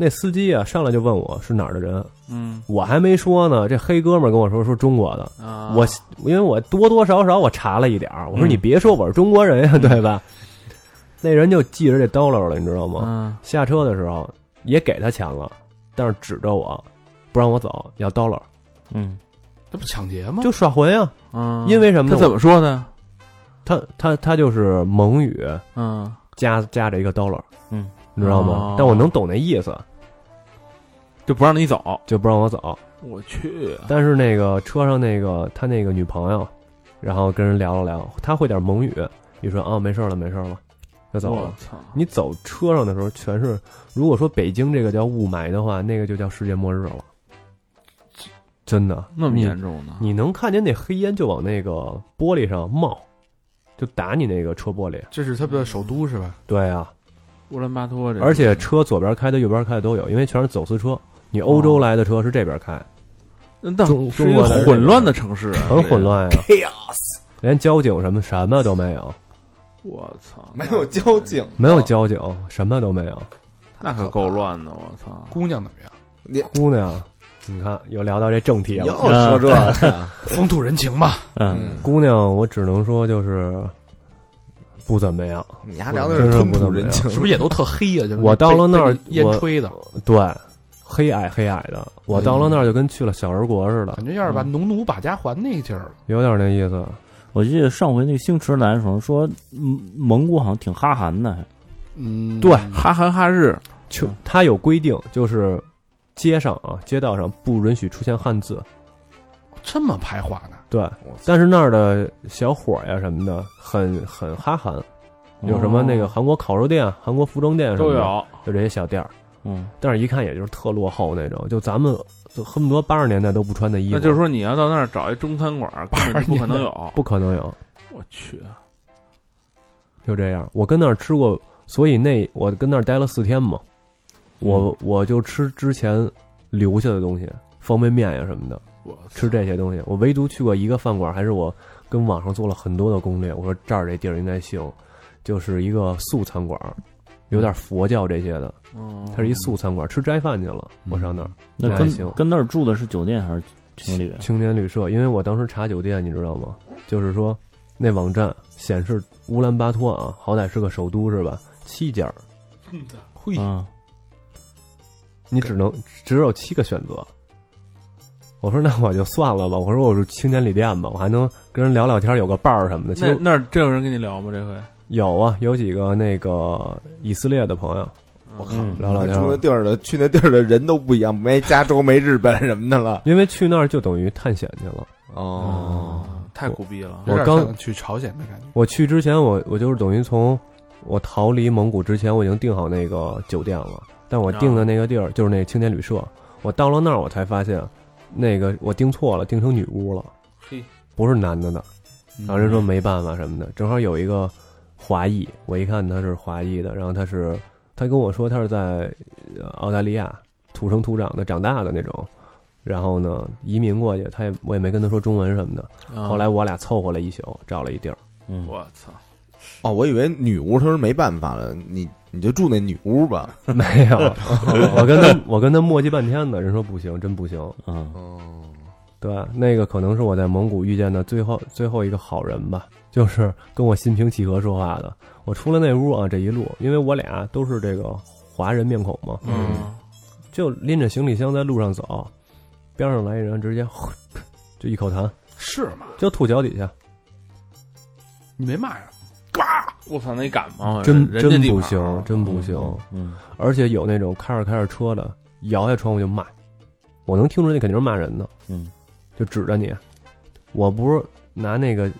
Speaker 6: 那司机啊，上来就问我是哪儿的人，
Speaker 3: 嗯
Speaker 6: 我还没说呢，这黑哥们儿跟我说说中国的，
Speaker 3: 啊，
Speaker 6: 我因为我多多少少我查了一点儿，我说你别说我是中国人
Speaker 3: 嗯
Speaker 6: 呀，对吧？那人就记着这 dollar 了，你知道吗？
Speaker 3: 嗯
Speaker 6: 下车的时候也给他钱了，但是指着我不让我走，要 dollar
Speaker 5: 嗯
Speaker 2: 这不抢劫吗？
Speaker 6: 就耍混呀、
Speaker 3: 哦嗯，
Speaker 6: 因为什么
Speaker 3: 他
Speaker 6: 呢？
Speaker 3: 怎么说的？
Speaker 6: 他他他就是蒙语
Speaker 3: 嗯
Speaker 6: 加加着一个 dollar，
Speaker 5: 嗯，
Speaker 6: 你知道吗
Speaker 3: 哦？
Speaker 6: 但我能懂那意思，
Speaker 3: 就不让你走，
Speaker 6: 就不让我走。
Speaker 3: 我去，
Speaker 6: 但是那个车上那个他那个女朋友，然后跟人聊了聊，他会点蒙语，你说啊没事儿了没事儿了，就走
Speaker 3: 我
Speaker 6: 了。
Speaker 3: 操，
Speaker 6: 你走车上的时候全是，如果说北京这个叫雾霾的话，那个就叫世界末日了，真的
Speaker 3: 那么
Speaker 6: 你
Speaker 3: 严重呢？
Speaker 6: 你能看见那黑烟就往那个玻璃上冒，就打你那个车玻璃。
Speaker 2: 这是他的首都是吧？
Speaker 6: 对啊，
Speaker 3: 乌兰巴托这，
Speaker 6: 而且车左边开的、右边开的都有，因为全是走私车。你欧洲来的车是这边开，
Speaker 3: 那
Speaker 6: 中
Speaker 3: 是一
Speaker 6: 中国
Speaker 3: 个
Speaker 6: 的
Speaker 3: 混乱的城市啊，
Speaker 6: 哦很混
Speaker 3: 这个。
Speaker 6: 乱呀、连交警什么什么都没有，
Speaker 3: 我操，
Speaker 4: 没有交警，
Speaker 6: 没有交警，什么都没有。
Speaker 3: 那，那可够乱的，我操！
Speaker 2: 姑娘怎么样？
Speaker 6: 姑娘，你看又聊到这正题
Speaker 4: 又
Speaker 6: 了。
Speaker 4: 说哦这个，
Speaker 2: 风土人情嘛，
Speaker 5: 嗯
Speaker 6: [laughs]
Speaker 4: 嗯，
Speaker 6: 姑娘，我只能说就是不怎么样。
Speaker 4: 你还聊的是吞吐人情，
Speaker 2: 是不是也都特黑啊呀、就是
Speaker 6: 我到了那
Speaker 2: 被
Speaker 6: 儿
Speaker 2: 被烟
Speaker 6: 我
Speaker 2: 吹的，
Speaker 6: 对，黑矮黑矮的，我到了那儿就跟去了小人国似的
Speaker 2: 感，觉有点
Speaker 6: 嗯
Speaker 2: 把农奴把家还那劲儿了。
Speaker 6: 有点那意思。
Speaker 5: 我记得上回那个星驰来的时候说，嗯蒙古好像挺哈韩的，
Speaker 2: 嗯，
Speaker 6: 对
Speaker 3: 哈韩哈日，
Speaker 6: 就它有规定，就是街上啊，街道上不允许出现汉字。
Speaker 2: 这么排华呢？
Speaker 6: 对，但是那儿的小伙呀什么的，很很哈韩，有什么那个韩国烤肉店、韩国服装店什
Speaker 3: 哦都
Speaker 6: 么的，
Speaker 3: 哎有，
Speaker 6: 就这些小店儿。
Speaker 5: 嗯
Speaker 6: 但是一看也就是特落后那种，就咱们就恨不得八十年代都不穿的衣服，
Speaker 3: 那就是说你要到那儿找一中餐馆，根本就不可 [laughs] 能有。
Speaker 6: 不可能有，
Speaker 3: 我去，
Speaker 6: 就这样。我跟那儿吃过，所以那我跟那儿待了四天嘛，
Speaker 3: 嗯
Speaker 6: 我我就吃之前留下的东西，方便面呀什么的，
Speaker 3: 我
Speaker 6: 吃这些东西。我唯独去过一个饭馆，还是我跟网上做了很多的攻略，我说这儿这地儿应该行，就是一个素餐馆，有点佛教这些的，
Speaker 3: 嗯
Speaker 6: 它是一素餐馆，吃斋饭去了。我上那儿
Speaker 5: 那
Speaker 4: 哎
Speaker 6: 那还行
Speaker 5: 跟跟那儿住的是酒店还是情侣？
Speaker 6: 青年旅社，因为我当时查酒店，你知道吗？就是说那网站显示乌兰巴托啊，好歹是个首都是吧？七家儿，
Speaker 2: 嘿，
Speaker 6: 嗯
Speaker 5: 啊，
Speaker 6: 你只能只有七个选择。我说那我就算了吧，我说我住青年旅店吧，我还能跟人聊聊天，有个伴儿什么的。其
Speaker 3: 那
Speaker 6: 实
Speaker 3: 那儿真有人跟你聊吗？这回
Speaker 6: 有啊，有几个那个以色列的朋友
Speaker 4: 我靠，
Speaker 5: 嗯
Speaker 4: [laughs]
Speaker 6: 聊聊天
Speaker 4: 住那
Speaker 6: 儿，
Speaker 4: 地儿的去那地儿的人都不一样，没加州没日本什么的了，
Speaker 6: 因为去那儿就等于探险去了。
Speaker 5: 嗯
Speaker 4: 哦，
Speaker 3: 太苦逼了
Speaker 6: 我。
Speaker 2: 有点
Speaker 6: 刚
Speaker 2: 像去朝鲜的感觉，
Speaker 6: 我去之前我，我就是等于从我逃离蒙古之前，我已经订好那个酒店了，但我订的那个地儿就是那青年旅社。我到了那儿，我才发现，那个我订错了，订成女巫了，
Speaker 3: 嘿，
Speaker 6: 不是男的呢。然后人说没办法什么的，正好有一个华裔，我一看他是华裔的，然后他是他跟我说他是在呃澳大利亚土生土长的长大的那种，然后呢移民过去，他也我也没跟他说中文什么的。后来我俩凑合了一宿，找了一地儿。
Speaker 5: 嗯，
Speaker 3: 我操，
Speaker 4: 哦，我以为女巫，他说没办法了，你你就住那女巫吧，
Speaker 6: [laughs] 没
Speaker 3: [laughs]
Speaker 6: 有，我跟他我跟他磨叽半天呢，人说不行，真不行。
Speaker 5: 嗯
Speaker 4: 哦，
Speaker 6: 对，啊那个可能是我在蒙古遇见的最后最后一个好人吧，就是跟我心平气和说话的。我出了那屋啊，这一路，因为我俩都是这个华人面孔嘛，
Speaker 3: 嗯，
Speaker 6: 就拎着行李箱在路上走，边上来一人直接就一口痰，
Speaker 2: 是吗？
Speaker 6: 就吐脚底下，
Speaker 2: 你没骂呀？
Speaker 3: 我操，那敢吗？
Speaker 6: 真
Speaker 3: 啊人家
Speaker 6: 真
Speaker 3: 地
Speaker 6: 不
Speaker 3: 盘啊
Speaker 6: 行，真不行。
Speaker 4: 哦
Speaker 5: 嗯，
Speaker 6: 而且有那种开着开着车的，摇下窗户就骂，我能听出那肯定是骂人的，
Speaker 5: 嗯，
Speaker 6: 就指着你。我不是拿那个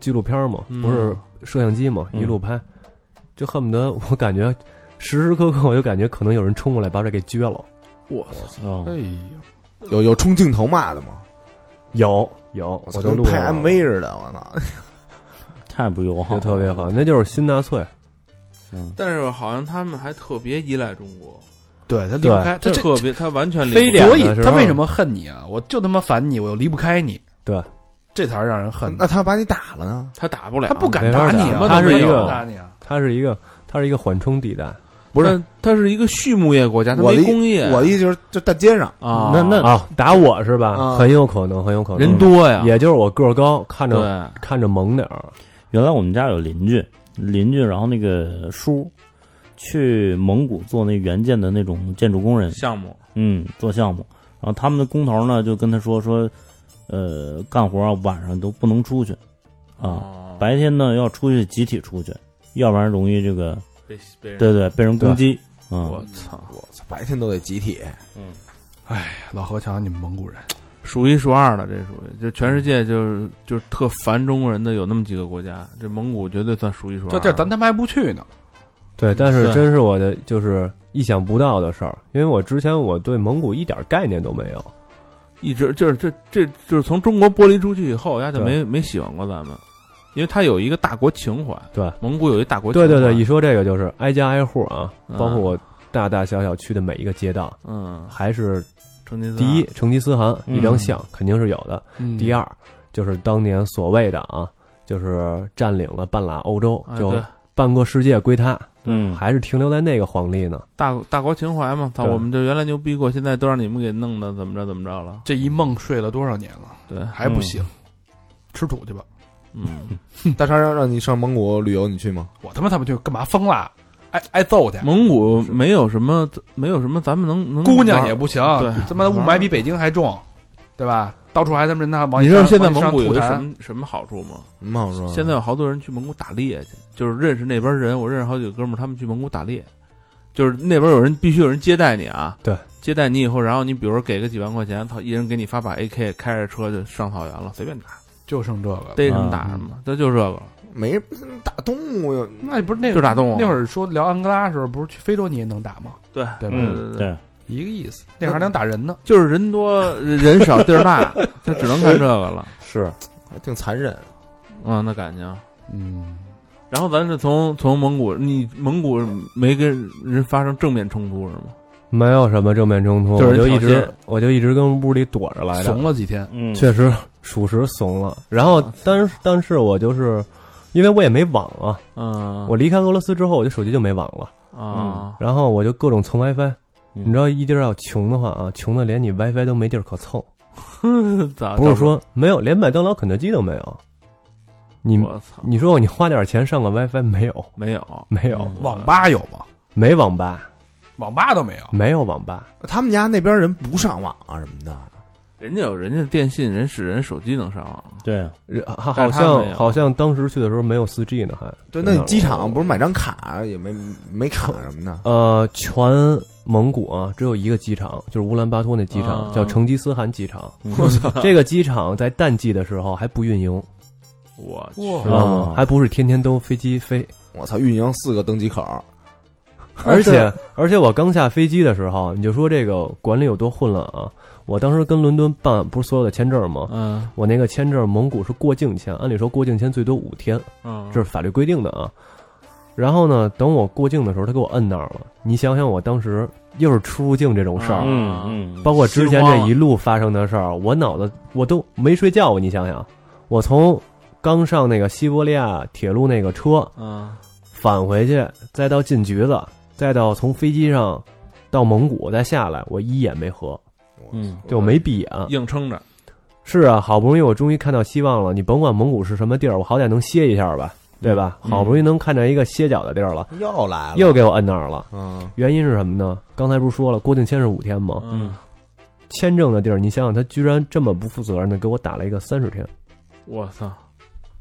Speaker 6: 纪录片吗？
Speaker 3: 嗯
Speaker 6: 不是摄像机吗？
Speaker 5: 嗯
Speaker 6: 一路拍，就恨不得我感觉时时刻刻我就感觉可能有人冲过来把这给撅了。
Speaker 5: 哦，
Speaker 2: 哎呀，
Speaker 4: 有有冲镜头骂的吗？
Speaker 6: 有有，
Speaker 4: 我
Speaker 6: 我
Speaker 4: 操，
Speaker 6: 就
Speaker 4: 跟
Speaker 6: 录
Speaker 4: 拍
Speaker 6: 上了
Speaker 4: MV 似的，我操！
Speaker 5: 太不友好
Speaker 6: 就
Speaker 5: 了，嗯
Speaker 6: 特别好，那就是新纳粹。
Speaker 3: 但是好像他们还特别依赖中国，
Speaker 2: 对他离不开，他这
Speaker 3: 特别他完全离不
Speaker 6: 非
Speaker 3: 开
Speaker 6: 两
Speaker 2: 所
Speaker 6: 个
Speaker 2: 以
Speaker 6: 是
Speaker 2: 他
Speaker 6: 吧
Speaker 2: 为什么恨你啊？我就他妈烦你，我又离不开你，
Speaker 6: 对，
Speaker 2: 这才是让人恨的。
Speaker 4: [laughs] 那他把你打了呢？
Speaker 3: 他打不了，
Speaker 2: 他不敢
Speaker 6: 没
Speaker 2: 打
Speaker 6: 法
Speaker 2: 你
Speaker 6: 打
Speaker 2: 啊，
Speaker 6: 他是
Speaker 2: 没
Speaker 6: 一
Speaker 2: 有
Speaker 6: 个
Speaker 2: 打你啊。
Speaker 6: 它是一个它是一个缓冲地带。
Speaker 3: 不是，他是一个畜牧业国家，他
Speaker 4: 我的
Speaker 3: 没
Speaker 4: 意
Speaker 3: 工业，
Speaker 4: 我的意思就是，就大街上，
Speaker 3: 啊，
Speaker 5: 那那
Speaker 6: 啊，打我是吧？
Speaker 4: 啊
Speaker 6: 很有可能，很有可能
Speaker 3: 人，多呀，
Speaker 6: 也就是我个儿高，看着
Speaker 3: 对，
Speaker 6: 看着萌点儿。
Speaker 5: 原来我们家有邻居，邻居然后那个叔去蒙古做那援建的那种建筑工人，
Speaker 3: 项目
Speaker 5: 嗯，做项目，然后他们的工头呢就跟他说说，呃，干活啊晚上都不能出去啊，
Speaker 3: 啊
Speaker 5: 白天呢要出去集体出去，要不然容易这个
Speaker 3: 被被人
Speaker 5: 对对被人攻击。嗯
Speaker 3: 我，操，
Speaker 4: 我操，白天都得集体，
Speaker 2: 老何瞧瞧你们蒙古人，
Speaker 3: 数一数二的，这属于就全世界就是就是特烦中国人的有那么几个国家，这蒙古绝对算数一数二。
Speaker 2: 这地儿咱他妈还不去呢。
Speaker 6: 对，但是
Speaker 3: 对
Speaker 6: 真是我的就是意想不到的事儿，因为我之前我对蒙古一点概念都没有。
Speaker 3: 一直就是这这就是从中国剥离出去以后，人家就没没喜欢过咱们，因为他有一个大国情怀，
Speaker 6: 对，
Speaker 3: 蒙古有一大国情怀。
Speaker 6: 对对对，一说这个就是挨家挨户啊，
Speaker 3: 嗯
Speaker 6: 包括我大大小小去的每一个街道，
Speaker 3: 嗯，
Speaker 6: 还是
Speaker 3: 成吉思汗
Speaker 6: 第一，成吉思汗
Speaker 5: 嗯
Speaker 6: 一张像肯定是有的；
Speaker 3: 嗯
Speaker 6: 第
Speaker 2: 二，
Speaker 6: 二，就是当年所谓的啊，就是占领了半拉欧洲，
Speaker 3: 哎
Speaker 6: 就
Speaker 3: 对
Speaker 6: 半个世界归他，
Speaker 5: 嗯
Speaker 6: 还是停留在那个皇历呢。
Speaker 3: 大大国情怀嘛，操，
Speaker 6: 对
Speaker 3: 我们这原来牛逼过，现在都让你们给弄的怎么着怎么着了？
Speaker 2: 这一梦睡了多少年了，
Speaker 3: 对，
Speaker 2: 还不醒，吃土去吧。
Speaker 3: 嗯，
Speaker 4: 大肠让让你上蒙古旅游，你去吗？
Speaker 2: 我他妈他妈去干嘛疯了？挨挨揍去。
Speaker 3: 蒙古没有什么没有什么咱们能能
Speaker 2: 姑娘也
Speaker 3: 玩
Speaker 2: 不行
Speaker 3: 对，
Speaker 2: 他妈的雾霾比北京还重，对吧？到处还他妈那往
Speaker 3: 你
Speaker 2: 一
Speaker 3: 知道
Speaker 2: 上
Speaker 3: 现在
Speaker 2: 往一
Speaker 3: 蒙
Speaker 2: 上
Speaker 3: 古有
Speaker 2: 吐
Speaker 3: 一
Speaker 2: 痰
Speaker 3: 什么什么好处吗？
Speaker 4: 嗯，好说。
Speaker 3: 现在有好多人去蒙古打猎去，就是认识那边人，我认识好几个哥们儿，他们去蒙古打猎，就是那边有人必须有人接待你啊，
Speaker 6: 对，
Speaker 3: 接待你以后，然后你比如说给个几万块钱，操，一人给你发把 AK，开着车就上草原了，随便打，
Speaker 2: 就剩这个了。
Speaker 3: 逮什么打什么，这就这个，
Speaker 4: 没打动物哟，
Speaker 2: 那不是那
Speaker 3: 就打动物
Speaker 2: 那会儿说聊安哥拉的时候，不是去非洲你也能打吗？
Speaker 3: 对，
Speaker 2: 对吧？
Speaker 5: 嗯，对，
Speaker 2: 一个意思，那会儿还能打人呢。
Speaker 3: 就是人多人少地儿大，他只能看这个了，
Speaker 5: 是
Speaker 4: 还挺残忍。
Speaker 3: 嗯，那感情。
Speaker 2: 嗯，
Speaker 3: 然后咱是从从蒙古，你蒙古没跟人发生正面冲突是吗？
Speaker 6: 没有什么正面冲突，
Speaker 3: 就是
Speaker 6: 我就
Speaker 3: 人
Speaker 6: 一
Speaker 3: 挑衅
Speaker 6: 直我就一直跟屋里躲着
Speaker 3: 哎
Speaker 6: 来
Speaker 2: 怂
Speaker 6: 着，
Speaker 2: 了几天，
Speaker 5: 嗯，
Speaker 6: 确实属实怂了。然后
Speaker 3: 啊
Speaker 6: 但是但是我就是因为我也没网啊，
Speaker 3: 嗯，
Speaker 6: 我离开俄罗斯之后我就手机就没网了，
Speaker 3: 啊，
Speaker 6: 然后我就各种蹭 WiFi。
Speaker 5: 嗯
Speaker 6: 你知道一地儿要穷的话啊，穷的连你 WiFi 都没地儿可蹭，
Speaker 3: 咋
Speaker 6: 不是说没有，连麦当劳、肯德基都没有。你
Speaker 3: 我操，
Speaker 6: 你说你花点钱上个 WiFi 没有？
Speaker 3: 没有嗯
Speaker 6: 没有，
Speaker 2: 网吧有吗？
Speaker 6: 没网吧，
Speaker 2: 网吧都没有。
Speaker 6: 没有网吧。
Speaker 4: 他们家那边人不上网啊什么的，
Speaker 3: 人家有人家电信，人使人手机能上网，
Speaker 5: 对，
Speaker 6: 呃好好
Speaker 3: 但是他们没
Speaker 6: 像
Speaker 3: 有
Speaker 6: 好像当时去的时候没有四 G 呢，还
Speaker 4: 对，那你机场不
Speaker 6: 是
Speaker 4: 是买张卡也没没卡什么的，
Speaker 6: 呃，全蒙古啊，只有一个机场，就是乌兰巴托那机场，
Speaker 3: 啊嗯
Speaker 6: 叫成吉思汗机场。
Speaker 5: 我操，
Speaker 6: 这个机场在淡季的时候还不运营
Speaker 3: 我去，
Speaker 2: 哇
Speaker 3: 哦
Speaker 6: 啊，还不是天天都飞机飞。
Speaker 4: 我操，运营四个登机口，
Speaker 3: 哦
Speaker 6: 而且而且我刚下飞机的时候，你就说这个管理有多混乱啊！我当时跟伦敦办不是所有的签证吗？
Speaker 3: 嗯
Speaker 6: 我那个签证蒙古是过境签，按理说过境签最多五天，
Speaker 3: 嗯，
Speaker 6: 这是法律规定的啊。然后呢，等我过境的时候，他给我摁那儿了。你想想，我当时又是出入境这种事儿，
Speaker 5: 嗯嗯，
Speaker 6: 包括之前这一路发生的事儿，我脑子我都没睡觉过。你想想，我从刚上那个西伯利亚铁路那个车
Speaker 3: 嗯
Speaker 6: 返回去，再到进局子，再到从飞机上到蒙古再下来，我一眼没合，
Speaker 5: 嗯
Speaker 6: 就没闭眼。
Speaker 3: 硬撑着，
Speaker 6: 是啊，好不容易我终于看到希望了。你甭管蒙古是什么地儿，我好歹能歇一下吧，对吧？
Speaker 3: 嗯
Speaker 6: 好不容易能看见一个歇脚的地儿了，
Speaker 4: 又来
Speaker 6: 嗯
Speaker 4: 了，
Speaker 6: 又给我摁那儿了。
Speaker 4: 嗯，
Speaker 6: 原因是什么呢？刚才不是说了，郭靖谦是五天吗？
Speaker 3: 嗯，
Speaker 6: 签证的地儿，你想想，他居然这么不负责任的给我打了一个三十天，
Speaker 3: 我操，啊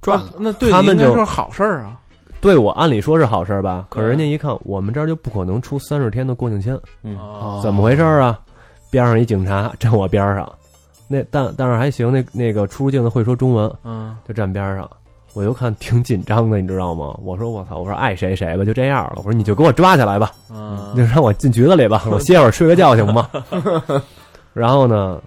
Speaker 2: 赚了。
Speaker 3: 那对
Speaker 6: 他
Speaker 3: 你
Speaker 6: 们
Speaker 3: 应该
Speaker 6: 就是
Speaker 3: 好事儿啊。
Speaker 6: 对我按理说是好事儿吧？可是
Speaker 3: 对
Speaker 6: 人家一看，我们这儿就不可能出三十天的过境签，
Speaker 5: 嗯
Speaker 3: 啊
Speaker 6: 怎么回事儿啊？边上一警察 [laughs] 站我边儿上，那但但是还行，那那个出入境的会说中文，
Speaker 3: 嗯，
Speaker 6: 就站边儿上。我就看挺紧张的，你知道吗？我说我操，我说爱谁谁吧，就这样了。我说你就给我抓起来吧，
Speaker 3: 嗯
Speaker 6: 就让我进局子
Speaker 3: [laughs]
Speaker 6: 里吧，我歇会儿睡个觉行吗？ [laughs] 然后呢，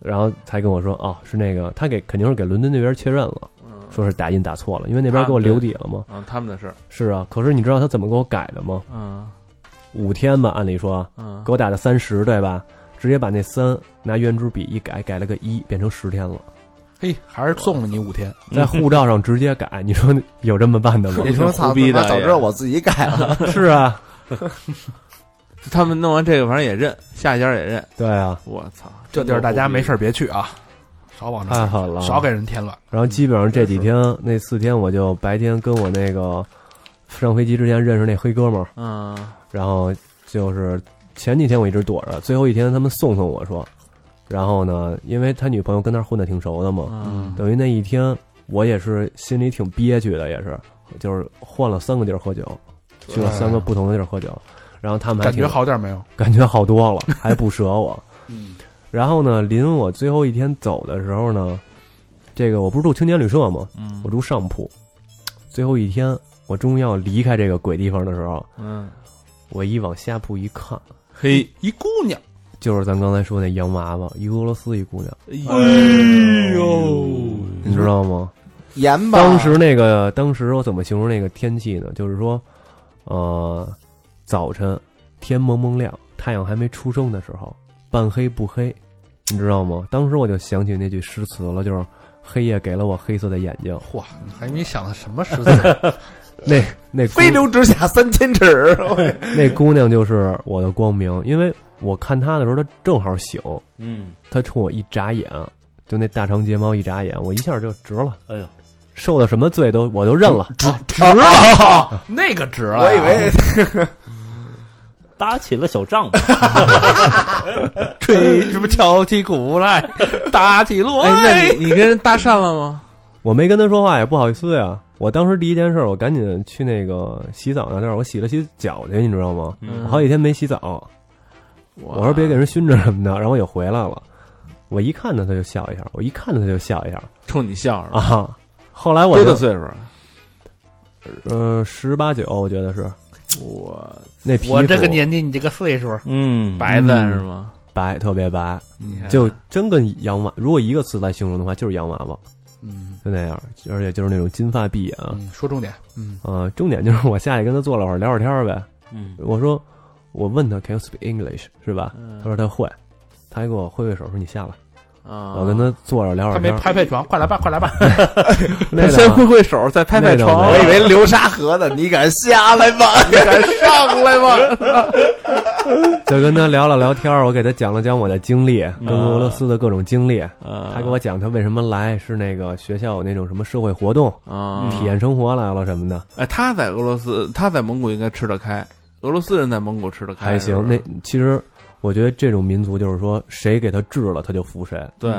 Speaker 6: 然后才跟我说，哦，是那个他给肯定是给伦敦那边确认了，
Speaker 3: 嗯
Speaker 6: 说是打印打错了，因为那边给我留底了嘛。
Speaker 3: 啊，他们的事儿，
Speaker 6: 是啊，可是你知道他怎么给我改的吗？
Speaker 3: 嗯
Speaker 6: 五天吧，按理说
Speaker 3: 嗯
Speaker 6: 给，我打的三十对吧？直接把那三拿圆珠笔一改，改了个一，变成十天了，
Speaker 2: 嘿，还是送了你五天。
Speaker 3: 哎
Speaker 6: 在护照上直接改，你说有这么办的吗？
Speaker 4: [laughs] 你说操，
Speaker 3: 胡逼
Speaker 4: 他
Speaker 3: 的
Speaker 4: 妈早知道我自己改了，
Speaker 6: [laughs] 是啊，
Speaker 3: 他们弄完这个，反正也认，下一家也认。
Speaker 6: 对啊，
Speaker 3: 我操，
Speaker 2: 这地儿大家没事儿别去啊，少往
Speaker 6: 太
Speaker 2: 那
Speaker 6: 狠了，
Speaker 2: 少给人添乱。
Speaker 6: 然后基本上这几天那四天，我就白天跟我那个上飞机之前认识那黑哥们儿，
Speaker 3: 嗯，
Speaker 6: 然后就是前几天我一直躲着，最后一天他们送送我说，然后呢，因为他女朋友跟他混的挺熟的嘛，
Speaker 3: 嗯
Speaker 6: 等于那一天我也是心里挺憋屈的，也是，就是换了三个地儿喝酒，去了三个不同的地儿喝酒，然后他们还
Speaker 2: 感觉
Speaker 6: 挺
Speaker 2: 好点没有？
Speaker 6: 感觉好
Speaker 2: [laughs]
Speaker 6: 多了，还不折我。
Speaker 2: 嗯
Speaker 6: 然后呢，临我最后一天走的时候呢，这个我不是住青年旅社吗？
Speaker 3: 嗯
Speaker 6: 我住上铺。最后一天，我终于要离开这个鬼地方的时候，
Speaker 3: 嗯，
Speaker 6: 我一往下铺一看，
Speaker 3: 嘿，
Speaker 2: 一姑娘，
Speaker 6: 就是咱刚才说那洋娃娃，一俄罗斯一姑娘，
Speaker 2: 哎呦，
Speaker 6: 你知道吗？
Speaker 4: 严吧？
Speaker 6: 当时那个，当时我怎么形容那个天气呢？就是说，呃，早晨天蒙蒙亮，太阳还没出生的时候，半黑不黑，你知道吗？当时我就想起那句诗词了，就是“黑夜给了我黑色的眼睛
Speaker 2: 嚯，哎你还没想到什么时代？”
Speaker 6: [laughs] 那。那那
Speaker 4: 飞流直下三千尺，
Speaker 6: 那姑娘就是我的光明，因为我看她的时候，她正好醒，
Speaker 5: 嗯，
Speaker 6: 她冲我一眨眼，就那大长睫毛一眨眼，我一下就直了。
Speaker 5: 哎呦，
Speaker 6: 受的什么罪都我都认了，
Speaker 2: 值了， [laughs] 那个啊哎值了。
Speaker 4: 我以为
Speaker 5: 搭起了小帐篷，
Speaker 2: 吹什么敲起鼓来，打起锣
Speaker 3: 哎，那你你跟人搭讪了吗？
Speaker 6: 我没跟她说话也不好意思呀。我当时第一件事，我赶紧去那个洗澡那地儿，我洗了洗脚去，你知道吗？我
Speaker 3: 嗯
Speaker 6: 好几天没洗澡，
Speaker 3: 我
Speaker 6: 我说别给人熏着什么的，然后我也回来了。我一看她，她就笑一下；我一看她，她就笑一下
Speaker 3: 冲你笑是吧？
Speaker 6: 啊。后来我
Speaker 3: 多大
Speaker 6: 就
Speaker 3: 岁数啊？
Speaker 6: 呃十八九，我觉得是
Speaker 3: 我
Speaker 6: 那皮肤
Speaker 2: 我这个年纪，你这个岁数，
Speaker 5: 嗯，
Speaker 3: 白的是吗？
Speaker 6: 白，特别白，
Speaker 2: 你看
Speaker 6: 就真跟洋娃。如果一个词来形容的话，就是洋娃娃，
Speaker 2: 嗯
Speaker 6: 就那样，而且就是那种金发碧眼。啊、
Speaker 2: 嗯，说重点，嗯
Speaker 6: 呃，重点就是我下去跟他坐了会儿，聊会儿天儿呗。
Speaker 5: 嗯，
Speaker 6: 我说，我问他 Can you speak English 是吧？
Speaker 3: 嗯
Speaker 6: 他说他会，他还给我挥挥手说你下来。
Speaker 3: 啊，
Speaker 6: 我跟他坐着聊会
Speaker 2: 他
Speaker 6: 儿
Speaker 2: 没
Speaker 6: 天儿。
Speaker 2: 拍拍床，快来吧，快来吧，
Speaker 6: 那
Speaker 3: 先
Speaker 6: 倒
Speaker 3: 挥挥手，再拍拍
Speaker 6: 那倒
Speaker 3: 床。
Speaker 4: 我以为流沙河的，你敢下来吗？你敢上来吗？
Speaker 6: 就跟他聊了聊天儿，我给他讲了讲我的经历，
Speaker 3: 嗯
Speaker 6: 跟俄罗斯的各种经历。他
Speaker 3: 他
Speaker 6: 给我讲他为什么来，是那个学校有那种什么社会活动，
Speaker 3: 啊，
Speaker 6: 体验生活来了什么的。
Speaker 3: 哎，他在俄罗斯，他在蒙古应该吃得开。俄罗斯人在蒙古吃得开，
Speaker 6: 还
Speaker 3: 是
Speaker 6: 行。
Speaker 3: 不
Speaker 6: 那
Speaker 3: 是
Speaker 6: 其实我觉得这种民族就是说，谁给他治了，他就服谁，嗯
Speaker 3: 对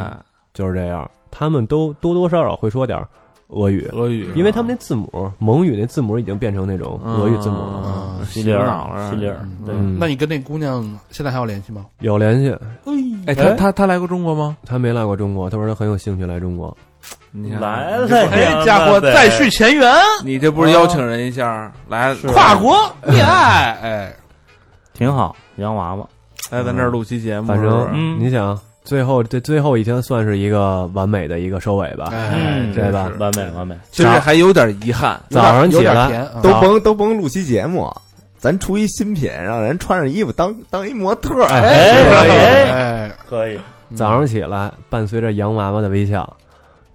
Speaker 6: 就是这样。他们都多多少少会说点儿俄语，
Speaker 3: 俄语，啊
Speaker 6: 因为他们那字母蒙语那字母已经变成那种俄语字母了。
Speaker 3: 啊，
Speaker 5: 西
Speaker 3: 洗
Speaker 5: 里
Speaker 3: 脑
Speaker 5: 尔，
Speaker 3: 了，
Speaker 5: 西里尔，对，
Speaker 6: 嗯，
Speaker 2: 那你跟那姑娘现在还有联系吗？
Speaker 6: 有联系。
Speaker 3: 哎，他他他来过中国吗？
Speaker 6: 他没来过中国，他说他很有兴趣来中国。
Speaker 3: 你看
Speaker 5: 来
Speaker 3: 你
Speaker 5: 了
Speaker 3: 这
Speaker 5: 呀，
Speaker 3: 不是
Speaker 2: 这哎家伙
Speaker 5: 对
Speaker 2: 再续前缘，
Speaker 3: 你这不
Speaker 6: 啊
Speaker 3: 是邀请人一下来
Speaker 2: 跨
Speaker 6: 嗯
Speaker 2: 国恋爱，哎，
Speaker 5: 挺好，洋娃娃，
Speaker 3: 来咱这儿录期节目，
Speaker 6: 反
Speaker 3: 是不
Speaker 6: 正
Speaker 3: 是
Speaker 5: 嗯
Speaker 6: 你想，最后这最后一天算是一个完美的一个收尾吧。
Speaker 2: 哎，
Speaker 5: 嗯
Speaker 6: 对吧？
Speaker 5: 完美完美，
Speaker 3: 其实还有点遗憾，
Speaker 6: 早上起
Speaker 2: 有点有点
Speaker 6: 来，
Speaker 2: 甜啊
Speaker 4: 都甭都甭录期节目，咱出一新品，让人穿上衣服当当一模特。
Speaker 6: 哎，
Speaker 5: 哎，
Speaker 2: 哎，
Speaker 5: 可以，
Speaker 6: 早上起来伴随着洋娃娃的微笑，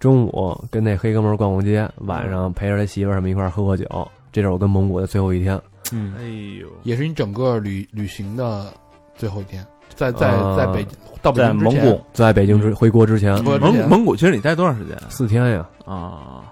Speaker 6: 中午跟那黑哥们儿逛逛街，晚上陪着他媳妇儿他们一块儿喝喝酒。这是我跟蒙古的最后一天，
Speaker 5: 嗯，
Speaker 3: 哎呦，
Speaker 2: 也是你整个旅旅行的最后一天，在在
Speaker 6: 啊
Speaker 2: 在北到北
Speaker 5: 在
Speaker 2: 京之
Speaker 5: 蒙
Speaker 2: 前
Speaker 5: 古，
Speaker 6: 在北京之回国之前
Speaker 2: 回国之
Speaker 3: 蒙
Speaker 2: 前
Speaker 3: 蒙古，其实你待多长时间
Speaker 6: 四天呀，
Speaker 3: 啊？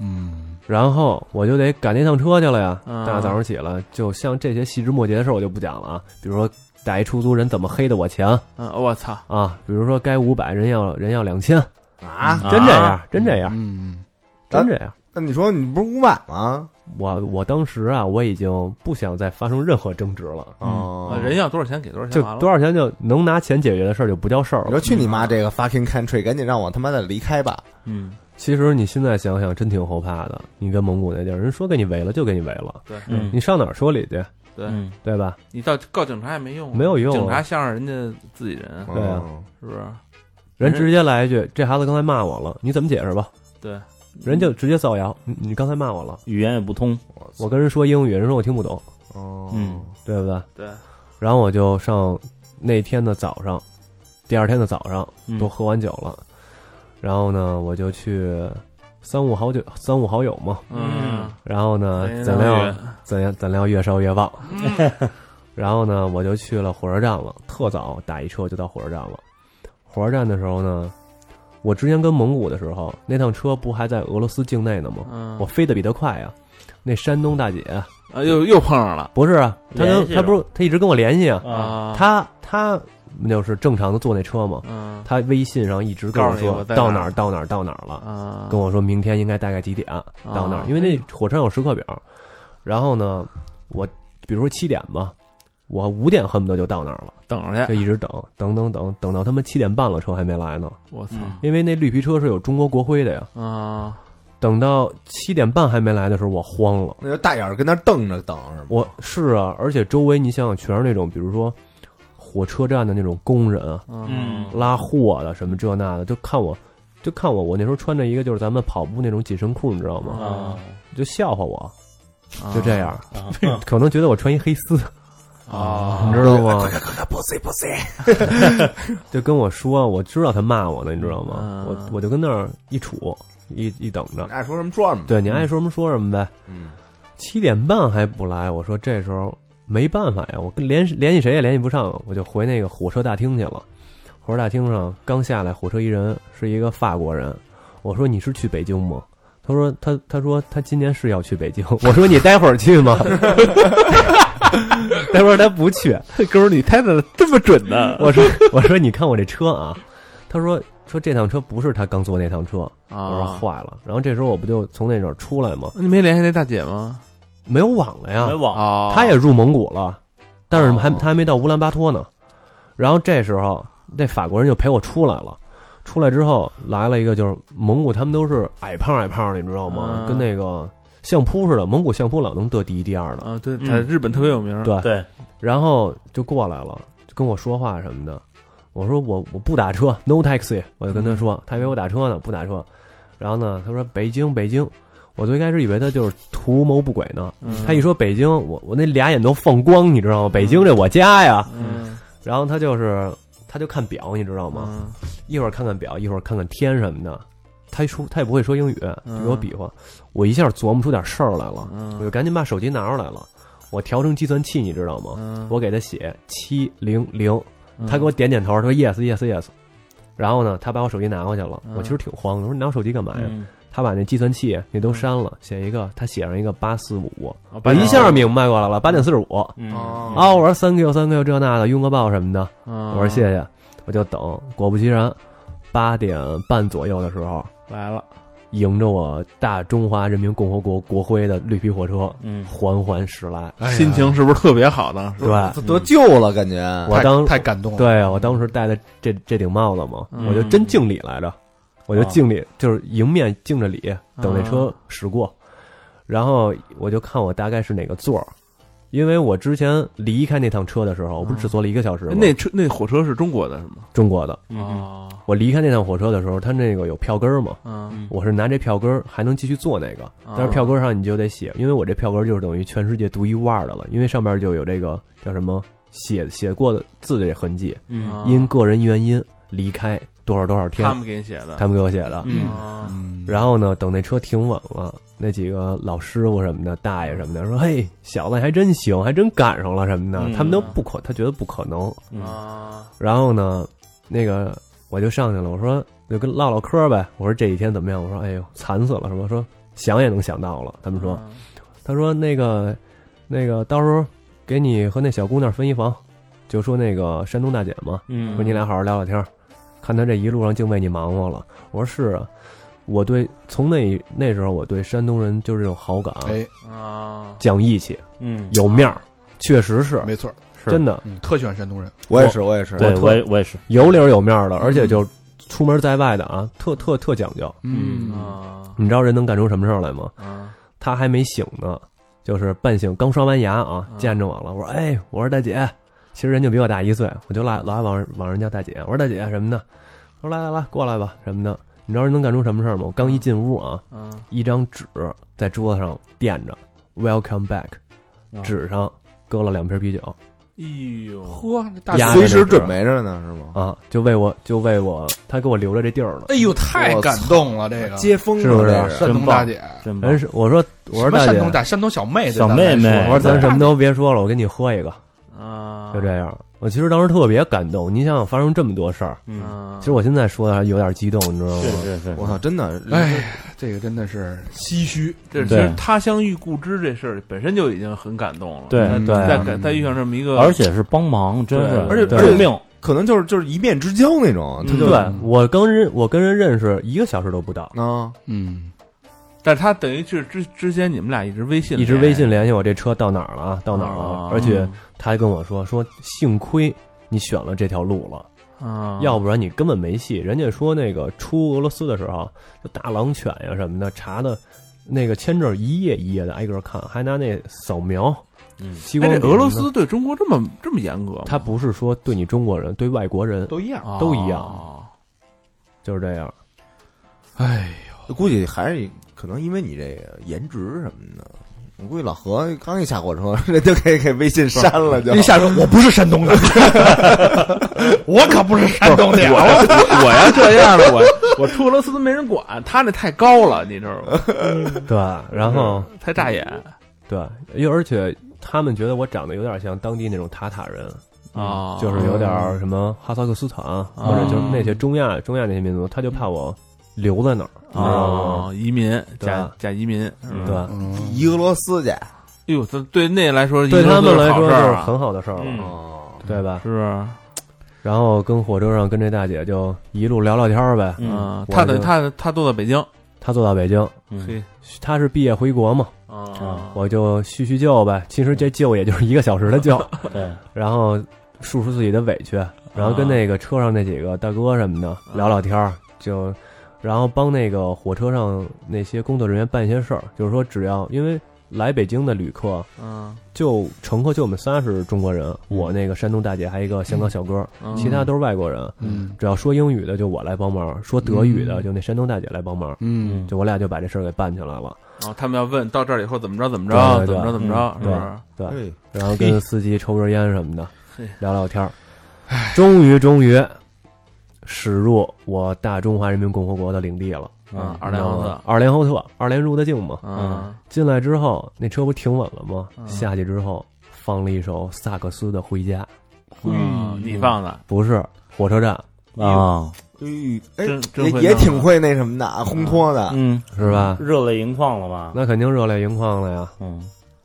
Speaker 2: 嗯，
Speaker 6: 然后我就得赶那趟车去了呀。
Speaker 3: 啊
Speaker 6: 大早上起来，就像这些细枝末节的事儿，我就不讲了啊。比如说打一出租人怎么黑的我钱
Speaker 3: 嗯，我操，
Speaker 6: 啊？比如说该五百，人要人要两千，
Speaker 4: 啊！
Speaker 6: 真这样，真这样，
Speaker 2: 嗯，
Speaker 6: 真这样。
Speaker 4: 那你说你不是五百吗？
Speaker 6: 我我当时啊，我已经不想再发生任何争执了，
Speaker 4: 哦
Speaker 3: 啊，人要多少钱给多少
Speaker 6: 就
Speaker 3: 钱，完了。
Speaker 6: 多少钱就能拿钱解决的事儿就不叫事儿
Speaker 4: 你说
Speaker 6: 了。
Speaker 4: 去你妈这个 fucking country，赶紧让我他妈的离开吧！
Speaker 3: 嗯，
Speaker 6: 其实你现在想想，真挺后怕的。你跟蒙古那地儿，人说给你围了就给你围了，
Speaker 3: 对，
Speaker 5: 嗯
Speaker 6: 你上哪儿说理去，
Speaker 3: 对
Speaker 5: 嗯，
Speaker 6: 对吧？
Speaker 3: 你到告警察也没用啊，
Speaker 6: 没有用啊
Speaker 3: 警察向着人家自己人啊，
Speaker 6: 对啊
Speaker 4: 嗯
Speaker 3: 是不是？
Speaker 6: 人直接来一句：“这孩子刚才骂我了，你怎么解释吧
Speaker 3: 对，？”
Speaker 6: 人就直接造谣：“你你刚才骂我了，
Speaker 5: 语言也不通，
Speaker 6: 我跟人说英语，人说我听不懂，
Speaker 4: 哦，
Speaker 5: 嗯
Speaker 6: 对不对
Speaker 3: 对，？”
Speaker 6: 然后我就上那天的早上，第二天的早上
Speaker 5: 嗯
Speaker 6: 都喝完酒了，然后呢，我就去三五好酒三五好友嘛，
Speaker 3: 嗯，
Speaker 6: 然后呢
Speaker 3: 哎呀，
Speaker 6: 怎
Speaker 3: 那
Speaker 6: 料
Speaker 3: 个
Speaker 6: 怎样怎料越烧越旺，[laughs]
Speaker 3: 嗯
Speaker 6: 然后呢，我就去了火车站了，特早打一车就到火车站了。火车站的时候呢，我之前跟蒙古的时候，那趟车不还在俄罗斯境内呢吗？
Speaker 3: 嗯，
Speaker 6: 我飞得比他快呀。那山东大姐
Speaker 3: 啊，又又碰上了
Speaker 6: 不是啊，她
Speaker 5: 联
Speaker 6: 跟
Speaker 5: 系
Speaker 6: 她
Speaker 5: 了
Speaker 6: 不是她一直跟我联系啊，
Speaker 5: 啊，
Speaker 6: 她她就是正常的坐那车嘛，
Speaker 3: 嗯
Speaker 6: 她微信上一直跟
Speaker 3: 告诉你
Speaker 6: 说
Speaker 3: 我在
Speaker 6: 到
Speaker 3: 哪
Speaker 6: 哪
Speaker 3: 儿
Speaker 6: 儿到哪儿到哪儿了，
Speaker 3: 啊，哎
Speaker 6: 跟我说明天应该大概几点到
Speaker 5: 啊
Speaker 6: 那儿，因为
Speaker 5: 哎
Speaker 6: 那火车上有时刻表。然后呢，我比如说七点吧，我五点恨不得就到那儿了，
Speaker 3: 等着
Speaker 6: 就
Speaker 5: 哎
Speaker 3: 去，
Speaker 6: 一直等等等等等到他们七点半了，车还没来呢。
Speaker 3: 我操
Speaker 2: 嗯
Speaker 6: 因为那绿皮车是有中国国徽的呀。
Speaker 3: 啊，
Speaker 6: 等到七点半还没来的时候，我慌了。
Speaker 4: 那就大眼儿跟那儿瞪着等是吗？
Speaker 6: 我是啊，而且周围你想想全是那种，比如说火车站的那种工人啊，
Speaker 3: 嗯
Speaker 6: 拉货的什么这那的，就看我，就看我，我那时候穿着一个就是咱们跑步那种紧身裤，你知道吗？
Speaker 5: 啊，
Speaker 6: 就笑话我，
Speaker 3: 啊
Speaker 6: 嗯就这样
Speaker 5: 啊，
Speaker 6: [laughs] 可能觉得我穿一黑丝，
Speaker 3: 啊
Speaker 6: 你，知道吗
Speaker 4: 快？快快快，不塞不塞！
Speaker 6: [laughs]
Speaker 4: [laughs]
Speaker 6: 就跟我说，我知道他骂我呢，你知道
Speaker 3: 嗯
Speaker 6: 吗？我我就跟那儿一杵一一等着，
Speaker 4: 爱说什么说什么。
Speaker 6: 对你爱说什么说什么呗。
Speaker 4: 嗯，
Speaker 6: 七点半还不来，我说这时候没办法呀，我跟联系联系谁也联系不上，我就回那个火车大厅去了。火车大厅上刚下来，火车一人是一个法国人，我说你是去北京吗？他说他他说他今年是要去北京，我说你待会儿去吗？ [laughs] 待会儿他不去，
Speaker 5: 哥们儿你猜的这么准呢？
Speaker 6: 我说我说你看我这车啊，他说说这趟车不是他刚坐那趟车， [laughs] 我说
Speaker 3: 啊，
Speaker 6: 坏了，然后这时候我不就从那哪儿出来吗？
Speaker 3: 你没联系那大姐吗？
Speaker 6: 没有网了呀，
Speaker 5: 没网
Speaker 3: 啊，
Speaker 6: 哦他也入蒙古了，但是还
Speaker 3: 哦
Speaker 6: 他还没到乌兰巴托呢。然后这时候，那法国人就陪我出来了。出来之后，来了一个就是蒙古，他们都是矮胖矮胖的，你知道吗？
Speaker 3: 嗯
Speaker 6: 跟那个相扑似的，蒙古相扑老能得第一、第二的。
Speaker 3: 啊，对，
Speaker 5: 嗯
Speaker 3: 在日本特别有名，
Speaker 6: 对
Speaker 5: 对，
Speaker 6: 然后就过来了，就跟我说话什么的。我说我我不打车，no taxi。我就跟他说，他以为我打车呢，不打车。然后呢，他说北京北京，我最开始以为他就是图谋不轨呢。
Speaker 3: 嗯
Speaker 6: 他一说北京，我我那俩眼都放光，你知道吗？北京这我家呀。
Speaker 3: 嗯，
Speaker 6: 然后他就是他就看表，你知道
Speaker 3: 好
Speaker 6: 吗？
Speaker 3: 吗？
Speaker 6: 一会儿看看表，一会儿看看天什么的。他一说他也不会说英语，就
Speaker 3: 嗯
Speaker 6: 给我比划。我一下琢磨出点事儿来了，我
Speaker 3: 嗯
Speaker 6: 就赶紧把手机拿出来了，我调成计算器，你知道吗？
Speaker 3: 嗯，
Speaker 6: 我给他写七零零，
Speaker 3: 嗯
Speaker 6: 他给我点点头，他说 yes yes yes。然后呢，他把我手机拿过去了，
Speaker 3: 嗯
Speaker 6: 我其实挺慌的，我说你拿我手机干嘛哎呀？
Speaker 5: 嗯
Speaker 6: 他把那计算器那
Speaker 3: 嗯
Speaker 6: 都删了，写一个，他写上一个八四五，
Speaker 3: 啊把
Speaker 6: 我
Speaker 3: 你
Speaker 6: 一下明白过来了，八点四十五
Speaker 3: 哦
Speaker 5: 嗯
Speaker 6: 啊，我说 thank you thank you 这那的，拥个抱什么的，
Speaker 3: 啊
Speaker 6: 我说谢谢，我就等。果不其然，八点半左右的时候，
Speaker 3: 来了，
Speaker 6: 迎着我大中华人民共和国国徽的绿皮火车
Speaker 5: 嗯，
Speaker 6: 缓缓驶来，
Speaker 2: 哎呀
Speaker 3: 心情是不是特别好当时？
Speaker 6: 对吧？
Speaker 4: 这得救了，感觉
Speaker 6: 我当
Speaker 2: 太太感动了，
Speaker 6: 对我当时戴的这这顶帽子嘛，
Speaker 3: 嗯
Speaker 6: 我就真敬礼来着，我就敬礼，就是迎面敬着礼，
Speaker 3: 啊
Speaker 6: 等那车驶过，然后我就看我大概是哪个座儿，因为我之前离开那趟车的时候，我不是只坐了一个小时吗？
Speaker 3: 嗯那车那火车是中国的是吗？
Speaker 6: 中国的，
Speaker 5: 嗯
Speaker 3: 啊，
Speaker 6: 我离开那趟火车的时候，它那个有票根儿嘛，
Speaker 3: 嗯，
Speaker 6: 我是拿这票根儿还能继续做那个，但是票根儿上你就得写，因为我这票根儿就是等于全世界独一无二的了，因为上面就有这个叫什么写写过的字的这痕迹，
Speaker 3: 啊
Speaker 5: 嗯
Speaker 6: 因个人原因离开多少多少天
Speaker 3: 他，们给你写的，
Speaker 6: 他们给我写的。
Speaker 5: 嗯
Speaker 3: 啊
Speaker 2: 嗯，
Speaker 6: 然后呢，等那车停稳了，那几个老师傅什么的、大爷什么的说：“嘿，小子还真行，还真赶上了什么的。
Speaker 5: 嗯
Speaker 6: 他们都不可，他觉得不可能。
Speaker 5: 嗯
Speaker 3: 啊，
Speaker 6: 然后呢，那个我就上去了，我说就跟唠唠嗑呗。我说这一天怎么样？我说哎呦，惨死了，什么说想也能想到了。他
Speaker 3: 他
Speaker 6: 们说，他说那个那个到时候给你和那小姑娘分一房。就说那个山东大姐嘛，
Speaker 5: 嗯
Speaker 6: 说你俩好好聊聊天儿，看她这一路上净为你忙活了。我说是啊，我对从那那时候我对山东人就是这种好感，
Speaker 2: 哎，
Speaker 3: 啊，
Speaker 6: 讲义气，
Speaker 5: 嗯，
Speaker 6: 有面儿，确实是
Speaker 2: 没错，
Speaker 5: 是
Speaker 6: 真的
Speaker 2: 嗯，特喜欢山东人，
Speaker 4: 我也是，我也是，
Speaker 5: 对
Speaker 6: 我特
Speaker 5: 我也我也是，
Speaker 6: 有理儿有面儿的，而
Speaker 2: 嗯
Speaker 6: 且就出门在外的啊，特特特讲究。
Speaker 5: 嗯
Speaker 3: 啊
Speaker 6: 你知道人能干出什么事儿来吗？
Speaker 3: 啊，
Speaker 6: 他还没醒呢，就是半醒，刚刷完牙啊，
Speaker 3: 嗯
Speaker 6: 见着我了，我说哎，我说大姐，其实人就比我大一岁，我就老老爱往往人家大姐，我说大姐什么的，我说来来来，过来吧什么的。你知道人能干出什么事儿吗？我刚一进屋啊，
Speaker 3: 嗯
Speaker 6: 一张纸在桌子上垫着，Welcome back，
Speaker 5: 啊
Speaker 6: 纸上搁了两瓶啤酒
Speaker 3: 哎呦，
Speaker 2: 嚯，这大
Speaker 6: 压
Speaker 2: 嘴
Speaker 4: 随
Speaker 6: 着
Speaker 4: 时准备着呢，是吗？
Speaker 6: 啊，就为我就为我，他给我留着这地儿呢。
Speaker 2: 哎呦，太感动了，这个
Speaker 4: 接风啊
Speaker 6: 啊是不是
Speaker 4: 这
Speaker 2: 山东大姐，
Speaker 5: 真棒
Speaker 6: 人是我说我
Speaker 2: 什
Speaker 6: 说
Speaker 2: 么
Speaker 6: 大
Speaker 2: 山
Speaker 6: 姐，
Speaker 2: 东大山东小妹子，
Speaker 5: 小妹妹
Speaker 2: 咱
Speaker 6: 我
Speaker 2: 来
Speaker 6: 说
Speaker 2: 说
Speaker 6: 咱什么都别说了，我给你喝一个，
Speaker 3: 啊，
Speaker 6: 就这样。我其实当时特别感动，你想想发生这么多事儿，
Speaker 5: 嗯，
Speaker 3: 啊，
Speaker 6: 其实我现在说的还有点激动，你知道
Speaker 5: 是
Speaker 6: 吗？
Speaker 5: 是是，
Speaker 4: 我操，真的，
Speaker 2: 哎呀，这个真的是唏嘘，
Speaker 3: 这其
Speaker 5: 对
Speaker 3: 实他乡遇故知这事儿本身就已经很感动了，
Speaker 5: 对
Speaker 3: 嗯
Speaker 5: 对
Speaker 3: 再感再遇上这么一个，
Speaker 5: 而且是帮忙，真是，
Speaker 3: 对而且
Speaker 5: 对
Speaker 4: 而且
Speaker 5: 救命，
Speaker 4: 可能就是就是一面之交那种，他
Speaker 3: 嗯
Speaker 4: 就
Speaker 6: 对我跟人我跟人认识一个小时都不到，
Speaker 4: 啊，
Speaker 2: 嗯，
Speaker 3: 但是他等于是之之前你们俩一直微信
Speaker 6: 一直微信联系我这车到哪儿了啊，到
Speaker 3: 到
Speaker 6: 哪儿了，而且他还跟我说说幸亏你选了这条路了，
Speaker 3: 啊，
Speaker 6: 要不然你根本没戏。人家说那个出俄罗斯的时候，就大狼犬呀什么的查的，那个签证一页一页的挨个看，还拿那扫描。
Speaker 5: 嗯
Speaker 6: 激光
Speaker 3: 哎，
Speaker 6: 笔
Speaker 3: 这
Speaker 6: 什
Speaker 3: 俄
Speaker 6: 么的
Speaker 3: 罗斯对中国这么这么严格吗，
Speaker 6: 他不是说对你中国人，对外国人
Speaker 2: 都一
Speaker 3: [laughs]
Speaker 2: 样，
Speaker 3: 啊
Speaker 6: 都一就是这样。
Speaker 2: 哎，
Speaker 4: 估计还是可能因为你这个颜值什么的。我估计老何刚一下火车，这就给给微信删了，就
Speaker 2: 一下说我不是山东的，我可不是山东的
Speaker 5: [laughs]
Speaker 3: 我
Speaker 2: 呀，
Speaker 3: 要我我要这样了，我 [laughs] 我出俄罗斯都没人管，他那太高了，你知道
Speaker 6: [laughs]
Speaker 3: 吗？
Speaker 6: 对，
Speaker 3: 嗯
Speaker 6: 然后
Speaker 3: 太扎眼
Speaker 6: 对，又而且他们觉得我长得有点像当地那种塔塔人，
Speaker 3: 啊，
Speaker 6: 嗯就是有点儿什么哈萨克斯坦，或者就是那些中亚中亚那些民族，他就怕我留在那儿，你知道吗
Speaker 3: 啊，移民
Speaker 6: 嗯对嗯
Speaker 3: 假假移民，是吧
Speaker 6: 对，
Speaker 4: 一俄罗斯去，
Speaker 3: 哎呦，这对那来说，
Speaker 6: 对他们来
Speaker 3: 好
Speaker 6: 说
Speaker 3: 事
Speaker 6: 是
Speaker 3: 儿啊，
Speaker 6: 很好的事儿了，
Speaker 3: 嗯
Speaker 4: 哦，
Speaker 6: 对吧？
Speaker 3: 是不是？
Speaker 6: 然后跟火车上跟这大姐就一路聊聊天儿呗。
Speaker 5: 嗯
Speaker 3: 嗯，
Speaker 6: 我
Speaker 3: 他等
Speaker 6: 就
Speaker 3: 他他都在北京，
Speaker 6: 她坐到北京，
Speaker 5: 嗯
Speaker 3: 嘿
Speaker 6: 她是毕业回国嘛，
Speaker 3: 啊
Speaker 6: 嗯我就叙叙旧呗。其实这旧也就是一个小时的旧，
Speaker 5: 对，
Speaker 6: 然后诉说自己的委屈，然后跟那个车上那几个大哥什么的聊聊天儿，就然后帮那个火车上那些工作人员办一些事儿，就是说只要因为来北京的旅客，
Speaker 3: 嗯，
Speaker 6: 就乘客就我们仨是中国人，我那个山东大姐还有一个香港小哥，
Speaker 3: 嗯
Speaker 6: 其他都是外国人。
Speaker 2: 嗯
Speaker 6: 只要说英语的就我来帮忙，说德语的
Speaker 2: 嗯
Speaker 6: 就那山东大姐来帮忙，
Speaker 2: 嗯，
Speaker 5: 嗯，
Speaker 6: 就我俩就把这事儿给办起来了。
Speaker 3: 然后哦他们要问到这儿以后怎么着怎么着
Speaker 6: 对对
Speaker 3: 怎
Speaker 6: 对嗯
Speaker 3: 么着怎么着，是啊不是？
Speaker 6: 对，
Speaker 4: 对，
Speaker 6: 然后跟司机抽根烟什么的
Speaker 3: 嘿，
Speaker 6: 聊聊天儿。终于，终于驶入我大中华人民共和国的领地了。
Speaker 3: 嗯，
Speaker 5: 啊，
Speaker 3: 二连
Speaker 6: 你
Speaker 3: 王
Speaker 6: 知道
Speaker 3: 子
Speaker 6: 吗，二连后特，二连入的境嘛。
Speaker 3: 嗯
Speaker 6: 进来之后，那车不停稳了吗？
Speaker 3: 嗯
Speaker 6: 下去之后，放了一首萨克斯的《回家》，
Speaker 3: 嗯，你放的，
Speaker 6: 不是火车站，
Speaker 5: 啊，
Speaker 4: 哎
Speaker 3: 真，真
Speaker 4: 也
Speaker 3: 会
Speaker 4: 也
Speaker 3: 弄
Speaker 4: 挺会那什么的啊，烘托的，
Speaker 5: 嗯，
Speaker 6: 是吧？
Speaker 5: 热泪盈眶了吧？
Speaker 6: 那肯定热泪盈眶了呀。
Speaker 5: 嗯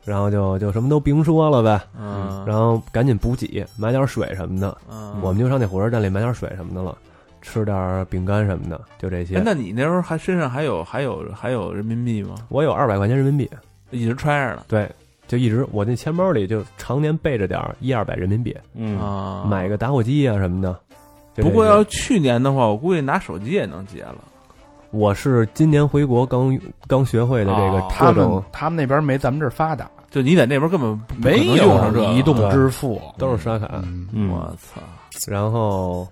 Speaker 6: 然后就就什么都甭说了呗，
Speaker 3: 嗯，
Speaker 6: 然后赶紧补给，买点水什么的。
Speaker 3: 嗯
Speaker 6: 我们就上那火车站里买点水什么的了，吃点饼干什么的，就这些
Speaker 3: 哎。那你那时候还身上还有还有还有人民币吗？
Speaker 6: 我有二百块钱人民币，
Speaker 3: 一直揣着呢
Speaker 6: 对，就一直我那钱包里就常年备着点儿一二百人民币，
Speaker 5: 嗯，
Speaker 3: 啊，
Speaker 6: 买个打火机啊什么的。就这
Speaker 3: 不过
Speaker 6: 些
Speaker 3: 要是去年的话，我估计拿手机也能结了。
Speaker 6: 我是今年回国刚刚学会的这个
Speaker 3: 哦
Speaker 2: 他
Speaker 6: 各
Speaker 2: 们
Speaker 6: 种，
Speaker 2: 他们那边没咱们这儿发达，
Speaker 3: 就你在那边根本不不可能
Speaker 2: 没
Speaker 3: 用上这
Speaker 2: 有
Speaker 3: 个
Speaker 2: 移动支付，
Speaker 6: 都是刷卡，
Speaker 2: 嗯
Speaker 5: 嗯
Speaker 3: 我操！
Speaker 6: 然后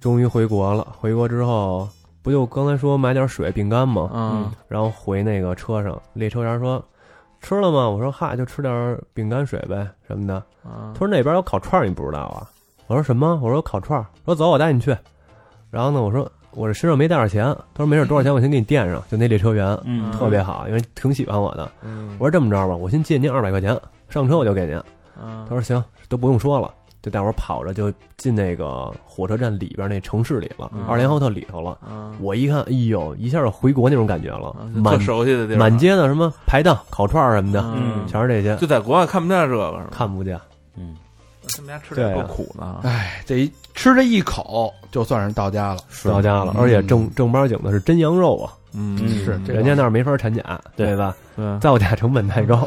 Speaker 6: 终于回国了。回国之后不就刚才说买点水饼干吗？
Speaker 3: 嗯
Speaker 6: 然后回那个车上，列车员说：“吃了吗？”我说：“嗨，就吃点饼干水呗什么的。”
Speaker 3: 嗯
Speaker 6: 他，说：“那边有烤串儿，你不知道啊？”我说：“什么？”我说：“烤串儿。”说：“走，我带你去。”然后呢，我说：“我这身上没带点钱。”他说：“没事，多少钱我先给你垫上。”就那列车员
Speaker 5: 嗯
Speaker 6: 特别好，因为挺喜欢我的。
Speaker 4: 嗯
Speaker 6: 我说：“这么着吧，我先借您二百块钱，上车我就给您。”
Speaker 3: 嗯
Speaker 6: 他说：“行，都不用说了。”就带我跑着就进那个火车站里边那城市里了，
Speaker 3: 嗯
Speaker 6: 二连浩特里头了。
Speaker 3: 嗯
Speaker 6: 我一看，哎呦，一下就回国那种感觉了，
Speaker 3: 嗯特
Speaker 6: 满
Speaker 3: 熟悉的地儿，
Speaker 6: 满街的什么排档、烤串儿什么的，
Speaker 3: 嗯
Speaker 6: 全是这些，
Speaker 3: 就在国外看不见这个是吧？
Speaker 6: 看不见。
Speaker 5: 嗯，
Speaker 3: 他们家吃的
Speaker 6: 对
Speaker 3: 够
Speaker 6: 啊
Speaker 3: 苦呢。
Speaker 2: 哎，这一吃这一口就算是到家了。
Speaker 6: 到家了，
Speaker 2: 嗯
Speaker 6: 而且正正八经的是真羊肉啊，
Speaker 3: 嗯，
Speaker 5: 嗯
Speaker 2: 是这个
Speaker 6: 人家那儿没法产假，
Speaker 5: 对
Speaker 6: 对吧？
Speaker 3: 对，
Speaker 6: 造假成本太高。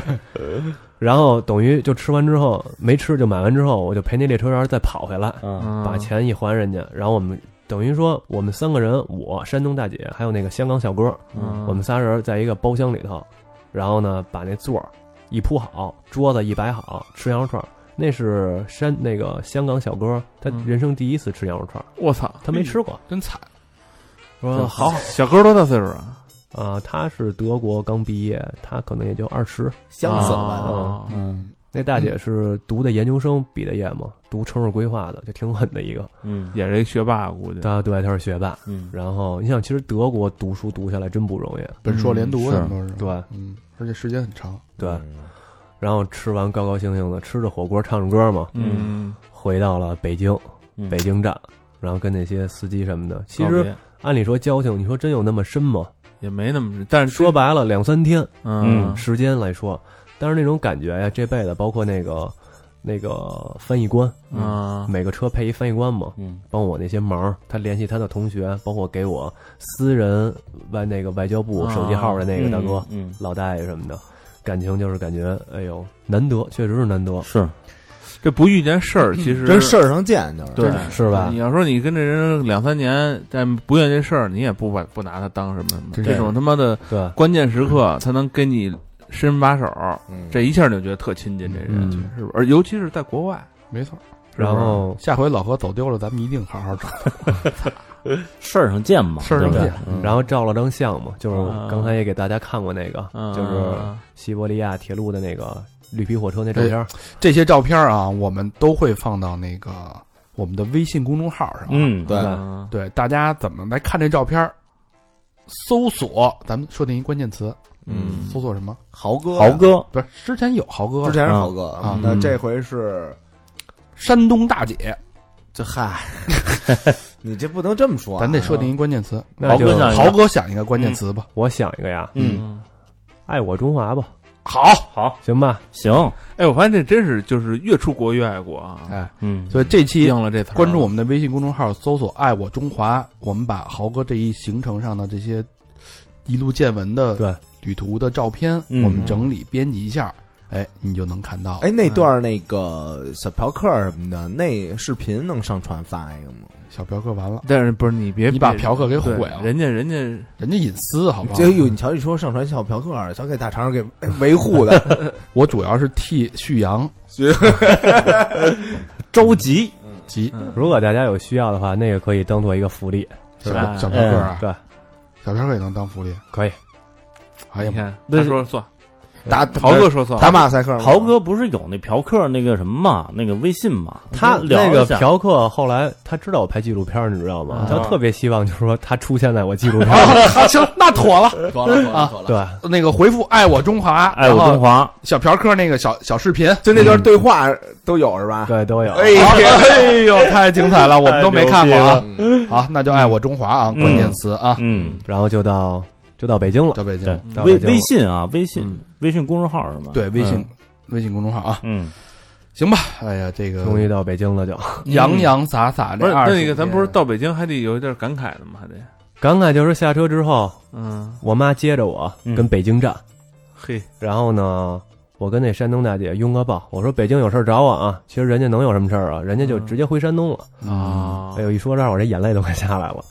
Speaker 6: [laughs] 然后等于就吃完之后没吃，就买完之后，我就陪那列车员再跑回来，
Speaker 5: 嗯
Speaker 3: 嗯
Speaker 6: 把钱一还人家，然后我们。等于说，我们三个人，我山东大姐，还有那个香港小哥，
Speaker 3: 嗯
Speaker 6: 我们仨人在一个包厢里头，然后呢，把那座儿一铺好，桌子一摆好，吃羊肉串儿。那是山那个香港小哥，他
Speaker 3: 嗯
Speaker 6: 人生第一次吃羊肉串儿，
Speaker 3: 我操，
Speaker 6: 他没吃过。
Speaker 2: 真惨，
Speaker 6: 说
Speaker 3: 好，小哥多大岁数啊？
Speaker 6: 啊，他是德国刚毕业，他可能也就二十。
Speaker 4: 香死了吧？
Speaker 3: 啊
Speaker 5: 嗯
Speaker 6: 那大姐是读的研究生毕的业嘛，读城市规划的，就挺狠的一个。
Speaker 5: 嗯
Speaker 3: 也是一学霸，估计。
Speaker 6: 她对，她是学霸。
Speaker 5: 嗯，
Speaker 6: 然后你想，其实德国读书读下来真不容易。
Speaker 2: 本硕
Speaker 3: 嗯
Speaker 2: 连读
Speaker 3: 是
Speaker 2: 什么都是。
Speaker 6: 对
Speaker 2: 嗯，而且时间很长。
Speaker 6: 对，然后吃完高高兴兴的，吃着火锅，唱着歌嘛，
Speaker 3: 嗯，
Speaker 6: 回到了北京，
Speaker 5: 嗯
Speaker 6: 北京站，然后跟那些司机什么的，其
Speaker 3: 告
Speaker 6: 实
Speaker 3: 别
Speaker 6: 按理说交情，你说真有那么深吗？
Speaker 3: 也没那么，但是
Speaker 6: 说，白了，两三天
Speaker 3: 嗯，
Speaker 6: 时间来说，但是那种感觉呀，这辈子包括那个那个翻译官，
Speaker 3: 嗯，
Speaker 6: 每个车配一翻译官嘛，
Speaker 5: 嗯
Speaker 6: 帮我那些忙，他联系他的同学，包括给我私人外那个外交部
Speaker 3: 啊
Speaker 6: 手机号的那个大哥、
Speaker 5: 嗯
Speaker 6: 老大爷什么的，感情就是感觉，哎呦，难得，确实是难得，
Speaker 5: 是
Speaker 3: 这不遇见事儿，
Speaker 2: 嗯
Speaker 3: 其实
Speaker 4: 这事儿上见就是。
Speaker 3: 对
Speaker 6: 是吧
Speaker 3: 你？要说你跟这人两三年，但不遇见这事儿，你也不把不拿他当什么什么。
Speaker 2: 真
Speaker 3: 这
Speaker 2: 是
Speaker 3: 种他妈的
Speaker 6: 对，
Speaker 3: 关键时刻，他能跟你伸把手，
Speaker 4: 嗯
Speaker 3: 这一下你就觉得特亲近，这人
Speaker 6: 嗯
Speaker 3: 是不是？而尤其是在国外，
Speaker 2: 没错，
Speaker 3: 是不是
Speaker 6: 然后
Speaker 2: 下回老何走丢了，咱们一定好好找。哎
Speaker 5: 事儿上见嘛，
Speaker 2: 事儿上
Speaker 5: 对不对
Speaker 2: 见
Speaker 5: 嗯
Speaker 6: 然后照了张相嘛，就是
Speaker 3: 啊
Speaker 6: 刚才也给大家看过那个，
Speaker 3: 嗯
Speaker 6: 就是西伯利亚铁路的那个绿皮火车那照片儿，
Speaker 2: 这些照片啊，我们都会放到那个我们的微信公众号上。，
Speaker 5: 嗯
Speaker 4: 对
Speaker 3: 嗯
Speaker 2: 对，大家怎么来看这照片儿？搜索，咱们设定一关键词，
Speaker 3: 嗯
Speaker 2: 搜索什么？
Speaker 4: 豪哥，
Speaker 5: 豪，哥，
Speaker 2: 不是之前有豪哥
Speaker 4: 之，前是豪哥
Speaker 2: 啊
Speaker 4: 那
Speaker 5: 嗯
Speaker 4: 这回是
Speaker 2: 山东大姐，
Speaker 4: 这嗨，你这不能这么说啊，
Speaker 2: 咱得设定一关键词。
Speaker 6: 那就
Speaker 5: 豪哥想一个
Speaker 2: 豪哥想一个关键词吧。
Speaker 6: 我想一个呀，
Speaker 5: 嗯，
Speaker 6: 爱我中华吧，
Speaker 2: 好，
Speaker 5: 好，
Speaker 6: 行吧？
Speaker 5: 行，
Speaker 3: 哎，我发现这真是就是越出国越爱国啊！
Speaker 2: 哎，
Speaker 5: 嗯，
Speaker 2: 所以这期
Speaker 3: 应了这词儿了，啊
Speaker 2: 关注我们的微信公众号，搜索“爱我中华”，我们把豪哥这一行程上的这些一路见闻的
Speaker 6: 对，
Speaker 2: 旅途的照片，
Speaker 5: 嗯
Speaker 2: 我们整理编辑一下，哎，你就能看到。
Speaker 4: 哎，，那段儿那个小嫖客什么的，那视频能上传发一个吗？
Speaker 2: 小嫖客完了，
Speaker 3: 但是不是你别
Speaker 2: 你把嫖客给毁了
Speaker 3: 对人家人家
Speaker 2: 人家隐私好不好
Speaker 4: 这？有你瞧，一说上传小嫖客，想给大肠给 [laughs] 维护的，
Speaker 2: 我主要是替旭阳 [laughs]
Speaker 5: 着急，
Speaker 2: 及
Speaker 3: 嗯
Speaker 6: 如果大家有需要的话，那个可以当做一个福利，
Speaker 2: 小
Speaker 3: 是吧
Speaker 2: 嫖小嫖客啊，
Speaker 6: 对，
Speaker 2: 小嫖客也能当福利。
Speaker 6: 可以。
Speaker 2: 哎呀
Speaker 3: 你 [laughs]
Speaker 2: 妈，
Speaker 3: 看他说算，
Speaker 4: 打
Speaker 3: 豪哥说算，
Speaker 4: 打马赛克吗，
Speaker 5: 豪哥不是有那嫖客那个什么嘛，那个微信嘛，
Speaker 6: 他
Speaker 5: 聊
Speaker 6: 那个
Speaker 5: 一下，
Speaker 6: 嫖客后来他知道我拍纪录片儿，你知道
Speaker 5: 啊？
Speaker 6: 吗他特别希望就是说他出现在我纪录片儿，
Speaker 2: 啊行，那妥了。啊
Speaker 4: 妥了妥了妥了，
Speaker 6: 对，
Speaker 2: 那个回复“爱我中华”，
Speaker 5: 爱我中
Speaker 2: 华，
Speaker 5: 华，
Speaker 2: 小嫖客那个小小视频，
Speaker 4: 就那段对话都有是
Speaker 5: 啊
Speaker 4: 吧？
Speaker 6: [laughs] 对都有。
Speaker 4: 哎呀，
Speaker 2: 哎呦，太精彩了，我们都没看过啊。
Speaker 4: 嗯
Speaker 2: 好，那就爱我中华啊，
Speaker 5: 嗯
Speaker 2: 关键词啊，
Speaker 5: 嗯，
Speaker 6: 然后嗯就到就到北京了，
Speaker 2: 叫北京
Speaker 5: 对。，
Speaker 6: 到
Speaker 5: 微
Speaker 6: 北京了
Speaker 5: 微信啊，微信微信公众号是吗？
Speaker 2: 对，微信
Speaker 5: 嗯，
Speaker 2: 微信公众号啊，
Speaker 5: 嗯，
Speaker 2: 行吧。哎呀，这个
Speaker 6: 终于到北京了就，
Speaker 2: 洋洋洒洒
Speaker 3: 不
Speaker 2: 这
Speaker 3: 是
Speaker 2: 二十
Speaker 3: 那个，咱不是
Speaker 2: 年
Speaker 3: 到北京还得有一点感慨的吗？还得，
Speaker 6: 感慨就是下车之后，
Speaker 3: 嗯，
Speaker 6: 我妈接着我
Speaker 5: 嗯
Speaker 6: 跟北京站，
Speaker 3: 嘿，
Speaker 6: 然后呢，我跟那山东大姐拥个抱，我说北京有事儿找我啊。其实人家能有什么事儿啊？人家
Speaker 5: 嗯
Speaker 6: 就直接回山东了。
Speaker 3: 嗯
Speaker 2: 啊，
Speaker 5: 哦
Speaker 6: 哎呦，一说这儿，我这眼泪都快下来了。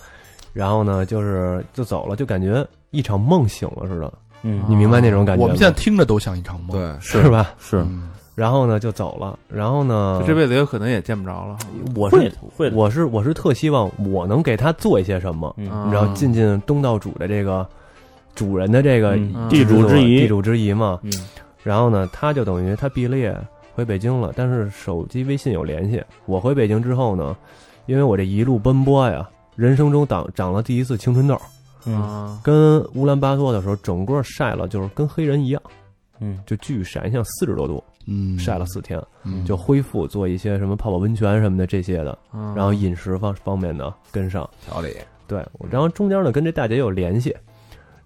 Speaker 6: 然后呢，就是就走了，就感觉一场梦醒了似的，
Speaker 5: 嗯，
Speaker 6: 你明白那种感觉吗？
Speaker 2: 我们现在听着都像一场梦。
Speaker 4: 对，
Speaker 6: 是吧？
Speaker 5: 是
Speaker 2: 嗯
Speaker 6: 然后呢，就走了。然后呢
Speaker 3: 就，这辈子有可能也见不着了。
Speaker 6: 我
Speaker 5: 会
Speaker 6: 是
Speaker 5: 的会的，
Speaker 6: 我是我是特希望我能给他做一些什么，
Speaker 5: 嗯
Speaker 3: 啊
Speaker 6: 你知道，尽尽东道主的这个主人的这个
Speaker 5: 嗯
Speaker 3: 地
Speaker 5: 主之谊
Speaker 6: 地主之谊嘛。
Speaker 5: 嗯
Speaker 6: 然后呢，他就等于他毕了业回北京了，但是手机微信有联系。我回北京之后呢，因为我这一路奔波呀，人生中长长了第一次青春痘，
Speaker 5: 嗯
Speaker 3: 啊，
Speaker 6: 跟乌兰巴托的时候，整个晒了就是跟黑人一样，
Speaker 5: 嗯
Speaker 6: 就巨晒，你想四十多度，
Speaker 2: 嗯，
Speaker 6: 晒了四天，
Speaker 2: 嗯
Speaker 6: 就恢复做一些什么泡泡温泉什么的这些的，
Speaker 3: 然
Speaker 6: 然后饮食方方面的跟上。
Speaker 4: 调理
Speaker 6: 对，我然后中间呢跟这大姐有联系，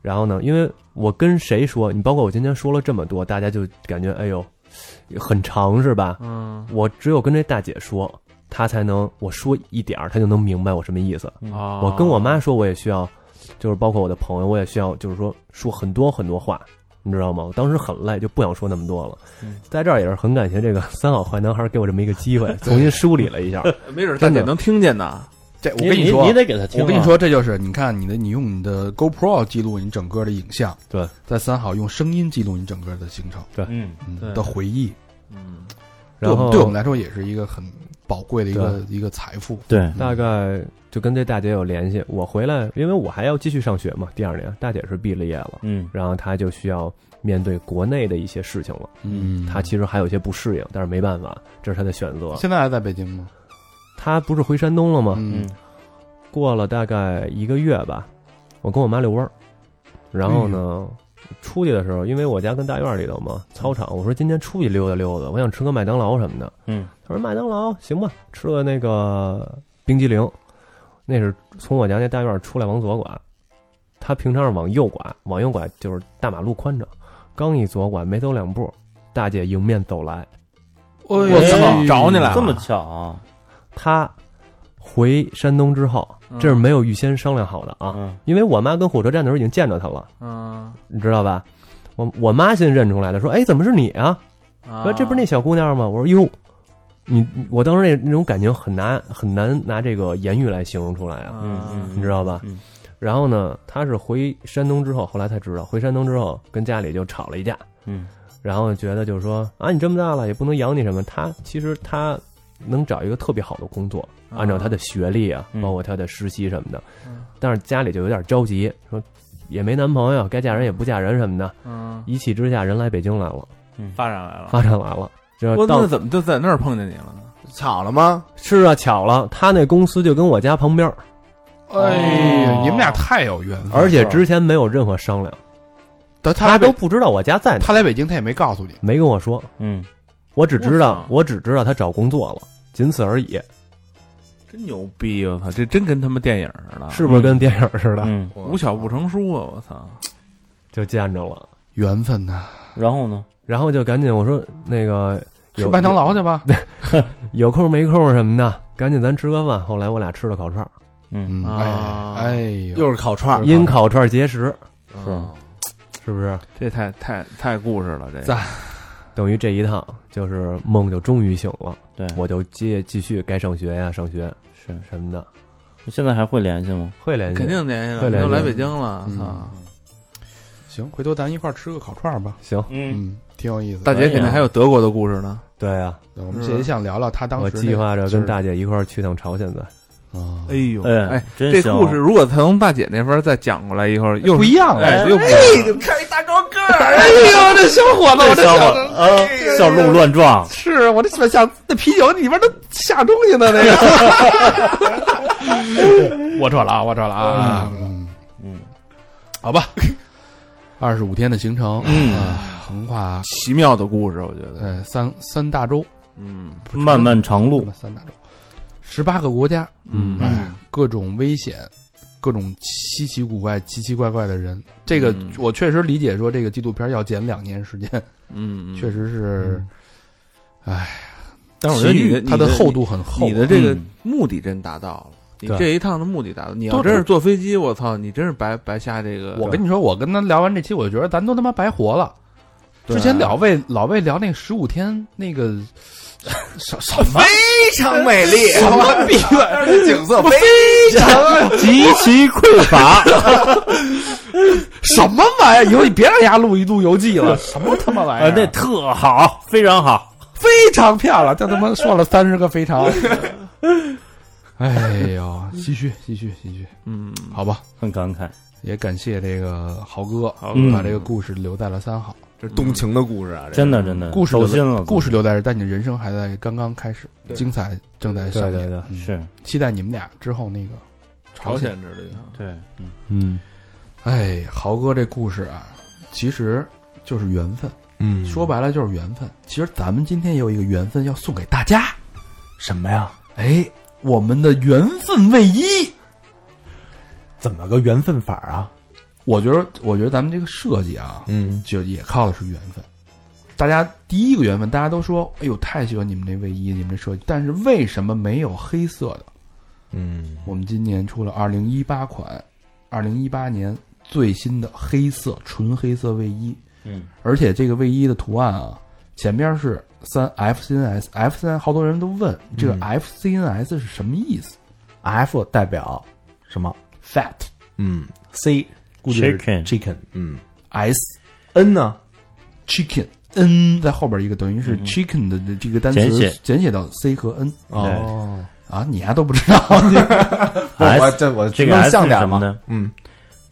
Speaker 6: 然后呢，因为我跟谁说，你包括我今天说了这么多，大家就感觉哎呦，很长是吧？
Speaker 3: 嗯
Speaker 6: 我只有跟这大姐说，她才能我说一点儿，她就能明白我什么意思。
Speaker 3: 啊，
Speaker 6: 我跟我妈说，我也需要，就是包括我的朋友，我也需要，就是说说很多很多话，你知道吗？我当时很累，就不想说那么多了。
Speaker 3: 嗯
Speaker 6: 在这儿也是很感谢这个三好坏男孩给我这么一个机会，重新梳理了一下。
Speaker 3: 没准大姐能听见呢。
Speaker 2: 这我
Speaker 5: 你
Speaker 2: 跟你
Speaker 5: 你
Speaker 3: 啊
Speaker 2: 说，
Speaker 5: 你得给他听。啊
Speaker 2: 我跟你，说，这就是你看你的，你用你的 GoPro 记录你整个的影像，
Speaker 6: 对，
Speaker 2: 在三好用声音记录你整个的行程，
Speaker 5: 嗯，
Speaker 3: 对
Speaker 2: 嗯，的回忆，
Speaker 3: 嗯，
Speaker 2: 对
Speaker 6: 然
Speaker 2: 我们
Speaker 6: 后
Speaker 2: 对我们来说也是一个很宝贵的一个一个财富。嗯
Speaker 5: 对，
Speaker 6: 大概就跟这大姐有联系。我回来，因为我还要继续上学嘛，第二年大姐是毕了业了，
Speaker 5: 嗯，
Speaker 6: 然后她就需要面对国内的一些事情了。
Speaker 2: 嗯
Speaker 6: 她其实还有一些不适应，但是没办法，这是她的选择。
Speaker 2: 现在还在北京吗？
Speaker 6: 她不是回山东了吗？
Speaker 2: 嗯，
Speaker 6: 过了大概一个月吧，我跟我妈遛弯儿，然后呢，出去的时候，因为我家跟大院里头嘛，操场，我说今天出去溜达溜达，我想吃个麦当劳什么的。
Speaker 5: 嗯，
Speaker 6: 她说麦当劳行吧，吃了那个冰激凌，那是从我家那大院出来往左拐，她平常是往右拐，往右拐就是大马路宽敞，刚一左拐没走两步，大姐迎面走来，
Speaker 2: 我
Speaker 5: 我操
Speaker 3: 找你来了
Speaker 5: 哎这么巧啊，
Speaker 6: 她回山东之后，
Speaker 3: 嗯
Speaker 6: 这是没有预先商量好的啊。
Speaker 5: 嗯
Speaker 6: 因为我妈跟火车站的时候已经见着她了，
Speaker 3: 嗯
Speaker 6: 你知道吧？我我妈先认出来的，说：“哎，怎么是你啊？
Speaker 3: 啊
Speaker 6: 说这不是那小姑娘吗？”我说：“哟，你你我当时那那种感情很难很难拿这个言语来形容出来啊，
Speaker 5: 嗯嗯，
Speaker 6: 你知道吧
Speaker 5: 嗯？”
Speaker 6: 然后呢，她是回山东之后，后来才知道，回山东之后跟家里就吵了一架，
Speaker 5: 嗯
Speaker 6: 然后觉得就是说啊，你这么大了也不能养你什么。她其实她能找一个特别好的工作，按照她的学历啊，
Speaker 5: 嗯
Speaker 6: 包括她的实习什么的
Speaker 3: 嗯，
Speaker 6: 但是家里就有点着急，说也没男朋友，该嫁人也不嫁人什么的。
Speaker 3: 嗯
Speaker 6: 一气之下，人来北京来了，
Speaker 3: 发展来了。
Speaker 6: 发展来了。这
Speaker 3: 我那
Speaker 6: 到
Speaker 3: 怎么就在那儿碰见你了呢？
Speaker 4: [laughs] 巧了吗？
Speaker 6: 是啊，巧了，他那公司就跟我家旁边儿，
Speaker 2: 哎呀
Speaker 3: 哦，
Speaker 2: 你们俩太有缘分了。
Speaker 6: 而且之前没有任何商量，
Speaker 2: 他
Speaker 6: 他
Speaker 2: 他
Speaker 6: 都
Speaker 2: 都
Speaker 6: 不知道我家在哪，
Speaker 2: 他来北京，他也没告诉你。
Speaker 6: 没跟我说，
Speaker 5: 嗯，
Speaker 6: 我只知
Speaker 3: 我
Speaker 6: 道
Speaker 3: 操啊
Speaker 6: 我只知道他找工作了，仅此而已，
Speaker 3: 真牛逼！我操，这真跟他们电影似的，
Speaker 6: 是不是跟电影似的？
Speaker 5: 嗯，
Speaker 3: 无巧不成书啊！我操，
Speaker 6: 就见着了，
Speaker 2: 缘分呐，
Speaker 5: 然后呢？
Speaker 6: 然后就赶紧我说那个
Speaker 2: 吃
Speaker 6: 有
Speaker 2: 麦当劳去吧。
Speaker 6: 有空没空什么的，赶紧咱吃个饭。后来我俩吃了烤串儿，
Speaker 5: 嗯，
Speaker 2: 嗯，
Speaker 3: 啊
Speaker 2: 哎哎呦，
Speaker 4: 又是烤串儿，
Speaker 6: 因烤串儿结识，
Speaker 5: 是
Speaker 6: 啊是不是？
Speaker 3: 嗯这太太太故事了，这
Speaker 2: 在
Speaker 3: 个
Speaker 6: 等于这一趟就是梦就终于醒了，
Speaker 5: 对，
Speaker 6: 我就接继续该上学呀、上学
Speaker 5: 是
Speaker 6: 什么的，
Speaker 5: 现在还会联系吗？
Speaker 6: 会联系，
Speaker 3: 肯定联系
Speaker 6: 对
Speaker 3: 了，
Speaker 6: 联系
Speaker 3: 都来北京了，
Speaker 2: 嗯
Speaker 3: 操！
Speaker 2: 行，回头咱一块儿吃个烤串儿吧。
Speaker 6: 行，
Speaker 5: 嗯，
Speaker 2: 嗯，挺有意思的。
Speaker 3: 大姐肯定还有德国的故事呢。
Speaker 6: 对啊，
Speaker 2: 对我们也想聊聊他当时
Speaker 6: 我
Speaker 2: 那个
Speaker 6: 计划着
Speaker 2: 就
Speaker 6: 跟
Speaker 2: 是
Speaker 6: 大姐一块儿去趟朝鲜的，
Speaker 2: 啊
Speaker 3: 哎呦，
Speaker 5: 哎
Speaker 3: 哎，，
Speaker 5: 真
Speaker 3: 这
Speaker 5: 行
Speaker 3: 故事如果从大姐那边再讲过来以后，又
Speaker 2: 不一样了。
Speaker 3: 哎，又不一样了
Speaker 4: 看一大高个儿，
Speaker 2: 哎呦，这小伙
Speaker 5: 这小伙
Speaker 2: 小子
Speaker 5: 啊，小鹿乱撞，
Speaker 2: 是我这怎么想那啤酒里边都下东西呢？那 [laughs] 个，我错了啊，我错了啊。嗯
Speaker 5: 嗯，
Speaker 2: 好吧，二十五天的行程，
Speaker 5: 嗯
Speaker 2: 啊，横跨
Speaker 3: 奇妙的故事，我觉得，
Speaker 2: 呃三三大洲，
Speaker 3: 嗯
Speaker 5: 漫漫长路，
Speaker 2: 三大洲，十八个国家，
Speaker 6: 嗯
Speaker 2: 哎，各种危险，各种稀奇古怪、奇奇怪怪的人。这个
Speaker 3: 嗯
Speaker 2: 我确实理解，说这个纪录片要剪两年时间，
Speaker 3: 嗯，嗯
Speaker 2: 确，实是，哎，
Speaker 3: 但是我觉得你的
Speaker 2: 它
Speaker 3: 你的
Speaker 2: 厚度很厚啊，
Speaker 3: 你的这个
Speaker 5: 嗯
Speaker 3: 目的真达到了。你
Speaker 6: 对
Speaker 3: 这一趟的目的达到，你要
Speaker 2: 都
Speaker 3: 真是坐飞机，我操，你真是白白瞎这个。
Speaker 2: 我跟你说，我跟他聊完这期，我觉得咱都他妈白活了。
Speaker 3: 对
Speaker 2: 之前老魏老魏聊那十五天那个 [laughs] 什什么
Speaker 4: 非常美丽，
Speaker 2: 什么逼 [laughs] 玩意儿
Speaker 4: 景色 [laughs] 非
Speaker 5: 极其匮
Speaker 2: [laughs]
Speaker 5: 乏，
Speaker 2: 什么玩意儿？以后你别让人家录一录游记了，什么他妈玩意
Speaker 5: 啊，
Speaker 2: 儿？
Speaker 5: 那特好，非常好，
Speaker 2: [laughs] 非常漂亮，这他妈说了三十个非常。 [laughs] 哎呦，唏嘘唏嘘唏嘘，
Speaker 3: 嗯，
Speaker 2: 好吧，
Speaker 5: 很感慨。
Speaker 2: 也感谢这个豪哥
Speaker 3: 好
Speaker 5: 嗯
Speaker 2: 把这个故事留在了三好，
Speaker 4: 这动
Speaker 3: 嗯
Speaker 4: 情的故事啊，这
Speaker 5: 真的真的，
Speaker 2: 故事
Speaker 5: 走
Speaker 2: 留
Speaker 5: 心了，
Speaker 2: 在故事留在这儿，但你人生还在刚刚开始，精彩正在上
Speaker 6: 对
Speaker 2: 演。
Speaker 6: 对对，
Speaker 2: 嗯
Speaker 5: 是
Speaker 2: 期待你们俩之后那个
Speaker 3: 朝鲜之旅啊，
Speaker 5: 对，嗯
Speaker 6: 嗯
Speaker 2: 哎，豪哥这故事啊，其实就是缘分，
Speaker 6: 嗯
Speaker 2: 说白了就是缘分。其实咱们今天也有一个缘分要送给大家，
Speaker 6: 什么呀？
Speaker 2: 哎，我们的缘分卫衣。
Speaker 6: 怎么个缘分法啊？
Speaker 2: 我觉得，我觉得咱们这个设计啊，
Speaker 6: 嗯，
Speaker 2: 就也靠的是缘分。大家第一个缘分，大家都说，哎呦，太喜欢你们这卫衣，你们这设计，但是为什么没有黑色的？
Speaker 4: 嗯，
Speaker 2: 我们今年出了二零一八款，二零一八年最新的黑色纯黑色卫衣。
Speaker 5: 嗯，
Speaker 2: 而且这个卫衣的图案啊，前边是三 FCNS，FCN 好多人都问
Speaker 5: 嗯
Speaker 2: 这个 FCNS 是什么意思、
Speaker 4: F 代表什么？
Speaker 2: f a t
Speaker 4: 嗯，C 估计是
Speaker 5: Chicken
Speaker 4: chicken，嗯
Speaker 2: S
Speaker 4: ，N 呢？
Speaker 2: chicken N 在后边一个，等于是 chicken 的这个单词
Speaker 5: 嗯简写
Speaker 2: 简写到 C 和 N
Speaker 4: 哦，
Speaker 2: 啊，你还都不知
Speaker 5: [laughs]
Speaker 2: 道？
Speaker 4: 不
Speaker 2: [laughs]
Speaker 4: 我
Speaker 5: S
Speaker 4: 这我
Speaker 5: 哎这个
Speaker 4: 能
Speaker 5: S
Speaker 4: 像
Speaker 5: 是
Speaker 4: 点
Speaker 5: 什么
Speaker 4: 吗？
Speaker 5: 呢
Speaker 4: 嗯，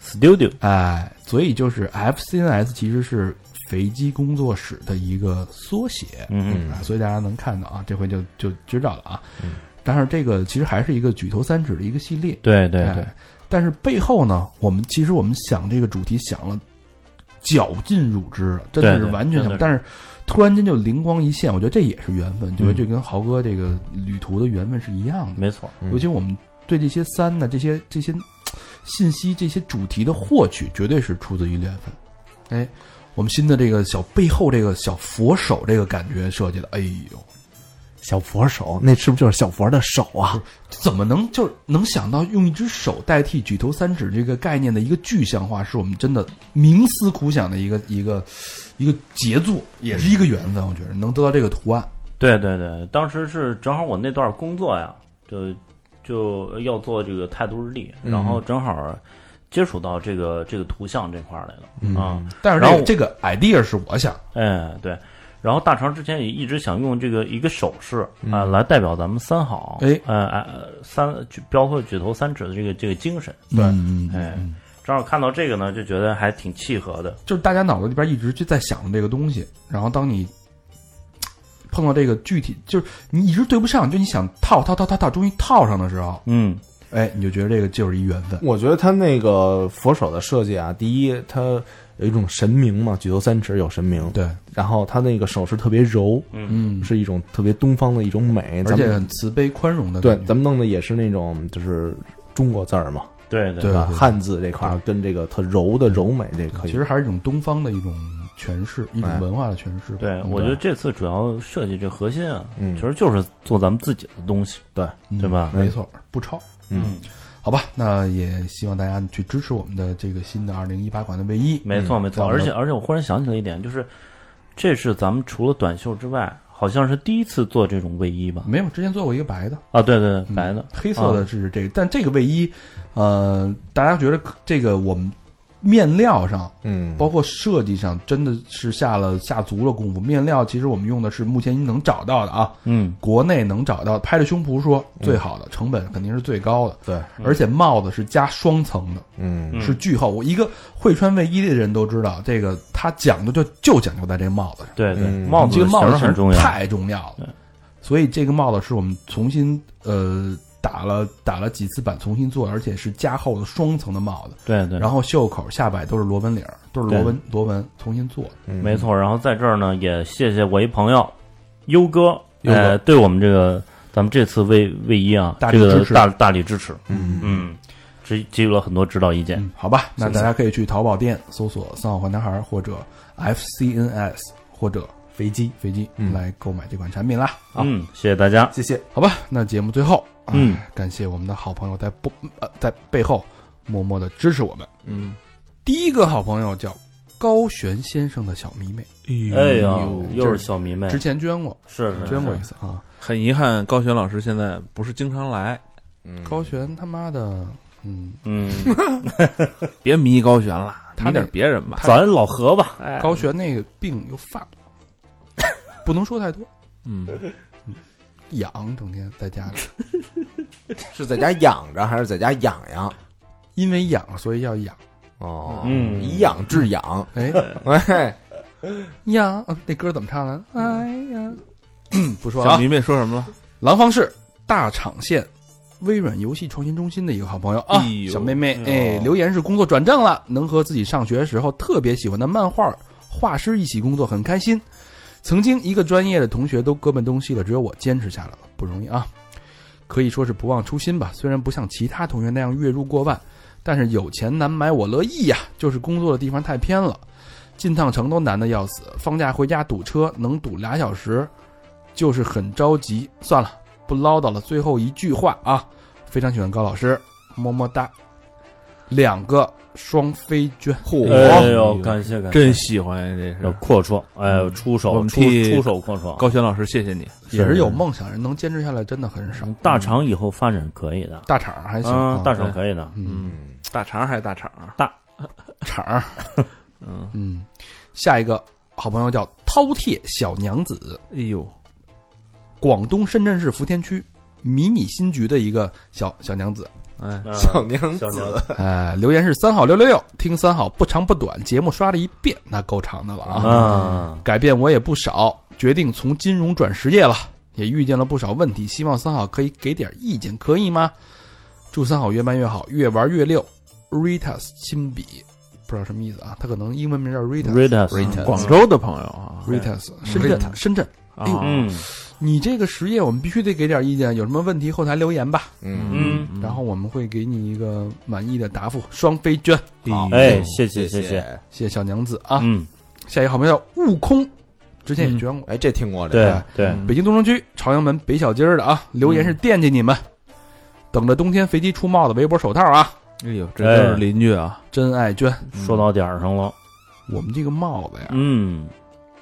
Speaker 5: ？Studio
Speaker 2: 哎，所以就是 FCNS 其实是肥鸡工作室的一个缩写，
Speaker 5: 嗯
Speaker 2: 啊，所以大家能看到啊，这回就就知道了啊。但是这个其实还是一个举头三尺的一个系列，
Speaker 5: 对对对
Speaker 2: 哎，但是背后呢，我们其实我们想这个主题想了绞尽乳汁，真的是
Speaker 5: 对对
Speaker 2: 完全想
Speaker 5: 真的是
Speaker 2: 不，但是突然间就灵光一现，我觉得这也是缘分，
Speaker 5: 嗯
Speaker 2: 觉得这跟豪哥这个旅途的缘分是一样的。
Speaker 5: 没错，
Speaker 4: 嗯
Speaker 2: 尤其我们对这些三呢，这些这些嘖信息、这些主题的获取，绝对是出自于六月份。哎，我们新的这个小背后这个小佛手这个感觉设计的，哎呦，
Speaker 4: 小佛手，那是不是就是小佛的手啊？
Speaker 2: 怎么能就是能想到用一只手代替举头三尺这个概念的一个具象化，是我们真的冥思苦想的一个一个一个杰作，也是一个缘分。我觉得能得到这个图案，
Speaker 5: 对对对，当时是正好我那段工作呀，就就要做这个态度日历，
Speaker 4: 嗯
Speaker 5: 然后正好接触到这个这个图像这块儿来了、啊，
Speaker 2: 但是
Speaker 5: 然
Speaker 2: 这
Speaker 5: 后
Speaker 2: 个这个 idea 是我想，
Speaker 5: 哎对，然后大肠之前也一直想用这个一个手势
Speaker 4: 嗯
Speaker 5: 啊、来代表咱们三好，
Speaker 2: 嗯哎
Speaker 5: 呃呃三举包括举头三指的这个这个精神，
Speaker 2: 对，嗯
Speaker 5: 哎，正好看到这个呢，就觉得还挺契合的，
Speaker 2: 就是大家脑子里边一直就在想这个东西，然后当你嘖碰到这个具体，就是你一直对不上，就你想套套套套套，终于套上的时候，
Speaker 5: 嗯，
Speaker 2: 哎，你就觉得这个就是一缘分。
Speaker 4: 我觉得他那个佛手的设计啊，第一，它有一种神明嘛，举头三尺有神明，
Speaker 2: 对，
Speaker 4: 然后它那个手势特别柔，
Speaker 2: 嗯，
Speaker 4: 是一种特别东方的一种美，
Speaker 2: 而
Speaker 4: 咱
Speaker 2: 且
Speaker 4: 们
Speaker 2: 很慈悲宽容的
Speaker 4: 对
Speaker 2: 感，觉，
Speaker 4: 咱们弄的也是那种就是中国字儿嘛，
Speaker 5: 对对
Speaker 2: 对啊
Speaker 4: 吧？汉字这块儿跟这个特柔的柔美这可以，
Speaker 2: 其实还是一种东方的一种诠释，一
Speaker 4: 哎
Speaker 2: 种文化的诠释。嗯
Speaker 5: 对，呃我觉得这次主要设计这核心啊，
Speaker 4: 嗯
Speaker 5: 其实就是做咱们自己的东西，
Speaker 4: 对
Speaker 5: 对吧？
Speaker 2: 嗯没错，不抄。
Speaker 4: 嗯，
Speaker 2: 好吧，那也希望大家去支持我们的这个新的二零一八款的卫衣。
Speaker 5: 没错没错。
Speaker 2: 嗯
Speaker 5: 而且而且我忽然想起了一点，就是这是咱们除了短袖之外，好像是第一次做这种卫衣吧？
Speaker 2: 没有，之前做过一个白的，
Speaker 5: 啊，对对
Speaker 2: 嗯
Speaker 5: 对，白的，
Speaker 2: 黑色的
Speaker 5: 啊
Speaker 2: 是这个，但这个卫衣，呃，大家觉得可这个我们面料上，
Speaker 4: 嗯，
Speaker 2: 包括设计上，真的是下了下足了功夫。面料其实我们用的是目前能找到的啊，
Speaker 5: 嗯，
Speaker 2: 国内能找到拍着胸脯说最好的，成本肯定是最高的，
Speaker 4: 对，
Speaker 2: 而且帽子是加双层的，
Speaker 4: 嗯
Speaker 5: 嗯
Speaker 2: 是巨厚。我一个会穿卫衣的人都知道，这个它讲究就就讲究在这帽子上。
Speaker 5: 对对，
Speaker 4: 嗯
Speaker 5: 帽
Speaker 2: 这
Speaker 5: 子
Speaker 2: 个
Speaker 5: 的
Speaker 2: 帽
Speaker 5: 型
Speaker 2: 子
Speaker 5: 儿很重要，嗯
Speaker 2: 太重要了。所以这个帽子是我们重新呃打了打了几次版，重新做，而且是加厚的双层的帽子，
Speaker 5: 对对，
Speaker 2: 然后袖口、下摆都是螺纹领儿，都是螺纹螺纹重新做的。
Speaker 4: 嗯
Speaker 5: 没错。然后在这儿呢，也谢谢我一朋友优哥，
Speaker 4: 优哥
Speaker 5: 呃，对我们这个咱们这次卫卫衣啊，
Speaker 2: 大力
Speaker 5: 这个
Speaker 2: 支持
Speaker 5: 大大力支持，
Speaker 4: 嗯
Speaker 5: 嗯，给给予了很多指导意见。
Speaker 2: 嗯，好吧，那
Speaker 4: 是的
Speaker 2: 大家可以去淘宝店搜索“三好坏男孩”或者 “FCNS” 或者
Speaker 4: 飞机，
Speaker 2: 飞机
Speaker 4: 嗯
Speaker 2: 来购买这款产品啦。
Speaker 5: 嗯，谢谢大家。
Speaker 4: 谢谢，
Speaker 2: 好吧，那节目最后，啊
Speaker 5: 嗯，
Speaker 2: 感谢我们的好朋友在不呃在背后默默的支持我们。
Speaker 3: 嗯，
Speaker 2: 第一个好朋友叫高璇先生的小迷妹，
Speaker 5: 哎呀，又
Speaker 2: 这
Speaker 5: 是小
Speaker 4: 哎
Speaker 5: 迷妹，
Speaker 2: 之前捐过，
Speaker 5: 是
Speaker 4: 嗯
Speaker 5: 是
Speaker 2: 捐过一
Speaker 5: 是
Speaker 2: 次啊。
Speaker 3: 很遗憾，高璇老师现在不是经常来，
Speaker 4: 嗯
Speaker 2: 高璇他妈的，嗯，
Speaker 5: 嗯，
Speaker 3: 别迷高璇了，
Speaker 2: 他
Speaker 3: 迷点
Speaker 2: 那
Speaker 3: 别人吧。
Speaker 5: 咱老何吧，哎，
Speaker 2: 高璇那个病又犯了，不能说太多，
Speaker 3: 嗯，
Speaker 2: 痒，整天在家里，
Speaker 4: [laughs] 是在家养着还是在家养养？
Speaker 2: 因为痒所以要痒，
Speaker 4: 哦，
Speaker 5: 嗯
Speaker 4: 以养治养，
Speaker 2: 哎，
Speaker 4: [laughs] 哎，
Speaker 2: 痒，啊那歌怎么唱来着？哎
Speaker 4: [laughs]
Speaker 2: 呀，不说了
Speaker 3: 小
Speaker 2: 啊。
Speaker 3: 迷妹说什么了？
Speaker 2: 廊坊市大厂县微软游戏创新中心的一个好朋友啊
Speaker 3: 哎，呦
Speaker 2: 小妹妹，哎，留言是工作转正了，能和自己上学时候特别喜欢的漫画画师一起工作，很开心。曾经一个专业的同学都各奔东西了，只有我坚持下来了，不容易啊！可以说是不忘初心吧。虽然不像其他同学那样月入过万，但是有钱难买我乐意呀、就是工作的地方太偏了。进趟城都难的要死，放假回家堵车能堵俩小时，就是很着急。算了，不唠叨了。最后一句话啊，非常喜欢高老师，么么哒。两个双飞券，
Speaker 4: 嚯
Speaker 5: 哎呦，感谢感谢，
Speaker 3: 真喜欢呀这
Speaker 5: 有
Speaker 3: 是。
Speaker 5: 阔绰，哎呦，出
Speaker 3: 我
Speaker 5: 手
Speaker 3: 们
Speaker 5: 出
Speaker 3: 替
Speaker 5: 出手阔绰，
Speaker 3: 高轩老师，谢谢你。
Speaker 2: 也是有梦想人能坚持下来，真的很少。
Speaker 5: 大厂以后发展可以的，
Speaker 2: 大厂还行，
Speaker 5: 嗯啊，大
Speaker 3: 对
Speaker 5: 厂可以的，
Speaker 2: 嗯
Speaker 3: 嗯，大肠还是大肠啊？
Speaker 2: 厂儿，
Speaker 3: 嗯，
Speaker 2: 嗯，下一个好朋友叫饕餮小娘子，
Speaker 3: 哎呦，
Speaker 2: 广东深圳市福田区迷你新局的一个小小娘子。
Speaker 3: 哎，
Speaker 5: 啊
Speaker 4: 小娘
Speaker 5: 小娘
Speaker 4: 子，
Speaker 5: 子
Speaker 2: 呃，留言是三好六六六，听三好不长不短，节目刷了一遍，那够长的了啊。
Speaker 5: 啊，
Speaker 2: 改变我也不少，决定从金融转实业了，也遇见了不少问题，希望三好可以给点意见，可以吗？祝三好越办越好，越玩越溜。Ritas 亲笔，不知道什么意思啊？他可能英文名叫 Ritas。
Speaker 5: Ritas，
Speaker 3: 广州的朋友啊，
Speaker 2: Ritas，深圳，深圳，
Speaker 3: 啊
Speaker 2: 哎呦
Speaker 5: 嗯
Speaker 2: 你这个实业我们必须得给点意见，有什么问题后台留言吧，
Speaker 4: 嗯，
Speaker 5: 嗯，
Speaker 2: 然后我们会给你一个满意的答复。双飞娟，
Speaker 3: 好
Speaker 6: 嗯
Speaker 5: 哎，谢谢谢
Speaker 4: 谢
Speaker 5: 谢，
Speaker 2: 谢谢小娘子啊。
Speaker 5: 嗯，
Speaker 2: 下一个好朋友悟空，之前也捐过，
Speaker 4: 哎，这听过这
Speaker 5: 对
Speaker 4: 个，
Speaker 5: 对，
Speaker 2: 北京东城区朝阳门北小街儿的啊，留言是惦记你们，等着冬天肥鸡出帽子、围脖、手套啊，
Speaker 3: 哎呦，这都是
Speaker 5: 哎
Speaker 3: 邻居啊，
Speaker 2: 真爱捐。
Speaker 5: 说到点儿上了，
Speaker 2: 我们这个帽子呀，
Speaker 5: 嗯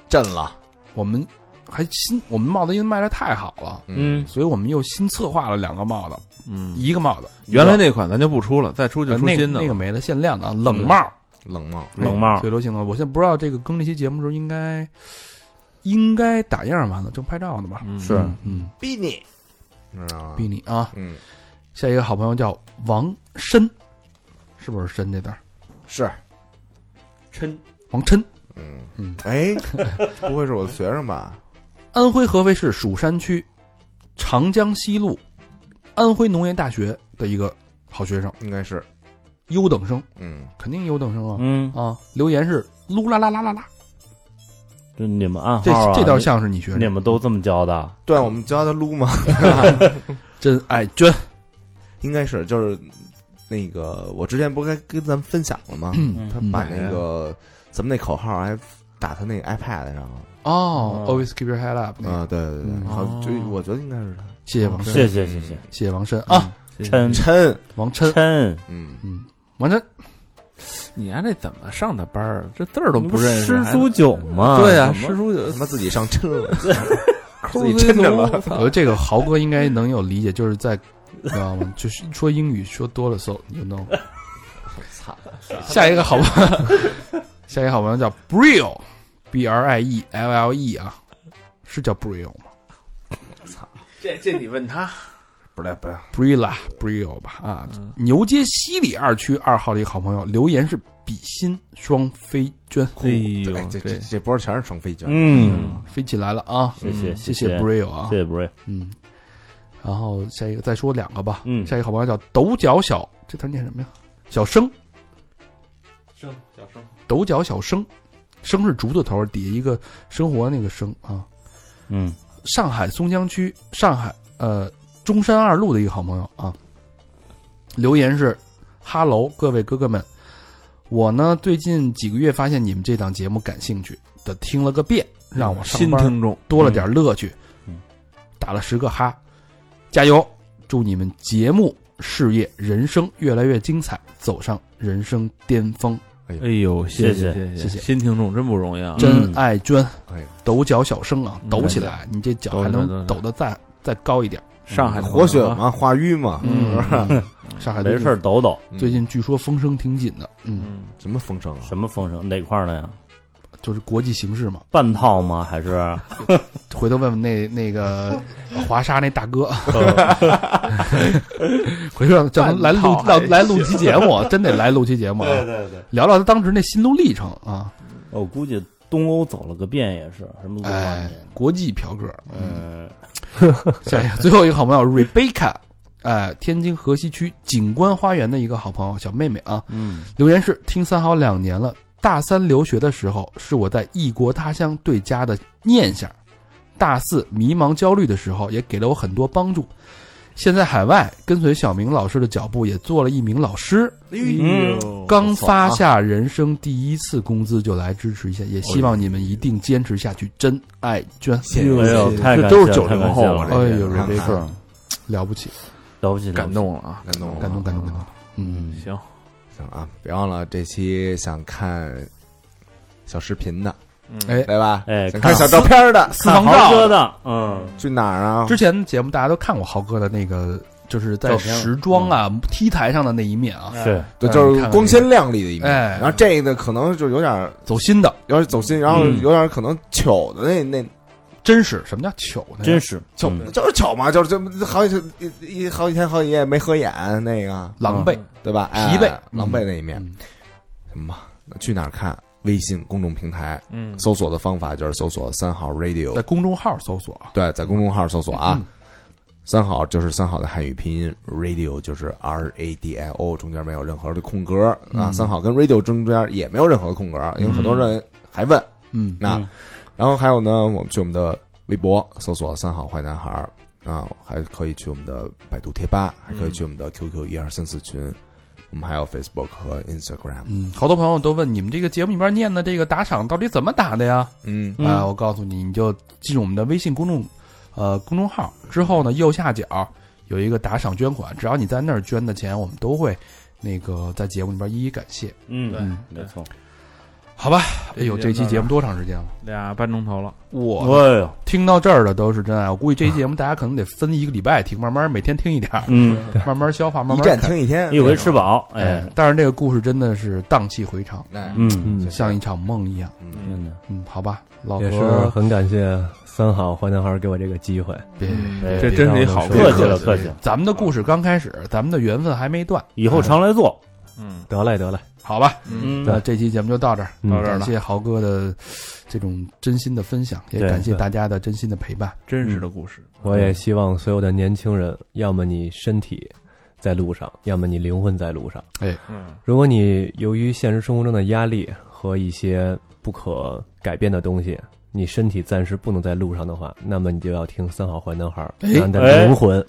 Speaker 4: 震了，
Speaker 2: 我们还新，我们帽子因为卖的太好了，
Speaker 5: 嗯，
Speaker 2: 所以我们又新策划了两个帽子，
Speaker 3: 嗯，
Speaker 2: 一个帽子，
Speaker 3: 原来那款咱就不出了，再出就
Speaker 2: 呃
Speaker 3: 出
Speaker 2: 那个
Speaker 3: 新的
Speaker 2: 那个
Speaker 3: 了。
Speaker 2: 没了，限量的啊，冷帽，
Speaker 4: 冷帽，
Speaker 5: 冷帽
Speaker 2: 最流行的。我现在不知道这个更这期节目的时候应该应该打样完了，正拍照呢吧？
Speaker 3: 嗯
Speaker 5: 是
Speaker 2: 嗯，
Speaker 4: 逼你，你知道吗
Speaker 2: 逼？你啊！
Speaker 4: 嗯，
Speaker 2: 下一个好朋友叫王琛，是不是琛这字儿？
Speaker 4: 是，
Speaker 5: 琛
Speaker 2: 王琛。
Speaker 4: 嗯
Speaker 2: 嗯，
Speaker 4: 哎，不会是我的学生吧？
Speaker 2: 安徽合肥市蜀山区长江西路安徽农业大学的一个好学生，
Speaker 4: 应该是，
Speaker 2: 优等生，
Speaker 4: 嗯，
Speaker 2: 肯定优等生啊、
Speaker 5: 嗯，
Speaker 2: 啊！留言是噜啦啦啦啦啦，
Speaker 5: 就你们暗
Speaker 2: 这、
Speaker 5: 号啊，
Speaker 2: 这倒像是你学
Speaker 5: 你
Speaker 2: 生，
Speaker 5: 们都这么教的，
Speaker 4: 对，啊我们教他撸嘛，
Speaker 2: 真爱娟，
Speaker 4: 应该是，就是那个，我之前不是该跟咱们分享了吗？
Speaker 2: 嗯
Speaker 5: 嗯
Speaker 4: 他把那个咱们那口号还打他那个 iPad 上了，
Speaker 2: 哦
Speaker 5: 哦
Speaker 2: ，always keep your head up，、
Speaker 4: 啊，对对对，
Speaker 2: 嗯
Speaker 4: 好，就
Speaker 3: 哦
Speaker 4: 我觉得应该是他，
Speaker 2: 谢谢王琛，
Speaker 5: 嗯谢嗯谢谢谢，
Speaker 2: 谢谢王琛啊，
Speaker 3: 谢谢
Speaker 5: 琛
Speaker 4: 抻，
Speaker 2: 王琛，
Speaker 5: 琛，
Speaker 4: 嗯，
Speaker 2: 嗯，王琛，
Speaker 3: 你家这怎么上的班儿？这字儿都
Speaker 5: 你
Speaker 3: 不认识，
Speaker 5: 师
Speaker 3: 还啊
Speaker 5: 叔九吗？
Speaker 3: 对呀，
Speaker 5: 怎么
Speaker 3: 师叔
Speaker 4: 他妈自己上抻
Speaker 2: 哎
Speaker 4: 了，
Speaker 3: 抠
Speaker 4: 自己抻着了
Speaker 3: 我
Speaker 2: 我
Speaker 3: 操
Speaker 2: 觉得这个豪哥应该能有理解，就是在。知道吗？ [laughs] 就是说英语说多了，so you know。
Speaker 4: 操，
Speaker 2: 下一个好朋友，下一个好朋友叫 Brio，B R I E L L E 啊，是叫 Brio 吗
Speaker 3: [laughs] 这这你问他，
Speaker 4: 不赖不赖，
Speaker 2: ？Brilla Brio 吧啊，
Speaker 5: 嗯
Speaker 2: 牛街西里二区二号的一个好朋友留言是比心双飞娟，
Speaker 3: 哎
Speaker 4: 对，
Speaker 3: 呦
Speaker 4: 这这
Speaker 3: 这
Speaker 4: 这波全是双飞卷，
Speaker 5: 嗯，
Speaker 2: 飞起来了啊！
Speaker 5: 谢谢
Speaker 2: 谢
Speaker 5: 谢
Speaker 2: Brio 啊，
Speaker 5: 谢谢不瑞，
Speaker 2: 嗯，然后下一个再说两个吧，
Speaker 5: 嗯
Speaker 2: 下一个好朋友叫抖脚小，这词儿念什么呀？小生，
Speaker 3: 生小生，
Speaker 2: 抖脚小生，生是竹字头，底下一个生活那个生啊，
Speaker 5: 嗯
Speaker 2: 上海松江区上海呃中山二路的一个好朋友啊，留言是：哈喽，各位哥哥们，我呢最近几个月发现你们这档节目感兴趣的，听了个遍，让我上
Speaker 3: 新
Speaker 2: 班
Speaker 3: 听众，
Speaker 2: 多了点乐趣，
Speaker 5: 嗯嗯
Speaker 2: 打了十个哈，加油！祝你们节目、事业、人生越来越精彩，走上人生巅峰。
Speaker 3: 哎呦，谢
Speaker 5: 谢
Speaker 3: 谢
Speaker 2: 谢谢
Speaker 3: 新听众真不容易啊，
Speaker 2: 真嗯爱娟，
Speaker 4: 哎呀
Speaker 2: 抖脚小生啊，
Speaker 3: 嗯
Speaker 2: 抖起来，你这脚还能抖
Speaker 3: 抖
Speaker 2: 得再再高一点。
Speaker 3: 上海
Speaker 4: 活血
Speaker 3: 吗？
Speaker 4: 嘛，化瘀嘛，
Speaker 2: 嗯 [laughs]
Speaker 4: 是不是？
Speaker 2: 上海
Speaker 5: 没
Speaker 2: 的
Speaker 5: 事儿抖抖，
Speaker 4: 嗯
Speaker 2: 最近据说风声挺紧的，嗯，
Speaker 3: 嗯，
Speaker 4: 什么风声啊？
Speaker 5: 什么风声哪块儿的呀？
Speaker 2: 就是国际形势嘛。
Speaker 5: 半套吗？还是
Speaker 2: 回头问问那那个华沙那大哥，
Speaker 5: 嗯
Speaker 2: [laughs] 回头让叫他来录到来录期节
Speaker 5: [laughs]
Speaker 2: 目，真得来录期节目啊，
Speaker 5: 对对，
Speaker 2: 聊聊他当时那心路历程啊。
Speaker 5: 我估计东欧走了个遍也是什么罗马
Speaker 2: 哎
Speaker 5: 尼亚，
Speaker 2: 国际嫖
Speaker 5: [laughs]
Speaker 2: 客，
Speaker 5: 嗯，
Speaker 2: 下一个最后一个好朋友 Rebecca，哎，天津河西区景观花园的一个好朋友小妹妹啊，
Speaker 5: 嗯
Speaker 2: 留言是听三好两年了，大三留学的时候是我在异国他乡对家的念想，大四迷茫焦虑的时候也给了我很多帮助，现在海外跟随小明老师的脚步，也做了一名老师。
Speaker 4: 嗯，
Speaker 2: 刚发下人生第一次工资就来支持一下，也希望你们一定坚持下去，真爱捐。
Speaker 4: 哦谢
Speaker 5: 哎
Speaker 4: 谢
Speaker 5: 呦，
Speaker 4: 谢谢
Speaker 5: 太感谢了，
Speaker 3: 这都是
Speaker 5: 太
Speaker 3: 90
Speaker 5: 感谢
Speaker 3: 后
Speaker 5: 了
Speaker 3: 啊
Speaker 2: 哎呦，
Speaker 4: 看
Speaker 2: 这
Speaker 4: 看
Speaker 2: 个了不起，
Speaker 5: 了不起，了不起
Speaker 3: 感。动了啊！
Speaker 4: 感动了
Speaker 2: 感动感动感动。嗯，
Speaker 3: 行，
Speaker 4: 行啊！别忘了这期想看小视频的，
Speaker 2: 哎，
Speaker 4: 对吧？
Speaker 5: 哎
Speaker 4: 想看
Speaker 5: 看
Speaker 4: 小照片的，
Speaker 2: 私
Speaker 5: 看
Speaker 2: 房
Speaker 5: 豪
Speaker 2: 照
Speaker 5: 哥的，嗯，
Speaker 4: 去哪儿啊？
Speaker 2: 之前节目大家都看过豪哥的那个，就是在
Speaker 3: 照片
Speaker 2: 时装啊、T 台上的那一面啊，
Speaker 5: 是
Speaker 4: 对，
Speaker 2: 嗯
Speaker 4: 就是
Speaker 2: 看看
Speaker 4: 光鲜亮丽的一面。
Speaker 2: 哎
Speaker 4: 然后这个可能就有点儿
Speaker 2: 走心的、
Speaker 4: 有点儿走心，然
Speaker 2: 嗯
Speaker 4: 后有点儿可能糗的那那
Speaker 2: 真实。什么叫糗呢？
Speaker 5: 真是
Speaker 4: 糗
Speaker 5: 嗯
Speaker 4: 就是糗嘛，就是这好几一一好几天好几夜没合眼那个，
Speaker 2: 狼狈。
Speaker 4: 对吧？
Speaker 2: 疲
Speaker 4: 哎
Speaker 2: 惫
Speaker 4: 狼狈那一面。
Speaker 2: 嗯
Speaker 4: 行吧，那去哪儿看？微信公众平台
Speaker 3: 嗯，
Speaker 4: 搜索的方法就是搜索三好 radio，
Speaker 2: 在公众号搜索啊，
Speaker 4: 对，在公众号搜索
Speaker 2: 嗯
Speaker 4: 啊。三好就是三好的汉语拼音，radio 就是 R A D I O，中间没有任何的空格啊。
Speaker 2: 嗯
Speaker 4: 三好跟 radio 中间也没有任何的空格，因为很多人还问
Speaker 2: 嗯，
Speaker 4: 那
Speaker 5: 嗯。
Speaker 4: 然后还有呢，我们去我们的微博搜索“三好坏男孩”儿”啊，还可以去我们的百度贴吧，还可以去我们的 QQ 一二三四群，我们还有 Facebook 和 Instagram。
Speaker 2: 嗯，好多朋友都问你们这个节目里边念的这个打赏到底怎么打的呀？
Speaker 4: 嗯
Speaker 5: 嗯
Speaker 2: 啊，我告诉你，你就进入我们的微信公众呃公众号之后呢，右下角有一个打赏捐款，只要你在那儿捐的钱，我们都会那个在节目里边一一感谢，
Speaker 5: 嗯，没错。
Speaker 2: 好吧？哎呦，
Speaker 3: 这
Speaker 2: 这
Speaker 3: 期
Speaker 2: 期
Speaker 3: 节
Speaker 2: 节
Speaker 3: 目
Speaker 2: 目多长时间了？
Speaker 3: 俩半钟头了，
Speaker 2: 我
Speaker 5: 哎呦，
Speaker 2: 听到这儿的都是真爱，我估计这期节目大家可能得分一个礼拜听，慢慢每天听一点
Speaker 5: [laughs]
Speaker 2: 儿，
Speaker 5: 嗯，
Speaker 2: 慢慢消化，慢
Speaker 4: 一
Speaker 2: 慢
Speaker 4: 站
Speaker 2: 看。
Speaker 4: 听一天，
Speaker 5: 一回吃饱，哎
Speaker 2: 哎，，但是这个故事真的是荡气回肠，
Speaker 4: 哎，
Speaker 5: 嗯，
Speaker 6: 嗯，
Speaker 2: 像一场梦一样。
Speaker 4: 嗯，
Speaker 5: 真的，
Speaker 2: 嗯，好吧，老
Speaker 6: 也是
Speaker 2: 何，
Speaker 6: 很感谢三好坏男孩给我这个机会。
Speaker 2: 别
Speaker 5: 哎
Speaker 3: 这真是一好
Speaker 5: 客
Speaker 3: 客
Speaker 5: 气了，客气了，
Speaker 2: 咱们的故事刚开始，咱们的缘分还没断，哎
Speaker 5: 以后常来做。
Speaker 3: 嗯
Speaker 6: 得嘞，得嘞，
Speaker 2: 好吧？
Speaker 5: 嗯，
Speaker 2: 那这期节目就到这儿，
Speaker 6: 嗯
Speaker 3: 到这儿
Speaker 2: 感
Speaker 3: 了，
Speaker 2: 谢豪哥的这种真心的分享，也
Speaker 5: 对
Speaker 2: 感谢
Speaker 5: 对
Speaker 2: 大家的真心的陪伴。
Speaker 3: 真实的故事，
Speaker 6: 我也希望所有的年轻人，要么你身体在路上，要么你灵魂在路上。
Speaker 3: 嗯
Speaker 6: 如果你由于现实生活中的压力和一些不可改变的东西，你身体暂时不能在路上的话，那么你就要听《三好坏男孩》，让你的灵魂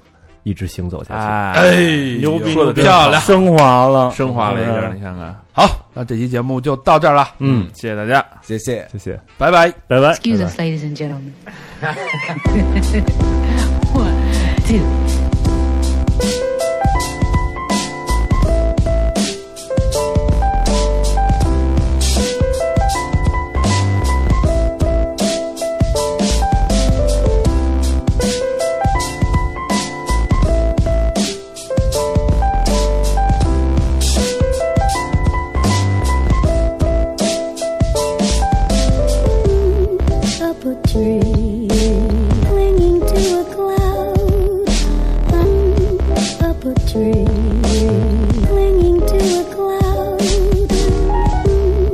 Speaker 6: 一直行走下去。
Speaker 3: 哎，
Speaker 5: 牛逼，
Speaker 3: 说得真
Speaker 5: 漂亮，升华了，
Speaker 3: 升华了一下，你，看看，
Speaker 2: 好，那这期节目就到这儿了，
Speaker 5: 嗯，
Speaker 3: 谢谢大家。
Speaker 4: 谢谢。
Speaker 6: 谢谢。
Speaker 2: 拜拜。
Speaker 5: 拜拜，
Speaker 7: Excuse
Speaker 5: 拜拜
Speaker 7: us, ladies and gentlemen. [laughs] One, two.
Speaker 8: up a tree, clinging to a cloud. I'm up a tree, clinging to a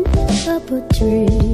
Speaker 8: cloud. I'm up a tree,